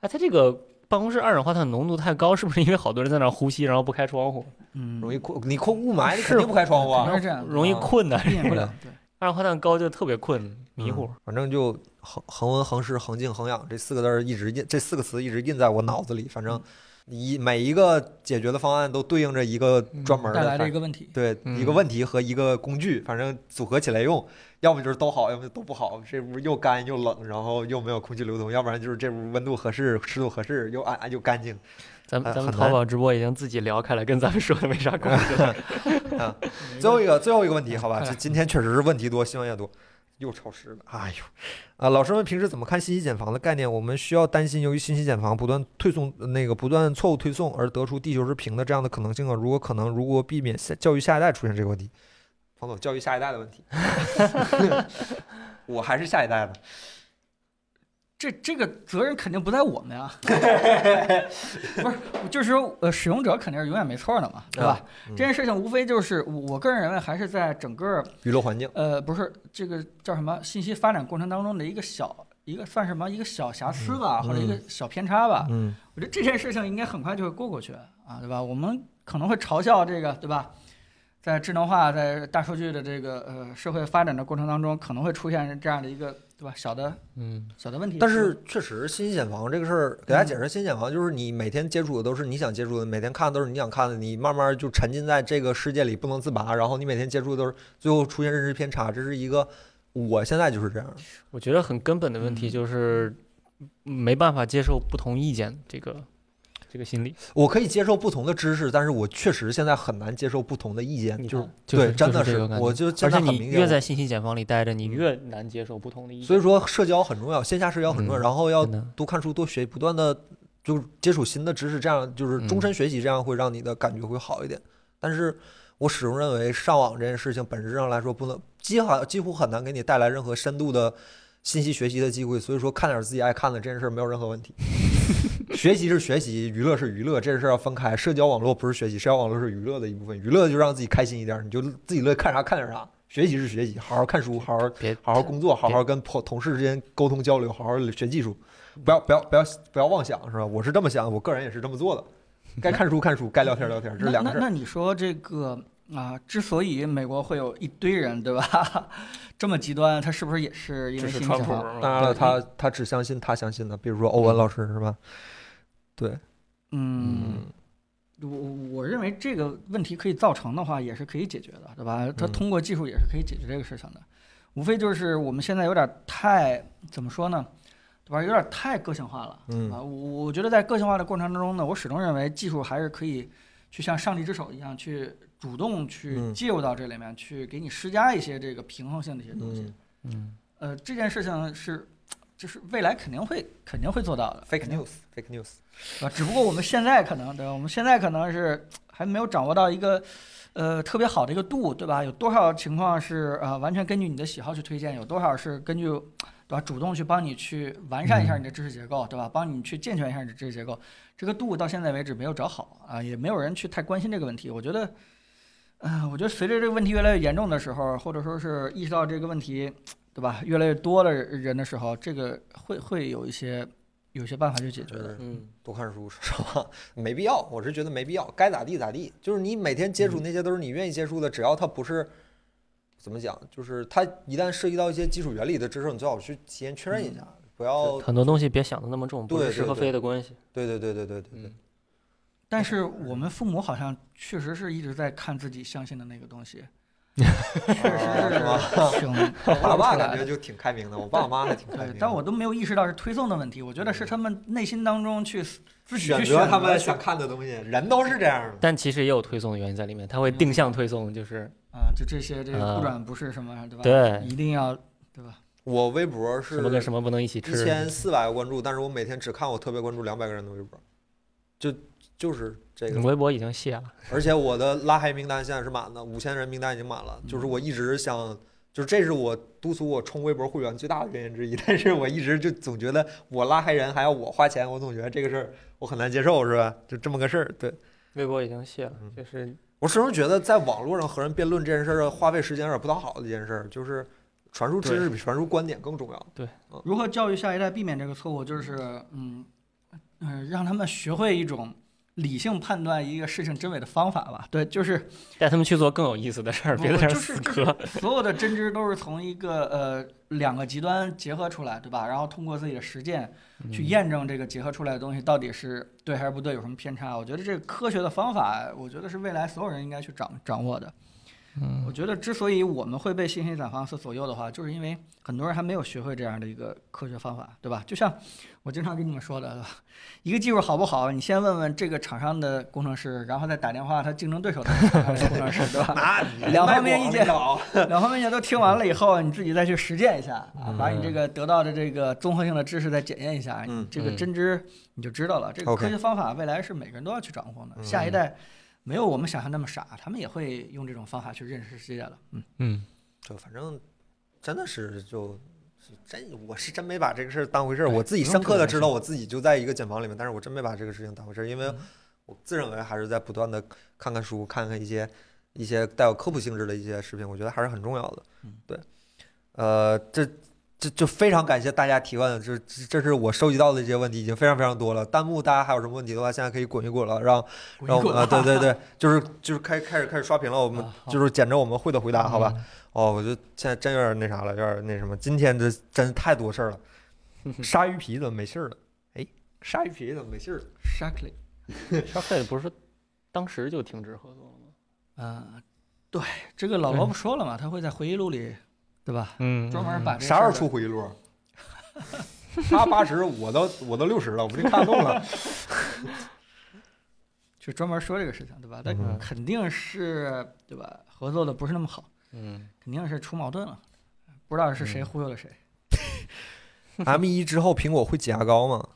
S3: 哎，它这个办公室二氧化碳浓度太高，是不是因为好多人在那儿呼吸，然后不开窗户，
S2: 嗯，
S1: 容易困，你困雾霾，你
S3: 是
S1: 肯定不开窗户
S2: 肯定
S1: 啊。
S2: 是这样，
S3: 容易
S1: 啊
S3: 困的？
S2: 避免不 了。对，
S3: 哦二氧化碳高就特别困，迷糊。
S1: 嗯反正就恒恒温、恒湿、恒静、恒氧这四个字儿一直印，这四个词一直印在我脑子里。反正一每一个解决的方案都对应着一个专门
S2: 带来的
S1: 的
S2: 一。个问题。
S1: 对
S3: 嗯
S1: 一个问题和一个工具，反正组合起来用，要么就是都好，要么就都不好。这屋又干又冷，然后又没有空气流通，要不然就是这屋温度合适、湿度合适，又暗又干净。
S3: 咱们
S1: 呃
S3: 咱们
S1: 很
S3: 淘
S1: 难
S3: 宝直播已经自己聊开了，跟咱们说的没啥关 系了。
S1: 最后一个最后一个问题，好吧，
S3: 快来
S1: 这今天确实是问题多，新闻也多，又超时了。哎呦，啊，老师们平时怎么看信息茧房的概念？我们需要担心由于信息茧房不断推送呃那个不断错误推送而得出地球是平的这样的可能性啊？如果可能，如果避免下教育下一代出现这个问题，彭总，教育下一代的问题， 我还是下一代的。
S2: 这这个责任肯定不在我 们呀，不是，就是说，呃，使用者肯定是永远没错的嘛，对吧？
S1: 嗯
S2: 这件事情无非就是，我我个人认为还是在整个
S1: 娱乐环境，
S2: 呃，不是这个叫什么信息发展过程当中的一个小一个算什么一个小瑕疵吧，或者一个小偏差吧。
S1: 嗯
S2: 我觉得这件事情应该很快就会过过去啊，对吧？我们可能会嘲笑这个，对吧？在智能化、在大数据的这个呃社会发展的过程当中，可能会出现这样的一个对吧小的
S3: 嗯，
S2: 小的问题。
S1: 但是确实，信息茧房这个事儿，给大家解释，信息茧房就是你每天接触的都是你想接触的，每天看的都是你想看的，你慢慢就沉浸在这个世界里不能自拔，然后你每天接触的都是最后出现认知偏差，这是一个我现在就是这样。
S3: 我觉得很根本的问题就是没办法接受不同意见这个这个心理。
S1: 我可以接受不同的知识，但是我确实现在很难接受不同的意见，
S3: 你
S1: 就是
S3: 看就是
S1: 对，真的
S3: 就是这个感觉
S1: 我就现
S3: 而且
S1: 在很
S3: 你
S1: 明显
S3: 越
S1: 我
S3: 在信息茧房里待着，你
S1: 嗯
S3: 越难接受不同的意见。
S1: 所以说社交很重要，线下社交很重要，
S3: 嗯
S1: 然后要
S3: 真的
S1: 多看书、多学，不断的就接触新的知识，这样就是终身学习，这样会让你的感觉会好一点。但是我始终认为，上网这件事情本质上来说，不能几乎几乎很难给你带来任何深度的信息学习的机会。所以说，看点自己爱看的这件事儿没有任何问题。学习是学习，娱乐是娱乐，这件事儿要分开。社交网络不是学习，社交网络是娱乐的一部分。娱乐就让自己开心一点，你就自己乐意看啥看点啥。学习是学习，好好看书，好好
S3: 别
S1: 好好工作，好
S3: 别
S1: 好跟同同事之间沟通交流，好好学技术，不要不要不要不要妄想，是吧？我是这么想，我个人也是这么做的。该看书看书，该聊天聊天，这是
S2: 那
S1: 两个
S2: 那
S1: 事儿。
S2: 那你说这个啊、之所以美国会有一堆人对吧， 这么极端，他是不是也是因
S4: 这
S2: 为
S4: 是
S2: 信息
S4: 川
S2: 茧
S4: 普
S2: 房？
S3: 啊
S4: 是
S1: 当
S4: 吧？
S1: 然了，他他只相信他相信的，比如说欧文老师是吧？对，
S2: 嗯，我我认为这个问题可以造成的话，也是可以解决的，对吧？它
S1: 嗯
S2: 通过技术也是可以解决这个事情的，无非就是我们现在有点太怎么说呢，对吧？有点太个性化了，
S1: 嗯
S2: 啊，我我觉得在个性化的过程当中呢，我始终认为技术还是可以去像上帝之手一样去主动去
S1: 嗯
S2: 介入到这里面，去给你施加一些这个平衡性的一些东西。
S1: 嗯，
S3: 嗯，
S2: 呃，这件事情是。就是未来肯定会肯定会做到的
S1: fake
S2: 肯定
S1: news，fake news，
S2: 啊，只不过我们现在可能对吧？我们现在可能是还没有掌握到一个呃特别好的一个度，对吧？有多少情况是呃完全根据你的喜好去推荐，有多少是根据对吧主动去帮你去完善一下你的知识结构，对吧？帮你去健全一下你的知识结构，这个度到现在为止没有找好啊，也没有人去太关心这个问题。我觉得，啊、我觉得随着这个问题越来越严重的时候，或者说是意识到这个问题。对吧？越来越多的人的时候，这个会会有一些有一些办法去解决
S1: 觉
S2: 的。
S1: 得
S3: 嗯，
S1: 多看书， 说实话没必要，我是觉得没必要，该咋地咋地。就是你每天接触那些都是你愿意接触的，只要它不是怎么讲，就是它一旦涉及到一些基础原理的知识，你最好去提前确认一下，不要
S3: 很多东西别想的那么重，不
S1: 对
S3: 是是
S1: 对
S3: 和
S1: 对
S3: 非的关系。
S1: 对对对对对对对
S3: 嗯，
S2: 但是我们父母好像确实是一直在看自己相信的那个东西，确实
S1: 啊是吗哎
S2: 是挺
S1: 我老爸
S2: 看不出来
S1: 感觉就挺开明的，我爸我妈还挺开明
S2: 对
S1: 的。，
S2: 但我都没有意识到是推送的问题，我觉得是他们内心当中去自
S1: 嗯
S2: 己
S1: 选
S2: 去
S1: 择
S2: 择
S1: 他们
S2: 去
S1: 想看的东西，人都是这样的。
S3: 但其实也有推送的原因在里面，它会
S1: 嗯
S3: 定向推送，就是
S2: 啊，就这些这个
S3: 啊
S2: 不转不是什么，对吧？
S3: 对
S2: 一定要对吧？
S1: 我微博是
S3: 什么跟什么不能一起
S1: 一千
S3: 吃。
S1: 四百个关注，但是我每天只看我特别关注两百个人的微博，就就是这个
S3: 你。微博已经卸了，
S1: 而且我的拉黑名单现在是满的，五千人名单已经满了。就是我一直想，就是这是我督促我充微博会员最大的原因之一。 但是我一直就总觉得我拉黑人还要我花钱，我总觉得这个事儿我很难接受，是吧？就这么个事儿。对
S3: 微博已经卸了
S1: 嗯，
S3: 就是
S1: 我始终觉得在网络上和人辩论这件事儿花费时间有点不大好的一件事儿，就是传输知识比传输观点更重要。
S2: 如何教育下一代避免这个错误，就是嗯嗯、呃让他们学会一种理性判断一个事情真伪的方法吧。对，就是
S3: 带他们去做更有意思的事儿，别在这
S2: 我
S3: 儿
S2: 哦就
S3: 死
S2: 是
S3: 磕。
S2: 所有的真知都是从一个呃两个极端结合出来，对吧？然后通过自己的实践去验证这个结合出来的东西到底是对还是不对，有什么偏差。我觉得这个科学的方法，我觉得是未来所有人应该去掌掌握的。嗯，我觉得之所以我们会被信息茧房所左右的话，就是因为很多人还没有学会这样的一个科学方法，对吧？就像我经常跟你们说的，对吧？一个技术好不好，你先问问这个厂商的工程师，然后再打电话他竞争对手的厂商的工程师，对吧？
S1: 那你
S2: 两方
S1: 卖
S2: 面意
S1: 广
S2: 见
S1: 告，
S2: 两方面就都听完了以后，你自己再去实践一下啊，把你这个得到的这个综合性的知识再检验一下，
S1: 嗯
S2: 你这个真知你就知道了。这个
S1: OK
S2: 科学方法未来是每个人都要去掌控的，
S1: 嗯
S2: 下一代没有我们想象那么傻，他们也会用这种方法去认识世界了。嗯，
S3: 嗯，
S1: 就反正真的是就。是真，我是真没把这个事儿当回事儿。嗯我自己深刻的知道，我自己就在一个茧房里面，但是我真没把这个事情当回事儿，因为我自认为还是在不断的看看书，看看一些一些带有科普性质的一些视频，我觉得还是很重要的
S2: 嗯。
S1: 对，呃，这这就非常感谢大家提问，这这这是我收集到的这些问题已经非常非常多了。弹幕大家还有什么问题的话，现在可以滚一滚了，让
S2: 滚
S1: 让
S2: 一
S1: 我们
S2: 滚
S1: 啊，对 对对，就是就是开开始开始刷屏了，我们
S2: 啊好
S1: 就是捡着我们会的回答，好吧？哦，我就现在真有点那啥了，有点那什么。今天这真太多事儿 了。鲨鱼皮怎么没信儿了？哎，鲨鱼皮怎么没信儿了？
S2: s h a c k l e y
S3: 沙克不是说当时就停止合作了吗？
S2: 嗯，对，这个老罗不说了嘛，他会在回忆录里，对吧？
S3: 嗯
S2: 专门把这
S1: 啥时候
S2: 事儿
S1: 出回忆录？啊他八十，我都我都六十了，我不就看够 了。
S2: 去专门说这个事情，对吧？但
S1: 嗯
S2: 肯定是对吧？合作的不是那么好，
S3: 嗯，
S2: 肯定是出矛盾了，不知道是谁
S1: 嗯
S2: 忽悠了谁。
S1: M 一之后，苹果会挤牙膏吗？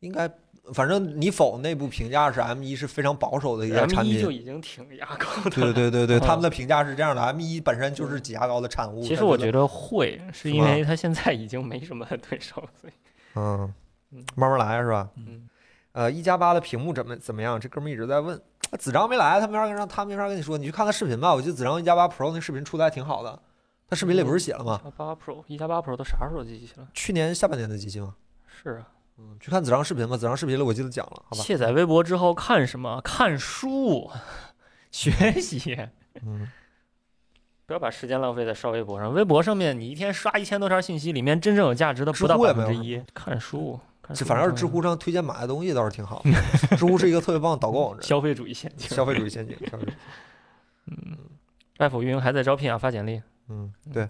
S1: 应该，反正你否内部评价是 M 一是非常保守的一家
S3: M
S1: 产
S3: 一就
S1: 品。
S3: 已经挺牙膏的。
S1: 对对对对，
S3: 嗯
S1: 他们的评价是这样的，M 一本身就是挤牙膏的产物。
S3: 其实
S1: 他
S3: 我
S1: 觉
S3: 觉得会，是因
S1: 吗
S3: 为他现在已经没什么对手了，所以
S1: 得，嗯
S3: 嗯，
S1: 慢慢来是吧？
S3: 嗯，
S1: 呃，一加八的屏幕怎么怎么样？这哥们一直在问，啊子章没来，他没法跟上，他没法跟你说，你去看看视频吧。我觉得子章一加八 Pro 那视频出的还挺好的，他视频里不是写了吗？
S3: 八八 Pro 一加八 Pro 都啥时候机器了？
S1: 去年下半年的机器吗？
S3: 是啊，
S1: 嗯，去看子章视频吧，子章视频里我记得讲了，好吧？
S3: 卸载微博之后看什么？看书， 学习，
S1: 嗯，
S3: 不要把时间浪费在刷微博上。微博上面你一天刷一千多条信息，里面真正有价值的不到
S1: 知乎也
S3: 百
S1: 没
S3: 分
S1: 有
S3: 之一。看书，看
S1: 这
S3: 书
S1: 反正
S3: 很
S1: 知
S3: 重要
S1: 乎上推荐买的东西倒是挺好，知乎是一个特别棒的导购网站，
S3: 消费主义陷阱。
S1: 消费主义陷阱，消费主义，
S3: App 运营还在招聘啊，发简历。
S1: 嗯，对，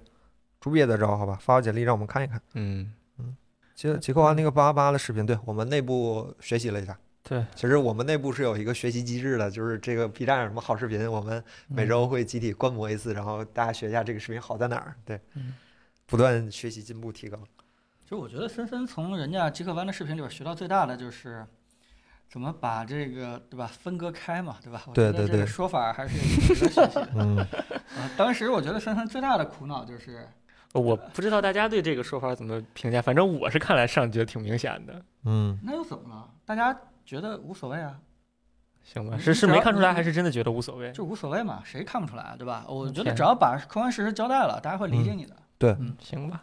S1: 朱碧也在招，好吧？发个简历让我们看一看。
S3: 嗯，
S1: 杰杰克华那个八八八的视频，对我们内部学习了一下。
S3: 对，
S1: 其实我们内部是有一个学习机制的，就是这个 B 站有什么好视频，我们
S3: 嗯
S1: 每周会集体观摩一次，然后大家学一下这个视频好在哪儿。对，
S3: 嗯
S1: 不断学习进步提高。
S2: 其实我觉得森森从人家极客湾的视频里边学到最大的就是怎么把这个对吧分割开嘛，对吧？我觉
S1: 对
S2: 得
S1: 对
S2: 这个
S1: 对
S2: 说法还是有值得学习的
S1: 嗯，
S2: 啊。当时我觉得森森最大的苦恼就是，
S3: 我 不知道大家对这个说法怎么评价，反正我是看来上觉得挺明显的，
S1: 嗯，
S2: 那又怎么了？大家觉得无所谓啊，
S3: 行吧？
S2: 嗯
S3: 是
S2: 只
S3: 是
S2: 要
S3: 没看出来，
S2: 你
S3: 还是真的觉得无所谓？
S2: 就无所谓嘛，谁看不出来啊，对吧？我觉得
S3: 天嗯
S2: 只要把客观事实交代了，大家会理解你的。
S3: 行吧？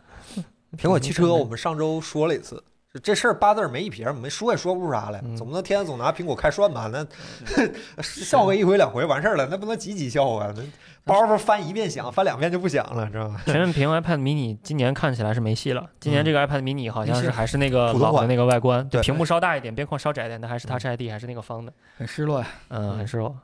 S1: 苹果汽车我们上周说了一次。就这事儿八字儿没一撇儿，没说也说不出啥来，
S3: 嗯
S1: 总不能天天总拿苹果开涮吧？那 笑话一回两回完事儿了，那不能集集笑话，那包袱翻一遍响，翻两遍就不响了，知道 吧？
S3: 全面屏 iPad mini 今年看起来是没戏了。今
S1: 嗯
S3: 年这个 iPad mini 好像
S2: 没戏
S3: 是
S2: 了
S3: 还是那个
S1: 普通
S3: 老
S1: 款
S3: 的那个外观，
S1: 对嗯
S3: 屏幕稍大一点，边框稍窄一点，但还是 Touch ID，还是那个方的，
S2: 很失落呀、
S3: 嗯，很失望。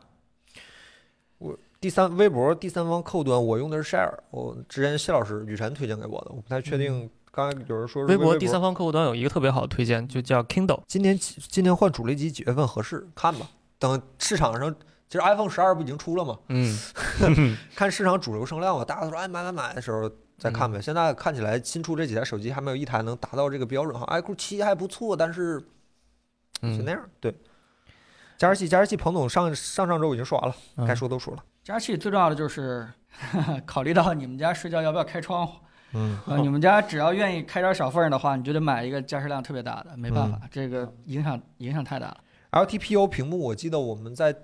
S1: 第三微博第三方客户端，我用的是 Share，我之前谢老师雨辰推荐给我的，我不太确定。刚才有人说是
S3: 嗯微
S1: 博
S3: 博第三，方客户端有一个特别好的推荐，就叫 Kindle。
S1: 今年几今年换主力机几月份合适？看吧，等市场上其实 iPhone 十二不已经出了吗？
S3: 嗯，
S1: 看市场主流声量吧，大家都说哎买买买的时候再看
S3: 嗯
S1: 呗。现在看起来新出这几台手机还没有一台能达到这个标准哈，iQOO 七还不错，但是就那
S3: 嗯，
S1: 样。对，加湿器加湿器，彭总上上上周已经说完了，
S3: 嗯
S1: 该说都说了。
S2: 加气最重要的就是 呵呵考虑到你们家睡觉要不要开窗户。
S1: 嗯，
S2: 啊，你们家只要愿意开点小缝儿的话，你就得买一个加湿量特别大的，没办法，这个影响影响太大了。
S1: LTPO 屏幕，我记得我们在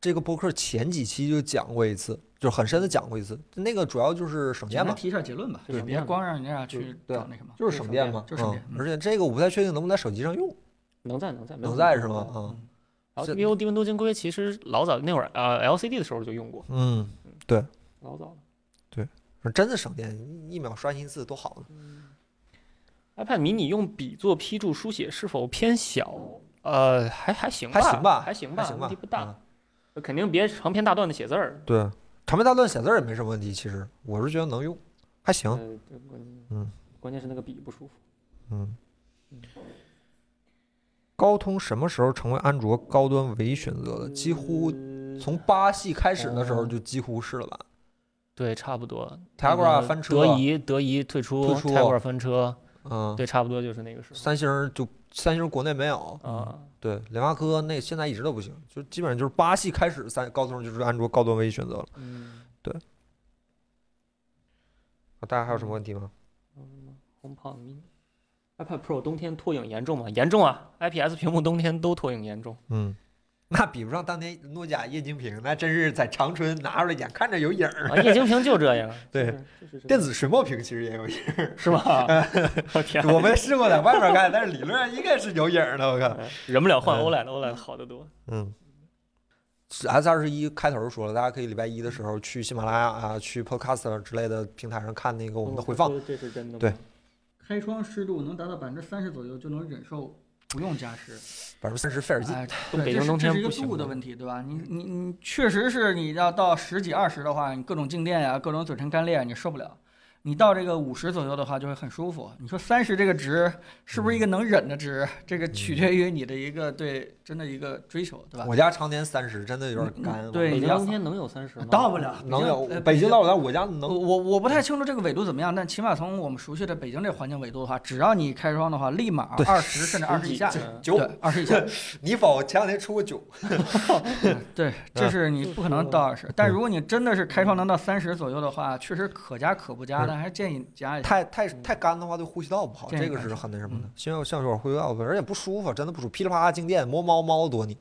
S1: 这个播客前几期就讲过一次，就是很深的讲过一次。那个主要就是省
S2: 简
S1: 电
S2: 单
S1: 嘛，
S2: 提一下结论吧，
S3: 对
S2: 也别光让人家去
S1: 对
S2: 搞那什么，
S1: 就是省电嘛，
S2: 就是省电
S1: 嗯
S2: 嗯
S1: 而且这个我不太确定能不能在手机上用，
S4: 能在能在，没
S1: 能
S4: 问
S1: 在
S4: 题
S1: 是吗？？啊
S2: 嗯，
S3: 然
S1: 这
S3: 后 U 低温镀金硅其实老早那会儿呃 LCD 的时候就用过，
S1: 嗯，
S3: 老早了。
S1: 真的省电，一秒刷新一次多好呢。
S3: iPad mini 用笔做批注书写是否偏小？呃，还还行吧，
S1: 还行吧
S3: 还行
S1: 还
S3: 吧，
S1: 行吧，
S3: 问题不大
S1: 嗯。
S3: 肯定别长篇大段的写字儿。
S1: 对，长篇大论写字儿也没什么问题，其实我是觉得能用，还行。
S3: 呃，对关键
S1: 嗯，
S3: 关键是那个笔不舒服。
S1: 嗯，高通什么时候成为安卓高端唯一选择的？几乎
S3: 呃
S1: 从八系开始的时候就几乎是了吧？
S3: 对，差不多。
S1: Tegra
S3: 呃
S1: 翻车
S3: 德仪德仪退出
S1: 退出
S3: ，Tegra 翻车，
S1: 嗯，
S3: 对，差不多就是那个时候。
S1: 三星儿就三星儿国内没有，
S3: 啊，
S1: 对，联发科那现在一直都不行，就基本上就是八系开始三高通就是安卓高端唯一选择了。
S3: 嗯
S1: 大家还有什么问题吗？
S3: ，HomePod mini，iPad Pro 冬天脱影严重吗？严重啊，IPS 屏幕冬天都脱影严重。
S1: 嗯，那比不上当年诺基亚液晶屏，那真是在长春拿出来眼看着有影儿。
S3: 啊，液晶屏就这样。
S1: 对
S3: 就是，就是这
S1: 电
S3: 样
S1: 子水墨屏其实也有影儿，
S3: 是吧？我天，
S1: 我没试过在外面看，但是理论上应该是有影儿的。我靠，
S3: 嗯忍不了换
S1: 嗯
S3: OLED，OLED E 好得多。
S1: 嗯，S 二十一开头说了，大家可以礼拜一的时候去喜马拉雅啊、去 Podcast 之类的平台上看那个我们的回放。
S3: 哦，这是真的吗？
S1: 对
S2: 开窗湿度能达到百分之三十左右，就能忍受不用加湿。
S1: 百分之三十费点劲。
S2: 哎，
S3: 东北
S2: 对，这
S3: 京
S2: 是
S3: 冬天
S2: 这是一个
S3: 不行嗯
S2: 度的
S3: 的
S2: 问题，对吧？你你你确实是你要到十几二十的话，你各种静电呀、各种嘴唇干裂啊，你受不了。你到这个五十左右的话，就会很舒服。你说三十这个值是不是一
S3: 嗯
S2: 个能忍的值？这个取决于你的一个对真的一个追求，对吧？
S1: 我家常年三十，真的有
S3: 嗯
S1: 点干。
S2: 对
S3: 北京
S2: 要
S3: 冬天能有三十吗？
S2: 到不了，
S1: 能有
S2: 呃
S1: 北京到我家，我家能
S2: 我我我不太清楚这个纬度怎么样，但起码从我们熟悉的北京这环境纬度的话，只要你开窗的话，立马
S1: 对
S2: 二十甚至二十以下，
S3: 嗯
S1: 九
S2: 对，二十以下，
S1: 你否？前两天出过九，
S2: 对，这是你不可能到二十。但
S3: 嗯
S2: 如果你真的是开窗能到三十左右的话，确实可加可不加，
S1: 嗯
S2: 但还是建议加一下。
S1: 太太太干的话对呼吸道不好，
S2: 建议
S1: 这个
S2: 改
S1: 是
S2: 善
S1: 很那什么
S3: 嗯
S1: 的。像像有点呼吸道不好，而且不舒服，真的不舒服，噼里啪啦静电，摸猫猫躲你。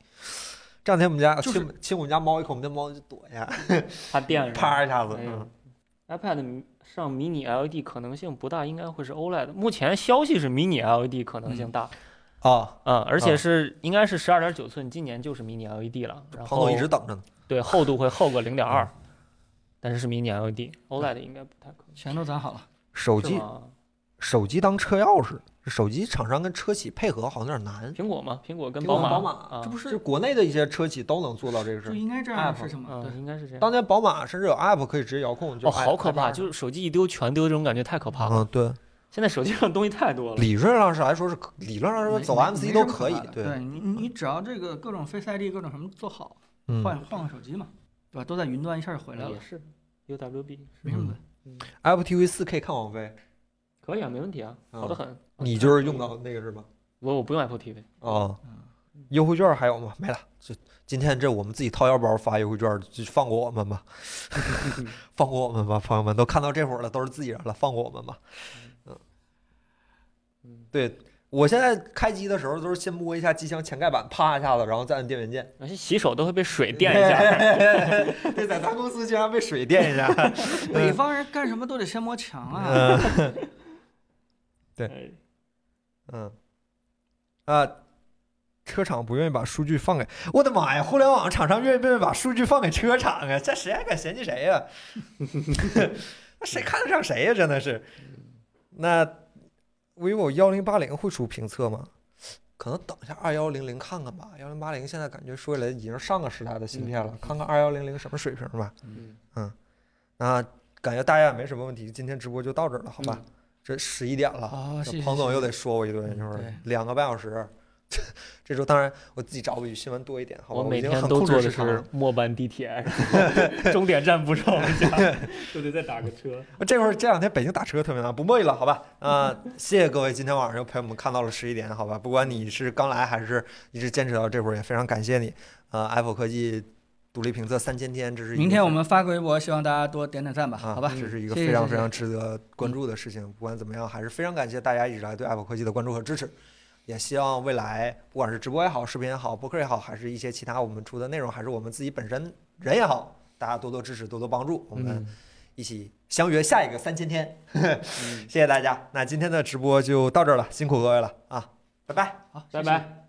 S1: 这两天我们家
S2: 就
S1: 亲亲我们家猫一口，我们家猫就躲一下，
S3: 怕电是吧
S1: 啪一下子。
S3: 哎呀
S1: 嗯，
S3: iPad 上迷你 LED 可能性不大，应该会是 OLED。目前消息是迷你 LED 可能性大，
S1: 啊，
S3: 嗯，而且
S1: 啊
S3: 是应该是十二点九寸，今年就是迷你 LED 了。然
S1: 彭
S3: 后
S1: 总一直嗯等着呢。
S3: 对厚度会厚个零点二，但是是迷你 E LED，OLED 应该不太可能。
S2: 全都攒好了，
S1: 手
S3: 是
S1: 机
S3: 吗
S1: 手机当车钥匙，手机厂商跟车企配合好像有点难。
S3: 苹果吗？苹果跟
S1: 苹
S3: 宝
S1: 果
S3: 马，
S1: 宝马
S3: 啊
S2: 这不是
S1: 就国内的一些车企都能做到这个事
S2: 就
S1: 儿。
S2: 应该这样的
S1: Apple，
S2: 事情吗？
S3: 嗯，应该是这样。
S1: 当年宝马甚至有 app 可以直接遥控，就
S3: 哦，
S1: 是 i-
S3: 好可怕！
S1: iPad
S3: 就是手机一丢全丢，这种感觉太可怕了。
S1: 嗯，对，
S3: 现在手机上东西太多了。
S1: 理论上是来说是可理论上
S2: 对，
S1: 说
S2: 没
S1: 走
S2: 没
S1: MC
S2: 没
S1: 都
S2: 什么
S1: 可以
S2: 大，的对你，你只要这个各种 Face ID 各种什么做好，
S1: 嗯
S2: 换换换手机嘛，对吧？都在云端一下就回来了
S3: 也，是嗯 UWB
S2: 没什么问题。
S1: ，Apple TV 4K 看网飞，
S3: 可以啊，没问题啊，好的
S1: 嗯
S3: 很。
S1: 你就是用到那个是吧？
S3: 我我不用 Apple TV，
S1: 啊
S2: 嗯，
S1: 优惠券还有吗？没了，这今天这我们自己掏腰包发优惠券，就放过我们吧，放过我们吧，朋友们都看到这会儿了，都是自己人了，放过我们吧。
S3: 嗯，
S1: 对我现在开机的时候都是先摸一下机箱前盖板，啪一下子，然后再按电源键。
S3: 而且洗手都会被水电一下。
S1: 对，在咱公司竟然被水电一下。
S2: 北方人干什么都得先摸墙啊，
S1: 嗯
S3: 哎
S1: 嗯，啊，车厂不愿意把数据放给，我的妈呀！互联网厂商愿不愿意把数据放给车厂啊？这谁还敢嫌弃谁呀、 那谁看得上谁呀、真的是。那 vivo 幺零八零会出评测吗？可能等一下二幺零零看看吧。幺零八零现在感觉说起来已经是上个时代的芯片了，看看二幺零零什么水平吧。
S3: 嗯，
S1: 那感觉大家也没什么问题，今天直播就到这儿了，好吧？这十一点了，啊
S3: 啊
S2: 哦
S1: 这
S2: 谢谢
S1: 彭
S2: 谢
S1: 总
S2: 谢
S1: 又得说我一
S3: 嗯
S1: 顿，一会
S2: 对
S1: 儿两个半小时。这周当然我自己找我比新闻多一点，好吧？
S3: 我
S1: 我
S3: 每
S1: 已经
S3: 天
S1: 很
S3: 都
S1: 控
S3: 坐
S1: 制
S3: 的
S1: 时长
S3: 是
S1: 了。
S3: 末班地铁， 终点站不上我家， 就得再打个车。
S1: 呃这会儿这两天北京打车特别难，不墨迹了，好吧？啊、 谢谢各位今天晚上又陪我们看到了十一点，好吧？不管
S3: 嗯
S1: 你是刚来还是一直坚持到这会儿，也非常感谢你。呃，Apple 科技独立评测三千天，这是一个
S2: 明天
S1: 非
S2: 我们发个微博，希望大家多点点赞吧，
S3: 嗯
S1: 啊，
S2: 好吧？
S1: 这是一个
S2: 谢谢
S1: 非常
S2: 谢谢
S1: 非常值得关注的事情。不管怎么样，还是非常感谢大家一直来对 Apple 科技的关注和支持。也希望未来，不管是直播也好，视频也好，播客也好，还是一些其他我们出的内容，还是我们自己本身人也好，大家多多支持，多多帮助，我们
S3: 嗯
S1: 一起相约下一个三千天。
S2: 嗯
S1: 谢谢大家，那今天的直播就到这儿了，辛苦各位了啊，拜拜。
S2: 好，谢
S3: 拜
S2: 谢
S3: 拜。